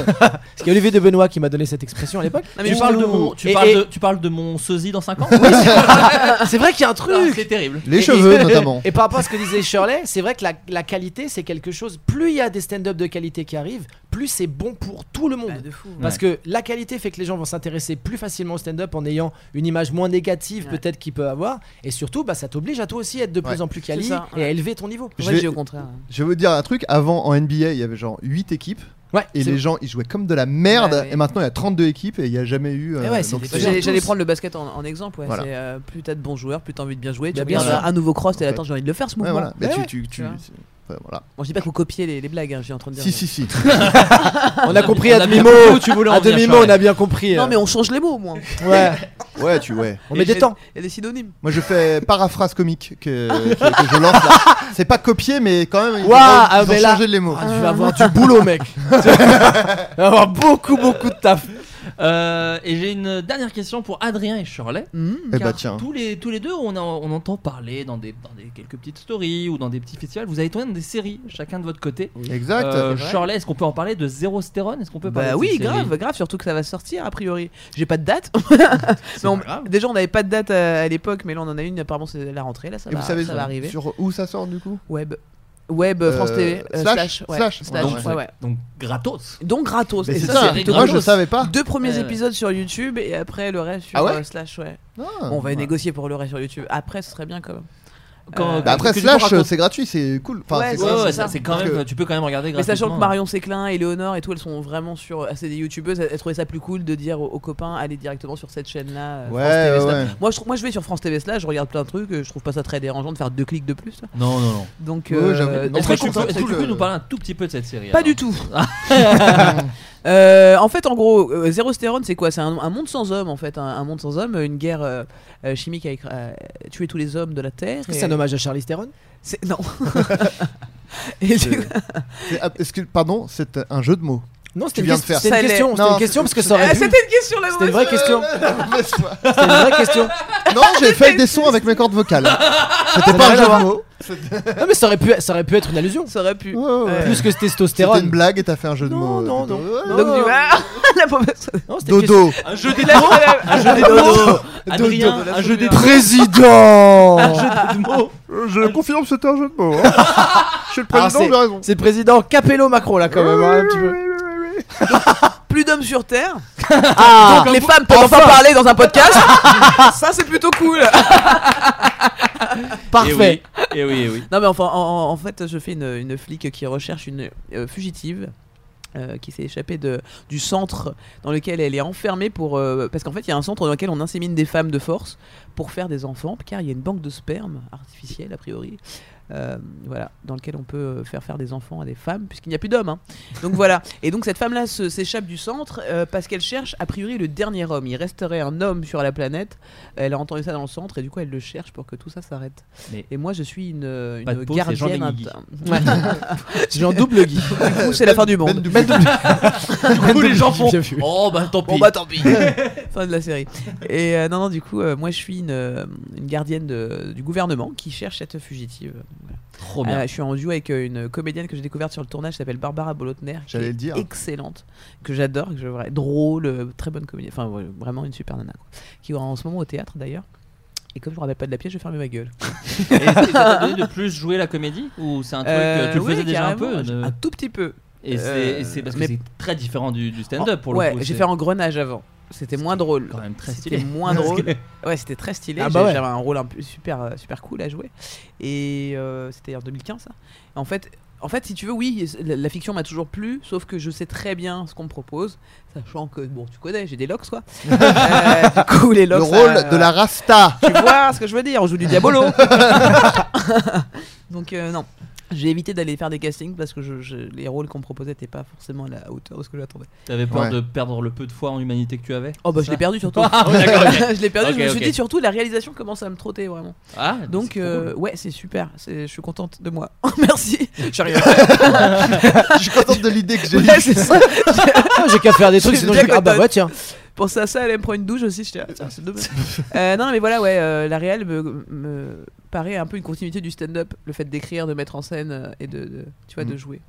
S9: Parce qu'il y a Olivier de Benoît qui m'a donné cette expression à l'époque.
S4: Ah,
S6: Tu parles, de mon, tu,
S9: Et-
S6: parles
S9: et-
S6: de, tu parles de mon sosie dans 5 ans
S9: C'est vrai qu'il y a un
S6: Ah,
S9: truc.
S6: C'est terrible.
S4: Les
S9: Et-
S4: cheveux,
S9: et-
S4: notamment.
S9: Et par rapport à ce que disait Shirley, c'est vrai que la, la qualité, c'est quelque chose. Plus il y a des stand-up de qualité qui arrivent, plus c'est bon pour tout le monde.
S7: Bah, de fou.
S9: Parce que la qualité fait que les gens vont s'intéresser plus facilement au stand-up en ayant une image moins négative
S7: Ouais.
S9: peut-être qu'il peut avoir. Et surtout, bah, ça t'oblige à toi aussi à être de plus
S4: Ouais.
S9: en plus quali
S7: C'est ça,
S9: et à
S7: ouais.
S9: élever ton niveau.
S4: Je
S7: Ouais,
S4: vais-
S7: je dis au contraire.
S4: Je vais vous dire un truc. Avant, en NBA, il y avait genre 8 équipes.
S9: Ouais,
S4: Et
S9: c'est- Bah
S4: les gens, ils jouaient comme de la merde.
S7: Ouais, ouais.
S4: Et maintenant, il y a 32 équipes et il n'y a jamais eu.
S9: Eh
S4: euh,
S9: ouais, c'est
S4: donc
S9: des
S4: c'est-
S9: J'allais-
S7: J'allais
S9: j'allais
S7: prendre le basket en, exemple. euh,
S4: Voilà.
S7: plus t'as de bons joueurs, plus t'as envie de bien jouer. Tu
S9: Bah, bien
S7: regardes
S9: sûr.
S7: un nouveau cross, t'es
S4: En
S7: là,
S4: fait.
S7: attends, j'ai envie de le faire ce
S4: Ouais,
S7: mouvement.
S4: voilà. Mais
S9: Ouais,
S4: tu-
S9: ouais.
S4: tu- tu-
S7: vois.
S4: c'est- enfin, voilà.
S7: Bon, je dis pas que vous copiez les, les blagues, hein, j'ai en train de dire.
S4: Si,
S7: mais-
S4: si, si.
S9: On a compris
S6: On
S9: à
S6: a
S9: demi-mot.
S6: bien compris où tu voulais en
S9: À
S6: venir,
S9: demi-mot, on
S6: Shirley.
S9: a bien compris.
S7: Non,
S9: euh,
S7: mais on change les mots au moins.
S9: ouais.
S4: Ouais, tu, ouais.
S9: On met des
S7: Et-
S9: temps.
S7: Et des synonymes.
S4: Moi, je fais paraphrase comique que, que- que je lance là. C'est pas copier, mais quand même, ils,
S9: Waouh,
S4: ont, ils
S9: ah,
S4: ont
S9: mais là-
S4: changé les mots.
S9: Ah, tu vas avoir du boulot, mec. tu vas avoir beaucoup, beaucoup de taf.
S6: Euh, et j'ai une dernière question pour Adrien et Shirley.
S4: Eh
S6: Car
S4: bah, tiens.
S6: Tous les, tous les deux, on, en- on entend parler dans des, dans des quelques petites stories ou dans des petits festivals. Vous avez tourné dans des séries, chacun de votre côté.
S4: Exact.
S6: Euh, Shirley, est-ce qu'on peut en parler de Zéro Stérone Est-ce qu'on peut parler
S7: Bah
S6: de
S7: oui,
S6: cette série
S7: grave, grave, surtout que ça va sortir a priori. J'ai pas de date.
S6: C'est
S7: Mais on-
S6: pas grave.
S7: déjà, on n'avait pas de date euh, à, à l'époque, mais là on en a une. Apparemment, c'est la rentrée. Là, ça,
S4: et
S7: va,
S4: vous savez
S7: ça va arriver.
S4: sur où ça sort du coup
S7: Web, web
S4: Euh,
S7: France TV euh,
S4: slash,
S7: slash, ouais,
S4: slash,
S6: Donc,
S7: ouais, ouais.
S6: donc gratos.
S7: Donc gratos.
S4: Mais
S7: Et
S4: c'est
S7: ça,
S4: ça,
S7: c'est
S6: rigolo.
S7: plutôt
S4: moi je
S7: gratos.
S4: savais pas.
S7: Deux premiers
S6: Ouais, ouais.
S7: épisodes sur YouTube et après le reste sur
S4: Ah ouais
S7: euh, slash. Ouais.
S4: Ah.
S7: Bon, on va négocier pour le reste sur YouTube. Après, ce serait bien quand même.
S6: Quand-
S7: Euh,
S4: Bah après
S6: Parce que du coup,
S4: slash
S6: on raconte-
S4: c'est gratuit, c'est cool. Enfin,
S7: Ouais,
S4: c'est
S6: Ouais,
S4: cool.
S6: ouais,
S7: c'est
S6: ça,
S7: ça.
S6: c'est quand
S4: Parce
S6: même.
S4: que-
S6: Tu peux quand même regarder
S7: Mais sachant que
S6: gratuitement. hein.
S7: Marion Séclin, Eleonore et tout, elles sont vraiment sur. euh, C'est des youtubeuses, elles, elles trouvaient ça plus cool de dire aux, aux copains, allez directement sur cette chaîne-là. euh,
S4: Ouais,
S7: France TV
S4: ouais,
S7: Slash.
S4: ouais.
S7: Moi, je, trouve- moi, je vais sur France TV Slash, je regarde plein de trucs, euh, je trouve pas ça très dérangeant de faire deux clics de plus. là.
S6: Non, non, non.
S7: Donc,
S4: Ouais,
S7: euh,
S4: j'avoue. Non,
S6: Est-ce
S4: moi,
S6: que
S4: je
S6: tu
S4: trouve ça
S6: peux- est-ce que tu
S4: cool,
S6: peux
S4: euh.
S6: nous parler un tout petit peu de cette série
S7: Pas
S6: alors
S7: du tout. Euh, en fait, en gros, euh, Zéro Stérone, c'est quoi C'est un, un monde sans hommes, en fait. Un, un monde sans hommes, une guerre euh, euh, chimique avec euh, tuer tous les hommes de la Terre.
S9: Est-ce que
S7: et-
S9: c'est un hommage à Charlie Theron
S7: C'est- Non. et du-
S4: C'est- ah, Est-ce que pardon, c'est un jeu de mots
S9: Non,
S4: Tu
S9: c'était une,
S4: viens de
S9: question-
S4: faire.
S9: c'était une
S7: Ça l'est.
S9: question. C'était une
S4: Non,
S9: question parce que
S4: c'est-
S9: ça aurait
S7: Ah,
S9: pu.
S7: c'était une question, la
S9: C'était une
S7: mauvaise-
S9: vraie question.
S4: non,
S9: C'était une vraie question.
S4: j'ai fait des sons avec mes cordes vocales. C'était pas un jeu de mots.
S9: Non, mais ça aurait pu, ça aurait pu être une allusion.
S7: Ça aurait pu.
S4: Ouais, ouais, ouais.
S9: Plus que
S4: C'était une
S9: testostérone.
S4: blague et t'as fait un jeu de
S9: Non,
S4: mots.
S9: non,
S4: plutôt.
S9: non. Non,
S4: Ouais.
S7: Donc,
S9: euh,
S7: du coup, ah, la mauvaise-
S9: Non, c'était une
S4: Dodo.
S6: Un jeu des
S7: La- la-
S6: Un jeu des dodo. Adrien,
S7: dodo, la
S6: un jeu des
S7: dodo.
S4: Président.
S6: de mots.
S3: Euh, Je confirme, c'était un jeu de mots. hein. Je suis le
S9: Alors,
S6: Ah,
S3: président, j'ai raison.
S9: question. C'est le président Capello Macron là quand même, hein, un petit peu.
S7: plus d'hommes sur Terre.
S9: Ah,
S7: Donc les femmes peuvent enfin parler dans un podcast. ça c'est plutôt cool.
S9: parfait.
S6: Et Eh oui, et oui.
S7: Non mais enfin, en, en fait, je fais une, une flic qui recherche une euh, fugitive. euh, qui s'est échappée de, du centre dans lequel elle est enfermée pour euh, parce qu'en fait il y a un centre dans lequel on insémine des femmes de force pour faire des enfants car il y a une banque de sperme artificielle a priori euh, voilà, dans lequel on peut euh, faire faire des enfants à des femmes, puisqu'il n'y a plus d'hommes. hein. Donc voilà. Et donc cette femme-là se- s'échappe du centre euh, parce qu'elle cherche, a priori, le dernier homme. Il resterait un homme sur la planète. Elle a entendu ça dans le centre et du coup, elle le cherche pour que tout ça s'arrête.
S6: Mais-
S7: Et moi, je suis une, euh,
S6: Pas de
S7: une
S6: peau, c'est Jean
S7: gardienne.
S6: Benguigui.
S7: int- Ouais. J'ai un double gui. Du coup, c'est la fin du monde.
S6: Ben double. Du coup, les gens font,
S7: Bien vu.
S6: oh, bah, tant
S7: Bon
S6: pis.
S7: bah tant pis. fin de la série. Et euh, non non du coup euh, moi je suis une, euh, une gardienne de- du gouvernement qui cherche cette fugitive. Voilà.
S6: Trop bien.
S7: Euh, je suis en duo avec euh, une comédienne que j'ai découverte sur le tournage qui s'appelle Barbara Bolotner. qui
S4: J'allais
S7: est
S4: le dire.
S7: Excellente, que j'adore, que je vra- drôle, euh, très bonne comédienne. Enfin ouais, vraiment une super nana quoi. Qui est en ce moment au théâtre d'ailleurs. Et comme je me rappelle pas de la pièce, je vais fermer ma gueule.
S6: Et ça t'a donné de plus jouer la comédie Ou c'est un truc,
S7: Euh,
S6: tu le
S7: oui,
S6: faisais déjà un peu
S7: carrément,
S6: de-
S7: Un tout petit peu.
S6: Et c'est-
S7: Euh,
S6: et c'est parce que
S7: mais-
S6: c'est très différent du, du stand-up pour le
S7: ouais,
S6: coup.
S7: j'ai
S6: c'est-
S7: fait engrenage avant. C'était moins drôle.
S6: quand même très
S7: C'était
S6: stylé.
S7: moins
S6: Parce que-
S7: drôle. Ouais, c'était très stylé.
S6: Ah bah
S7: J'ai-
S6: ouais.
S7: J'avais un rôle un peu super, euh, super cool à jouer. Et euh, c'était en 2015, ça. En fait, en fait, si tu veux, oui, la, la fiction m'a toujours plu, sauf que je sais très bien ce qu'on me propose, sachant que, bon, tu connais, j'ai des locks, quoi. Euh, du coup, les
S4: Le
S7: locks.
S4: rôle
S7: ça-
S4: de la Rasta.
S7: Tu vois ce que je veux dire On joue du Diabolo. Donc euh, non, j'ai évité d'aller faire des castings parce que je- je- les rôles qu'on me proposait n'étaient pas forcément à la hauteur de ce que j'attendais.
S6: T'avais peur
S4: Ouais.
S6: de perdre le peu de foi en humanité que tu avais
S7: Oh bah
S6: c'est
S7: je
S6: ça
S7: l'ai perdu surtout.
S6: Ah, oui, d'accord, ok.
S7: je l'ai perdu.
S6: Ok,
S7: je me suis
S6: ok.
S7: dit surtout la réalisation commence à me trotter vraiment.
S6: Ah,
S7: donc
S6: c'est trop
S7: euh, ouais c'est super. C'est- Je suis contente de moi. Merci. Je suis arrivée.
S4: Je suis contente de l'idée que j'ai
S7: Ouais,
S4: eue.
S7: c'est ça.
S9: Ah, J'ai qu'à faire des trucs, sinon je
S7: bien
S9: vais- Ah bah
S7: contente.
S9: ouais, tiens.
S7: Pensez à ça, elle me prend une douche aussi. J'étais, ah, tiens, c'est dommage. Euh, non, mais voilà, ouais, euh, la réelle me, me paraît un peu une continuité du stand-up, le fait d'écrire, de mettre en scène euh, et de, de- tu vois, de
S4: Mm.
S7: jouer.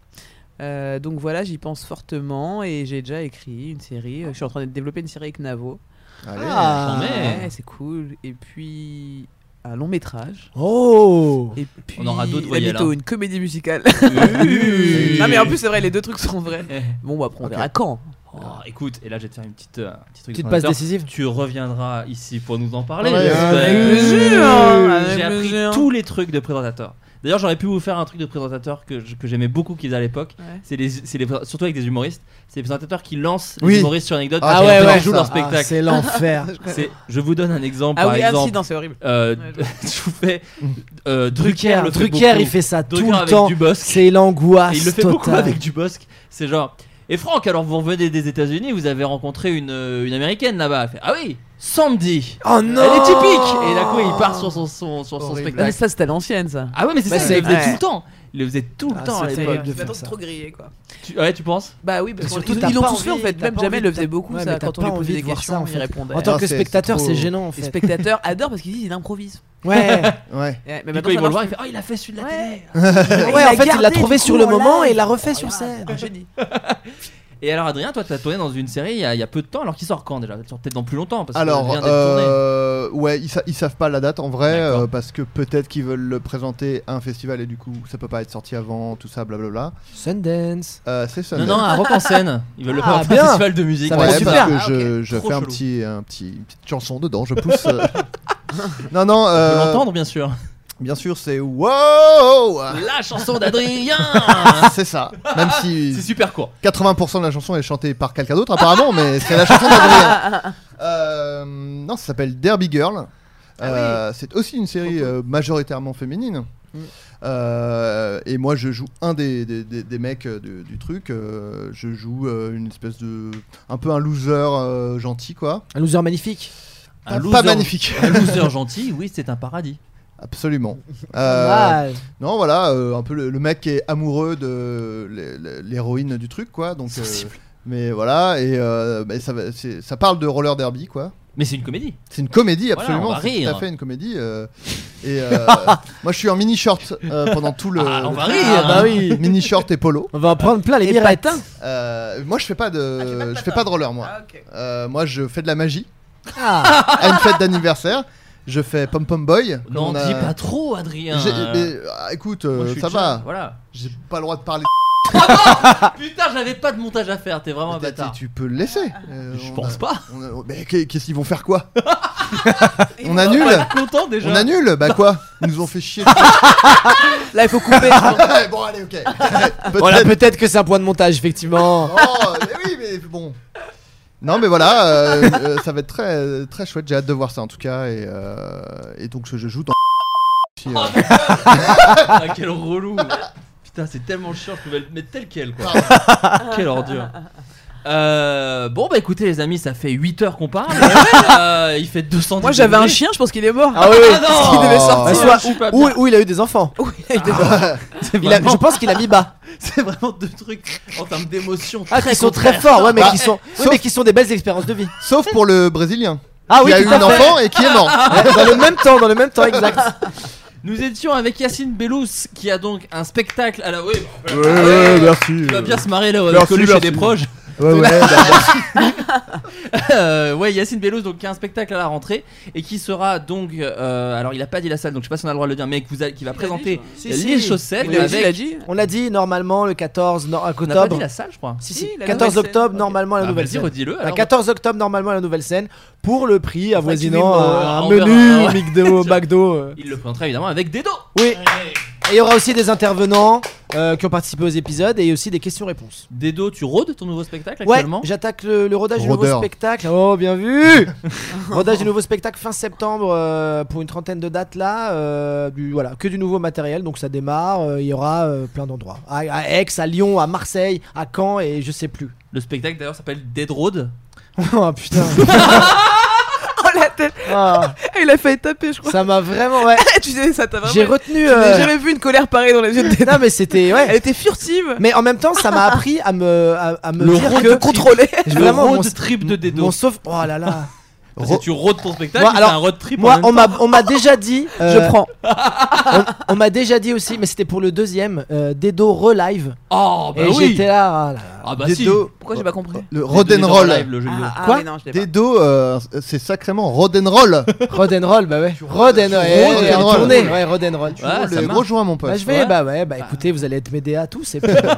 S7: Euh, donc voilà, j'y pense fortement et j'ai déjà écrit une série. Euh, Je suis en train de développer une série avec Navo.
S4: Allez.
S9: Ah.
S6: Jamais.
S7: Ouais, c'est cool. Et puis un long métrage.
S9: Oh
S7: Et puis
S6: On aura d'autres
S7: la
S6: voyelles,
S7: mytho,
S6: hein.
S7: une comédie musicale.
S6: Euh.
S7: non mais en plus c'est vrai, les deux trucs sont vrais.
S6: Eh.
S7: Bon bah après on
S4: Ok.
S7: verra quand.
S6: Oh, écoute, et là je vais te faire une petite, euh, un petit truc
S9: Petite
S6: en
S9: passe
S6: interne.
S9: décisive.
S6: Tu reviendras ici pour nous en parler.
S4: Ouais,
S6: j'espère.
S4: avec
S7: plaisir, avec
S6: J'ai appris
S7: plaisir.
S6: tous les trucs de présentateur. D'ailleurs, j'aurais pu vous faire un truc de présentateur que, je- que j'aimais beaucoup qu'ils aient à l'époque.
S7: Ouais.
S6: C'est les, c'est les, surtout avec des humoristes. C'est les présentateurs qui lancent
S4: Oui.
S6: les humoristes sur anecdote
S4: Ah
S6: et
S4: ouais,
S6: après,
S4: ouais,
S6: ils jouent
S4: ça.
S6: leur
S9: Ah,
S6: spectacle.
S9: c'est l'enfer.
S6: C'est- je vous donne un exemple.
S7: Ah
S6: par
S7: oui, ah, si,
S6: exemple,
S7: non, c'est horrible.
S6: euh,
S7: Ouais, je
S6: je vous fais euh,
S9: Drucker,
S6: Drucker. le fait
S9: Drucker,
S6: beaucoup.
S9: il fait ça
S6: Drucker
S9: tout le
S6: avec
S9: temps.
S6: Dubosc.
S9: C'est l'angoisse.
S6: Et il le fait
S9: totale.
S6: beaucoup avec Dubosc. C'est genre. Et Franck, alors vous revenez des États-Unis, vous avez rencontré une, euh, une américaine là-bas. Elle fait, ah oui, Sandy.
S9: Oh non
S6: Elle est typique. Et d'un coup, il part sur son, son, sur son
S7: Ah,
S4: Horrible.
S7: mais
S6: spectacle.
S7: ça c'était à l'ancienne ça. Bah,
S6: Ah ouais, mais c'est
S9: Mais
S6: ça, il
S9: c'est-
S6: le faisait
S7: ouais.
S6: tout le temps. Il le faisait tout le
S9: Ah,
S6: temps à
S9: c'est
S6: l'époque.
S9: terrible. de faire
S7: Maintenant, c'est
S9: ça.
S7: trop grillé quoi.
S6: Tu- Ouais, tu penses
S7: Bah oui, parce
S9: Mais
S7: qu'on
S9: surtout,
S7: ils-
S9: t'as
S7: ils l'ont
S9: pas
S7: tous
S9: envie-
S7: fait en fait.
S9: t'as
S7: Même
S9: pas
S7: Jamel
S9: envie
S7: le
S9: de-
S7: faisait beaucoup
S9: Ouais,
S7: ça.
S9: mais t'as
S7: Quand
S9: pas
S7: on lui
S9: envie
S7: posait
S9: de
S7: des
S9: voir ça,
S7: questions,
S9: en
S7: il
S9: fait.
S7: répondait.
S9: En tant
S4: Non,
S9: que
S4: c'est-
S9: spectateur,
S4: c'est
S9: c'est
S4: trop-
S9: gênant en
S7: Les
S9: fait.
S7: spectateurs adorent parce qu'ils disent il improvise.
S9: Ouais.
S4: Ouais.
S7: Ouais, mais
S6: Mais
S7: maintenant,
S6: quand ils
S7: ça
S6: vont le voir,
S7: marche
S6: il fait, oh, il a fait celui de la
S7: Ouais.
S6: télé.
S9: Ouais, en fait, il l'a trouvé sur le moment et il l'a refait sur scène.
S7: plus. Ah, Génie.
S6: Et alors, Adrien, toi, t'as tourné dans une série il y a, il y a peu de temps, alors qu'il sort quand déjà Il sort Peut-être dans plus longtemps. Parce que
S4: Alors,
S6: rien d'être tourné.
S4: euh, ouais, ils, sa- ils savent pas la date en vrai
S6: D'accord.
S4: euh, parce que peut-être qu'ils veulent le présenter à un festival et du coup ça peut pas être sorti avant, tout ça, blablabla.
S9: Sundance.
S4: Euh, c'est ça.
S6: Non, non, un rock en scène. Ils veulent le
S9: Ah,
S6: faire
S9: bien.
S6: un festival de musique.
S9: Ça va
S4: Ouais, parce
S9: super.
S4: que
S7: Ah,
S4: je, je
S6: Trop
S4: fais un
S6: chelou.
S4: petit, un petit, une petite chanson dedans, je pousse. euh. non, non,
S6: On peut
S4: euh,
S6: l'entendre, bien sûr.
S4: bien sûr, c'est wow,
S6: La chanson d'Adrien
S4: c'est ça. Même si
S6: C'est super court.
S4: 80% de la chanson est chantée par quelqu'un d'autre apparemment, mais c'est la chanson d'Adrien. Euh, non, ça s'appelle Derby Girl.
S6: Ah
S4: Euh, C'est aussi une série euh, majoritairement féminine. Euh, et moi, je joue un des, des, des- des mecs euh, du, du truc. Euh, je joue euh, une espèce de. un peu un loser euh, gentil, quoi.
S9: Un loser magnifique.
S4: Pas-
S6: loser-
S4: pas magnifique.
S6: Un loser gentil, oui, c'est un paradis.
S4: Absolument. Euh,
S9: Ah,
S4: non, voilà, euh, un peu le, le mec qui est amoureux de l'hé- l'hé- l'héroïne du truc, quoi. Donc, euh, mais voilà, et euh, mais ça, va- c'est- ça parle de roller derby, quoi.
S6: Mais c'est une comédie.
S4: C'est une comédie,
S6: Voilà,
S4: absolument.
S6: on va
S4: c'est tout à
S6: rire.
S4: fait une comédie. euh, et euh, moi, je suis en mini short euh, pendant tout le.
S6: Ah, on va rire.
S9: Ah, bah oui.
S4: Mini short et polo.
S9: On va en prendre plein les
S7: Et
S9: mirettes.
S7: patin.
S4: Euh, moi, je fais pas de,
S7: Ah, tu fais pas de
S4: je fais
S7: patin.
S4: pas de roller, moi.
S6: hein.
S7: Ah, ok.
S4: Euh, moi, je fais de la magie.
S9: Ah,
S4: À une fête d'anniversaire, je fais pom pom boy. comme
S6: N'en
S4: on a-
S6: dis pas trop, Adrien.
S4: J'ai-
S6: Euh,
S4: mais, ah, écoute, euh,
S6: moi, je suis
S4: ça
S6: déjà-
S4: va.
S6: Voilà. Ah
S4: J'ai pas le droit de parler.
S6: Putain, j'avais pas de montage à faire, t'es vraiment un
S4: Mais
S6: bâtard.
S4: Tu peux le laisser.
S6: Ah.
S4: Euh,
S6: Je
S4: on
S6: pense
S4: a-
S6: pas.
S4: on a- mais qu'est- qu'est-ce qu'ils vont faire quoi On
S6: T'es
S4: annule
S6: pas content déjà.
S4: On annule Bah quoi Ils nous ont fait chier.
S7: Là, il faut couper.
S4: bon, allez, ok.
S9: voilà,
S4: Peut-être-
S9: peut-être que c'est un point de montage, effectivement.
S4: Oh, mais oui, mais bon. Non, mais voilà, euh, euh, ça va être très, très chouette. J'ai hâte de voir ça en tout cas. Et, euh, et donc, je je joue dans. aussi. euh.
S6: Ah, quel relou Putain, c'est tellement chiant, je pouvais le mettre tel quel, quoi. Quelle ordure. Euh, bon, bah écoutez, les amis, ça fait 8 heures qu'on parle. Euh, il fait 200
S7: Moi j'avais un chien, je pense qu'il est mort.
S9: Ah oui, oui.
S7: Parce qu'il devait sortir.
S9: Bah, soit-
S6: je suis Ah, pas
S9: ou,
S6: bien.
S9: ou il a eu des enfants. Ah.
S6: C'est
S9: Il a-
S6: vraiment-
S9: je pense qu'il a mis bas.
S6: C'est vraiment deux trucs en termes d'émotion.
S9: Ah, qui sont très
S6: contraires. eh,
S9: forts, ouais, mais
S4: Bah,
S9: qui sont, ouais,
S4: sauf-
S9: mais qui sont des belles expériences de vie.
S4: Sauf pour le Brésilien.
S9: Ah oui,
S4: qui a
S9: tout
S4: eu
S9: à
S4: un
S9: fait.
S4: enfant et qui est mort.
S9: Ouais, dans le même temps, dans le même temps, exact.
S6: Nous étions avec Yacine Bellous qui a donc un spectacle à la. Oui, bah,
S4: Ouais, ouais, merci.
S6: Tu vas bien se marrer là, avec
S4: Merci,
S6: Coluche et
S4: merci.
S6: des proches.
S4: Ouais, ouais, bah,
S6: Euh, ouais, Yacine Bellos, donc qui a un spectacle à la rentrée et qui sera donc. euh, alors, il a pas dit la salle, donc je sais pas si on a le droit de le dire, mais qui, vous a- qui va présenter
S9: Si, si.
S6: l'île Chaussette.
S9: On l'a dit,
S6: avec-
S7: Il a dit
S9: On l'a dit normalement le 14 no-
S6: On n'a pas
S9: octobre.
S6: dit la salle, je crois.
S9: Si, si,
S7: Si, la
S9: 14
S7: nouvelle
S9: octobre
S7: scène.
S9: normalement à la
S6: Ah,
S9: nouvelle
S6: vas-y,
S9: scène.
S6: redis-le,
S9: Enfin,
S6: alors.
S9: 14 octobre normalement à la nouvelle scène pour le prix avoisinant
S6: qu'il
S9: à un
S6: est mort, on verra,
S9: menu
S6: ouais.
S9: McDo, McDo. euh.
S6: Il le présentera évidemment avec Dedo.
S9: Oui. Et il y aura aussi des intervenants euh, qui ont participé aux épisodes et aussi des questions-réponses.
S6: Dedo, tu rôdes ton nouveau spectacle
S9: Ouais,
S6: actuellement
S9: j'attaque le, le rodage du nouveau
S4: Rodeur.
S9: spectacle. Oh, bien vu Rodage du nouveau spectacle fin septembre euh, pour une trentaine de dates là. euh, du, voilà, que du nouveau matériel, donc ça démarre. euh, Il y aura euh, plein d'endroits. À, à Aix, à Lyon, à Marseille, à Caen et je sais plus.
S6: Le spectacle d'ailleurs s'appelle Dead Road.
S9: oh putain
S7: Oh la tête
S9: Ah,
S7: Il a failli taper, je crois.
S9: Ça m'a vraiment. Ouais.
S7: tu sais, ça t'a
S9: J'ai
S7: vraiment.
S9: retenu.
S7: J'ai
S9: euh,
S7: jamais vu une colère pareille dans les yeux de Dedo.
S9: Non mais c'était
S7: Elle
S9: ouais.
S7: était furtive.
S9: Mais en même temps, ça m'a appris à me à, à me
S6: Le
S9: dire
S6: rôle
S9: que
S6: de
S7: Contrôler.
S6: Le
S9: Vraiment,
S6: road
S9: mon-
S6: trip de Dedo.
S9: mon sauf. Oh là là.
S6: Parce que tu rôdes ton spectacle,
S9: Moi,
S6: c'est
S9: alors,
S6: un road trip. en
S9: Moi,
S6: même
S9: on
S6: temps.
S9: m'a on m'a déjà dit.
S7: Je
S9: euh,
S7: prends.
S9: on on m'a déjà dit aussi, mais c'était pour le deuxième euh, Dedo relive.
S6: Oh, bah
S9: et
S6: oui
S9: j'étais là. ah là là.
S6: Ah, bah
S4: des
S6: si
S4: dos-
S7: Pourquoi j'ai pas compris
S4: le
S6: Dedo Live,
S4: Rodenroll.
S6: le jeu vidéo.
S7: Ah,
S9: Quoi
S7: mais non, je l'ai pas.
S4: Des dos, euh, c'est sacrément Rodenroll.
S9: Rock'n'roll, bah ouais. Rock'n'roll.
S4: rôdes,
S9: Ouais,
S4: tu rôdes.
S9: tournée, Ouais, rock'n'roll.
S6: Ouais, ça
S4: le
S6: marche.
S4: gros joint, mon pote.
S9: Bah je vais,
S6: ouais.
S9: bah ouais, bah écoutez, vous allez être m'aider à tous. Et puis, euh,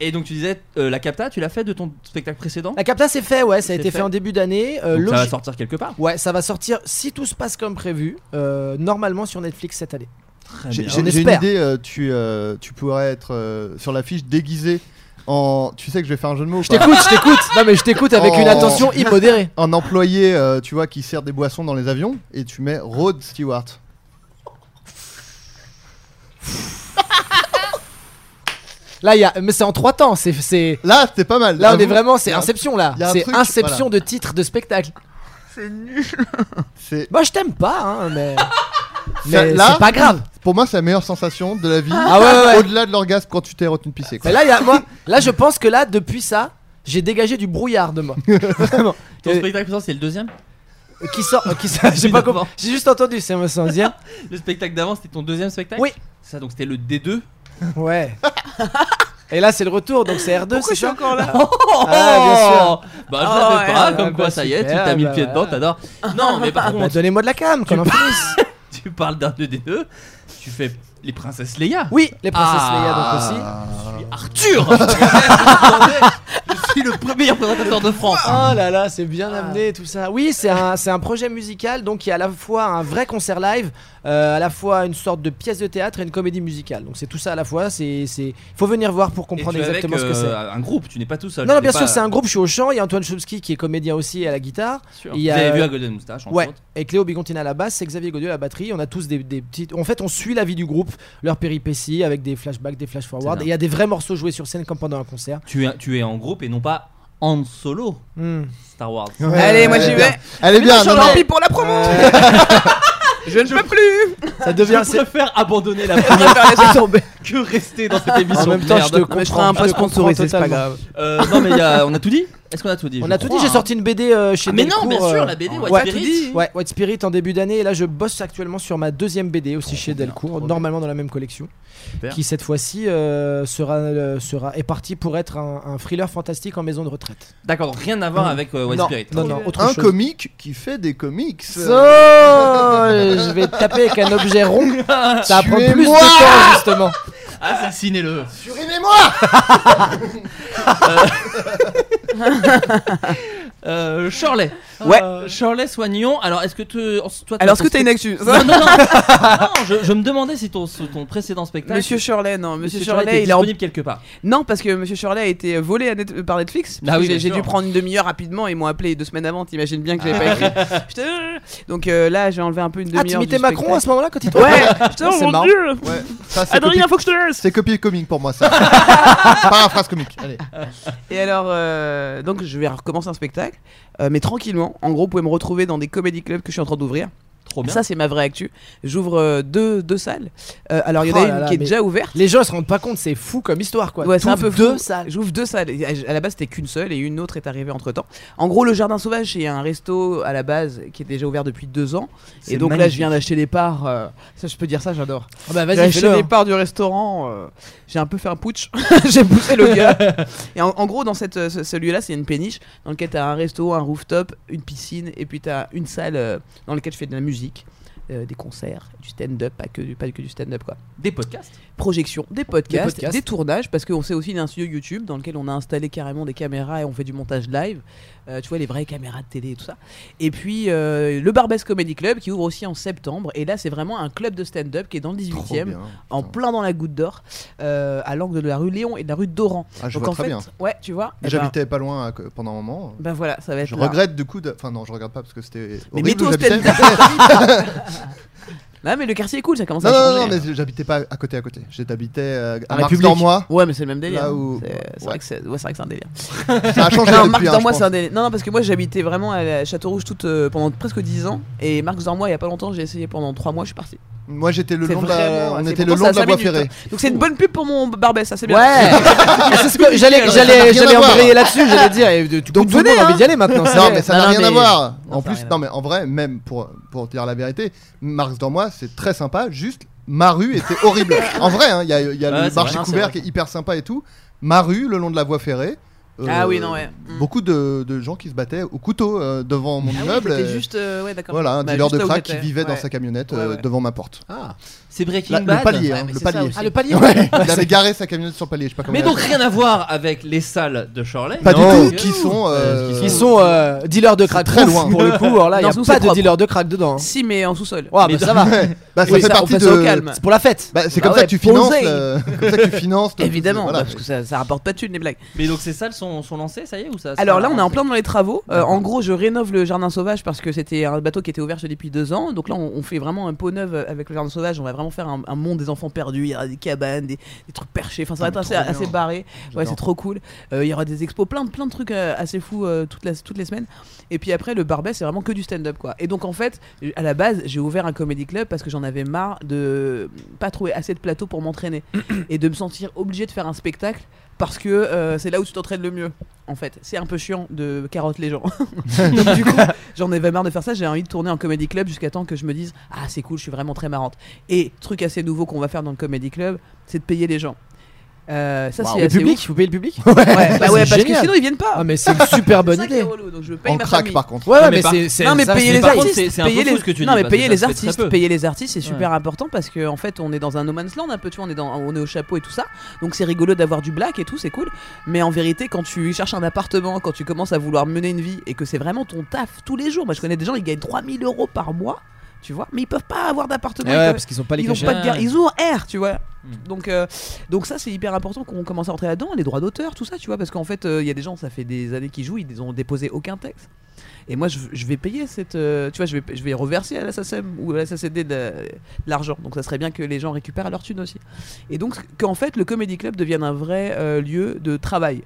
S6: Et donc, tu disais, euh, la capta, tu l'as fait de ton spectacle précédent
S9: la capta c'est fait, ouais, ça a
S6: C'est
S9: été
S6: fait.
S9: fait en début d'année. euh,
S6: Donc, Ça va
S9: logique-
S6: sortir quelque part.
S9: Ouais, ça va sortir si tout se passe comme prévu, euh, normalement sur Netflix cette année.
S4: J'ai
S9: bien.
S4: j'ai-
S9: On
S4: j'ai une
S9: espère.
S4: idée, euh, tu, euh, tu pourrais être euh, sur l'affiche déguisé en. Tu sais que je vais faire un jeu de mots ou
S9: Je
S4: pas
S9: t'écoute, je t'écoute. Non mais je t'écoute avec
S4: Oh.
S9: une attention immodérée.
S4: Un employé, euh, tu vois, qui sert des boissons dans les avions et tu mets Rod Stewart.
S9: Là, il y a, mais c'est en trois temps. C'est, c'est-
S4: Là, c'était pas mal.
S9: là, on est
S4: J'avoue.
S9: vraiment, c'est
S4: y a un-
S9: Inception là.
S4: il y a un
S9: C'est
S4: truc,
S9: Inception de titre de spectacle.
S4: C'est-
S9: Moi, je t'aime pas, hein, mais,
S4: Ça-
S9: mais
S4: là-
S9: c'est pas grave.
S4: Pour moi, c'est la meilleure sensation de la vie.
S9: Ah ouais, ouais, ouais.
S4: Au-delà de l'orgasme quand tu t'es retenu pisser.
S9: Mais
S4: Quoi.
S9: là, il y a, moi, là, je pense que là, depuis ça, j'ai dégagé du brouillard de moi. Vraiment.
S6: Ton
S9: Euh,
S6: spectacle précédent, c'est le deuxième
S9: qui sort, euh, qui sort- j'ai pas compris. J'ai juste entendu, c'est me sens dire.
S6: Le spectacle d'avant, c'était ton deuxième spectacle
S9: Oui.
S6: Ça, donc c'était le D2.
S9: Ouais. Et là, c'est le retour, donc c'est R2, c'est
S7: Pourquoi je suis
S9: ça
S7: encore là
S9: Ah,
S6: bien sûr. Bah, je l'avais
S7: Oh,
S6: pas,
S9: ouais,
S6: comme
S9: bah,
S6: quoi, ça y est, tu
S9: super,
S6: t'as mis le
S9: bah,
S6: pied dedans,
S9: voilà.
S6: t'adores. Non, mais
S9: Bah,
S6: par contre,
S9: donnez-moi de la cam, qu'on en finisse.
S6: tu parles d'un 2D2, tu fais les princesses Leia.
S9: Oui, les princesses
S6: Ah.
S9: Leia, donc aussi.
S6: Arthur Je suis le premier présentateur de France. Ah.
S9: Oh là là, c'est bien amené tout ça. Oui, c'est un, c'est un projet musical, donc il y a à la fois un vrai concert live, euh, à la fois une sorte de pièce de théâtre et une comédie musicale. Donc c'est tout ça à la fois. C'est, c'est... faut venir voir pour
S6: Et
S9: comprendre
S6: tu es
S9: exactement
S6: avec,
S9: ce que c'est.
S6: euh, Un groupe, tu n'es pas tout seul.
S9: Non, non,
S6: tu n'es
S9: bien
S6: pas-
S9: sûr, c'est un groupe. Je suis au chant. Il y a Antoine Chomsky qui est comédien aussi à la guitare.
S6: Sûr.
S9: il
S6: Vous
S9: y a-
S6: avez vu à Golden Moustache, entre
S9: Ouais,
S6: autres.
S9: et Cléo Bigontina à la basse, c'est Xavier Godieu à la batterie. On a tous des, des petites. En fait, on suit la vie du groupe, leurs péripéties avec des flashbacks, des flash forwards.
S6: C'est
S9: Et il y a des vrais morceaux joués sur scène comme pendant un concert.
S6: Tu es, tu es en groupe et non pas en solo
S9: Hmm.
S6: Star Wars.
S4: Ouais,
S7: Allez, moi
S4: elle
S7: j'y
S4: est
S7: vais.
S4: bien. Elle est bien.
S7: J'en
S4: non, non.
S7: ai pour la promo. Je ne peux plus.
S9: Ça devient.
S6: Je
S9: c'est-
S6: préfère abandonner la
S7: Je préfère laisser tomber.
S6: que rester dans cette émission.
S9: En même
S6: de
S9: temps,
S6: merde.
S9: je te comprends.
S7: Mais je ferai un
S9: je
S7: post
S9: te comprends
S7: sponsorisé, c'est pas
S9: totalement.
S7: grave.
S6: Euh, non mais il y a- on a tout dit Est-ce qu'on a tout dit
S9: On
S6: Je
S9: a tout dit,
S6: crois,
S9: j'ai
S6: hein.
S9: sorti une BD euh, chez
S6: Ah, mais non,
S9: Delcourt,
S6: bien sûr,
S9: euh,
S6: la BD
S9: en-
S6: White
S9: ouais,
S6: Spirit.
S9: tout dit. Ouais, White Spirit en début d'année. Et là, je bosse actuellement sur ma deuxième BD aussi chez
S6: bien,
S9: Delcourt,
S6: Oh, trop bien.
S9: normalement dans la même collection.
S6: Super.
S9: Qui cette fois-ci euh, sera, euh, sera, est parti pour être un, un thriller fantastique en maison de retraite.
S6: D'accord, donc rien à voir avec euh, White
S9: non,
S6: Spirit.
S9: non, non, autre
S4: Un
S9: chose.
S4: comique qui fait des comics.
S9: So, je vais te taper avec un objet rond. Ça va prendre plus
S4: Tuez-moi
S9: de temps justement.
S6: Assassinez-le.
S7: Euh.
S4: Surimez-moi
S6: Euh, Shirley.
S7: Ouais.
S6: Euh, Shirley Soignon. Alors, est-ce que tu. Toi,
S7: Alors,
S6: ton
S7: est-ce que t'as une
S6: spect-
S7: actu
S6: Non, non, non. Non, je, je me demandais si ton, ton précédent spectacle.
S7: Monsieur Shirley, non, Monsieur,
S6: Shirley, était
S7: il est en-
S6: disponible quelque part.
S7: Non, parce que Monsieur Shirley a été volé à Net- euh, par Netflix. parce
S6: Ah
S7: que
S6: oui,
S7: j'ai-
S6: bien
S7: j'ai
S6: sûr.
S7: dû prendre une demi-heure rapidement. Ils m'ont appelé deux semaines avant. T'imagines bien que j'avais pas écrit. J'étais- Donc euh, là, j'ai enlevé un peu une
S9: Ah,
S7: demi-heure.
S9: t'imitais
S7: du spectacle.
S9: Macron à ce moment-là quand il te-
S7: Ouais.
S9: Ah,
S7: Putain,
S9: c'est
S7: mon
S9: marrant.
S7: Dieu.
S4: Ouais, ça, c'est
S7: Adrien,
S4: copie-
S7: faut que je te laisse.
S4: C'est copier comique pour moi, ça. Paraphrase comique. Allez.
S7: Et alors, euh, donc je vais recommencer un spectacle, euh, mais tranquillement. En gros, vous pouvez me retrouver dans des comédie clubs que je suis en train d'ouvrir.
S6: Trop bien.
S7: Ça, c'est ma vraie actu. J'ouvre euh, deux, deux salles. Euh, alors, il y en
S9: Oh
S7: a
S9: là
S7: une
S9: là,
S7: qui est
S9: mais
S7: déjà ouverte.
S9: Les gens se rendent pas compte, c'est fou comme histoire quoi.
S7: Ouais, c'est un peu
S9: T'ouvres
S7: fou.
S9: deux salles.
S7: J'ouvre deux salles. Et À à la base, c'était qu'une seule et une autre est arrivée entre temps. En gros, le Jardin Sauvage, c'est un resto à la base qui est déjà ouvert depuis deux ans.
S9: C'est
S7: Et donc là,
S9: magnifique.
S7: je viens d'acheter les parts. euh, ça, je peux dire ça, j'adore.
S9: Ah bah, vas-y,
S7: J'ai acheté
S9: fais-le,
S7: les
S9: hein.
S7: parts du restaurant. euh, j'ai un peu fait un putsch. j'ai poussé le gars. Et en, en gros, dans cette, euh, ce, ce lieu-là, c'est une péniche dans lequel t'as un resto, un rooftop, une piscine et puis t'as une salle euh, dans laquelle je fais de la musique. euh, des concerts, du stand-up, pas que du, pas que du stand-up quoi.
S6: Des podcasts.
S7: Projection, des podcasts,
S9: Des
S7: des,
S9: podcasts.
S7: tournages, parce qu'on sait aussi d'un studio YouTube dans lequel on a installé carrément des caméras et on fait du montage live. Euh, tu vois, les vraies caméras de télé et tout ça. Et puis euh, le Barbès Comedy Club qui ouvre aussi en septembre. Et là, c'est vraiment un club de stand-up qui est dans le 18 e
S4: bien,
S7: en plein dans la goutte d'or, euh, à l'angle de la rue Léon et de la rue Doran.
S4: Ah, je
S7: Donc
S4: vois
S7: en
S4: très
S7: fait,
S4: bien.
S7: ouais, tu vois. eh ben-
S4: J'habitais pas loin euh, que- pendant un moment.
S7: Ben voilà, ça va être
S4: Je
S7: là.
S4: regrette du coup. de- Enfin, non, je regrette pas parce que c'était.
S7: ben, Mais
S4: horrible
S7: mets-toi au
S4: où j'habitais.
S7: stand-up. non, mais le quartier est cool, ça commence
S4: Non,
S7: à
S4: non,
S7: changer. hein.
S4: non, mais j'habitais pas à côté, à côté. J'habitais euh, à
S7: La
S4: Marx
S7: République.
S4: moi.
S7: Ouais, mais c'est le même délire.
S4: Là
S7: hein.
S4: où.
S7: C'est c'est vrai que c'est ouais, c'est vrai que c'est un délire.
S4: Ça a changé
S7: Non,
S4: depuis,
S7: Marc
S4: hein,
S7: Dormois,
S4: je
S7: c'est un
S4: pense.
S7: délire. Non, non, parce que moi j'habitais vraiment à la Château Rouge toute, euh, pendant presque 10 ans. Et Marc Dormois, il y a pas longtemps, j'ai essayé pendant 3 mois, je suis parti.
S4: Moi, j'étais le
S7: C'est
S4: long de la-
S7: vraiment-
S4: on
S7: c'est
S4: était le
S7: pourtant,
S4: long de
S7: c'est à
S4: la voie
S7: cinq minutes,
S4: ferrée.
S7: hein. Donc c'est une bonne pub pour mon Barbès, ça c'est bien.
S9: Ouais.
S4: Ah,
S9: c'est ce que j'allais, j'allais, j'allais embrayer là-dessus, j'allais dire. et du coup,
S7: Donc
S9: tout le monde
S7: venez,
S9: a envie
S7: hein.
S9: d'y aller maintenant. c'est
S4: Non,
S9: vrai.
S4: mais ça n'a rien
S9: mais-
S4: à voir.
S7: Non,
S4: En
S7: ça a
S4: plus,
S7: rien à
S4: non, mais en vrai, même pour pour dire la vérité, Marx dans moi, c'est très sympa. Juste, ma rue était horrible. En vrai, hein, il y a, il y a
S6: Ouais,
S4: le
S6: c'est
S4: marché
S6: vrai, c'est
S4: couvert
S6: vrai.
S4: qui est hyper sympa et tout. Ma rue, le long de la voie ferrée. euh,
S7: Ah oui, non, ouais. Mm.
S4: Beaucoup de, de gens qui se battaient au couteau euh, devant mon
S7: Ah oui,
S4: immeuble.
S7: c'était
S4: et-
S7: juste, euh, ouais, d'accord.
S4: Voilà, un
S7: Bah,
S4: dealer
S7: juste
S4: de
S7: là où
S4: crack qui
S7: j'étais,
S4: vivait dans
S7: ouais.
S4: sa camionnette
S7: Ouais,
S4: euh,
S7: ouais.
S4: devant ma porte.
S9: Ah,
S6: C'est Breaking
S4: Là,
S6: Bad.
S4: le palier,
S7: Ouais,
S4: hein,
S7: mais
S4: le
S7: c'est ça
S4: palier.
S7: aussi.
S9: Ah, le palier.
S4: Ouais, il avait garé sa camionnette sur le palier, je sais pas comment.
S6: Mais
S4: il
S6: donc
S4: a fait.
S6: rien à voir avec les salles de Shirley.
S4: Pas
S9: Non.
S4: du tout, qui sont. euh,
S9: Ils sont euh, dealers de crack
S4: très
S9: ouf,
S4: loin.
S9: pour le coup. Alors là, il
S7: Non,
S9: n'y a
S7: nous,
S9: pas
S7: c'est
S9: de
S7: propre.
S9: dealers de crack dedans. hein.
S7: Si, mais en sous-sol.
S9: Ouah, bah, ça va.
S4: Bah, ça
S7: Oui,
S4: fait
S7: ça, on
S4: partie
S7: fait
S4: de.
S7: ça au calme.
S9: C'est pour la fête.
S4: Bah, c'est
S7: Bah
S4: comme,
S7: ouais,
S4: ça que tu finances,
S7: posez.
S4: euh, comme ça que tu finances. ton-
S7: Évidemment,
S4: voilà.
S7: bah, parce que ça, ça rapporte pas de thunes les blagues.
S6: Mais donc ces salles sont, sont lancées, ça y est ou ça
S7: Alors
S6: ça
S7: là, on est en
S6: avance
S7: plein dans les travaux. Euh, en gros, je rénove le jardin sauvage parce que c'était un bateau qui était ouvert depuis deux ans. Donc là, on, on fait vraiment un pot neuf avec le jardin sauvage. On va vraiment faire un, un monde des enfants perdus. Il y aura des cabanes, des, des trucs perchés. Enfin, ça va être
S9: Ah,
S4: Putain,
S7: assez,
S4: mais trop
S7: assez
S4: bien.
S7: barré. Ouais,
S4: J'adore.
S7: c'est trop cool. Euh, il y aura des expos, plein, plein de trucs euh, assez fous euh, toutes, la- toutes les semaines. Et puis après, le barbet, c'est vraiment que du stand-up quoi. Et donc en fait, à la base, j'ai ouvert un comedy club parce que j'en avais marre de pas trouver assez de plateaux pour m'entraîner et de me sentir obligé de faire un spectacle parce que euh, c'est là où tu t'entraînes le mieux. En fait, c'est un peu chiant de carotte les gens. Donc, du coup, j'en avais marre de faire ça. J'ai envie de tourner en comedy club jusqu'à temps que je me dise Ah, c'est cool, je suis vraiment très marrante. Et truc assez nouveau qu'on va faire dans le comedy club, c'est de payer les gens. Euh, ça, c'est
S9: Le
S7: assez
S9: public,
S7: ouf.
S9: il faut payer le public.
S7: Ouais, bah
S9: c'est
S7: ouais, parce que
S9: génial.
S7: sinon ils viennent pas.
S9: Ah, mais c'est une super bonne
S7: C'est ça qui est
S9: idée.
S7: relou, donc je paye
S4: En
S7: ma
S4: crack,
S7: famille.
S4: par contre.
S9: Ouais,
S6: Non,
S9: ouais,
S6: mais
S9: mais
S6: par-
S9: c'est- c'est.
S7: Non mais
S6: ça,
S7: payer
S6: c'est-
S7: les
S6: par contre,
S7: artistes,
S6: c'est- c'est un peu
S7: payer
S6: fou
S7: les-
S6: ce que tu
S7: non
S6: dis,
S7: mais
S6: parce
S7: payer
S6: que ça
S7: les
S6: se fait très
S7: artistes,
S6: peu.
S7: payer les artistes c'est super important parce que en fait on est dans un no man's land un peu, tu vois, on est dans, on est au chapeau et tout ça, donc c'est rigolo d'avoir du black et tout, c'est cool. Mais en vérité quand tu cherches un appartement, quand tu commences à vouloir mener une vie et que c'est vraiment ton taf tous les jours, moi je connais des gens ils gagnent 3000 euros par mois, tu vois, mais ils peuvent pas avoir d'appartement.
S9: Ouais,
S7: ils
S9: ouais,
S7: peuvent-
S9: parce qu'ils ont pas les
S7: ils ont
S9: cachets.
S7: pas de guerre,
S6: Ouais.
S7: ils ont R, tu vois.
S6: Hmm.
S7: Donc, euh, donc ça c'est hyper important qu'on commence à rentrer là-dedans, les droits d'auteur, tout ça, tu vois, parce qu'en fait euh, il y a des gens, ça fait des années qu'ils jouent, ils ont déposé aucun texte. Et moi je, je vais payer cette, euh, tu vois, je vais, je vais reverser à la SACEM ou à la SACD de, de l'argent, donc ça serait bien que les gens récupèrent leur thune aussi. Et donc qu'en fait le comedy club devienne un vrai euh, lieu de travail.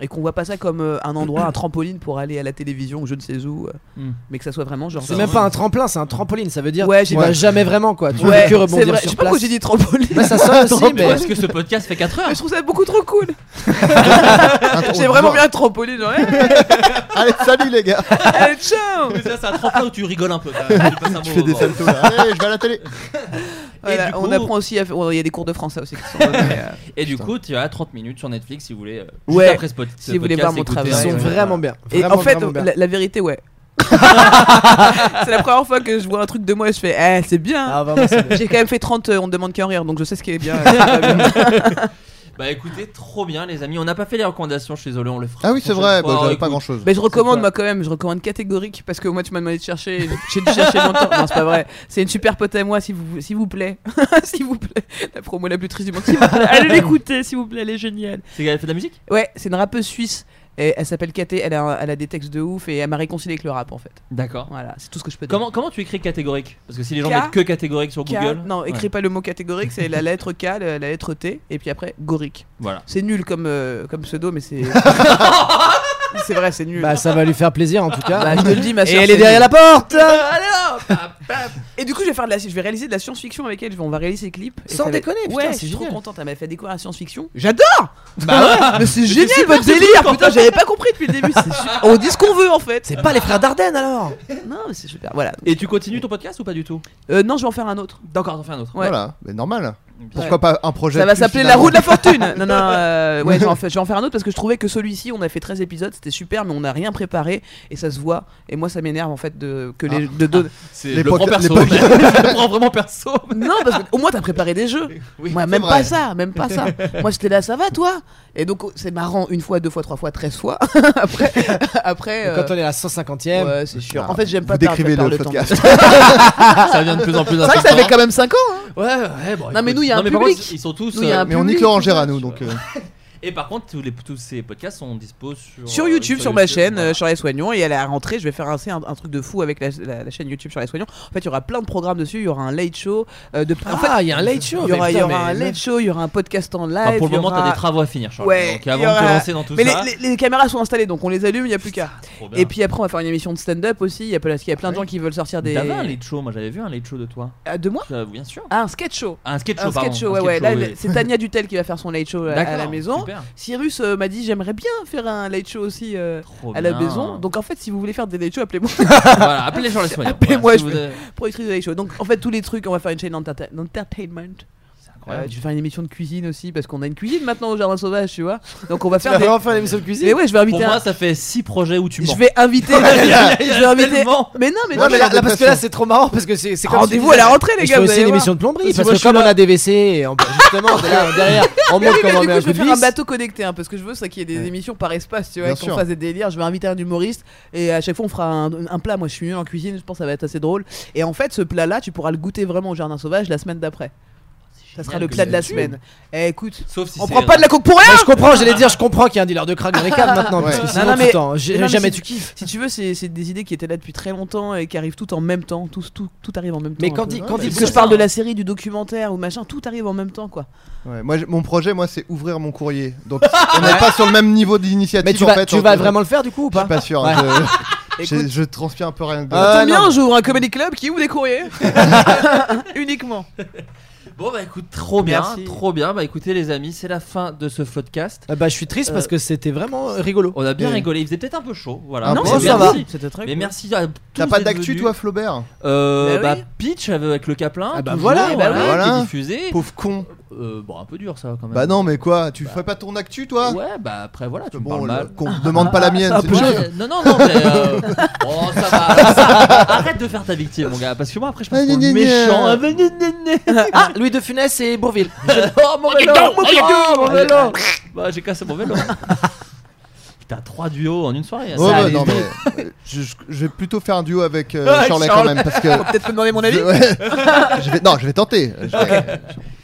S7: Et qu'on voit pas ça comme euh, un endroit, un trampoline pour aller à la télévision ou je ne sais où, euh,
S6: Hmm.
S7: mais que ça soit vraiment genre.
S9: C'est même pas un tremplin, c'est un trampoline. Ça veut dire
S7: Ouais,
S9: que tu
S7: j'ai-
S9: vas Eh, jamais vraiment quoi. Tu
S7: Ouais,
S9: vas que
S7: c'est vrai.
S9: rebondir
S7: Je sais pas
S9: sur
S7: pourquoi
S9: place.
S7: j'ai dit trampoline.
S9: Bah, ça sonne aussi,
S6: Mais
S9: mais.
S6: est-ce que ce podcast fait 4 heures
S7: Mais je trouve ça beaucoup trop cool.
S4: Un-
S7: J'ai vraiment bien trampoline, genre, eh,
S4: Allez, salut les gars.
S7: allez, ciao
S6: Mais ça, c'est un tremplin où tu rigoles un peu. t'as- tu passes un
S4: Je
S6: bon
S4: fais des
S6: moment.
S4: saltos là. Allez, je vais à la télé.
S7: Voilà,
S6: du coup-
S7: On apprend aussi à faire. oh, Il y a des cours de français aussi qui sont donnés, euh,
S6: Et du
S4: Putain.
S6: coup, tu as 30 minutes sur Netflix si vous voulez. euh,
S7: Ouais,
S6: juste après ce pod- ce
S7: si vous voulez
S6: podcast,
S7: voir mon
S6: écoutez,
S7: travail.
S9: Ils
S6: euh,
S9: sont
S7: Ouais,
S9: vraiment bien.
S7: Et
S9: Vraiment,
S7: en fait,
S9: vraiment bien.
S7: la, la vérité, ouais. c'est la première fois que je vois un truc de moi et je fais, eh, c'est bien.
S9: Ah, vraiment, c'est bien.
S7: J'ai quand même fait 30, euh, on ne demande qu'à en rire, donc je sais ce qui est bien. euh, c'est pas bien.
S6: Bah écoutez, trop bien les amis. On n'a pas fait les recommandations, je suis désolé, on le fera.
S4: Ah oui, c'est
S6: prochaine
S4: vrai,
S6: fois.
S4: bah, j'avais pas
S6: Oh, Écoute,
S4: grand-chose.
S7: Mais je recommande
S6: pas-
S7: moi quand même, je recommande catégorique parce que moi tu m'as demandé de chercher, j'ai dû chercher longtemps. Non, c'est pas vrai. C'est une super pote à moi, s'il vous, s'il vous plaît, s'il vous plaît. La promo la plus triste du monde. s'il vous plaît. Allez l'écouter, s'il vous plaît, elle est géniale.
S6: C'est qu'elle fait de la musique
S7: Ouais, c'est une rappeuse suisse. Et elle s'appelle Katé, elle a, elle a des textes de ouf et elle m'a réconcilié avec le rap en fait.
S6: D'accord.
S7: Voilà, c'est tout ce que je peux dire.
S6: Comment, comment tu écris catégorique Parce que si les gens
S7: K-
S6: mettent que catégorique sur
S7: K-
S6: Google.
S7: Non, écris
S6: Ouais.
S7: pas le mot catégorique, c'est la lettre K, la, la lettre T, et puis après, gorique.
S6: Voilà.
S7: C'est nul comme, euh, comme pseudo, mais c'est. c'est vrai, c'est nul.
S9: Bah ça va lui faire plaisir en tout cas.
S7: Bah, je te le dis, ma
S9: Et
S7: sœur,
S9: elle
S7: c'est
S9: est derrière la
S7: nul.
S9: porte
S7: Alors, pap, pap. Et du coup, je vais, faire de la, je vais réaliser de la science-fiction avec elle. On va réaliser des clips. et
S9: Sans
S7: ça va-
S9: déconner, putain,
S7: Ouais,
S9: c'est
S7: je suis trop
S9: génial.
S7: contente. Elle m'a fait découvrir la science-fiction. J'adore
S9: Bah ouais.
S7: Mais c'est
S9: Mais
S7: génial
S9: c'est super
S7: votre
S9: ce truc,
S7: délire
S9: en
S7: Putain,
S9: fait.
S7: j'avais pas compris depuis le début. C'est super. On dit ce qu'on veut en fait.
S9: C'est pas les frères Dardenne alors
S7: Non, mais c'est super. Voilà.
S6: Et tu continues ton podcast ou pas du tout
S7: Euh, non, je vais en faire un autre.
S6: D'accord, t'en fais un autre.
S7: Ouais.
S4: Voilà, mais normal. Pourquoi pas un projet
S7: Ça va
S4: plus,
S7: s'appeler La
S4: finalement.
S7: roue de la fortune. non, non, euh, ouais, je vais en faire- je vais en faire un autre parce que je trouvais que celui-ci, on a fait 13 épisodes, c'était super, mais on n'a rien préparé et ça se voit. Et moi, ça m'énerve en fait de que les
S4: Ah.
S7: de, de-
S6: C'est- je le prends perso. Je le prends vraiment perso.
S7: Non, parce que au moins t'as préparé des jeux. Moi,
S6: c'est
S7: même
S6: vrai.
S7: pas ça, même pas ça. Moi, j'étais là, ça va toi Et donc, oh, c'est marrant une fois, deux fois, trois fois, treize fois. après, après.
S9: Quand
S7: euh,
S9: on est à la 150ème.
S7: Ouais, c'est sûr.
S9: Ah,
S7: en fait, j'aime pas
S9: vous
S7: faire-
S9: décrivez
S7: faire
S9: le
S7: temps.
S9: podcast. Ça devient de plus en plus
S7: C'est vrai que ça
S9: important.
S7: fait quand même 5 ans. hein.
S6: Ouais, ouais, bon.
S7: Non, mais
S6: écoute.
S7: nous, il y a un
S6: mais par
S7: public.
S6: contre, ils sont tous.
S7: Nous, il y a
S6: euh,
S7: un
S4: Mais on nique
S7: public.
S4: Laurent Gérard, nous, donc. euh,
S6: Et par contre, tous, les, tous ces podcasts sont dispos sur.
S7: Sur
S6: euh,
S7: YouTube, sur ma
S6: YouTube,
S7: chaîne,
S6: voilà.
S7: euh, Charles Soignon, et à la rentrée, je vais faire un, c'est un, un truc de fou avec la, la- la chaîne YouTube Charles Soignon. En fait, il y aura plein de programmes dessus, il y aura un late show. euh, de, en
S9: Ah,
S7: fait,
S9: il y a un late show,
S7: Il y aura,
S9: mais
S7: il y
S9: putain,
S7: aura un
S9: mais-
S7: late show, il y aura un podcast en live.
S6: Enfin, Ah, pour
S7: Ah, il
S6: le
S7: y
S6: moment,
S7: aura-
S6: t'as des travaux à finir, Charles.
S7: Ouais,
S6: Donc
S7: il y
S6: avant de te
S7: aura-
S6: lancer dans tout
S7: Mais
S6: ça.
S7: les, les- les caméras sont installées, donc on les allume, il n'y a plus qu'à.
S6: Trop bien.
S7: Et puis après, on va faire une émission de stand-up aussi. Il y a plein, il y a plein de gens qui veulent sortir des.
S6: T'avais un late show, moi j'avais vu un late show de toi.
S7: Ah, de moi
S6: Euh, Bien sûr.
S7: Ah, un sketch show.
S6: Un sketch show,
S7: Un sketch
S6: pardon,
S7: show, ouais,
S6: un sketch
S7: ouais.
S6: show,
S7: Là,
S6: oui.
S7: c'est Tania Dutel qui va faire son late show euh, à- à la
S6: D'accord,
S7: maison.
S6: super.
S7: Cyrus euh, m'a dit j'aimerais bien faire un late show aussi euh,
S6: Trop
S7: à la
S6: bien.
S7: maison. Donc en fait, si vous voulez faire des late shows, appelez-moi.
S6: Voilà, appelez Charles Soignon.
S7: Appelez-moi,
S6: Voilà, si
S7: je
S6: vous
S7: fais
S6: voulez-
S7: productrice de late show. Donc en fait, tous les trucs, on va faire une chaîne d'enterta- d'entertainment.
S6: incroyable.
S7: Euh, je vais faire une émission de cuisine aussi parce qu'on a une cuisine maintenant au jardin sauvage, tu vois. Donc on va
S9: Tu
S7: faire
S9: vas
S7: des.
S9: vraiment faire une émission de cuisine
S7: Mais ouais, je vais inviter.
S6: Pour
S7: un-
S6: moi, ça fait 6 projets où tu mens.
S7: Je vais inviter. je vais inviter.
S6: tellement.
S7: Mais non, mais
S9: Non,
S7: non,
S9: mais là, là, parce que là c'est trop marrant parce que c'est c'est comme
S7: Rendez-vous
S9: si-
S7: à la rentrée, les
S9: Et
S7: gars,
S9: Je
S7: vous
S9: fais aussi
S7: allez
S9: une
S7: voir.
S9: émission de plomberie
S7: Parce que
S9: parce
S7: moi, je
S9: que
S7: suis
S9: comme on
S7: là-
S9: a des WC et on- justement derrière, derrière, on
S7: Mais oui,
S9: montre
S7: mais
S9: comment on
S7: du
S9: met
S7: coup,
S9: un
S7: je vais
S9: peu de
S7: faire un
S9: vis.
S7: bateau connecté hein, parce que je veux ça qu'il y ait des émissions par espace, tu vois,
S4: Bien
S7: qu'on
S4: sûr.
S7: fasse des délires. Je vais inviter un humoriste et à chaque fois on fera un, un plat. Moi, je suis nul en cuisine, je pense que ça va être assez drôle. Et en fait, ce plat-là, tu pourras le goûter vraiment au jardin sauvage la semaine d'après. Ça sera
S6: génial
S7: le
S6: que
S7: plat de la
S6: tu-
S7: semaine. Eh, écoute,
S6: Sauf si
S7: on
S6: c'est-
S7: prend pas de la coke pour rien.
S9: Ouais, je comprends, j'allais dire, je comprends qu'il y a un dealer de crack dans les caves maintenant. Parce que
S4: Ouais.
S9: sinon,
S7: Non, non,
S9: tout
S7: mais-
S9: le temps, j'ai-
S7: mais non, mais
S9: jamais
S7: si-
S9: tu kiffes.
S7: Si tu veux, c'est c'est des idées qui étaient là depuis très longtemps et qui arrivent tout en même temps. Tout, tout, tout arrive en même temps. un
S9: Mais quand
S7: peu.
S9: dit-
S7: Parce
S9: quand dit-
S7: que je
S9: c'est
S7: parle
S9: ça.
S7: de la série, du documentaire ou machin, tout arrive en même temps quoi.
S4: ouais, moi, j'ai- mon projet, moi, c'est ouvrir mon courrier. Donc, on n'est pas sur le même niveau d'initiative.
S9: Mais tu
S4: en
S9: vas,
S4: fait,
S9: tu
S4: en-
S9: vas vraiment le faire du coup ou
S4: Je
S9: pas
S4: suis pas sûr.
S9: Ouais.
S4: hein, je-
S7: Écoute. hein.
S4: j'ai- Je transpire un peu rien que de.
S9: Euh,
S7: Tant
S9: non,
S7: bien,
S9: mais-
S7: j'ouvre Ah, un comedy club qui ouvre des courriers uniquement.
S6: Bon bah écoute, trop bien,
S7: Merci.
S6: trop bien. Bah écoutez les amis, c'est la fin de ce podcast.
S9: Ah Bah, je suis triste parce que c'était vraiment euh, rigolo.
S6: On a bien
S9: Et-
S6: rigolé, il faisait peut-être un peu chaud, voilà.
S7: Ah,
S9: Non,
S6: Mais
S9: Ah ça, ça va.
S6: merci.
S7: C'était très
S6: Mais
S7: cool.
S6: merci à tous
S4: T'as pas
S6: d'être
S4: d'actu,
S6: venus.
S4: toi, Flaubert
S6: Euh,
S7: Bah
S6: bah,
S7: oui.
S6: Pitch avec le Caplin.
S9: Ah bah
S6: toujours,
S9: voilà,
S6: voilà,
S9: bah
S6: qui
S4: voilà.
S6: est diffusé.
S4: Pauvre con.
S6: Euh, bon, un peu dur ça quand même.
S4: Bah non, mais quoi Tu fais pas ton actu, toi
S6: Ouais, bah après voilà, tu me
S4: Bon,
S6: parles mal.
S4: le- qu'on demande pas la mienne.
S6: Ah,
S4: c'est
S6: ouais,
S4: une chose.
S6: non, non, non, mais. euh, Oh, ça va. ça va. Arrête de faire ta victime, mon gars, parce que moi après je passe pour le
S4: Gna, gna, gna.
S6: méchant. Ah, bah, gna, gna, gna.
S9: Ah, Louis de Funès et Bourville.
S6: Oh, mon vélo
S7: Ah,
S9: Regarde,
S4: Ah,
S9: mon vélo,
S6: Oh, mon
S9: mon
S6: vélo.
S9: vélo.
S6: Bah, j'ai cassé mon vélo. Putain, trois duos en une soirée. hein,
S4: Ouais,
S6: ça
S4: ouais,
S6: allait
S4: non,
S6: vite.
S4: mais euh, je, je- je vais plutôt faire un duo avec euh,
S9: Avec
S4: Shirley
S9: Shirley.
S4: quand même parce que.
S7: Peut-être me demander mon avis.
S4: Je- ouais. Je vais- non, je vais tenter. Je vais-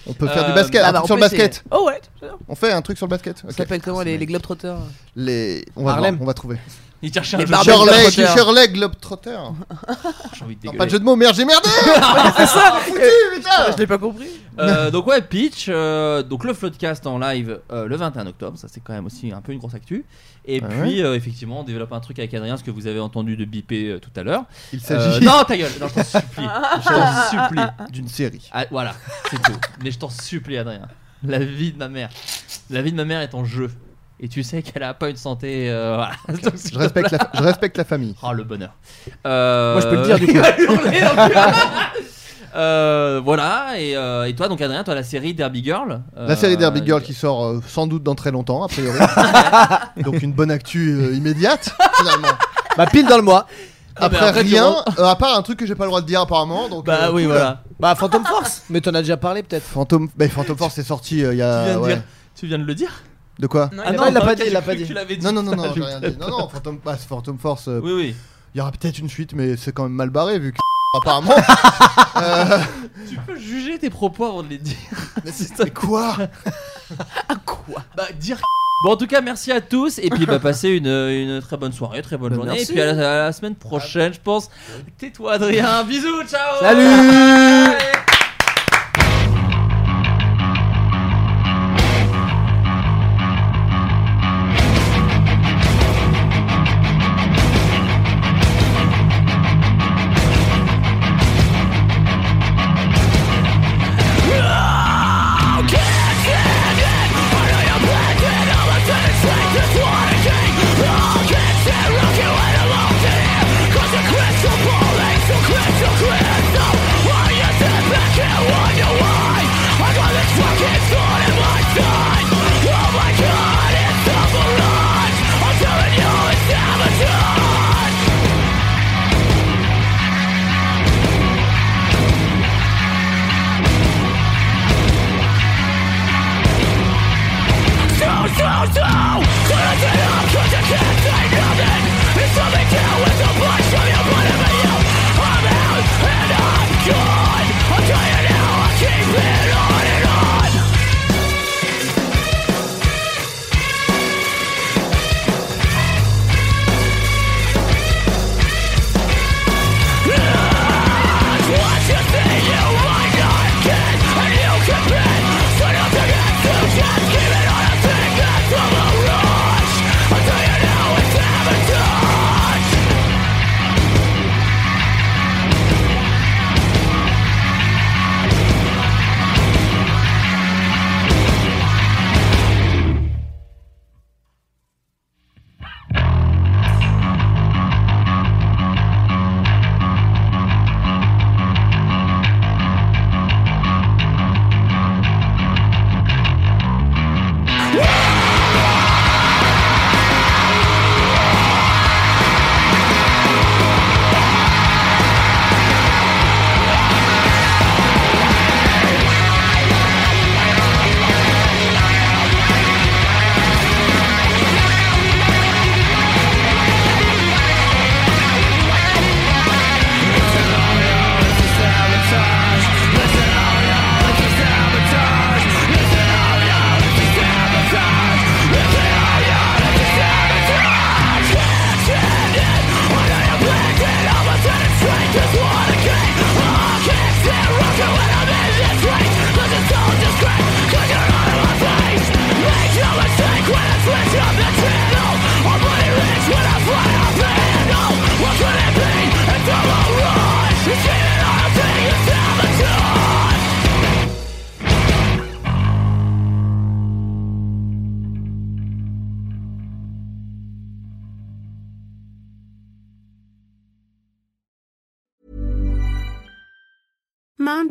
S4: On peut faire
S6: Euh,
S4: du basket.
S7: Ah
S4: un
S7: bah,
S4: truc
S7: on
S4: sur le
S7: peut essayer.
S4: basket.
S7: Oh ouais.
S4: On fait un truc sur le basket.
S7: Ça
S4: Ok.
S7: s'appelle comment les, les Globetrotters
S4: Les... On, va
S9: Harlem.
S4: voir, on va trouver.
S6: Il cherchait
S7: Les
S6: un jeu
S7: barbes-
S6: de mots,
S4: Shirley,
S7: Globetrotter.
S4: Shirley Globetrotter.
S6: j'ai envie de
S4: Non,
S6: dégueuler.
S4: pas de jeu de mots, merde, j'ai merdé
S9: Ah,
S4: Ah,
S9: Euh,
S7: Je l'ai pas compris.
S6: Euh, donc ouais, Pitch, euh, donc le Floodcast en live euh, le 21 octobre, ça c'est quand même aussi un peu une grosse actu. Et
S4: Ah
S6: puis euh, effectivement, on développe un truc avec Adrien, ce que vous avez entendu de biper euh, tout à l'heure.
S4: Il
S6: Euh,
S4: s'agit
S6: non, ta gueule, non, je t'en supplie, je t'en supplie.
S4: d'une série.
S6: Ah, voilà, c'est tout. Mais je t'en supplie, Adrien. La vie de ma mère, la vie de ma mère est en jeu. Et tu sais qu'elle a pas une santé. euh, voilà. Donc, s'il
S4: Je
S6: te
S4: respecte, la, je respecte la famille.
S6: Oh le bonheur. Euh,
S9: Moi, je peux le dire, du coup.
S6: il va hurler, en plus. Euh, voilà et, euh, et toi donc Adrien toi la série Derby Girl euh,
S4: La série Derby Girl qui sort euh, sans doute dans très longtemps, a priori. Donc une bonne actu euh, immédiate, finalement.
S9: Bah, pile dans le mois.
S6: Ah, mais
S4: Après,
S6: après, tu
S4: rien,
S6: rends-
S4: euh, à part un truc que j'ai pas le droit de dire apparemment. Donc,
S6: bah
S4: euh,
S6: oui
S4: cool.
S6: voilà
S9: Bah, Phantom Force. Mais t'en as déjà parlé peut-être.
S4: Fantôme, bah, Phantom Force est sorti euh, il y
S6: tu viens
S4: a.
S6: de
S4: ouais.
S6: dire Tu viens de le dire
S4: De quoi
S6: Ah non, il l'a pas dit, il l'a pas dit.
S4: Non, non, non, non, j'ai rien dit. Non, non, Phantom, bah, c'est Phantom Force. euh,
S6: Oui, oui.
S4: Il y aura peut-être une suite, mais c'est quand même mal barré vu que. Apparemment. Euh,
S6: Tu peux juger tes propos avant de les dire.
S4: Mais c'est quoi
S6: Quoi Bah dire. Bon en tout cas merci à tous et puis bah passez une, une très bonne soirée, très bonne
S9: Bah,
S6: journée
S9: merci.
S6: et puis à la, à la semaine prochaine je pense. Tais-toi Adrien, bisous, ciao.
S9: Salut
S12: Mom